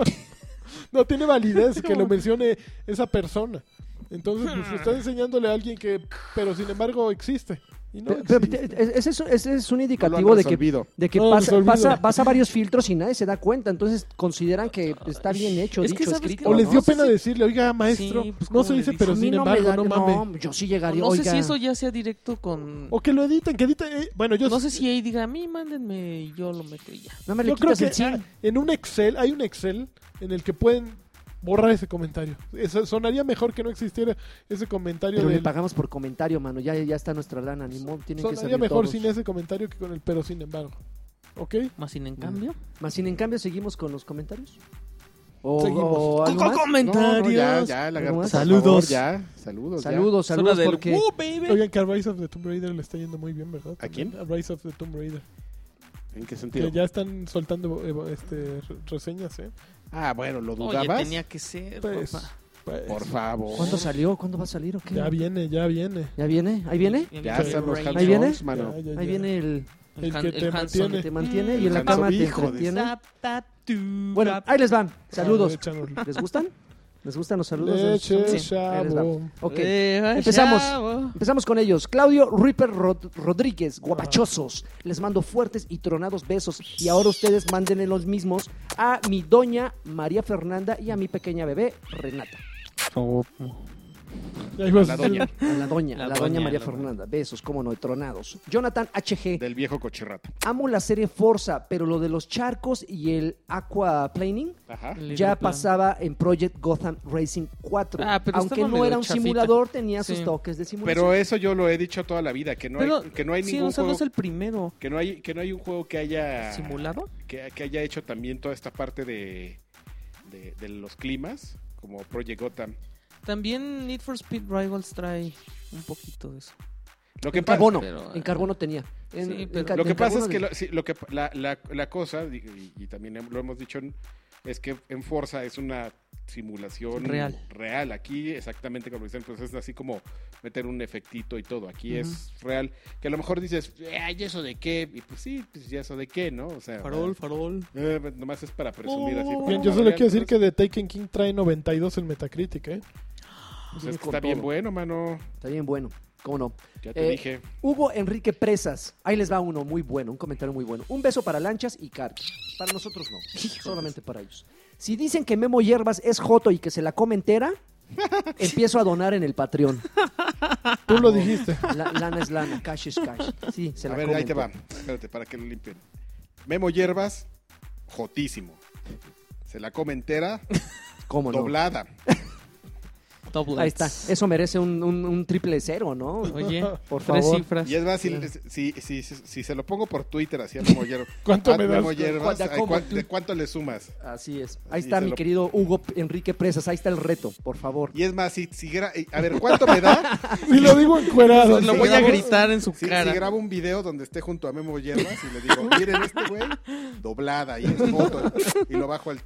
[SPEAKER 2] [LAUGHS] no tiene validez que lo mencione esa persona. Entonces, pues está enseñándole a alguien que pero sin embargo existe. Y no
[SPEAKER 3] pero- pero
[SPEAKER 2] existe.
[SPEAKER 3] te- es- ese, es, ese es un
[SPEAKER 5] No lo han
[SPEAKER 3] indicativo de que,
[SPEAKER 5] resolvido.
[SPEAKER 3] de que
[SPEAKER 2] No,
[SPEAKER 3] pasa,
[SPEAKER 2] resolvido.
[SPEAKER 3] pasa, pasa varios filtros y nadie se da cuenta. Entonces consideran que está bien hecho,
[SPEAKER 4] Es que
[SPEAKER 3] dicho,
[SPEAKER 4] ¿sabes qué?
[SPEAKER 3] escrito.
[SPEAKER 2] O les
[SPEAKER 4] no
[SPEAKER 2] dio
[SPEAKER 4] sé
[SPEAKER 2] pena
[SPEAKER 4] si-
[SPEAKER 2] decirle, oiga, maestro,
[SPEAKER 4] Sí, pues,
[SPEAKER 2] no
[SPEAKER 4] ¿cómo
[SPEAKER 2] se
[SPEAKER 4] le
[SPEAKER 2] dice,
[SPEAKER 4] dices?
[SPEAKER 2] pero
[SPEAKER 3] A mí
[SPEAKER 2] sin
[SPEAKER 3] no me
[SPEAKER 2] embargo,
[SPEAKER 3] da-
[SPEAKER 2] no mames.
[SPEAKER 3] yo sí
[SPEAKER 4] O
[SPEAKER 3] llegaría.
[SPEAKER 4] No sé
[SPEAKER 3] oiga,
[SPEAKER 4] si eso ya sea directo con...
[SPEAKER 2] O que lo editen, que editen. eh, bueno,
[SPEAKER 3] pues-
[SPEAKER 2] yo,
[SPEAKER 4] No sé si ahí diga, a mí mándenme y yo lo meto y ya.
[SPEAKER 3] no me le
[SPEAKER 2] yo creo
[SPEAKER 3] quitas
[SPEAKER 2] que
[SPEAKER 3] el chin.
[SPEAKER 2] ah, en un Excel, hay un Excel en el que pueden borrar ese comentario. Eso- sonaría mejor que no existiera ese comentario
[SPEAKER 3] Pero le
[SPEAKER 2] del-
[SPEAKER 3] pagamos por comentario, mano. Ya, ya está nuestra lana, ni modo, tienen que
[SPEAKER 2] Sonaría
[SPEAKER 3] salir
[SPEAKER 2] mejor
[SPEAKER 3] todos.
[SPEAKER 2] sin ese comentario que con el pero sin embargo. ¿Ok?
[SPEAKER 4] Más sin en
[SPEAKER 3] Mm.
[SPEAKER 4] cambio.
[SPEAKER 3] Más sin en cambio, ¿seguimos con los comentarios? O,
[SPEAKER 2] Seguimos.
[SPEAKER 3] o algo más?
[SPEAKER 4] comentarios.
[SPEAKER 5] No, no, ya, ya, lagarto, por
[SPEAKER 4] Saludos.
[SPEAKER 5] favor, ya, saludos. ya.
[SPEAKER 3] Saludos,
[SPEAKER 4] Zona
[SPEAKER 3] saludos,
[SPEAKER 4] del
[SPEAKER 3] porque...
[SPEAKER 4] "Woo, baby".
[SPEAKER 2] Oigan, que a Rise of the Tomb Raider le está yendo muy bien, ¿verdad?
[SPEAKER 5] ¿A quién?
[SPEAKER 2] A Rise of the Tomb Raider.
[SPEAKER 5] ¿En qué sentido?
[SPEAKER 2] Que ya están soltando eh, este, re- reseñas, ¿eh?
[SPEAKER 5] Ah, bueno, ¿lo
[SPEAKER 4] Oye,
[SPEAKER 5] dudabas?
[SPEAKER 4] tenía que ser,
[SPEAKER 2] Pues,
[SPEAKER 4] papá.
[SPEAKER 2] pues,
[SPEAKER 5] Por favor.
[SPEAKER 3] ¿Cuándo salió? ¿Cuándo va a salir o qué?
[SPEAKER 2] ya viene, ya viene.
[SPEAKER 3] ¿Ya viene? ¿Ahí viene?
[SPEAKER 5] Ya
[SPEAKER 2] Sí.
[SPEAKER 5] están los
[SPEAKER 4] Ahí
[SPEAKER 5] Hans
[SPEAKER 3] viene.
[SPEAKER 5] Jones, mano.
[SPEAKER 2] Ya, ya,
[SPEAKER 3] Ahí
[SPEAKER 2] ya.
[SPEAKER 3] viene el
[SPEAKER 4] El,
[SPEAKER 2] El
[SPEAKER 4] Han-
[SPEAKER 2] que
[SPEAKER 4] el
[SPEAKER 2] te
[SPEAKER 4] Hanson
[SPEAKER 2] mantiene.
[SPEAKER 3] que te mantiene y en la
[SPEAKER 5] Hanson,
[SPEAKER 3] cama te
[SPEAKER 5] hijo de-
[SPEAKER 3] entretiene.
[SPEAKER 4] Tap, tap, tu,
[SPEAKER 3] Bueno,
[SPEAKER 4] rap.
[SPEAKER 3] ahí les van.
[SPEAKER 2] Ah,
[SPEAKER 3] Saludos.
[SPEAKER 2] échanos.
[SPEAKER 3] ¿Les gustan? ¿Les gustan los saludos?
[SPEAKER 2] Leche,
[SPEAKER 4] Sí.
[SPEAKER 3] Ahí les va.
[SPEAKER 2] chavo.
[SPEAKER 3] Ok.
[SPEAKER 4] Eh, ay,
[SPEAKER 3] Empezamos.
[SPEAKER 4] chavo.
[SPEAKER 3] Empezamos con ellos. Claudio Ripper Rod- Rodríguez, guapachosos. Les mando fuertes y tronados besos. Y ahora ustedes mándenle los mismos a mi doña María Fernanda y a mi pequeña bebé Renata.
[SPEAKER 2] Ya ibas
[SPEAKER 1] La
[SPEAKER 2] a decir-
[SPEAKER 1] doña
[SPEAKER 3] A la doña,
[SPEAKER 4] La
[SPEAKER 3] a la doña,
[SPEAKER 4] doña,
[SPEAKER 3] María
[SPEAKER 4] la doña.
[SPEAKER 3] Fernanda. Besos, cómo no, y tronados. Jonathan HG.
[SPEAKER 1] del viejo cochirrato.
[SPEAKER 3] Amo la serie Forza, pero lo de los charcos y el aquaplaning
[SPEAKER 1] Ajá.
[SPEAKER 3] ya
[SPEAKER 4] El libro plan.
[SPEAKER 3] pasaba en Project Gotham Racing 4.
[SPEAKER 4] Ah, pero
[SPEAKER 3] Aunque
[SPEAKER 4] estaba
[SPEAKER 3] no
[SPEAKER 4] medio
[SPEAKER 3] era un
[SPEAKER 4] chafita.
[SPEAKER 3] simulador, tenía sus
[SPEAKER 4] Sí.
[SPEAKER 3] toques de simulación.
[SPEAKER 1] Pero eso yo lo he dicho toda la vida, que no
[SPEAKER 4] Pero,
[SPEAKER 1] hay, que no hay
[SPEAKER 4] sí,
[SPEAKER 1] ningún
[SPEAKER 4] o sea,
[SPEAKER 1] juego... Ah.
[SPEAKER 4] no es el primero
[SPEAKER 1] Que no, hay, que no hay un juego que haya...
[SPEAKER 4] simulado.
[SPEAKER 1] que, que haya hecho también toda esta parte de, de, de los climas, como Project Gotham.
[SPEAKER 4] También Need for Speed Rivals trae un poquito de eso.
[SPEAKER 1] Lo que,
[SPEAKER 3] en
[SPEAKER 1] pa-
[SPEAKER 3] carbono,
[SPEAKER 4] pero, eh,
[SPEAKER 3] en carbono tenía. En-
[SPEAKER 4] sí,
[SPEAKER 3] en
[SPEAKER 4] pero-
[SPEAKER 3] ca-
[SPEAKER 1] lo que
[SPEAKER 3] en
[SPEAKER 1] pasa es
[SPEAKER 3] carbono
[SPEAKER 1] que,
[SPEAKER 3] de-
[SPEAKER 1] lo, sí, lo que la, la- la cosa, y, y- y también lo hemos dicho, en- es que en Forza es una simulación
[SPEAKER 4] Real.
[SPEAKER 1] real. Aquí, exactamente como dicen, pues es así como meter un efectito y todo. Aquí
[SPEAKER 4] Ujú.
[SPEAKER 1] es real. Que a lo mejor dices, ay, ¿eso de qué? Y pues sí, pues ya eso de qué, ¿no? O sea,
[SPEAKER 4] Farol, farol.
[SPEAKER 1] eh, nomás es para presumir así.
[SPEAKER 4] Oh.
[SPEAKER 2] Bien,
[SPEAKER 1] Pero
[SPEAKER 2] yo solo
[SPEAKER 1] real,
[SPEAKER 2] quiero decir
[SPEAKER 1] entonces,
[SPEAKER 2] que The Taken King trae 92 en Metacritic, ¿eh?
[SPEAKER 1] pues,
[SPEAKER 3] viene
[SPEAKER 1] es que
[SPEAKER 3] con
[SPEAKER 1] está bien
[SPEAKER 3] todo.
[SPEAKER 1] bueno, mano.
[SPEAKER 3] Está bien bueno, cómo no.
[SPEAKER 1] Ya te
[SPEAKER 3] Eh,
[SPEAKER 1] dije.
[SPEAKER 3] Hugo Enrique Presas, ahí les va uno muy bueno, un comentario muy bueno. Un beso para lanchas y cartas. Para nosotros no, solamente para ellos. Si dicen que Memo Hierbas es joto y que se la
[SPEAKER 1] [LAUGHS]
[SPEAKER 3] come entera, empiezo a donar en el Patreon.
[SPEAKER 2] Tú
[SPEAKER 3] Ah,
[SPEAKER 2] lo dijiste.
[SPEAKER 3] La- lana es lana, cash es cash. Sí, se la
[SPEAKER 1] a ver,
[SPEAKER 3] come
[SPEAKER 1] ahí te
[SPEAKER 3] entera.
[SPEAKER 1] va. Espérate, para que lo limpien. Memo Hierbas, jotísimo. Se la come entera,
[SPEAKER 3] ¿Cómo no?
[SPEAKER 1] doblada.
[SPEAKER 4] Double
[SPEAKER 3] Ahí está.
[SPEAKER 4] X.
[SPEAKER 3] Eso merece un, un- un triple cero, ¿no?
[SPEAKER 4] Oye,
[SPEAKER 3] [LAUGHS] Por
[SPEAKER 4] tres
[SPEAKER 3] favor.
[SPEAKER 4] cifras.
[SPEAKER 1] Y es más, si, si, si- si- si se lo pongo por Twitter así a Memo Hierbas.
[SPEAKER 2] [LAUGHS] ¿Cuánto
[SPEAKER 1] ah,
[SPEAKER 2] me das?
[SPEAKER 1] Memo Hierbas,
[SPEAKER 3] ¿Cuánta
[SPEAKER 1] ay,
[SPEAKER 3] como
[SPEAKER 1] ¿cuán-
[SPEAKER 3] tú?
[SPEAKER 1] ¿de cuánto le sumas?
[SPEAKER 3] Así es. Ahí
[SPEAKER 1] Y
[SPEAKER 3] está
[SPEAKER 1] se
[SPEAKER 3] mi
[SPEAKER 1] lo-
[SPEAKER 3] querido Hugo Enrique Presas. Ahí está el reto, por favor.
[SPEAKER 1] Y es más, si, si gra- eh, a ver, ¿cuánto me
[SPEAKER 3] [LAUGHS]
[SPEAKER 1] da?
[SPEAKER 2] Si lo digo encuerado.
[SPEAKER 4] Lo
[SPEAKER 1] si
[SPEAKER 4] voy a
[SPEAKER 1] grabo-
[SPEAKER 4] gritar en su
[SPEAKER 1] Si, si
[SPEAKER 4] cara.
[SPEAKER 1] grabo un video donde esté junto a Memo Hierbas y le digo, miren este güey, doblada y es foto. Y lo bajo al...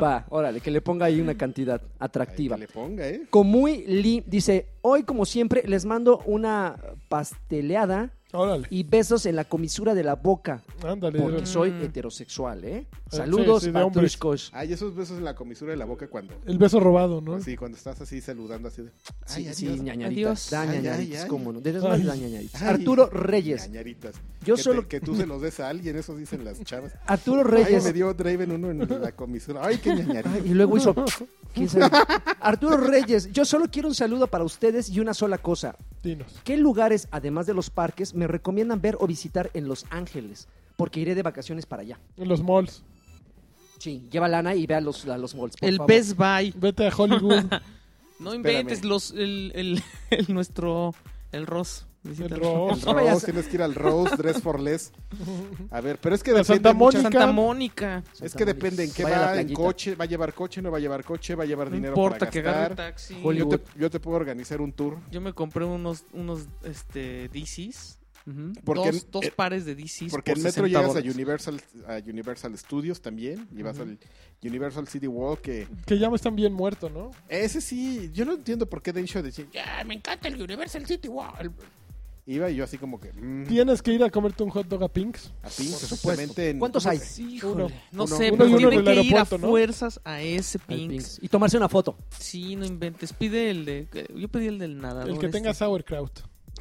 [SPEAKER 3] Va, órale, que le ponga ahí una cantidad
[SPEAKER 1] Ay,
[SPEAKER 3] atractiva.
[SPEAKER 1] que le ponga, ¿eh?
[SPEAKER 3] Comuy Lee dice, hoy como siempre les mando una pasteleada
[SPEAKER 2] Órale,
[SPEAKER 3] y besos en la comisura de la boca,
[SPEAKER 2] ándale.
[SPEAKER 3] porque soy
[SPEAKER 4] Mm.
[SPEAKER 3] heterosexual, ¿eh?
[SPEAKER 2] sí,
[SPEAKER 3] Saludos,
[SPEAKER 2] sí, de hombres.
[SPEAKER 3] Patrushkos.
[SPEAKER 1] Ay, esos besos en la comisura de la boca cuando...
[SPEAKER 2] El beso robado, ¿no?
[SPEAKER 1] Sí, cuando estás así saludando así de...
[SPEAKER 3] Sí,
[SPEAKER 1] ay,
[SPEAKER 3] sí,
[SPEAKER 1] adiós.
[SPEAKER 3] ñañaritas.
[SPEAKER 4] Adiós.
[SPEAKER 3] Da
[SPEAKER 1] Ay, ay,
[SPEAKER 3] ñañaritas,
[SPEAKER 1] ay.
[SPEAKER 3] cómo no. De esas
[SPEAKER 2] Ay.
[SPEAKER 3] más da ñañaritas.
[SPEAKER 1] Ay.
[SPEAKER 3] Arturo Reyes.
[SPEAKER 1] Ñañaritas.
[SPEAKER 3] Yo
[SPEAKER 1] que
[SPEAKER 3] solo-
[SPEAKER 1] te- que tú se los des a alguien, eso dicen las chavas.
[SPEAKER 3] Arturo
[SPEAKER 1] Ay,
[SPEAKER 3] Reyes.
[SPEAKER 1] me dio Draven uno en la comisura. Ay, qué ñañarita. [LAUGHS]
[SPEAKER 3] Ay, y luego hizo ¿Quién sabe? Arturo Reyes, yo solo quiero un saludo para ustedes y una sola cosa.
[SPEAKER 2] Dinos.
[SPEAKER 3] ¿Qué lugares, además de los parques, me recomiendan ver o visitar en Los Ángeles? Porque iré de vacaciones para allá.
[SPEAKER 2] En los malls.
[SPEAKER 3] Sí, lleva lana y ve a los, a los malls. por
[SPEAKER 4] El
[SPEAKER 3] favor.
[SPEAKER 4] Best Buy.
[SPEAKER 2] Vete a Hollywood.
[SPEAKER 4] [LAUGHS] No
[SPEAKER 1] Espérame.
[SPEAKER 4] inventes los, el, el, [LAUGHS] el nuestro, el Ross. Visita
[SPEAKER 2] El
[SPEAKER 4] el
[SPEAKER 2] Ross.
[SPEAKER 1] El
[SPEAKER 3] No Pues vayas
[SPEAKER 1] Rose,
[SPEAKER 3] a-
[SPEAKER 1] tienes que ir al Rose, Dress for Less. A ver, pero es que
[SPEAKER 2] La
[SPEAKER 1] depende
[SPEAKER 2] Santa
[SPEAKER 1] muchas-
[SPEAKER 2] Mónica.
[SPEAKER 4] Santa Mónica.
[SPEAKER 1] Es que depende en qué
[SPEAKER 3] Vaya a la
[SPEAKER 1] va, en
[SPEAKER 3] playita.
[SPEAKER 1] coche, va a llevar coche, no va a llevar coche, va a llevar
[SPEAKER 4] No
[SPEAKER 1] dinero
[SPEAKER 4] importa
[SPEAKER 1] para
[SPEAKER 4] que
[SPEAKER 1] gastar.
[SPEAKER 4] agarre taxi.
[SPEAKER 3] Hollywood.
[SPEAKER 1] Yo te, yo te puedo organizar un tour.
[SPEAKER 4] Yo me compré unos, unos este, DCs.
[SPEAKER 3] Ujú.
[SPEAKER 1] Porque,
[SPEAKER 4] dos
[SPEAKER 1] en-
[SPEAKER 4] dos
[SPEAKER 1] eh,
[SPEAKER 4] pares de DCs.
[SPEAKER 1] porque
[SPEAKER 4] por
[SPEAKER 1] en metro
[SPEAKER 4] 60
[SPEAKER 1] llegas a
[SPEAKER 4] dólares.
[SPEAKER 1] Universal, a Universal Studios también. Y vas al Universal City Wall, que
[SPEAKER 2] que ya me están bien muerto, ¿no?
[SPEAKER 1] ese sí, yo no entiendo por qué Densho decía,
[SPEAKER 6] Ya, me encanta el Universal City Wall.
[SPEAKER 1] iba y yo así como que... mm,
[SPEAKER 2] Tienes que ir a comerte un hot dog a Pink's.
[SPEAKER 1] así, supuestamente en-
[SPEAKER 3] ¿Cuántos hay?
[SPEAKER 4] Híjole,
[SPEAKER 2] Uno.
[SPEAKER 4] no
[SPEAKER 1] Uno.
[SPEAKER 4] sé,
[SPEAKER 1] Uno y
[SPEAKER 4] pero
[SPEAKER 1] uno
[SPEAKER 2] del
[SPEAKER 4] tienen que ir a
[SPEAKER 2] aeropuerto, ¿no?
[SPEAKER 4] fuerzas a ese
[SPEAKER 3] Al
[SPEAKER 4] Pinks.
[SPEAKER 3] Pinks. Y tomarse una foto.
[SPEAKER 4] Sí, no inventes. Pide el de. Yo pedí el del nadador.
[SPEAKER 2] El que
[SPEAKER 4] este.
[SPEAKER 2] tenga sauerkraut.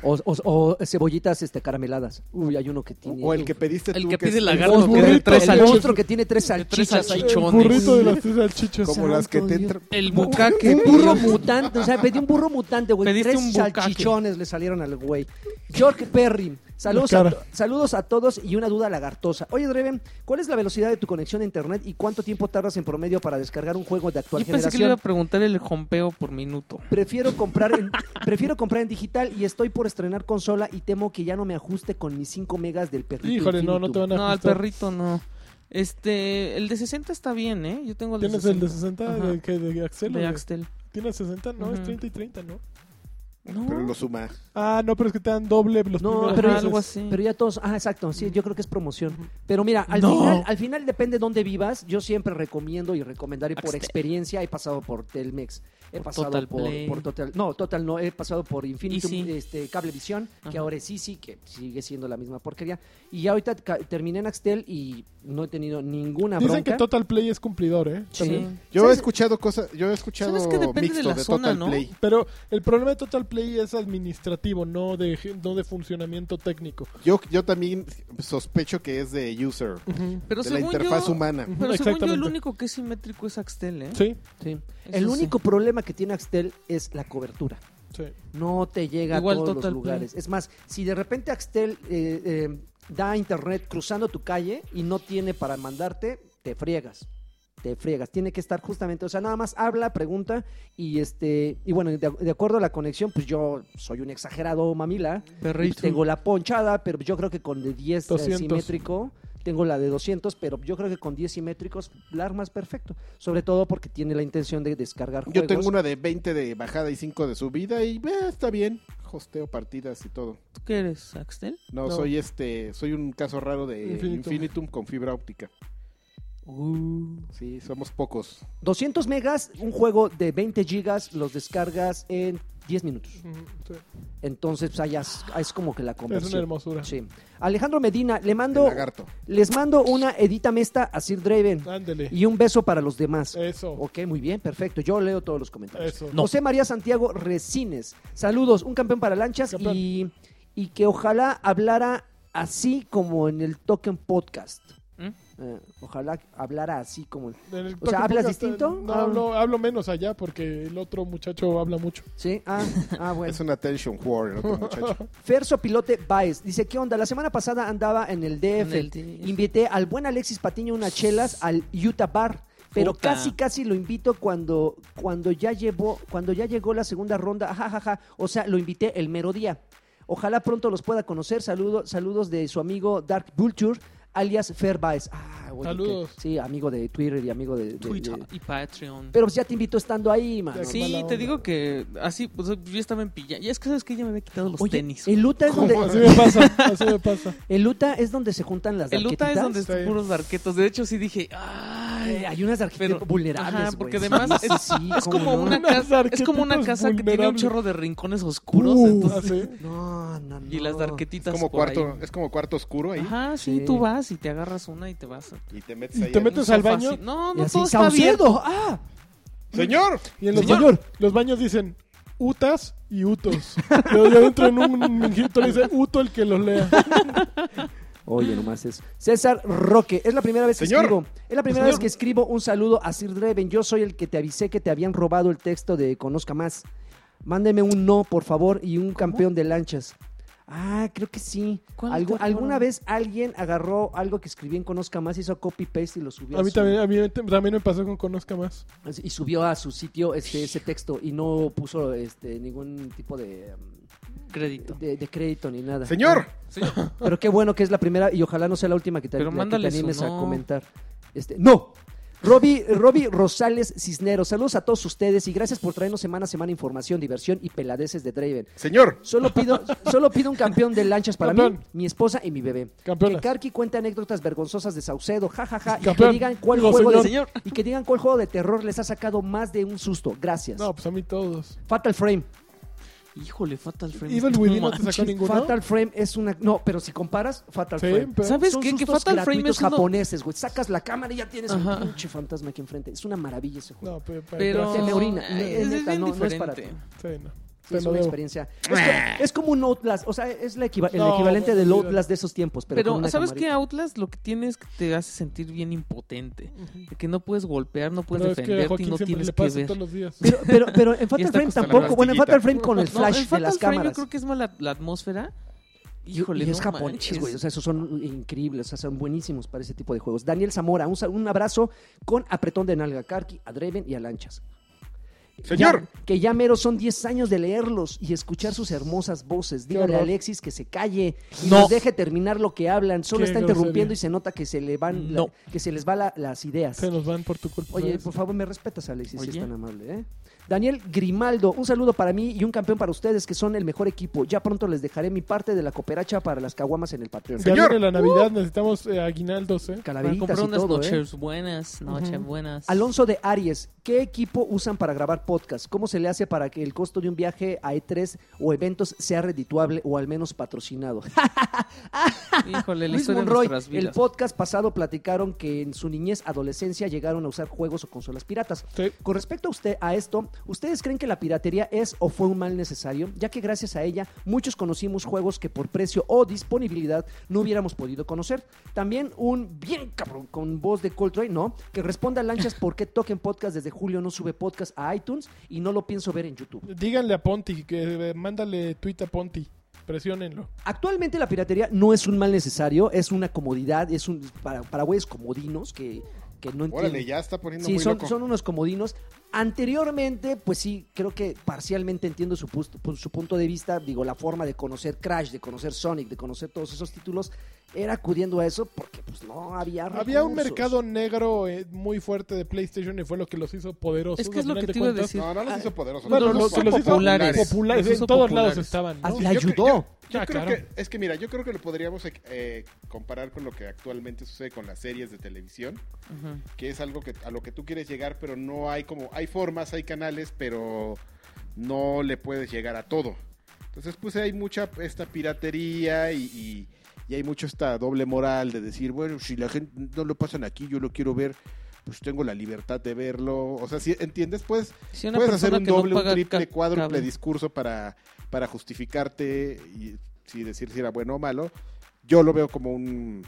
[SPEAKER 3] O, o- o cebollitas este, carameladas. Uy, hay uno que tiene.
[SPEAKER 1] O el que pediste
[SPEAKER 4] El
[SPEAKER 1] tú,
[SPEAKER 4] que
[SPEAKER 1] es
[SPEAKER 4] pide
[SPEAKER 1] el-
[SPEAKER 4] lagarto
[SPEAKER 2] el
[SPEAKER 4] que de
[SPEAKER 2] burrito,
[SPEAKER 4] tres
[SPEAKER 2] el
[SPEAKER 3] El
[SPEAKER 4] salchichas.
[SPEAKER 3] monstruo que tiene tres
[SPEAKER 4] De tres
[SPEAKER 3] salchichas. ahí.
[SPEAKER 4] salchichones.
[SPEAKER 2] El burrito de
[SPEAKER 4] [LAUGHS]
[SPEAKER 2] las tres salchichas.
[SPEAKER 1] Como las que te
[SPEAKER 3] Santo
[SPEAKER 1] entran...
[SPEAKER 4] El
[SPEAKER 1] [LAUGHS]
[SPEAKER 3] Bu-
[SPEAKER 4] bucaque.
[SPEAKER 3] Un burro mutante, o sea, pedí un burro mutante, güey.
[SPEAKER 4] Pediste
[SPEAKER 3] Tres
[SPEAKER 4] un bucaque.
[SPEAKER 3] salchichones le salieron al güey. George Perry, saludos
[SPEAKER 2] La
[SPEAKER 3] a,
[SPEAKER 2] cara.
[SPEAKER 3] to- saludos a todos y una duda lagartosa. Oye, Dreven, ¿cuál es la velocidad de tu conexión a internet y cuánto tiempo tardas en promedio para descargar un juego de actual
[SPEAKER 4] Yo pensé que le
[SPEAKER 3] generación?
[SPEAKER 4] iba a preguntar el jompeo por minuto.
[SPEAKER 3] Prefiero comprar, en, prefiero comprar en digital y estoy por estrenar consola y temo que ya no me ajuste con mis 5 megas del perrito.
[SPEAKER 2] Híjole, no, no
[SPEAKER 3] Infinitum.
[SPEAKER 2] te van a
[SPEAKER 4] No, al
[SPEAKER 2] ajustar.
[SPEAKER 4] perrito no. Este, el de 60 está bien, ¿eh? Yo tengo el de
[SPEAKER 2] ¿Tienes
[SPEAKER 4] 60.
[SPEAKER 2] el de 60
[SPEAKER 4] Ajá.
[SPEAKER 2] de, que, de Axel? o
[SPEAKER 4] de
[SPEAKER 2] de-
[SPEAKER 4] Axtel.
[SPEAKER 2] ¿Tienes 60? No, es
[SPEAKER 4] Ujú.
[SPEAKER 2] 30 y 30, ¿no?
[SPEAKER 4] No,
[SPEAKER 1] Pero lo suma.
[SPEAKER 2] Ah, no, pero es que te dan doble los
[SPEAKER 3] No,
[SPEAKER 2] primeros
[SPEAKER 3] pero
[SPEAKER 2] meses.
[SPEAKER 4] algo así.
[SPEAKER 3] Pero ya todos, ah, exacto, sí, yo creo que es promoción. Pero mira, al
[SPEAKER 4] No.
[SPEAKER 3] final, al final depende dónde vivas, yo siempre recomiendo y recomendaré por
[SPEAKER 4] Axtel.
[SPEAKER 3] experiencia, he pasado por Telmex, he
[SPEAKER 4] Por
[SPEAKER 3] pasado
[SPEAKER 4] Total
[SPEAKER 3] por,
[SPEAKER 4] Play.
[SPEAKER 3] por Total, no, Total no, he pasado por Infinitum,
[SPEAKER 4] Easy.
[SPEAKER 3] este Cablevisión, que
[SPEAKER 4] Ajá.
[SPEAKER 3] ahora es Easy, que sigue siendo la misma porquería. Y ya ahorita ca- terminé en Axtel y no he tenido ninguna
[SPEAKER 2] Dicen
[SPEAKER 3] bronca.
[SPEAKER 2] que Total Play es cumplidor, ¿eh?
[SPEAKER 3] Sí.
[SPEAKER 4] Sí.
[SPEAKER 1] Yo he
[SPEAKER 3] ¿Sabes?
[SPEAKER 1] escuchado cosas, yo he escuchado
[SPEAKER 4] ¿Sabes que depende
[SPEAKER 1] mixto
[SPEAKER 4] de
[SPEAKER 1] de,
[SPEAKER 4] la zona,
[SPEAKER 1] Total
[SPEAKER 4] no?
[SPEAKER 1] Play.
[SPEAKER 2] Pero el problema de Total Play es administrativo, no de, no de funcionamiento técnico.
[SPEAKER 1] Yo, yo también sospecho que es de user,
[SPEAKER 4] Pero
[SPEAKER 1] de la
[SPEAKER 4] según
[SPEAKER 1] interfaz
[SPEAKER 4] yo,
[SPEAKER 1] humana.
[SPEAKER 4] Pero según yo, el
[SPEAKER 2] Exactamente.
[SPEAKER 4] único que es simétrico es Axtel, ¿eh?
[SPEAKER 2] Sí,
[SPEAKER 3] Sí.
[SPEAKER 4] Eso
[SPEAKER 3] El
[SPEAKER 4] sí.
[SPEAKER 3] único problema que tiene Axtel es la cobertura.
[SPEAKER 2] sí.
[SPEAKER 3] No te llega
[SPEAKER 4] Igual
[SPEAKER 3] a todos los
[SPEAKER 4] Total pues.
[SPEAKER 3] lugares. Es más, si de repente Axtel eh, eh, da internet cruzando tu calle y no tiene para mandarte, te friegas. Te friegas. Tiene que estar justamente, o sea, nada más habla, pregunta y este y bueno, de, de acuerdo a la conexión, pues yo soy un exagerado mamila.
[SPEAKER 4] Perrito.
[SPEAKER 3] Tengo la ponchada, pero yo creo que con de 10 eh,
[SPEAKER 2] 200.
[SPEAKER 3] simétrico, tengo la de 200, pero yo creo que con 10 simétricos la armas perfecto, sobre todo porque tiene la intención de descargar
[SPEAKER 1] Yo
[SPEAKER 3] juegos.
[SPEAKER 1] tengo una de 20 de bajada y 5 de subida y eh, está bien. Hosteo partidas y todo.
[SPEAKER 4] ¿Tú qué eres, Axtel?
[SPEAKER 1] No,
[SPEAKER 2] No.
[SPEAKER 1] soy este, soy un caso raro de
[SPEAKER 2] Infinitum.
[SPEAKER 1] Infinitum, con fibra óptica.
[SPEAKER 4] Uh.
[SPEAKER 1] Sí, somos pocos.
[SPEAKER 3] 200 megas, un juego de 20 gigas, los descargas en 10 minutos.
[SPEAKER 2] Ujú, sí.
[SPEAKER 3] Entonces, pues, ahí es, ahí es como que la
[SPEAKER 2] Es una
[SPEAKER 3] conversión.
[SPEAKER 2] hermosura.
[SPEAKER 3] Sí. Alejandro Medina, le
[SPEAKER 1] El
[SPEAKER 3] mando,
[SPEAKER 1] lagarto.
[SPEAKER 3] les mando una edita mesta a Sir Draven
[SPEAKER 1] Ah,
[SPEAKER 2] Ándele.
[SPEAKER 3] y un beso para los demás.
[SPEAKER 2] Eso.
[SPEAKER 3] Ok, muy bien, perfecto. Yo leo todos los comentarios.
[SPEAKER 2] Eso.
[SPEAKER 3] José María Santiago Resines, saludos, un campeón para lanchas
[SPEAKER 2] Campeón.
[SPEAKER 3] y, y que ojalá hablara así como en el Token Podcast.
[SPEAKER 4] ¿Mm?
[SPEAKER 3] Eh, ojalá hablara así como... en-
[SPEAKER 2] En el
[SPEAKER 3] O sea,
[SPEAKER 2] toque
[SPEAKER 3] ¿hablas
[SPEAKER 2] podcast,
[SPEAKER 3] distinto?
[SPEAKER 2] No,
[SPEAKER 3] Ah.
[SPEAKER 2] hablo, hablo menos allá porque el otro muchacho habla mucho.
[SPEAKER 3] Sí, ah,
[SPEAKER 2] [LAUGHS]
[SPEAKER 3] ah bueno.
[SPEAKER 1] Es un attention whore, el otro
[SPEAKER 4] [LAUGHS]
[SPEAKER 1] muchacho.
[SPEAKER 3] Ferso Pilote Baez dice, ¿qué onda? La semana pasada andaba en el DF.
[SPEAKER 4] En el DF.
[SPEAKER 3] Invité al buen Alexis Patiño unas chelas al Utah Bar. Pero
[SPEAKER 4] Puta.
[SPEAKER 3] casi casi lo invito cuando, cuando ya llevó, cuando ya llegó la segunda ronda, jajaja. O sea, lo invité el mero día. Ojalá pronto los pueda conocer. Saludo- saludos de su amigo Dark Vulture, alias Fer Baez. Ah, oye,
[SPEAKER 2] Saludos.
[SPEAKER 3] que- sí, amigo de Twitter y amigo de, de-
[SPEAKER 4] Twitter
[SPEAKER 3] de-
[SPEAKER 4] y Patreon.
[SPEAKER 3] Pero pues ya te invito estando ahí, man.
[SPEAKER 2] Pero-
[SPEAKER 4] sí,
[SPEAKER 2] Mala onda.
[SPEAKER 4] te digo que así, pues yo estaba en pijama. Ya es que sabes que ya me había quitado los
[SPEAKER 3] Oye,
[SPEAKER 4] tenis.
[SPEAKER 3] el Utah es
[SPEAKER 2] Así
[SPEAKER 3] [LAUGHS] donde,
[SPEAKER 2] me pasa, así me pasa.
[SPEAKER 3] el Utah es donde se juntan las
[SPEAKER 4] El Utah es
[SPEAKER 3] darquetitas.
[SPEAKER 4] donde están
[SPEAKER 2] Sí.
[SPEAKER 4] puros barquetos. De hecho, sí dije, ay.
[SPEAKER 3] Eh, hay unas arquitecturas
[SPEAKER 4] Pero-
[SPEAKER 3] vulnerables,
[SPEAKER 4] Ajá,
[SPEAKER 3] güey.
[SPEAKER 4] porque
[SPEAKER 3] Sí,
[SPEAKER 4] además
[SPEAKER 3] sí,
[SPEAKER 4] es-
[SPEAKER 3] sí,
[SPEAKER 4] Es
[SPEAKER 3] ¿cómo
[SPEAKER 4] como,
[SPEAKER 3] no?
[SPEAKER 4] una
[SPEAKER 2] Unas
[SPEAKER 4] casa, es como una
[SPEAKER 2] arquetitos
[SPEAKER 4] casa que tiene un
[SPEAKER 2] vulnerables.
[SPEAKER 4] chorro de rincones oscuros.
[SPEAKER 2] Uh,
[SPEAKER 4] entonces,
[SPEAKER 2] así.
[SPEAKER 3] No, no, no.
[SPEAKER 4] y las darquetitas.
[SPEAKER 1] Es como
[SPEAKER 4] por
[SPEAKER 1] cuarto,
[SPEAKER 4] ahí.
[SPEAKER 1] es como cuarto oscuro ahí.
[SPEAKER 4] Ajá, sí,
[SPEAKER 3] Sí.
[SPEAKER 4] tú vas y te agarras una y te vas. a-
[SPEAKER 1] Y te metes
[SPEAKER 2] Y
[SPEAKER 1] ahí.
[SPEAKER 2] te
[SPEAKER 1] al-
[SPEAKER 2] metes-
[SPEAKER 4] un
[SPEAKER 2] al
[SPEAKER 4] sofá
[SPEAKER 2] baño?
[SPEAKER 4] así. No,
[SPEAKER 3] Y
[SPEAKER 4] no
[SPEAKER 3] así,
[SPEAKER 4] todo está abierto.
[SPEAKER 3] Saucedo. Ah,
[SPEAKER 1] Señor,
[SPEAKER 2] Y en los,
[SPEAKER 4] Señor.
[SPEAKER 2] baños, los baños dicen utas
[SPEAKER 3] [LAUGHS]
[SPEAKER 2] y utos. Yo, yo entro en un minguito le dice uto el que los lea.
[SPEAKER 3] Oye, nomás es. César Roque, es la primera vez que
[SPEAKER 1] Señor.
[SPEAKER 3] escribo. Es la primera
[SPEAKER 1] Señor.
[SPEAKER 3] vez que escribo un saludo a Sir Dreven. Yo soy el que te avisé que te habían robado el texto de Conozca Más. Mándeme un no, por favor, y un campeón de lanchas. Ah, creo que sí.
[SPEAKER 4] ¿Cuál
[SPEAKER 3] Algu-
[SPEAKER 4] te robaron?
[SPEAKER 3] alguna vez alguien agarró algo que escribí en Conozca Más, hizo copy paste y lo subió.
[SPEAKER 2] A mí
[SPEAKER 3] su-
[SPEAKER 2] también, a mí también me pasó con Conozca Más.
[SPEAKER 3] y subió a su sitio este, ese texto y no puso este, ningún tipo de,
[SPEAKER 4] Crédito.
[SPEAKER 3] um, de, de crédito ni nada.
[SPEAKER 1] Señor,
[SPEAKER 3] [LAUGHS] Pero qué bueno que es la primera y ojalá no sea la última que te, la
[SPEAKER 4] Pero
[SPEAKER 3] que te
[SPEAKER 4] mándale su
[SPEAKER 3] animes a
[SPEAKER 4] no.
[SPEAKER 3] comentar. Este, no. Robbie, Robbie Rosales Cisneros, saludos a todos ustedes y gracias por traernos semana a semana información, diversión y peladeces de Draven.
[SPEAKER 1] señor.
[SPEAKER 3] Solo pido, solo pido un campeón de lanchas para mí,
[SPEAKER 2] Campeón.
[SPEAKER 3] mi esposa y mi bebé.
[SPEAKER 2] Campeonas.
[SPEAKER 3] Que Karki cuente anécdotas vergonzosas de Saucedo, jajaja, y que
[SPEAKER 2] Campeón.
[SPEAKER 3] digan cuál
[SPEAKER 2] Digo,
[SPEAKER 3] juego de,
[SPEAKER 4] señor.
[SPEAKER 3] y que digan cuál juego de terror les ha sacado más de un susto. Gracias.
[SPEAKER 2] No, pues a mí todos.
[SPEAKER 3] Fatal Frame.
[SPEAKER 4] Híjole, Fatal Frame.
[SPEAKER 2] Evil
[SPEAKER 4] No
[SPEAKER 2] Within no te
[SPEAKER 4] manches.
[SPEAKER 2] sacó ninguno.
[SPEAKER 3] Fatal Frame es una. No, pero si comparas, Fatal
[SPEAKER 2] Sí,
[SPEAKER 3] Frame.
[SPEAKER 2] pero-
[SPEAKER 4] ¿Sabes
[SPEAKER 3] Son
[SPEAKER 4] qué? Que
[SPEAKER 3] sustos
[SPEAKER 4] Fatal Frame
[SPEAKER 3] gratuitos
[SPEAKER 4] es uno-
[SPEAKER 3] japoneses, güey. Sacas la cámara y ya tienes
[SPEAKER 4] Ajá.
[SPEAKER 3] un pinche fantasma aquí enfrente. Es una maravilla ese juego.
[SPEAKER 2] No, pero... pero-
[SPEAKER 4] Pero
[SPEAKER 3] Se me orina.
[SPEAKER 4] Ay,
[SPEAKER 3] Ne-
[SPEAKER 4] es,
[SPEAKER 3] neta,
[SPEAKER 4] bien
[SPEAKER 3] no- no es
[SPEAKER 4] diferente.
[SPEAKER 3] para
[SPEAKER 2] Sí, no.
[SPEAKER 3] Sí,
[SPEAKER 2] Te
[SPEAKER 3] es
[SPEAKER 2] lo
[SPEAKER 3] una
[SPEAKER 2] debo.
[SPEAKER 3] experiencia. Es, co- es como un Outlast. O sea, es la equiva- el
[SPEAKER 2] No,
[SPEAKER 3] equivalente del
[SPEAKER 2] olvídate.
[SPEAKER 3] Outlast de esos tiempos. Pero,
[SPEAKER 4] Pero,
[SPEAKER 3] con una
[SPEAKER 4] ¿sabes qué?
[SPEAKER 3] camarita.
[SPEAKER 4] Outlast lo que tiene es que te hace sentir bien impotente. De que no puedes golpear, no puedes
[SPEAKER 2] Pero es que a
[SPEAKER 4] defenderte y
[SPEAKER 2] Joaquín
[SPEAKER 4] no
[SPEAKER 2] siempre
[SPEAKER 4] tienes
[SPEAKER 2] le
[SPEAKER 4] que
[SPEAKER 2] pasa
[SPEAKER 4] ver.
[SPEAKER 2] todos los días.
[SPEAKER 3] Pero, pero, pero en
[SPEAKER 4] Ya
[SPEAKER 3] Fatal
[SPEAKER 4] está
[SPEAKER 3] Frame
[SPEAKER 4] acostumbrado.
[SPEAKER 3] tampoco. Bueno, en
[SPEAKER 1] Pastillita.
[SPEAKER 3] Fatal Frame con el
[SPEAKER 4] No,
[SPEAKER 3] flash de
[SPEAKER 4] Fatal
[SPEAKER 3] las
[SPEAKER 4] Frame
[SPEAKER 3] cámaras.
[SPEAKER 4] yo creo que es mala la atmósfera.
[SPEAKER 3] Y-
[SPEAKER 4] Híjole,
[SPEAKER 3] y es
[SPEAKER 4] no
[SPEAKER 3] japonés,
[SPEAKER 4] manches.
[SPEAKER 3] güey. O sea, esos son increíbles. O sea, son buenísimos para ese tipo de juegos. Daniel Zamora, un, sa- un abrazo con apretón de nalga a Karki, a Dreven y a Lanchas.
[SPEAKER 1] Señor.
[SPEAKER 3] Ya- que ya mero son 10 años de leerlos y escuchar sus hermosas voces. Dígale a
[SPEAKER 2] horror.
[SPEAKER 3] Alexis que se calle y
[SPEAKER 4] No.
[SPEAKER 3] nos deje terminar lo que hablan. Solo
[SPEAKER 2] Qué
[SPEAKER 3] está
[SPEAKER 2] grosería.
[SPEAKER 3] interrumpiendo y se nota que se le van, la-
[SPEAKER 4] No.
[SPEAKER 3] que se les va la- las ideas.
[SPEAKER 2] [LAUGHS] Se nos van por tu culpa.
[SPEAKER 3] Oye, pues,
[SPEAKER 2] ¿sabes?
[SPEAKER 3] por favor, me respetas, Alexis, si
[SPEAKER 4] Oye.
[SPEAKER 3] es tan amable. ¿eh? Daniel Grimaldo, un saludo para mí y un campeón para ustedes, que son el mejor equipo. Ya pronto les dejaré mi parte de la cooperacha para las caguamas en el Patreon.
[SPEAKER 2] Ya
[SPEAKER 1] Señor.
[SPEAKER 2] viene la Navidad, necesitamos eh, aguinaldos, ¿eh?
[SPEAKER 4] Para
[SPEAKER 3] Calaveritas
[SPEAKER 4] comprar
[SPEAKER 3] y
[SPEAKER 4] unas
[SPEAKER 3] todo, ¿eh?
[SPEAKER 4] noches buenas, noches buenas.
[SPEAKER 3] Alonso de Aries, ¿qué equipo usan para grabar podcast? ¿Cómo se le hace para que el costo de un viaje a E3 o eventos sea redituable o al menos
[SPEAKER 4] [LAUGHS]
[SPEAKER 3] patrocinado?
[SPEAKER 4] Híjole, la
[SPEAKER 3] Luis
[SPEAKER 4] historia de
[SPEAKER 3] Monroy,
[SPEAKER 4] nuestras
[SPEAKER 3] el
[SPEAKER 4] vidas.
[SPEAKER 3] podcast pasado platicaron que en su niñez, adolescencia llegaron a usar juegos o consolas piratas.
[SPEAKER 2] Sí.
[SPEAKER 3] Con respecto a usted a esto, ¿ustedes creen que la piratería es o fue un mal necesario? Ya que gracias a ella muchos conocimos juegos que por precio o disponibilidad no hubiéramos podido conocer. También un bien cabrón con voz de Coltrane, ¿no? Que responda a lanchas por qué Token Podcast desde julio no sube podcast a iTunes y no lo pienso ver en YouTube.
[SPEAKER 2] Díganle a Ponti, que eh, mándale tweet a Ponti. Presionenlo.
[SPEAKER 3] Actualmente la piratería no es un mal necesario, es una comodidad, es un para, para güeyes comodinos que, que no entienden.
[SPEAKER 1] Órale, ya está poniendo
[SPEAKER 3] Sí,
[SPEAKER 1] muy
[SPEAKER 3] son,
[SPEAKER 1] loco.
[SPEAKER 3] son unos comodinos. Anteriormente, pues sí, creo que parcialmente entiendo su, pust- pu- su punto de vista. Digo, la forma de conocer Crash, de conocer Sonic, de conocer todos esos títulos, era acudiendo a eso porque pues no había
[SPEAKER 2] Había un
[SPEAKER 3] recursos.
[SPEAKER 2] mercado negro eh, muy fuerte de PlayStation y fue lo que los hizo poderosos.
[SPEAKER 4] Es que es
[SPEAKER 2] al
[SPEAKER 4] lo
[SPEAKER 2] final
[SPEAKER 4] que
[SPEAKER 2] de
[SPEAKER 4] te iba a
[SPEAKER 2] cuentas.
[SPEAKER 4] decir.
[SPEAKER 1] No, no los hizo poderosos.
[SPEAKER 2] Bueno,
[SPEAKER 4] Los
[SPEAKER 2] lo
[SPEAKER 4] hizo
[SPEAKER 2] que los hizo
[SPEAKER 4] populares.
[SPEAKER 2] populares.
[SPEAKER 4] Los hizo
[SPEAKER 2] en todos
[SPEAKER 4] populares.
[SPEAKER 2] lados estaban.
[SPEAKER 3] Ah,
[SPEAKER 2] ¿no?
[SPEAKER 3] sí. Le
[SPEAKER 1] Yo cre-
[SPEAKER 3] ayudó.
[SPEAKER 1] yo- Yo,
[SPEAKER 2] Ah,
[SPEAKER 1] creo
[SPEAKER 2] claro.
[SPEAKER 1] que, es que mira, yo creo que lo podríamos eh, eh, comparar con lo que actualmente sucede con las series de televisión,
[SPEAKER 4] Ujú.
[SPEAKER 1] que es algo que a lo que tú quieres llegar, pero no hay como, hay formas, hay canales, pero no le puedes llegar a todo. Entonces, pues hay mucha esta piratería y, y- y hay mucho esta doble moral de decir, bueno, si la gente no lo pasan aquí, yo lo quiero ver, pues tengo la libertad de verlo. O sea, si entiendes, pues
[SPEAKER 4] Si una
[SPEAKER 1] Puedes hacer
[SPEAKER 4] persona
[SPEAKER 1] un
[SPEAKER 4] que no
[SPEAKER 1] doble, un
[SPEAKER 4] paga
[SPEAKER 1] triple,
[SPEAKER 4] ca-
[SPEAKER 1] cuádruple
[SPEAKER 4] cable.
[SPEAKER 1] discurso para, para justificarte y si decir si era bueno o malo. Yo lo veo como un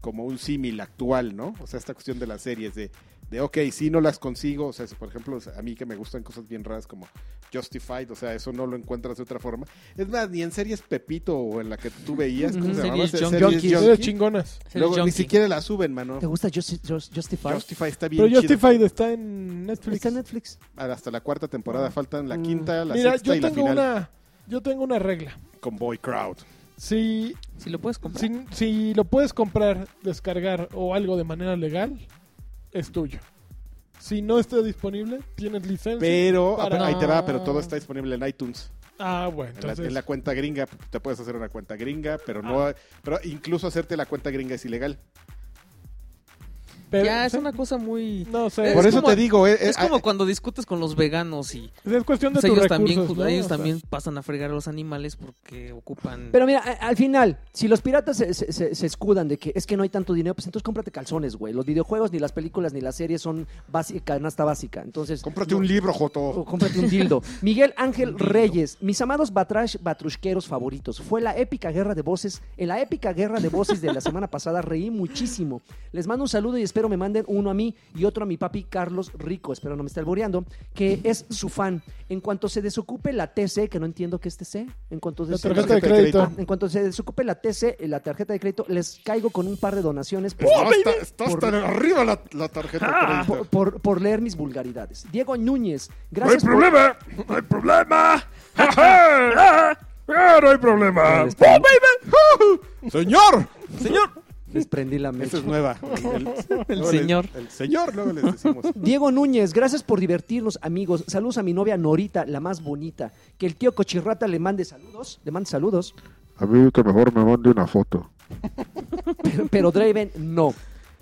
[SPEAKER 1] como un símil actual, ¿no? O sea, esta cuestión de las series de, de ok, si no las consigo, o sea, si, por ejemplo, a mí que me gustan cosas bien raras como Justified, o sea, eso no lo encuentras de otra forma. Es más, ni en series Pepito o en la que tú veías, ¿cómo
[SPEAKER 4] Ujú,
[SPEAKER 1] se llamaba?
[SPEAKER 4] series
[SPEAKER 1] Se-
[SPEAKER 2] Junkies.
[SPEAKER 1] series
[SPEAKER 2] Eran
[SPEAKER 1] Junkie.
[SPEAKER 2] chingonas.
[SPEAKER 4] Ser
[SPEAKER 1] Luego ni
[SPEAKER 4] junkie.
[SPEAKER 1] siquiera la suben, mano.
[SPEAKER 3] ¿Te gusta Justi- Just- Justify?
[SPEAKER 1] Justify está bien
[SPEAKER 2] Pero
[SPEAKER 1] chido.
[SPEAKER 2] Justified está en Netflix.
[SPEAKER 3] Está en Netflix.
[SPEAKER 1] Hasta la cuarta
[SPEAKER 4] Mm.
[SPEAKER 1] temporada, faltan la quinta, la
[SPEAKER 2] Mira,
[SPEAKER 1] sexta
[SPEAKER 2] yo
[SPEAKER 1] y la
[SPEAKER 2] tengo,
[SPEAKER 1] final.
[SPEAKER 2] una, yo tengo una regla.
[SPEAKER 1] con Boy Crowd.
[SPEAKER 2] Si,
[SPEAKER 4] Si lo puedes comprar.
[SPEAKER 2] si, si lo puedes comprar, descargar o algo de manera legal, es tuyo. Si no está disponible, tienes licencia.
[SPEAKER 1] Pero,
[SPEAKER 2] para-
[SPEAKER 1] ah, ahí te va, pero todo está disponible en iTunes.
[SPEAKER 2] Ah, bueno,
[SPEAKER 1] En la- en, la,
[SPEAKER 2] entonces.
[SPEAKER 1] cuenta gringa, te puedes hacer una cuenta
[SPEAKER 5] Ah.
[SPEAKER 1] gringa, pero no. Pero incluso hacerte la cuenta gringa es ilegal.
[SPEAKER 2] Pero,
[SPEAKER 4] ya, es
[SPEAKER 2] sí,
[SPEAKER 4] una cosa muy...
[SPEAKER 2] No sé.
[SPEAKER 4] Es
[SPEAKER 5] Por eso
[SPEAKER 4] como-
[SPEAKER 5] te digo, eh, eh,
[SPEAKER 4] Es como cuando discutes con los veganos y
[SPEAKER 2] Es cuestión de
[SPEAKER 4] pues, ellos,
[SPEAKER 2] tus
[SPEAKER 4] también,
[SPEAKER 2] recursos, ¿no?
[SPEAKER 4] ellos
[SPEAKER 2] O sea,
[SPEAKER 4] también pasan a fregar a los animales porque ocupan...
[SPEAKER 3] Pero mira, a- al final, si los piratas se, se- se- se escudan de que es que no hay tanto dinero, pues entonces cómprate calzones, güey. Los videojuegos, ni las películas, ni las series son básica, canasta básica. Entonces,
[SPEAKER 5] cómprate un libro, Joto.
[SPEAKER 1] Oh,
[SPEAKER 3] o cómprate un dildo. Miguel Ángel Reyes, mis amados batrash batrusqueros favoritos. Fue la épica guerra de voces. En la épica guerra de voces de la semana pasada reí muchísimo. Les mando un saludo y espero me manden uno a mí y otro a mi papi Carlos Rico. Espero no me esté alboreando, que es su fan. En cuanto se desocupe la TC, que no entiendo qué es TC, en cuanto
[SPEAKER 2] La
[SPEAKER 3] se
[SPEAKER 2] tarjeta de crédito.
[SPEAKER 3] Ah, en cuanto se desocupe la TC, la tarjeta de crédito, les caigo con un par de donaciones por,
[SPEAKER 5] No, está, está
[SPEAKER 3] Por-
[SPEAKER 5] hasta arriba la, la tarjeta. de
[SPEAKER 1] Ah,
[SPEAKER 5] crédito.
[SPEAKER 1] [LAUGHS]
[SPEAKER 3] por- por- por leer mis vulgaridades. Diego Núñez, gracias por-
[SPEAKER 1] ¡No hay
[SPEAKER 5] [LAUGHS]
[SPEAKER 1] problema! [LAUGHS] ¡No hay problema!
[SPEAKER 3] Les
[SPEAKER 5] Oh,
[SPEAKER 3] prendí,
[SPEAKER 1] [LAUGHS]
[SPEAKER 5] Señor.
[SPEAKER 3] les prendí la mecha.
[SPEAKER 5] Esta es nueva. El, luego le-
[SPEAKER 4] señor.
[SPEAKER 5] el señor, luego les decimos.
[SPEAKER 3] Diego Núñez, gracias por divertirnos, amigos. Saludos a mi novia Norita, la más bonita. Que el tío Cochirrata le mande saludos. Le mande saludos.
[SPEAKER 7] A mí que mejor me mande una foto.
[SPEAKER 3] Pero, pero Draven, no.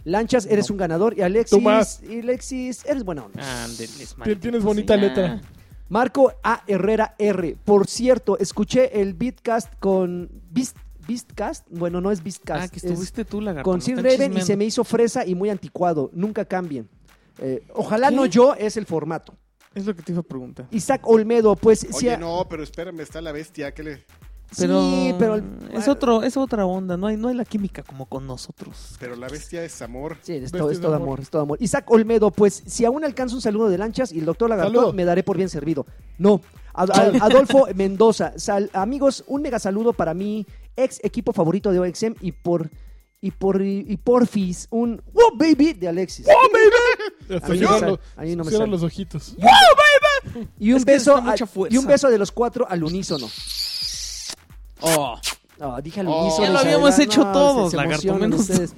[SPEAKER 3] Lanchas, eres un ganador. Y Alexis,
[SPEAKER 2] Tomás.
[SPEAKER 3] y Alexis, eres buena onda.
[SPEAKER 4] Ah. Ándeles,
[SPEAKER 2] Tien- Tienes
[SPEAKER 4] malditos
[SPEAKER 2] bonita
[SPEAKER 4] sean.
[SPEAKER 2] letra.
[SPEAKER 3] Marco A. Herrera R. Por cierto, escuché el Beatcast con. Beast, Beastcast? Bueno, no es Beastcast.
[SPEAKER 4] Ah, que
[SPEAKER 3] es
[SPEAKER 4] estuviste tú, lagarto.
[SPEAKER 3] con
[SPEAKER 4] me
[SPEAKER 3] Sir
[SPEAKER 4] están
[SPEAKER 3] Raven y
[SPEAKER 4] chismeando.
[SPEAKER 3] se me hizo fresa y muy anticuado. Nunca cambien. Eh, ojalá no
[SPEAKER 4] ¿Qué?
[SPEAKER 3] yo, es el formato.
[SPEAKER 4] Es lo que te iba a preguntar.
[SPEAKER 3] Isaac Olmedo, pues sí,
[SPEAKER 1] Oye, no, pero espérame, está la bestia. ¿Qué le...?
[SPEAKER 4] Pero,
[SPEAKER 3] sí, pero mm,
[SPEAKER 4] es otro es otra onda, no hay no hay la química como con nosotros.
[SPEAKER 1] Pero la bestia es amor.
[SPEAKER 3] Sí, es
[SPEAKER 2] Vestido
[SPEAKER 3] todo, es todo
[SPEAKER 2] de
[SPEAKER 3] amor.
[SPEAKER 2] amor.
[SPEAKER 3] es todo amor. Isaac Olmedo, pues si aún alcanzo un saludo de lanchas y el doctor Lagarto,
[SPEAKER 2] Saludo.
[SPEAKER 3] me daré por bien servido. No. Ad-
[SPEAKER 2] [LAUGHS]
[SPEAKER 3] Ad- Adolfo Mendoza, sal- amigos, un mega saludo para mi ex equipo favorito de OXM y por y por y porfis, un wow baby de Alexis.
[SPEAKER 2] Hasta
[SPEAKER 3] mí no me
[SPEAKER 2] este, cierra
[SPEAKER 3] sale,
[SPEAKER 2] los-
[SPEAKER 3] a mí no me
[SPEAKER 2] cierra
[SPEAKER 3] sale.
[SPEAKER 2] los ojitos.
[SPEAKER 3] Y un
[SPEAKER 4] Es que
[SPEAKER 3] beso
[SPEAKER 4] necesita
[SPEAKER 3] a-
[SPEAKER 4] mucha fuerza.
[SPEAKER 3] y un beso de los cuatro al unísono.
[SPEAKER 4] Oh,
[SPEAKER 3] Ah, dije al
[SPEAKER 1] Oh.
[SPEAKER 3] unísono,
[SPEAKER 1] Ya lo
[SPEAKER 3] Isabela.
[SPEAKER 4] habíamos hecho todos,
[SPEAKER 3] se- se
[SPEAKER 4] lagarto,
[SPEAKER 3] emocionan
[SPEAKER 4] menos tú. [LAUGHS]
[SPEAKER 3] ustedes.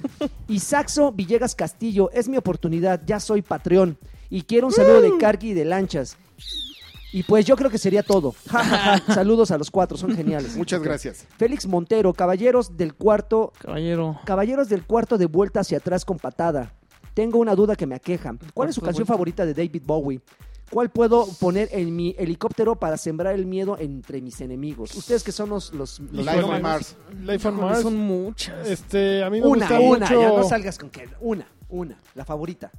[SPEAKER 3] Y Saxo Villegas Castillo, es mi oportunidad, ya soy Patreon. Y quiero un saludo
[SPEAKER 4] Mm.
[SPEAKER 3] de Carqui y de Lanchas. Y pues yo creo que sería todo. Ja, ja,
[SPEAKER 4] [LAUGHS]
[SPEAKER 3] ja. Saludos a los cuatro, son geniales.
[SPEAKER 1] Muchas gracias.
[SPEAKER 3] Félix Montero, caballeros del cuarto,
[SPEAKER 4] caballero.
[SPEAKER 3] caballeros del cuarto de vuelta hacia atrás con patada. Tengo una duda que me aqueja. ¿Cuál es su
[SPEAKER 4] cuarto de
[SPEAKER 3] canción
[SPEAKER 4] vuelta.
[SPEAKER 3] favorita de David Bowie? ¿Cuál puedo poner en mi helicóptero para sembrar el miedo entre mis enemigos? Ustedes que son los, los- los
[SPEAKER 1] Life
[SPEAKER 2] Híjole.
[SPEAKER 1] on Mars.
[SPEAKER 2] Life on
[SPEAKER 4] Híjole,
[SPEAKER 2] Mars.
[SPEAKER 4] Son muchas.
[SPEAKER 2] Este, a mí me
[SPEAKER 3] Una,
[SPEAKER 2] gusta
[SPEAKER 3] una,
[SPEAKER 2] mucho.
[SPEAKER 3] ya no salgas con que una, una, la favorita.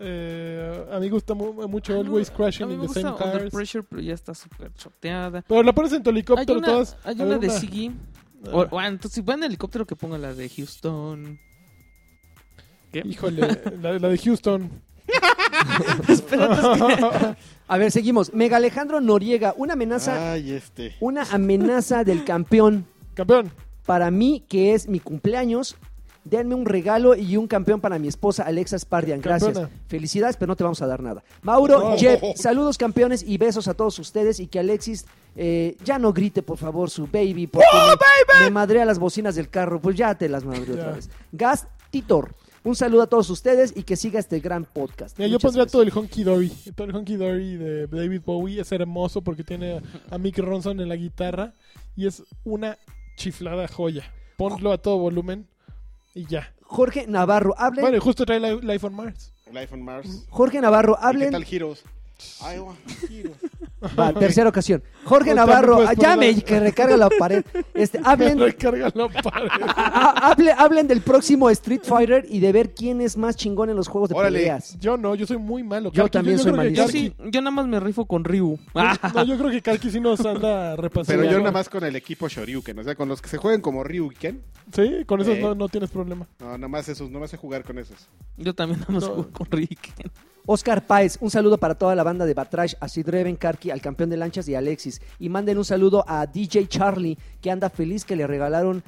[SPEAKER 2] eh, a mí me gusta mu- mucho
[SPEAKER 4] Ah, no,
[SPEAKER 2] Always
[SPEAKER 4] a
[SPEAKER 2] Crashing
[SPEAKER 4] mí
[SPEAKER 2] in
[SPEAKER 4] me
[SPEAKER 2] the Same
[SPEAKER 4] gusta Under
[SPEAKER 2] Cars.
[SPEAKER 4] Pressure, pero ya está súper choteada.
[SPEAKER 2] Pero la pones en tu
[SPEAKER 4] Hay
[SPEAKER 2] helicóptero
[SPEAKER 4] una,
[SPEAKER 2] todas.
[SPEAKER 4] hay
[SPEAKER 2] a
[SPEAKER 4] una
[SPEAKER 2] ver,
[SPEAKER 4] de Siggy. O- o, ah, entonces, si van en helicóptero, que ponga la de Houston.
[SPEAKER 2] Híjole, la, la de
[SPEAKER 4] [LAUGHS]
[SPEAKER 2] Houston.
[SPEAKER 3] A ver, seguimos. Mega Alejandro Noriega, una
[SPEAKER 2] Ah.
[SPEAKER 3] amenaza,
[SPEAKER 5] Ay, este.
[SPEAKER 3] una amenaza del campeón.
[SPEAKER 2] [LAUGHS] Campeón.
[SPEAKER 3] Para mí, que es mi cumpleaños, denme un regalo y un campeón para mi esposa Alexa Spardian. Gracias.
[SPEAKER 2] Campeona.
[SPEAKER 3] Felicidades, pero no te vamos a dar nada. Mauro
[SPEAKER 2] Oh.
[SPEAKER 3] Jeb, saludos campeones y besos a todos ustedes y que Alexis eh, ya no grite, por favor, su baby. Porque
[SPEAKER 2] ¡Oh,
[SPEAKER 3] me, me madrea las bocinas del carro. Pues ya te las madreo otra
[SPEAKER 2] Ya.
[SPEAKER 3] vez. Gas Titor. Un saludo a todos ustedes y que siga este gran podcast.
[SPEAKER 2] Mira, yo
[SPEAKER 3] Muchas
[SPEAKER 2] pondría
[SPEAKER 3] gracias.
[SPEAKER 2] todo el Honky Dory. Todo el Honky Dory de David Bowie es hermoso porque tiene a Mick Ronson en la guitarra y es una chiflada joya. Ponlo a todo volumen y ya.
[SPEAKER 3] Jorge Navarro, hablen.
[SPEAKER 2] Bueno, y justo trae Li- Life on Mars.
[SPEAKER 1] Life on Mars.
[SPEAKER 3] Jorge Navarro,
[SPEAKER 1] ¿Y ¿Qué
[SPEAKER 3] hablen.
[SPEAKER 1] tal giros? Ay, oh, guau, giros.
[SPEAKER 3] Va, tercera ocasión. Jorge
[SPEAKER 2] Pues
[SPEAKER 3] Navarro,
[SPEAKER 2] también puedes
[SPEAKER 3] llame
[SPEAKER 2] ponerla.
[SPEAKER 3] y que recarga la pared. Este,
[SPEAKER 2] [LAUGHS]
[SPEAKER 3] hablen,
[SPEAKER 2] Recarga la pared.
[SPEAKER 3] a- a- Ah, hable- hablen del próximo Street Fighter y de ver quién es más chingón en los juegos de
[SPEAKER 1] Órale.
[SPEAKER 3] peleas.
[SPEAKER 2] Yo no, yo soy muy malo.
[SPEAKER 3] Yo también soy
[SPEAKER 2] creo que
[SPEAKER 3] malísimo.
[SPEAKER 4] Yo
[SPEAKER 2] Karki-
[SPEAKER 4] sí, yo nada más me rifo con Ryu.
[SPEAKER 2] No, yo creo que Karki sí nos anda
[SPEAKER 1] [LAUGHS]
[SPEAKER 2] repasando.
[SPEAKER 1] Pero yo nada más con el equipo Shoryuken, o sea, con los que se juegan como Ryuken.
[SPEAKER 2] Sí, con esos
[SPEAKER 1] Eh.
[SPEAKER 2] no, no tienes problema.
[SPEAKER 1] No, nada más esos, nada más sé jugar con esos.
[SPEAKER 4] Yo también nada más juego con Rick.
[SPEAKER 3] Oscar Páez, un saludo para toda la banda de Batrash, a Sid Reven, Karki, al campeón de lanchas y a Alexis. Y manden un saludo a DJ Charlie, que anda feliz que le regalaron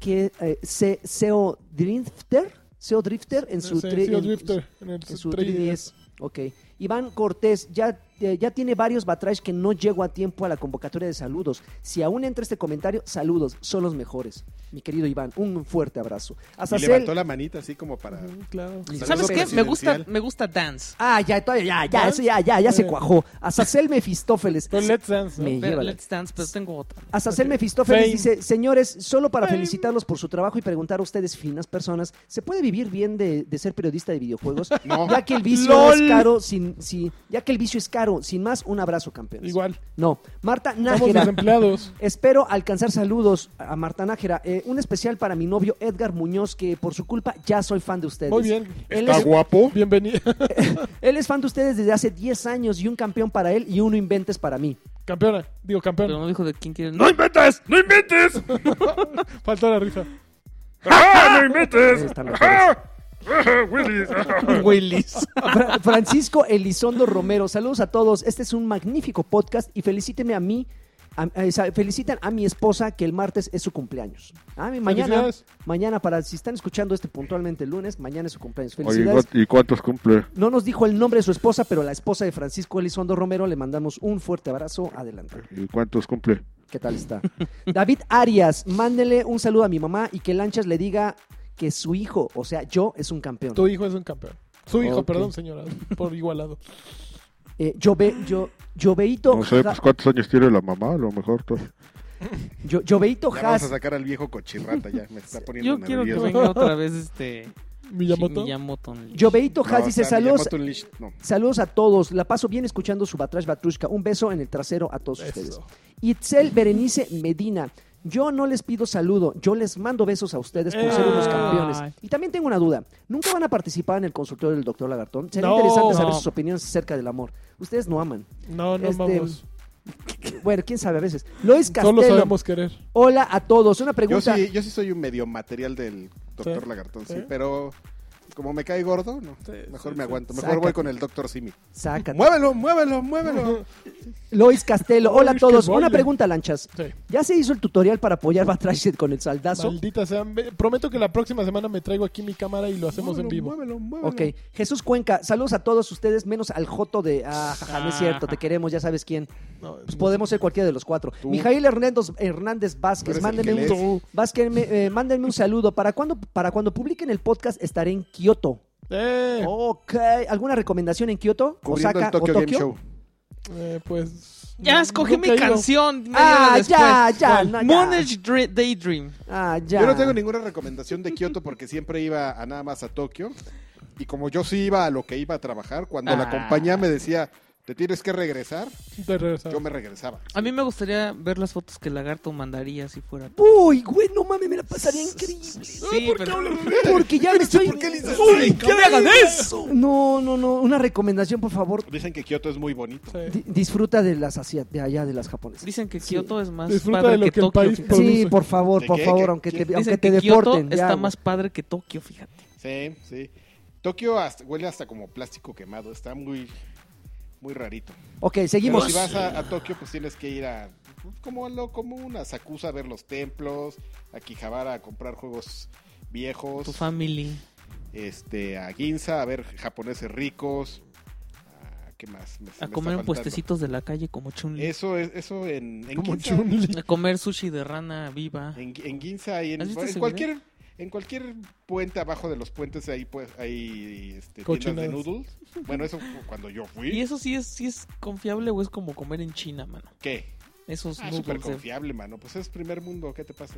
[SPEAKER 3] que eh, Se- SEO Drifter, SEO Drifter en su
[SPEAKER 2] Sí,
[SPEAKER 3] tri-
[SPEAKER 2] sí, o
[SPEAKER 3] en-
[SPEAKER 2] Drifter, en el
[SPEAKER 3] En su
[SPEAKER 2] 3DS.
[SPEAKER 3] 3DS. Ok. Iván Cortés, ya, eh, ya tiene varios batrash que no llego a tiempo a la convocatoria de saludos. Si aún entra este comentario, saludos, son los mejores. mi querido Iván, un fuerte abrazo.
[SPEAKER 1] Y
[SPEAKER 3] Azazel.
[SPEAKER 1] levantó la manita así como para.
[SPEAKER 2] Claro.
[SPEAKER 4] ¿Sabes
[SPEAKER 1] Saludo
[SPEAKER 4] qué? Me gusta,
[SPEAKER 1] presidencial.
[SPEAKER 4] me gusta Dance.
[SPEAKER 3] Ah, ya, todavía, ya, ya, eso ya, ya, ya se
[SPEAKER 2] Eh.
[SPEAKER 3] cuajó. Azazel Mefistófeles.
[SPEAKER 2] Con Let's Dance. ¿no?
[SPEAKER 3] Me
[SPEAKER 4] Pero
[SPEAKER 3] lleva la-
[SPEAKER 4] Let's Dance, pero tengo otra.
[SPEAKER 3] Azazel Mefistófeles
[SPEAKER 2] Fame.
[SPEAKER 3] dice, señores, solo para
[SPEAKER 2] Fame.
[SPEAKER 3] felicitarlos por su trabajo y preguntar a ustedes, finas personas, ¿se puede vivir bien de, de ser periodista de videojuegos?
[SPEAKER 1] [LAUGHS] No.
[SPEAKER 3] Ya que el
[SPEAKER 2] [LAUGHS]
[SPEAKER 3] vicio
[SPEAKER 2] Lol.
[SPEAKER 3] es caro, sin, si- ya que el vicio es caro, sin más, un abrazo, campeones.
[SPEAKER 2] Igual.
[SPEAKER 3] No, Marta
[SPEAKER 2] Estamos
[SPEAKER 3] Nájera. [LAUGHS]
[SPEAKER 2] desempleados.
[SPEAKER 3] Espero alcanzar saludos a Marta Nájera. Eh, un especial para mi novio Edgar Muñoz, que por su culpa ya soy fan de ustedes.
[SPEAKER 2] Muy bien.
[SPEAKER 3] Él
[SPEAKER 1] Está
[SPEAKER 3] es,
[SPEAKER 1] guapo.
[SPEAKER 2] Bienvenido.
[SPEAKER 3] él es fan de ustedes desde hace 10 años y un campeón para él y uno inventes para mí.
[SPEAKER 2] [LAUGHS] Campeona. Digo,
[SPEAKER 4] Pero
[SPEAKER 2] campeón.
[SPEAKER 4] no dijo de quién quiere.
[SPEAKER 6] ¡No inventes! ¡No inventes!
[SPEAKER 2] Faltó la risa.
[SPEAKER 6] ¡Ah, ¡No inventes!
[SPEAKER 3] Esos están mejores.
[SPEAKER 6] ¡Ah! Willis.
[SPEAKER 4] Willis.
[SPEAKER 3] Fra- Francisco Elizondo Romero, saludos a todos. Este es un magnífico podcast y felicíteme a mí. a- a- sa- felicitan a mi esposa que el martes es su cumpleaños. Ah, mi- mañana,
[SPEAKER 2] Felicidades.
[SPEAKER 3] mañana para si están escuchando este puntualmente el lunes, mañana es su cumpleaños.
[SPEAKER 7] Oye, ¿y
[SPEAKER 3] Felicidades.
[SPEAKER 7] cuán- ¿y cuántos cumple?
[SPEAKER 3] No nos dijo el nombre de su esposa, pero la esposa de Francisco Elizondo Romero le mandamos un fuerte abrazo. Adelante.
[SPEAKER 7] ¿Y cuántos cumple?
[SPEAKER 3] ¿Qué tal está? David Arias, mándele un saludo a mi mamá y que Lanchas le diga que su hijo, o sea, yo, es un campeón.
[SPEAKER 2] Tu hijo es un campeón. Su hijo,
[SPEAKER 3] Ok.
[SPEAKER 2] perdón, señora. Por igualado.
[SPEAKER 3] Eh, yo ve, yo, Joveito,
[SPEAKER 7] No sé,
[SPEAKER 3] Ja-
[SPEAKER 7] pues cuántos años tiene la mamá, a lo mejor. pues, todo.
[SPEAKER 3] yo, Joveito
[SPEAKER 1] Ya vamos a
[SPEAKER 3] Haas.
[SPEAKER 1] sacar al viejo cochirrata, ya me está poniendo
[SPEAKER 4] Yo quiero que
[SPEAKER 1] nervioso.
[SPEAKER 4] venga otra vez este.
[SPEAKER 2] Miyamoto.
[SPEAKER 4] Miyamoto en Lich.
[SPEAKER 3] Joveito Haas
[SPEAKER 1] No,
[SPEAKER 3] dice
[SPEAKER 1] está
[SPEAKER 3] saludos.
[SPEAKER 1] Miyamoto Unleashed, no.
[SPEAKER 3] Saludos a todos. La paso bien escuchando su Batrash Batrushka. Un beso en el trasero a todos
[SPEAKER 2] Eso.
[SPEAKER 3] ustedes. Itzel Berenice Medina. Yo no les pido saludo, yo les mando besos a ustedes por ser unos
[SPEAKER 2] Ay.
[SPEAKER 3] campeones. Y también tengo una duda. ¿Nunca van a participar en el consultorio del doctor Lagartón? Sería
[SPEAKER 2] No.
[SPEAKER 3] interesante saber
[SPEAKER 4] No.
[SPEAKER 3] sus opiniones acerca del amor. Ustedes no aman.
[SPEAKER 2] No, no
[SPEAKER 3] Este,
[SPEAKER 2] vamos.
[SPEAKER 3] Bueno, quién sabe a veces. Lois
[SPEAKER 2] Solo
[SPEAKER 3] Castelo.
[SPEAKER 2] sabemos querer.
[SPEAKER 3] Hola a todos. Una
[SPEAKER 1] Yo
[SPEAKER 3] pregunta.
[SPEAKER 1] sí, yo sí soy un medio material del doctor
[SPEAKER 2] Sí.
[SPEAKER 1] Lagartón, sí,
[SPEAKER 2] Sí.
[SPEAKER 1] pero como me cae gordo, no.
[SPEAKER 2] Sí,
[SPEAKER 1] Mejor
[SPEAKER 2] sí,
[SPEAKER 1] me
[SPEAKER 2] sí.
[SPEAKER 1] aguanto. Mejor
[SPEAKER 3] Sácate.
[SPEAKER 1] voy con el doctor Simi.
[SPEAKER 3] Sácate.
[SPEAKER 1] Muévelo, muévelo, muévelo.
[SPEAKER 3] Lois Castelo. Hola a
[SPEAKER 2] Lois,
[SPEAKER 3] todos.
[SPEAKER 2] que
[SPEAKER 3] Una
[SPEAKER 2] baile.
[SPEAKER 3] pregunta, lanchas.
[SPEAKER 2] Sí.
[SPEAKER 3] ¿Ya se hizo el tutorial para apoyar Batrash con el saldazo?
[SPEAKER 2] Maldita sea. me- Prometo que la próxima semana me traigo aquí mi cámara y lo hacemos en vivo.
[SPEAKER 1] Muévelo, muévelo.
[SPEAKER 3] Ok, Jesús Cuenca, saludos a todos ustedes, menos al Joto de. Ah, jaja, no es cierto, te queremos, ya sabes quién.
[SPEAKER 2] No,
[SPEAKER 3] Pues podemos ser cualquiera de los cuatro.
[SPEAKER 1] Tú.
[SPEAKER 3] Mijail Hernández, Hernández
[SPEAKER 1] Eres
[SPEAKER 3] Vázquez,
[SPEAKER 1] el
[SPEAKER 3] mándenme
[SPEAKER 1] que
[SPEAKER 3] un,
[SPEAKER 1] lees.
[SPEAKER 2] Tú.
[SPEAKER 3] Vázquenme, eh, mándenme un saludo. ¿Para cuando, para cuando publiquen el podcast estaré en Kioto.
[SPEAKER 2] Eh,
[SPEAKER 3] Ok, ¿alguna recomendación en Kioto?
[SPEAKER 1] Cubriendo
[SPEAKER 3] ¿Osaka
[SPEAKER 1] el Tokyo
[SPEAKER 3] o
[SPEAKER 1] Game
[SPEAKER 3] Tokio?
[SPEAKER 1] Show.
[SPEAKER 2] eh, pues.
[SPEAKER 4] Ya escogí mi
[SPEAKER 2] nunca he ido.
[SPEAKER 4] canción. media
[SPEAKER 3] Ah,
[SPEAKER 4] hora
[SPEAKER 3] ya,
[SPEAKER 4] después.
[SPEAKER 3] ya, no, ya.
[SPEAKER 4] Moon Age Dre- Daydream.
[SPEAKER 3] Ah, ya.
[SPEAKER 1] Yo no tengo ninguna recomendación de Kioto porque siempre iba a nada más a Tokio. Y como yo sí iba a lo que iba a trabajar, cuando la
[SPEAKER 4] Ah.
[SPEAKER 1] compañía me decía, te tienes que regresar,
[SPEAKER 2] De regresar.
[SPEAKER 1] yo me regresaba.
[SPEAKER 4] A mí me gustaría ver las fotos que Lagarto mandaría si fuera.
[SPEAKER 3] Uy, güey, no mames, me la pasaría increíble.
[SPEAKER 4] Sí, pero.
[SPEAKER 1] [LAUGHS]
[SPEAKER 3] Porque ya me estoy. ¿Por qué
[SPEAKER 4] ¡No me hagan eso!
[SPEAKER 3] No, no, no. Una recomendación, por favor.
[SPEAKER 1] Dicen que Kioto es muy bonito.
[SPEAKER 2] Sí.
[SPEAKER 3] Di- disfruta de las asia- de allá de las japonesas.
[SPEAKER 4] Dicen que
[SPEAKER 3] Sí.
[SPEAKER 4] Kioto es más
[SPEAKER 2] Disfruta
[SPEAKER 4] padre
[SPEAKER 2] de lo
[SPEAKER 4] que,
[SPEAKER 2] que el
[SPEAKER 4] Tokio.
[SPEAKER 2] país
[SPEAKER 4] fíjate.
[SPEAKER 2] produce.
[SPEAKER 3] Sí, por favor,
[SPEAKER 1] ¿De
[SPEAKER 3] por
[SPEAKER 1] qué?
[SPEAKER 3] favor,
[SPEAKER 1] ¿Qué?
[SPEAKER 3] aunque te,
[SPEAKER 1] Dicen
[SPEAKER 3] aunque
[SPEAKER 4] Dicen
[SPEAKER 3] te
[SPEAKER 4] que Kioto
[SPEAKER 3] deporten. ya,
[SPEAKER 4] está
[SPEAKER 3] güey.
[SPEAKER 4] más padre que Tokio, fíjate.
[SPEAKER 1] Sí, sí. Tokio hasta- huele hasta como plástico quemado. Está muy, muy rarito.
[SPEAKER 3] Ok,
[SPEAKER 1] Pero
[SPEAKER 3] seguimos.
[SPEAKER 1] si vas a, a Tokio, pues tienes que ir a pues, como a lo común, a Sakusa a ver los templos, a Kijabara a comprar juegos viejos,
[SPEAKER 4] Tu
[SPEAKER 3] Pues
[SPEAKER 4] family.
[SPEAKER 1] este, a Ginza a ver japoneses ricos, a, ¿qué más? Me- me
[SPEAKER 4] A
[SPEAKER 1] está
[SPEAKER 4] comer en
[SPEAKER 1] faltando.
[SPEAKER 4] puestecitos de la calle como chun
[SPEAKER 1] Eso es eso en, en
[SPEAKER 2] Como
[SPEAKER 1] Ginza.
[SPEAKER 2] Chun-Li.
[SPEAKER 4] A comer sushi de rana viva.
[SPEAKER 1] En, en Ginza y en,
[SPEAKER 4] ¿Has visto
[SPEAKER 1] en
[SPEAKER 4] ese
[SPEAKER 1] cualquier en cualquier puente abajo de los puentes ahí pues hay este, tiendas de
[SPEAKER 2] Cochinadas.
[SPEAKER 1] noodles. Bueno, eso fue cuando yo
[SPEAKER 4] ¿Y
[SPEAKER 1] fui.
[SPEAKER 4] eso sí es, sí es confiable o es como comer en China, mano?
[SPEAKER 1] ¿Qué?
[SPEAKER 4] Esos
[SPEAKER 1] Ah,
[SPEAKER 4] noodles
[SPEAKER 1] súper
[SPEAKER 4] de-
[SPEAKER 1] confiable, mano. Pues es primer mundo, ¿qué te pasa?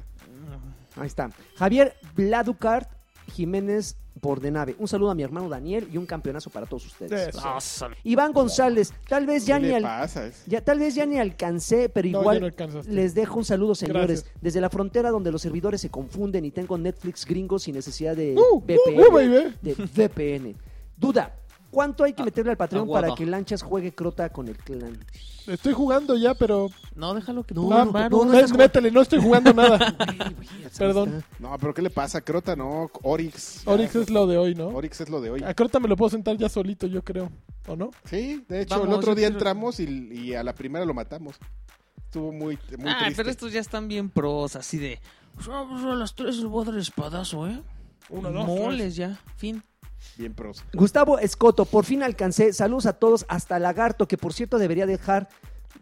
[SPEAKER 3] Ahí está. Javier Bladucart Jiménez Bordenave. Un saludo a mi hermano Daniel y un campeonazo para todos ustedes.
[SPEAKER 2] Eso.
[SPEAKER 4] Ah, sal-
[SPEAKER 3] Iván González, tal vez ya
[SPEAKER 1] ¿Qué
[SPEAKER 3] ni
[SPEAKER 1] le
[SPEAKER 3] al-
[SPEAKER 1] pasa? Es-
[SPEAKER 3] ya- tal vez ya ni alcancé, pero
[SPEAKER 2] No,
[SPEAKER 3] igual
[SPEAKER 2] ya no alcanzaste.
[SPEAKER 3] les dejo un saludo, señores.
[SPEAKER 2] Gracias.
[SPEAKER 3] Desde la frontera donde los servidores se confunden y tengo Netflix gringo sin necesidad de
[SPEAKER 2] Uh,
[SPEAKER 3] VPN.
[SPEAKER 2] uh, baby.
[SPEAKER 3] de VPN. Duda, ¿cuánto
[SPEAKER 1] Ah,
[SPEAKER 3] hay que meterle al Patreon
[SPEAKER 4] aguada.
[SPEAKER 3] para que Lanchas juegue crota con el clan?
[SPEAKER 2] Estoy jugando ya, pero.
[SPEAKER 4] No, déjalo que
[SPEAKER 2] Ah,
[SPEAKER 4] ponga
[SPEAKER 2] no,
[SPEAKER 4] varo.
[SPEAKER 2] no, métele, no estoy jugando nada. Perdón.
[SPEAKER 1] No, pero ¿qué le pasa? Crota no, Orix.
[SPEAKER 2] Orix es lo de hoy, ¿no?
[SPEAKER 1] Orix es lo de hoy.
[SPEAKER 2] A Crota me lo puedo sentar ya solito, yo creo. ¿O no?
[SPEAKER 1] Sí, de hecho,
[SPEAKER 4] Vamos,
[SPEAKER 1] el otro
[SPEAKER 4] yo
[SPEAKER 1] día
[SPEAKER 4] quiero-
[SPEAKER 1] entramos y, y a la primera lo matamos. Estuvo muy, muy
[SPEAKER 4] Ah,
[SPEAKER 1] triste.
[SPEAKER 4] pero estos ya están bien pros, así de. Vamos a las tres el voy a dar espadazo, ¿eh?
[SPEAKER 2] Uno, dos,
[SPEAKER 4] Moles ya, fin.
[SPEAKER 1] Bien pros.
[SPEAKER 3] Gustavo Escoto, por fin alcancé. Saludos a todos, hasta Lagarto, que por cierto debería dejar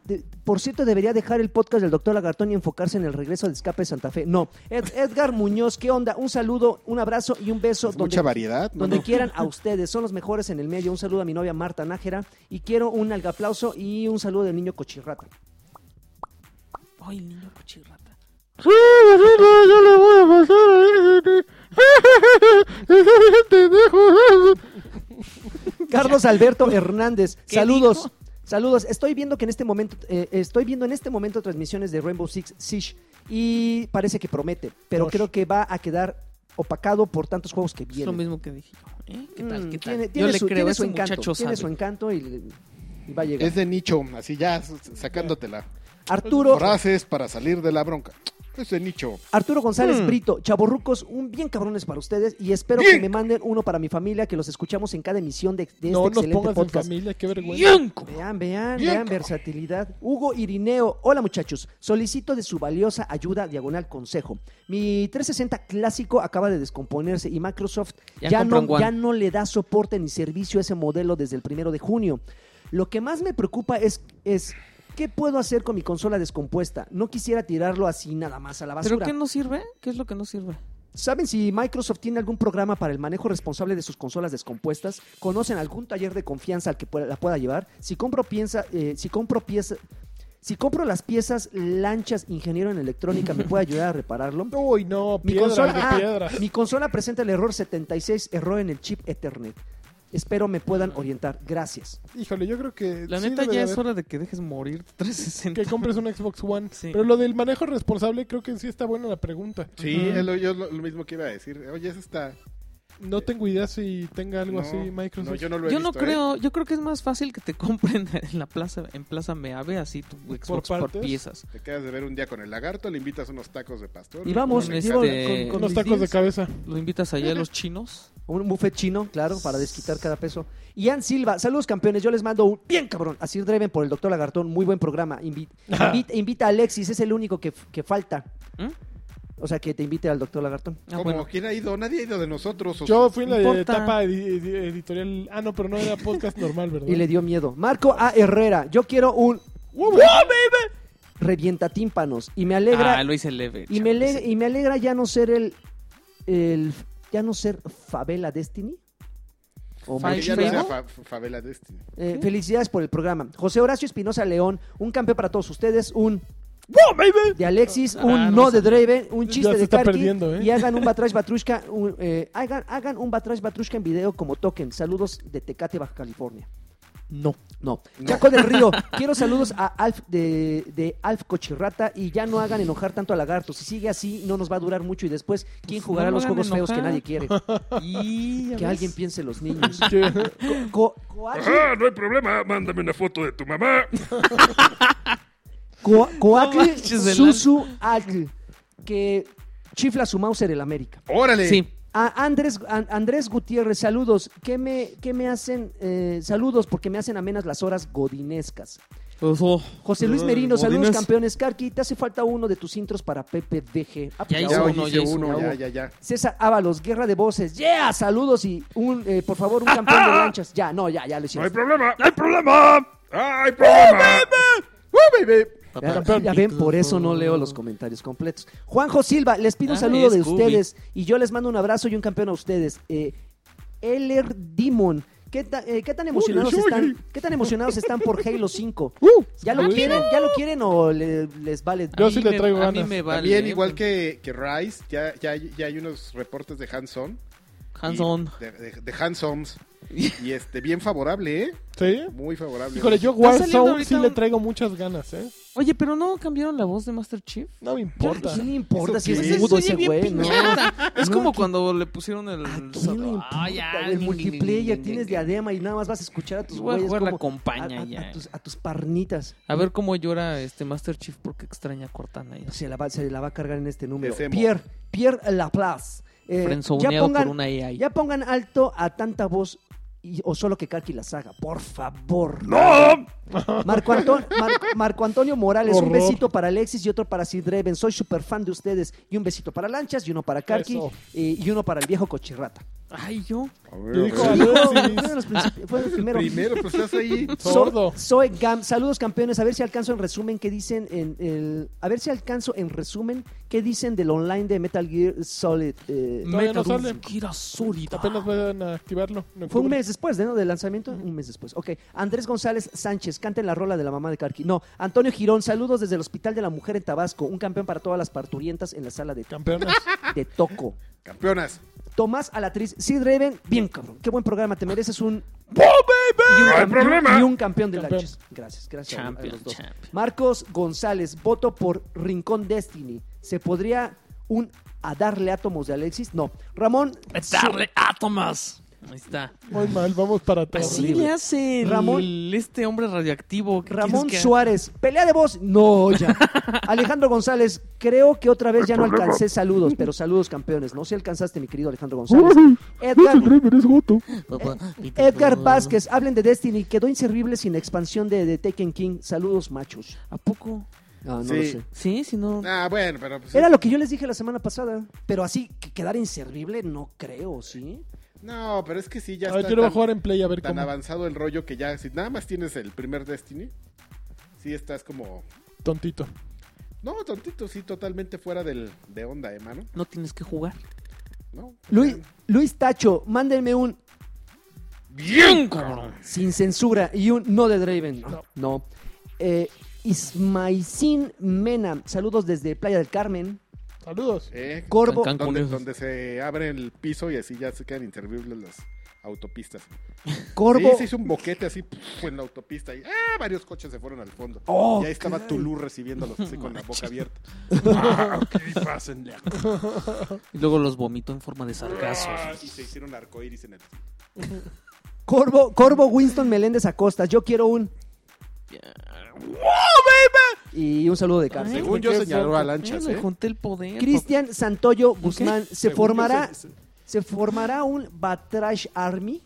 [SPEAKER 3] de- por cierto, debería dejar el podcast del doctor Lagartón y enfocarse en el regreso de Escape de Santa Fe. No. Ed- Edgar Muñoz, ¿qué onda? Un saludo, un abrazo y un beso.
[SPEAKER 5] Es mucha variedad. ¿no?
[SPEAKER 3] Donde quieran a ustedes, son los mejores en el medio. Un saludo a mi novia Marta Nájera y quiero un algaplauso y un saludo del niño Cochirrata.
[SPEAKER 4] Ay, el niño cochirrata.
[SPEAKER 7] Sí, vecino, yo le voy a pasar a pendejo.
[SPEAKER 3] Carlos Alberto Hernández,
[SPEAKER 4] [LAUGHS] ¿Qué
[SPEAKER 3] saludos.
[SPEAKER 4] dijo?
[SPEAKER 3] Saludos. Estoy viendo que en este momento eh, estoy viendo en este momento transmisiones de Rainbow Six Siege y parece que promete, pero
[SPEAKER 2] Osh.
[SPEAKER 3] creo que va a quedar opacado por tantos juegos que
[SPEAKER 4] Es lo
[SPEAKER 3] vienen.
[SPEAKER 4] mismo que dije yo. ¿eh? ¿Qué tal?
[SPEAKER 3] Mm,
[SPEAKER 4] ¿Qué tal?
[SPEAKER 3] Tiene,
[SPEAKER 4] yo
[SPEAKER 3] tiene
[SPEAKER 4] le
[SPEAKER 3] su,
[SPEAKER 4] creo
[SPEAKER 3] tiene
[SPEAKER 4] a
[SPEAKER 3] su
[SPEAKER 4] ese
[SPEAKER 3] encanto,
[SPEAKER 4] muchacho
[SPEAKER 3] tiene su
[SPEAKER 4] sabe.
[SPEAKER 3] encanto y, y va a llegar.
[SPEAKER 1] Es de nicho, así ya s- sacándotela.
[SPEAKER 3] Arturo
[SPEAKER 1] Frases para salir de la bronca. Es de nicho.
[SPEAKER 3] Arturo González
[SPEAKER 4] Mm.
[SPEAKER 3] Brito, chaborrucos, un bien cabrones para ustedes y espero que me manden uno para mi familia, que los escuchamos en cada emisión de, de
[SPEAKER 2] no
[SPEAKER 3] este
[SPEAKER 2] nos
[SPEAKER 3] excelente
[SPEAKER 2] pongas en
[SPEAKER 3] podcast.
[SPEAKER 2] familia, qué vergüenza.
[SPEAKER 4] ¡Yanco!
[SPEAKER 3] Vean, vean, vean, versatilidad. Hugo Irineo, hola muchachos, solicito de su valiosa ayuda, diagonal consejo. Mi 360 clásico acaba de descomponerse y Microsoft
[SPEAKER 4] Ya
[SPEAKER 3] ya,
[SPEAKER 4] compra un
[SPEAKER 3] no,
[SPEAKER 4] One.
[SPEAKER 3] ya no le da soporte ni servicio a ese modelo desde el primero de junio. Lo que más me preocupa es, es ¿qué puedo hacer con mi consola descompuesta? No quisiera tirarlo así nada más a la basura.
[SPEAKER 4] ¿Pero qué no sirve? ¿Qué es lo que no sirve?
[SPEAKER 3] ¿Saben si Microsoft tiene algún programa para el manejo responsable de sus consolas descompuestas? ¿Conocen algún taller de confianza al que pueda- la pueda llevar? Si compro piensa, eh, si compro pieza, si compro las piezas lanchas ingeniero en electrónica me puede ayudar
[SPEAKER 2] [LAUGHS]
[SPEAKER 3] a repararlo.
[SPEAKER 2] Uy, no,
[SPEAKER 3] Mi
[SPEAKER 2] piedra
[SPEAKER 3] consola,
[SPEAKER 2] de
[SPEAKER 3] ah,
[SPEAKER 2] piedra.
[SPEAKER 3] mi consola presenta el error 76, error en el chip Ethernet. Espero me puedan orientar. Gracias.
[SPEAKER 2] Híjole, yo creo que.
[SPEAKER 4] La
[SPEAKER 2] sí
[SPEAKER 4] neta
[SPEAKER 2] debe de
[SPEAKER 4] ya es
[SPEAKER 2] haber
[SPEAKER 4] hora de que dejes morir [LAUGHS] 360.
[SPEAKER 2] Que compres un Xbox One.
[SPEAKER 4] Sí.
[SPEAKER 2] Pero lo del manejo responsable, creo que sí está buena la pregunta.
[SPEAKER 1] Sí,
[SPEAKER 4] Ujú.
[SPEAKER 1] es lo, yo lo, lo mismo que iba a decir. Oye, eso está.
[SPEAKER 2] No tengo idea si tenga algo
[SPEAKER 1] no,
[SPEAKER 2] así Microsoft.
[SPEAKER 1] No, yo no lo he
[SPEAKER 4] Yo no
[SPEAKER 1] visto, ¿eh?
[SPEAKER 4] creo, yo creo que es más fácil que te [LAUGHS] compren en la plaza, en Plaza Meave así tu Xbox por,
[SPEAKER 2] partes?
[SPEAKER 4] piezas.
[SPEAKER 1] Te quedas de ver un día con el lagarto, le invitas unos tacos de pastor.
[SPEAKER 3] Y vamos,
[SPEAKER 4] Con
[SPEAKER 3] y
[SPEAKER 4] este-
[SPEAKER 3] vamos
[SPEAKER 4] con
[SPEAKER 2] Unos
[SPEAKER 3] mis
[SPEAKER 2] tacos de
[SPEAKER 3] deals.
[SPEAKER 2] cabeza.
[SPEAKER 4] Lo invitas allá a los chinos.
[SPEAKER 3] Un buffet chino, claro, para desquitar cada peso. Ian Silva, saludos campeones, yo les mando un bien cabrón a Sir Dreven por el Doctor Lagartón, muy buen programa.
[SPEAKER 4] [LAUGHS]
[SPEAKER 3] Invi- invita, invita a Alexis, es el único que, que falta.
[SPEAKER 4] ¿Mm?
[SPEAKER 3] O sea, que te invite al Doctor Lagartón.
[SPEAKER 4] Ah,
[SPEAKER 1] Como
[SPEAKER 4] bueno.
[SPEAKER 1] quién ha ido, nadie ha ido de nosotros. o-
[SPEAKER 2] Yo fui en
[SPEAKER 4] No
[SPEAKER 2] la
[SPEAKER 4] importa.
[SPEAKER 2] etapa edi- edi- editorial. Ah, no, pero no era podcast normal, ¿verdad?
[SPEAKER 3] Y
[SPEAKER 4] [LAUGHS]
[SPEAKER 3] le dio miedo. Marco A. Herrera, yo quiero un revienta tímpanos. Y me alegra,
[SPEAKER 4] Ah, lo hice leve.
[SPEAKER 3] y
[SPEAKER 4] chavo,
[SPEAKER 3] me
[SPEAKER 4] lo
[SPEAKER 3] ale-
[SPEAKER 4] hice
[SPEAKER 3] y me alegra ya no ser el, el ya no ser Favela Destiny. O
[SPEAKER 4] Fa-
[SPEAKER 1] Aunque ya no
[SPEAKER 4] Fable.
[SPEAKER 1] sea fa- fa- favela este. Destiny.
[SPEAKER 3] Eh, felicidades por el programa. José Horacio Espinosa León, un campeón para todos ustedes, un de Alexis, un
[SPEAKER 4] Ah,
[SPEAKER 3] no,
[SPEAKER 4] no
[SPEAKER 3] de Draven, un chiste
[SPEAKER 2] se
[SPEAKER 3] de
[SPEAKER 2] está
[SPEAKER 3] Karki
[SPEAKER 2] perdiendo, ¿eh?
[SPEAKER 3] y hagan un Batrash Batrushka, un, eh, hagan, hagan un Batrash Batrushka en video como token. Saludos de Tecate, Baja California. No, no. Chaco del Río, quiero saludos a Alf de, de Alf Cochirrata y ya no hagan enojar tanto a Lagarto. Si sigue así, no nos va a durar mucho y después, ¿quién
[SPEAKER 4] Pues
[SPEAKER 3] jugará
[SPEAKER 4] no lo
[SPEAKER 3] los
[SPEAKER 4] hagan
[SPEAKER 3] juegos feos que
[SPEAKER 4] enojar.
[SPEAKER 3] nadie quiere?
[SPEAKER 4] [LAUGHS] Y ya
[SPEAKER 3] Que
[SPEAKER 4] ves.
[SPEAKER 3] alguien piense en los [LAUGHS] niños.
[SPEAKER 2] Que-
[SPEAKER 3] Co- Coachi-
[SPEAKER 7] no hay problema, mándame una foto de tu mamá.
[SPEAKER 3] [LAUGHS] Co- Coatl
[SPEAKER 4] No manches, el
[SPEAKER 3] Susu Atl, que chifla su Mauser el América.
[SPEAKER 1] ¡Órale!
[SPEAKER 4] Sí.
[SPEAKER 3] A Andrés, a- Andrés Gutiérrez, saludos. ¿Qué me, qué me hacen? eh, saludos porque me hacen amenas las horas godinescas.
[SPEAKER 4] Pues, oh,
[SPEAKER 3] José Luis
[SPEAKER 4] eh,
[SPEAKER 3] Merino, saludos
[SPEAKER 4] Godines.
[SPEAKER 3] campeones. Carqui, te hace falta uno de tus intros para PPDG. Ah, pues ya
[SPEAKER 4] Ya
[SPEAKER 1] Ya
[SPEAKER 4] hizo
[SPEAKER 3] hubo.
[SPEAKER 1] oye,
[SPEAKER 4] uno,
[SPEAKER 1] hice
[SPEAKER 4] ya hizo
[SPEAKER 1] uno,
[SPEAKER 4] uno.
[SPEAKER 1] ya, ya, ya.
[SPEAKER 3] César Ábalos, guerra de voces. ¡Yeah! Saludos y un, eh, por favor, un campeón
[SPEAKER 7] [LAUGHS]
[SPEAKER 3] de lanchas. Ya, no, ya, ya lo
[SPEAKER 7] No hay
[SPEAKER 3] hicimos.
[SPEAKER 7] problema, no hay problema. Hay problema.
[SPEAKER 3] ¡Oh, Ya-
[SPEAKER 2] Campeón.
[SPEAKER 3] Ya ven, por eso no leo los comentarios completos. Juanjo Silva, les pido un
[SPEAKER 4] Ah,
[SPEAKER 3] saludo
[SPEAKER 4] es
[SPEAKER 3] de
[SPEAKER 4] Scooby.
[SPEAKER 3] ustedes y yo les mando un abrazo y un campeón a ustedes. Eh, Eller Demon, ¿qué, ta- eh, qué tan emocionados están? ¿Qué tan emocionados están por Halo
[SPEAKER 7] [LAUGHS]
[SPEAKER 3] 5?
[SPEAKER 4] ¡Uh!
[SPEAKER 3] ¿Ya lo quieren? ¿Ya lo quieren o le- les vale?
[SPEAKER 4] a
[SPEAKER 2] Yo
[SPEAKER 4] mí
[SPEAKER 2] sí le
[SPEAKER 4] me-
[SPEAKER 2] traigo
[SPEAKER 4] a mí
[SPEAKER 2] ganas.
[SPEAKER 4] me vale,
[SPEAKER 1] También,
[SPEAKER 4] eh,
[SPEAKER 1] igual que, que Rice, ya, ya, hay- ya hay unos reportes de Hanson.
[SPEAKER 4] Hands on.
[SPEAKER 1] De, de, de Hansoms. Y este, bien favorable, ¿eh?
[SPEAKER 2] ¿Sí?
[SPEAKER 1] Muy favorable.
[SPEAKER 2] Híjole, yo
[SPEAKER 4] Está saliendo
[SPEAKER 2] Warzone
[SPEAKER 4] ahorita
[SPEAKER 2] sí le
[SPEAKER 4] un-
[SPEAKER 2] traigo muchas ganas, ¿eh?
[SPEAKER 4] Oye, pero no cambiaron la voz de Master Chief.
[SPEAKER 2] No me importa.
[SPEAKER 3] ¿Quién le importa
[SPEAKER 1] ¿Eso
[SPEAKER 3] si
[SPEAKER 1] qué
[SPEAKER 3] es
[SPEAKER 1] es?
[SPEAKER 3] mudo
[SPEAKER 4] Se
[SPEAKER 3] Pues ese
[SPEAKER 4] oye
[SPEAKER 3] güey?
[SPEAKER 4] bien
[SPEAKER 3] no? [LAUGHS]
[SPEAKER 4] piñata. Es
[SPEAKER 3] No,
[SPEAKER 4] como
[SPEAKER 3] aquí-
[SPEAKER 4] cuando le pusieron el.
[SPEAKER 3] ¿A quién le importa,
[SPEAKER 4] Ah, ya,
[SPEAKER 3] güey?
[SPEAKER 4] ni- ni- ni-
[SPEAKER 3] multiplayer,
[SPEAKER 4] ni-
[SPEAKER 3] tienes
[SPEAKER 4] ni-
[SPEAKER 3] diadema y nada más vas a escuchar a tus
[SPEAKER 4] Voy a
[SPEAKER 3] güeyes
[SPEAKER 4] jugar la
[SPEAKER 3] como-
[SPEAKER 4] compañía
[SPEAKER 3] a- a-
[SPEAKER 4] ya.
[SPEAKER 3] a tus- a tus parnitas.
[SPEAKER 4] A ver cómo llora este Master Chief porque extraña a Cortana. Ya.
[SPEAKER 3] se la va, se la va a cargar en este número.
[SPEAKER 1] Es emo.
[SPEAKER 3] Pierre, Pierre Laplace. Eh, ya,
[SPEAKER 4] Frenzoneado por
[SPEAKER 3] pongan,
[SPEAKER 4] una AI.
[SPEAKER 3] ya pongan alto a tanta voz y- o solo que Karki las haga, por favor.
[SPEAKER 7] No,
[SPEAKER 3] [LAUGHS] Marco, Anton- Mar- Marco Antonio Morales, un
[SPEAKER 2] Horror.
[SPEAKER 3] besito para Alexis y otro para Sid Reven. Soy súper fan de ustedes. Y un besito para Lanchas y uno para Karki
[SPEAKER 2] Eso.
[SPEAKER 3] eh, y uno para el viejo Cochirrata.
[SPEAKER 4] Ay, yo.
[SPEAKER 2] Te dijo
[SPEAKER 3] Sí, fue uno de
[SPEAKER 2] Alexis.
[SPEAKER 3] los principi- fue el primero.
[SPEAKER 1] Primero, pues estás
[SPEAKER 2] [LAUGHS]
[SPEAKER 1] ahí.
[SPEAKER 3] So-
[SPEAKER 2] Sordo.
[SPEAKER 3] Zoe Gam- saludos campeones, a ver si alcanzo en resumen qué dicen en el, a ver si alcanzo en resumen qué dicen del online de Metal Gear Solid. eh,
[SPEAKER 2] Todavía no
[SPEAKER 4] Metal
[SPEAKER 2] sale.
[SPEAKER 4] Gear Solid.
[SPEAKER 2] Apenas van a activarlo. en
[SPEAKER 3] Fue un
[SPEAKER 2] octubre.
[SPEAKER 3] mes después, ¿no? Del lanzamiento, un mes después. Ok, Andrés González Sánchez, canten la rola de la mamá de Carqui. No, Antonio Girón, saludos desde el Hospital de la Mujer en Tabasco, un campeón para todas las parturientas en la sala de,
[SPEAKER 2] Campeonas.
[SPEAKER 3] de Toco.
[SPEAKER 1] Campeonas.
[SPEAKER 3] Tomás a la actriz Sid Raven, bien cabrón, qué buen programa, te mereces un... Y un
[SPEAKER 7] ¡Oh, No hay
[SPEAKER 3] campeón-
[SPEAKER 7] problema.
[SPEAKER 3] Y un campeón de
[SPEAKER 2] Campeón.
[SPEAKER 3] lanches. Gracias, gracias. a- a
[SPEAKER 4] Champion,
[SPEAKER 3] los dos.
[SPEAKER 4] champion.
[SPEAKER 3] Marcos González, voto por Rincón Destiny. ¿Se podría un a darle átomos de Alexis? No. Ramón...
[SPEAKER 4] Darle átomas. Ahí está.
[SPEAKER 2] Muy mal, vamos para
[SPEAKER 3] Pues
[SPEAKER 2] atrás.
[SPEAKER 4] Así le hace el-
[SPEAKER 3] Ramón-
[SPEAKER 4] este hombre radioactivo. ¿Qué
[SPEAKER 3] Ramón
[SPEAKER 4] quieres que haga?
[SPEAKER 3] Suárez, pelea de voz. No,
[SPEAKER 4] [LAUGHS]
[SPEAKER 3] ya. Alejandro González, creo que otra vez ya no alcancé saludos, pero saludos campeones. No sé si alcanzaste, mi querido
[SPEAKER 7] Uh,
[SPEAKER 3] Alejandro González. Edgar, Edgar Vázquez, hablen de Destiny, quedó inservible sin expansión de, de Taken King. Saludos, machos.
[SPEAKER 4] ¿A poco?
[SPEAKER 3] Ah, no
[SPEAKER 1] Sí.
[SPEAKER 3] lo sé.
[SPEAKER 4] Sí, si no.
[SPEAKER 1] Ah, bueno, pero pues.
[SPEAKER 3] Era lo que yo les dije la semana pasada. Pero así, que quedar inservible, no creo, ¿sí?
[SPEAKER 1] No, pero es que sí, ya
[SPEAKER 2] A ver,
[SPEAKER 1] está
[SPEAKER 2] yo lo voy a
[SPEAKER 1] tan,
[SPEAKER 2] jugar en play a ver
[SPEAKER 1] tan
[SPEAKER 2] cómo.
[SPEAKER 1] avanzado el rollo que ya, si nada más tienes el primer Destiny, sí estás como.
[SPEAKER 2] Tontito.
[SPEAKER 1] No, tontito, sí, totalmente fuera del, de onda, hermano.
[SPEAKER 4] No tienes que jugar.
[SPEAKER 1] ¿No?
[SPEAKER 3] Luis, Luis Tacho, mándenme un
[SPEAKER 4] Bien, cabrón.
[SPEAKER 3] sin censura y un no de Draven. No. Eh, Ismaicín Mena, saludos desde Playa del Carmen.
[SPEAKER 2] Saludos.
[SPEAKER 1] Eh,
[SPEAKER 3] Corvo,
[SPEAKER 4] Can- can-
[SPEAKER 1] donde,
[SPEAKER 4] Con esos.
[SPEAKER 1] donde se abre el piso y así ya se quedan inservibles las autopistas.
[SPEAKER 3] Corvo.
[SPEAKER 1] Sí, se hizo un boquete así puf, en la autopista y ah, varios coches se fueron al fondo.
[SPEAKER 3] Oh,
[SPEAKER 1] y ahí estaba
[SPEAKER 3] caray.
[SPEAKER 1] Tulú recibiéndolos así con la
[SPEAKER 3] [LAUGHS]
[SPEAKER 1] boca abierta.
[SPEAKER 3] Ah,
[SPEAKER 4] Y luego los vomitó en forma de sargazo.
[SPEAKER 1] Ah, Y se hicieron arcoíris en el...
[SPEAKER 3] Corvo, Corvo Winston Meléndez Acosta, yo quiero un. Y un saludo de cárcel.
[SPEAKER 1] Según yo señaló a lanchas,
[SPEAKER 4] Ya le
[SPEAKER 1] ¿eh?
[SPEAKER 4] junté el poder.
[SPEAKER 3] Cristian Santoyo Guzmán, ¿se
[SPEAKER 1] Según yo
[SPEAKER 3] formará,
[SPEAKER 1] se- se-
[SPEAKER 3] se formará un Batrash Army?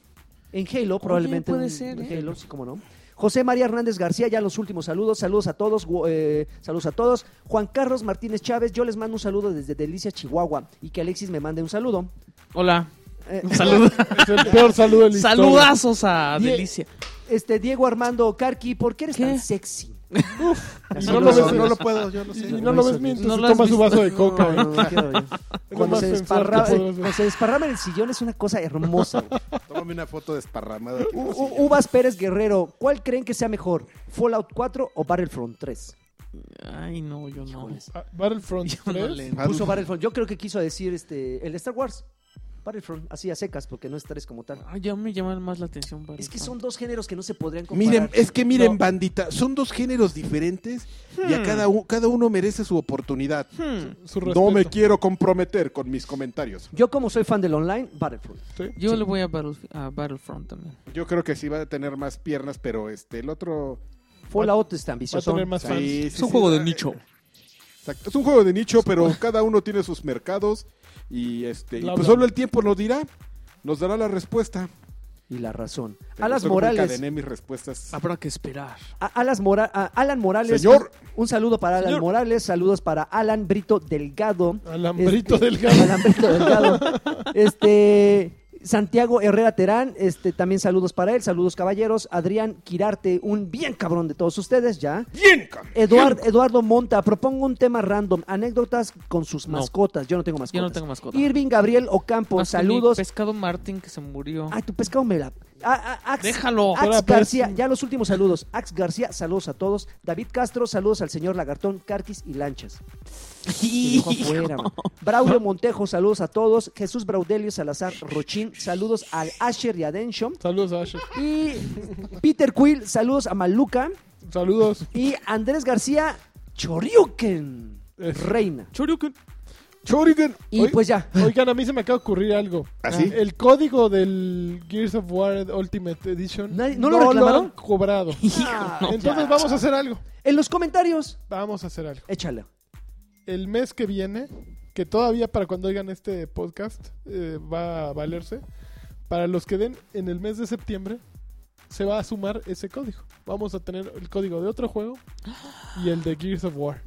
[SPEAKER 3] En Halo, probablemente.
[SPEAKER 4] puede
[SPEAKER 3] un-
[SPEAKER 4] ser,
[SPEAKER 3] en
[SPEAKER 4] ¿eh?
[SPEAKER 3] Halo, sí, cómo no. José María Hernández García, ya los últimos saludos. Saludos a todos. gu- eh, saludos a todos. Juan Carlos Martínez Chávez, yo les mando un saludo desde Delicia, Chihuahua. Y que Alexis me mande un saludo.
[SPEAKER 4] Hola.
[SPEAKER 3] [LAUGHS] Eh,
[SPEAKER 4] Saludos.
[SPEAKER 2] Es el peor saludo del
[SPEAKER 4] Saludazos a
[SPEAKER 3] Die-
[SPEAKER 4] Delicia.
[SPEAKER 3] Este, Diego Armando Carqui, ¿por qué eres
[SPEAKER 4] ¿Qué?
[SPEAKER 3] tan sexy?
[SPEAKER 2] Y
[SPEAKER 3] [LAUGHS] Así
[SPEAKER 2] no lo
[SPEAKER 3] los-
[SPEAKER 2] ves, no lo-
[SPEAKER 1] puedo, yo lo
[SPEAKER 2] Y no lo ves mientras
[SPEAKER 4] No
[SPEAKER 2] se
[SPEAKER 4] lo has
[SPEAKER 2] toma su
[SPEAKER 4] visto.
[SPEAKER 2] vaso de coca.
[SPEAKER 3] No,
[SPEAKER 2] ¿eh?
[SPEAKER 3] no, no
[SPEAKER 2] [LAUGHS]
[SPEAKER 3] quiero, güey.
[SPEAKER 2] lo
[SPEAKER 3] Cuando
[SPEAKER 2] más
[SPEAKER 3] se,
[SPEAKER 2] sensual que
[SPEAKER 3] desparra-
[SPEAKER 2] podrás
[SPEAKER 3] eh,
[SPEAKER 2] ver.
[SPEAKER 3] cuando se desparrama en el sillón es una cosa
[SPEAKER 2] [LAUGHS]
[SPEAKER 3] hermosa. güey.
[SPEAKER 1] Tómame una foto desparramada. aquí en
[SPEAKER 3] U-
[SPEAKER 1] la
[SPEAKER 3] U-
[SPEAKER 1] silla.
[SPEAKER 3] Uvas Pérez Guerrero, ¿cuál creen que sea mejor? ¿Fallout 4 o Battlefront 3?
[SPEAKER 4] Ay, no, yo no.
[SPEAKER 2] [LAUGHS] Ah, Battlefront
[SPEAKER 4] Yo no
[SPEAKER 2] 3.
[SPEAKER 4] le-
[SPEAKER 3] uh, Puso Battlefront. Yo creo que quiso decir este el de Star Wars. Battlefront, así a secas, porque no es 3 como tal.
[SPEAKER 4] Ay, ya me llaman más la atención.
[SPEAKER 3] Es que
[SPEAKER 4] Battlefront.
[SPEAKER 3] son dos géneros que no se podrían comparar.
[SPEAKER 5] Miren, es que miren,
[SPEAKER 3] No.
[SPEAKER 5] bandita, son dos géneros diferentes y a cada, u- cada uno merece su oportunidad.
[SPEAKER 4] Hmm.
[SPEAKER 2] Hmm. Su
[SPEAKER 1] No me
[SPEAKER 2] respeto.
[SPEAKER 1] quiero comprometer con mis comentarios.
[SPEAKER 3] Yo como soy fan del online, Battlefront.
[SPEAKER 4] Yo le voy a, Battlef- a Battlefront también.
[SPEAKER 1] Yo creo que sí va a tener más piernas, pero este, el otro...
[SPEAKER 3] Fallout está
[SPEAKER 2] Va a
[SPEAKER 3] ambicioso.
[SPEAKER 2] tener más fans.
[SPEAKER 1] Sí, sí, sí, eh, exacto. Es un juego de nicho, pero cada uno tiene sus mercados y este y
[SPEAKER 2] Bla,
[SPEAKER 1] pues
[SPEAKER 2] bla.
[SPEAKER 1] solo el tiempo nos dirá, nos dará la respuesta.
[SPEAKER 3] Y la razón.
[SPEAKER 1] Pero
[SPEAKER 3] Alas
[SPEAKER 1] solo
[SPEAKER 3] Morales.
[SPEAKER 1] Encadené mis respuestas.
[SPEAKER 4] Habrá que esperar.
[SPEAKER 3] A- Alas Mora- a- Alan Morales.
[SPEAKER 1] Señor.
[SPEAKER 3] Un saludo para Alan
[SPEAKER 2] Señor.
[SPEAKER 3] Morales. Saludos para Alan Brito Delgado.
[SPEAKER 2] Alambrito
[SPEAKER 3] Este,
[SPEAKER 2] delgado.
[SPEAKER 3] Alambrito Delgado. Este. Santiago Herrera Terán, este, también saludos para él, saludos caballeros. Adrián Quirarte, un bien cabrón de todos ustedes, ya.
[SPEAKER 7] Bien, cabrón.
[SPEAKER 3] Eduard- Eduardo Monta, propongo un tema random, anécdotas con sus
[SPEAKER 4] No.
[SPEAKER 3] mascotas. Yo no tengo mascotas.
[SPEAKER 4] Yo no tengo mascota.
[SPEAKER 3] Irving Gabriel Ocampo,
[SPEAKER 4] Más que mi
[SPEAKER 3] Pues saludos.
[SPEAKER 4] Pescado Martín que se murió.
[SPEAKER 3] Ay, tu pescado me la. Ah, ah, Ax-
[SPEAKER 4] Déjalo.
[SPEAKER 3] Ax
[SPEAKER 2] Ahora, pues.
[SPEAKER 3] García, ya los últimos saludos. Ax García, saludos a todos. David Castro, saludos al señor Lagartón, Carquis y Lanchas. Me dejó afuera, man. Braulio Montejo, saludos a todos. Jesús Braudelio Salazar Rochín, saludos al Asher y a Densham.
[SPEAKER 2] Saludos a Asher.
[SPEAKER 3] Y Peter Quill, saludos a Maluca.
[SPEAKER 2] Saludos.
[SPEAKER 3] Y Andrés García, Choriuken.
[SPEAKER 2] Es-
[SPEAKER 3] Reina.
[SPEAKER 1] Chorigen.
[SPEAKER 3] Y
[SPEAKER 2] Oye.
[SPEAKER 3] pues ya.
[SPEAKER 2] Oigan, a mí se me acaba de ocurrir algo.
[SPEAKER 1] ¿Así?
[SPEAKER 2] Ah, El código del Gears of War Ultimate Edition
[SPEAKER 3] Nadie- ¿no lo reclamaron?
[SPEAKER 2] han
[SPEAKER 3] [LAUGHS]
[SPEAKER 2] cobrado. Entonces vamos a hacer algo.
[SPEAKER 3] En los comentarios,
[SPEAKER 2] Vamos a hacer algo.
[SPEAKER 3] échale.
[SPEAKER 2] El mes que viene, que todavía para cuando oigan este podcast eh, va a valerse, para los que den en el mes de septiembre se va a sumar ese código. Vamos a tener el código de otro juego y el de Gears of War.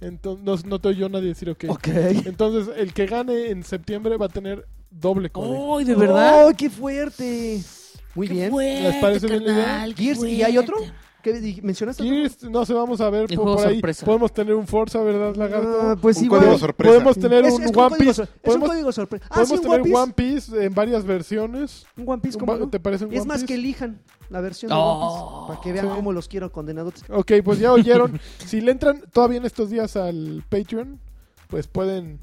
[SPEAKER 2] Entonces no te oyó nadie decir ok.
[SPEAKER 3] Ok.
[SPEAKER 2] Entonces, el que gane en septiembre va a tener doble
[SPEAKER 4] ¡Ay,
[SPEAKER 3] Oh,
[SPEAKER 2] codec.
[SPEAKER 4] de verdad!
[SPEAKER 3] ¡Ay, qué fuerte! Muy
[SPEAKER 4] ¡Qué
[SPEAKER 3] bien.
[SPEAKER 4] fuerte,
[SPEAKER 2] ¿Les parece bien la idea?
[SPEAKER 4] carnal, qué
[SPEAKER 3] Gears, ¿y hay otro?
[SPEAKER 4] fuerte!
[SPEAKER 3] ¿Qué di- mencionaste? otro?
[SPEAKER 2] Gears, no sé, vamos a ver
[SPEAKER 4] El
[SPEAKER 2] por,
[SPEAKER 4] juego
[SPEAKER 2] por ahí.
[SPEAKER 4] sorpresa.
[SPEAKER 2] Podemos tener un Forza, ¿verdad, Lagarto?
[SPEAKER 3] Ah, pues
[SPEAKER 1] Un
[SPEAKER 3] sí,
[SPEAKER 1] código
[SPEAKER 3] güey.
[SPEAKER 1] sorpresa.
[SPEAKER 2] podemos tener
[SPEAKER 3] Es-
[SPEAKER 2] un
[SPEAKER 3] es que un
[SPEAKER 2] One
[SPEAKER 3] código
[SPEAKER 2] Piece.
[SPEAKER 3] sor- Es un
[SPEAKER 2] podemos
[SPEAKER 3] código sorpresa. Ah, sí,
[SPEAKER 2] podemos
[SPEAKER 3] un
[SPEAKER 2] tener
[SPEAKER 3] One Piece.
[SPEAKER 2] en varias versiones.
[SPEAKER 3] Un One Piece,
[SPEAKER 2] Un
[SPEAKER 3] ¿cómo
[SPEAKER 2] ba-
[SPEAKER 3] no?
[SPEAKER 2] ¿Te parece un
[SPEAKER 3] Es
[SPEAKER 2] One
[SPEAKER 3] más
[SPEAKER 2] Piece?
[SPEAKER 3] que elijan la versión de One Piece
[SPEAKER 4] Oh.
[SPEAKER 3] para que vean
[SPEAKER 2] Sí.
[SPEAKER 3] cómo los quiero condenados.
[SPEAKER 2] Ok, pues
[SPEAKER 3] [LAUGHS]
[SPEAKER 2] ya oyeron. si le entran todavía en estos días al Patreon, pues pueden,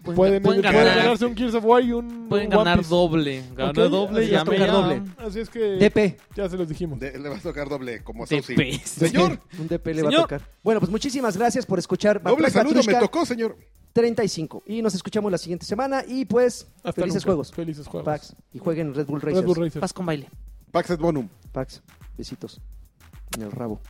[SPEAKER 4] Pueden,
[SPEAKER 2] pueden,
[SPEAKER 4] pueden
[SPEAKER 2] pueden
[SPEAKER 4] ganar,
[SPEAKER 2] ganarse un Gears of War y un.
[SPEAKER 4] pueden
[SPEAKER 2] un One
[SPEAKER 4] ganar
[SPEAKER 2] Piece.
[SPEAKER 4] doble. Ganar
[SPEAKER 2] Ok,
[SPEAKER 4] doble
[SPEAKER 2] así
[SPEAKER 4] y
[SPEAKER 2] les
[SPEAKER 4] a
[SPEAKER 2] toca
[SPEAKER 4] media-
[SPEAKER 3] doble.
[SPEAKER 2] ah, Así es que
[SPEAKER 3] DP.
[SPEAKER 2] ya se los dijimos.
[SPEAKER 1] De- le vas a tocar doble, como a
[SPEAKER 4] de
[SPEAKER 1] Saucy.
[SPEAKER 4] pez.
[SPEAKER 1] Señor,
[SPEAKER 3] Un DP le va a
[SPEAKER 4] Señor.
[SPEAKER 3] tocar. Bueno, pues muchísimas gracias por escuchar.
[SPEAKER 1] doble
[SPEAKER 3] Batrash
[SPEAKER 1] saludo me
[SPEAKER 3] Batrushka
[SPEAKER 1] tocó, señor.
[SPEAKER 3] 35. Y nos escuchamos la siguiente semana. Y pues,
[SPEAKER 2] Hasta
[SPEAKER 3] felices
[SPEAKER 2] nunca.
[SPEAKER 3] juegos.
[SPEAKER 2] Felices juegos.
[SPEAKER 3] Pax. Y jueguen Red Bull Racers.
[SPEAKER 2] Red Bull Racers.
[SPEAKER 4] Vas con baile.
[SPEAKER 1] Pax et Bonum.
[SPEAKER 3] Pax. Besitos. En el rabo.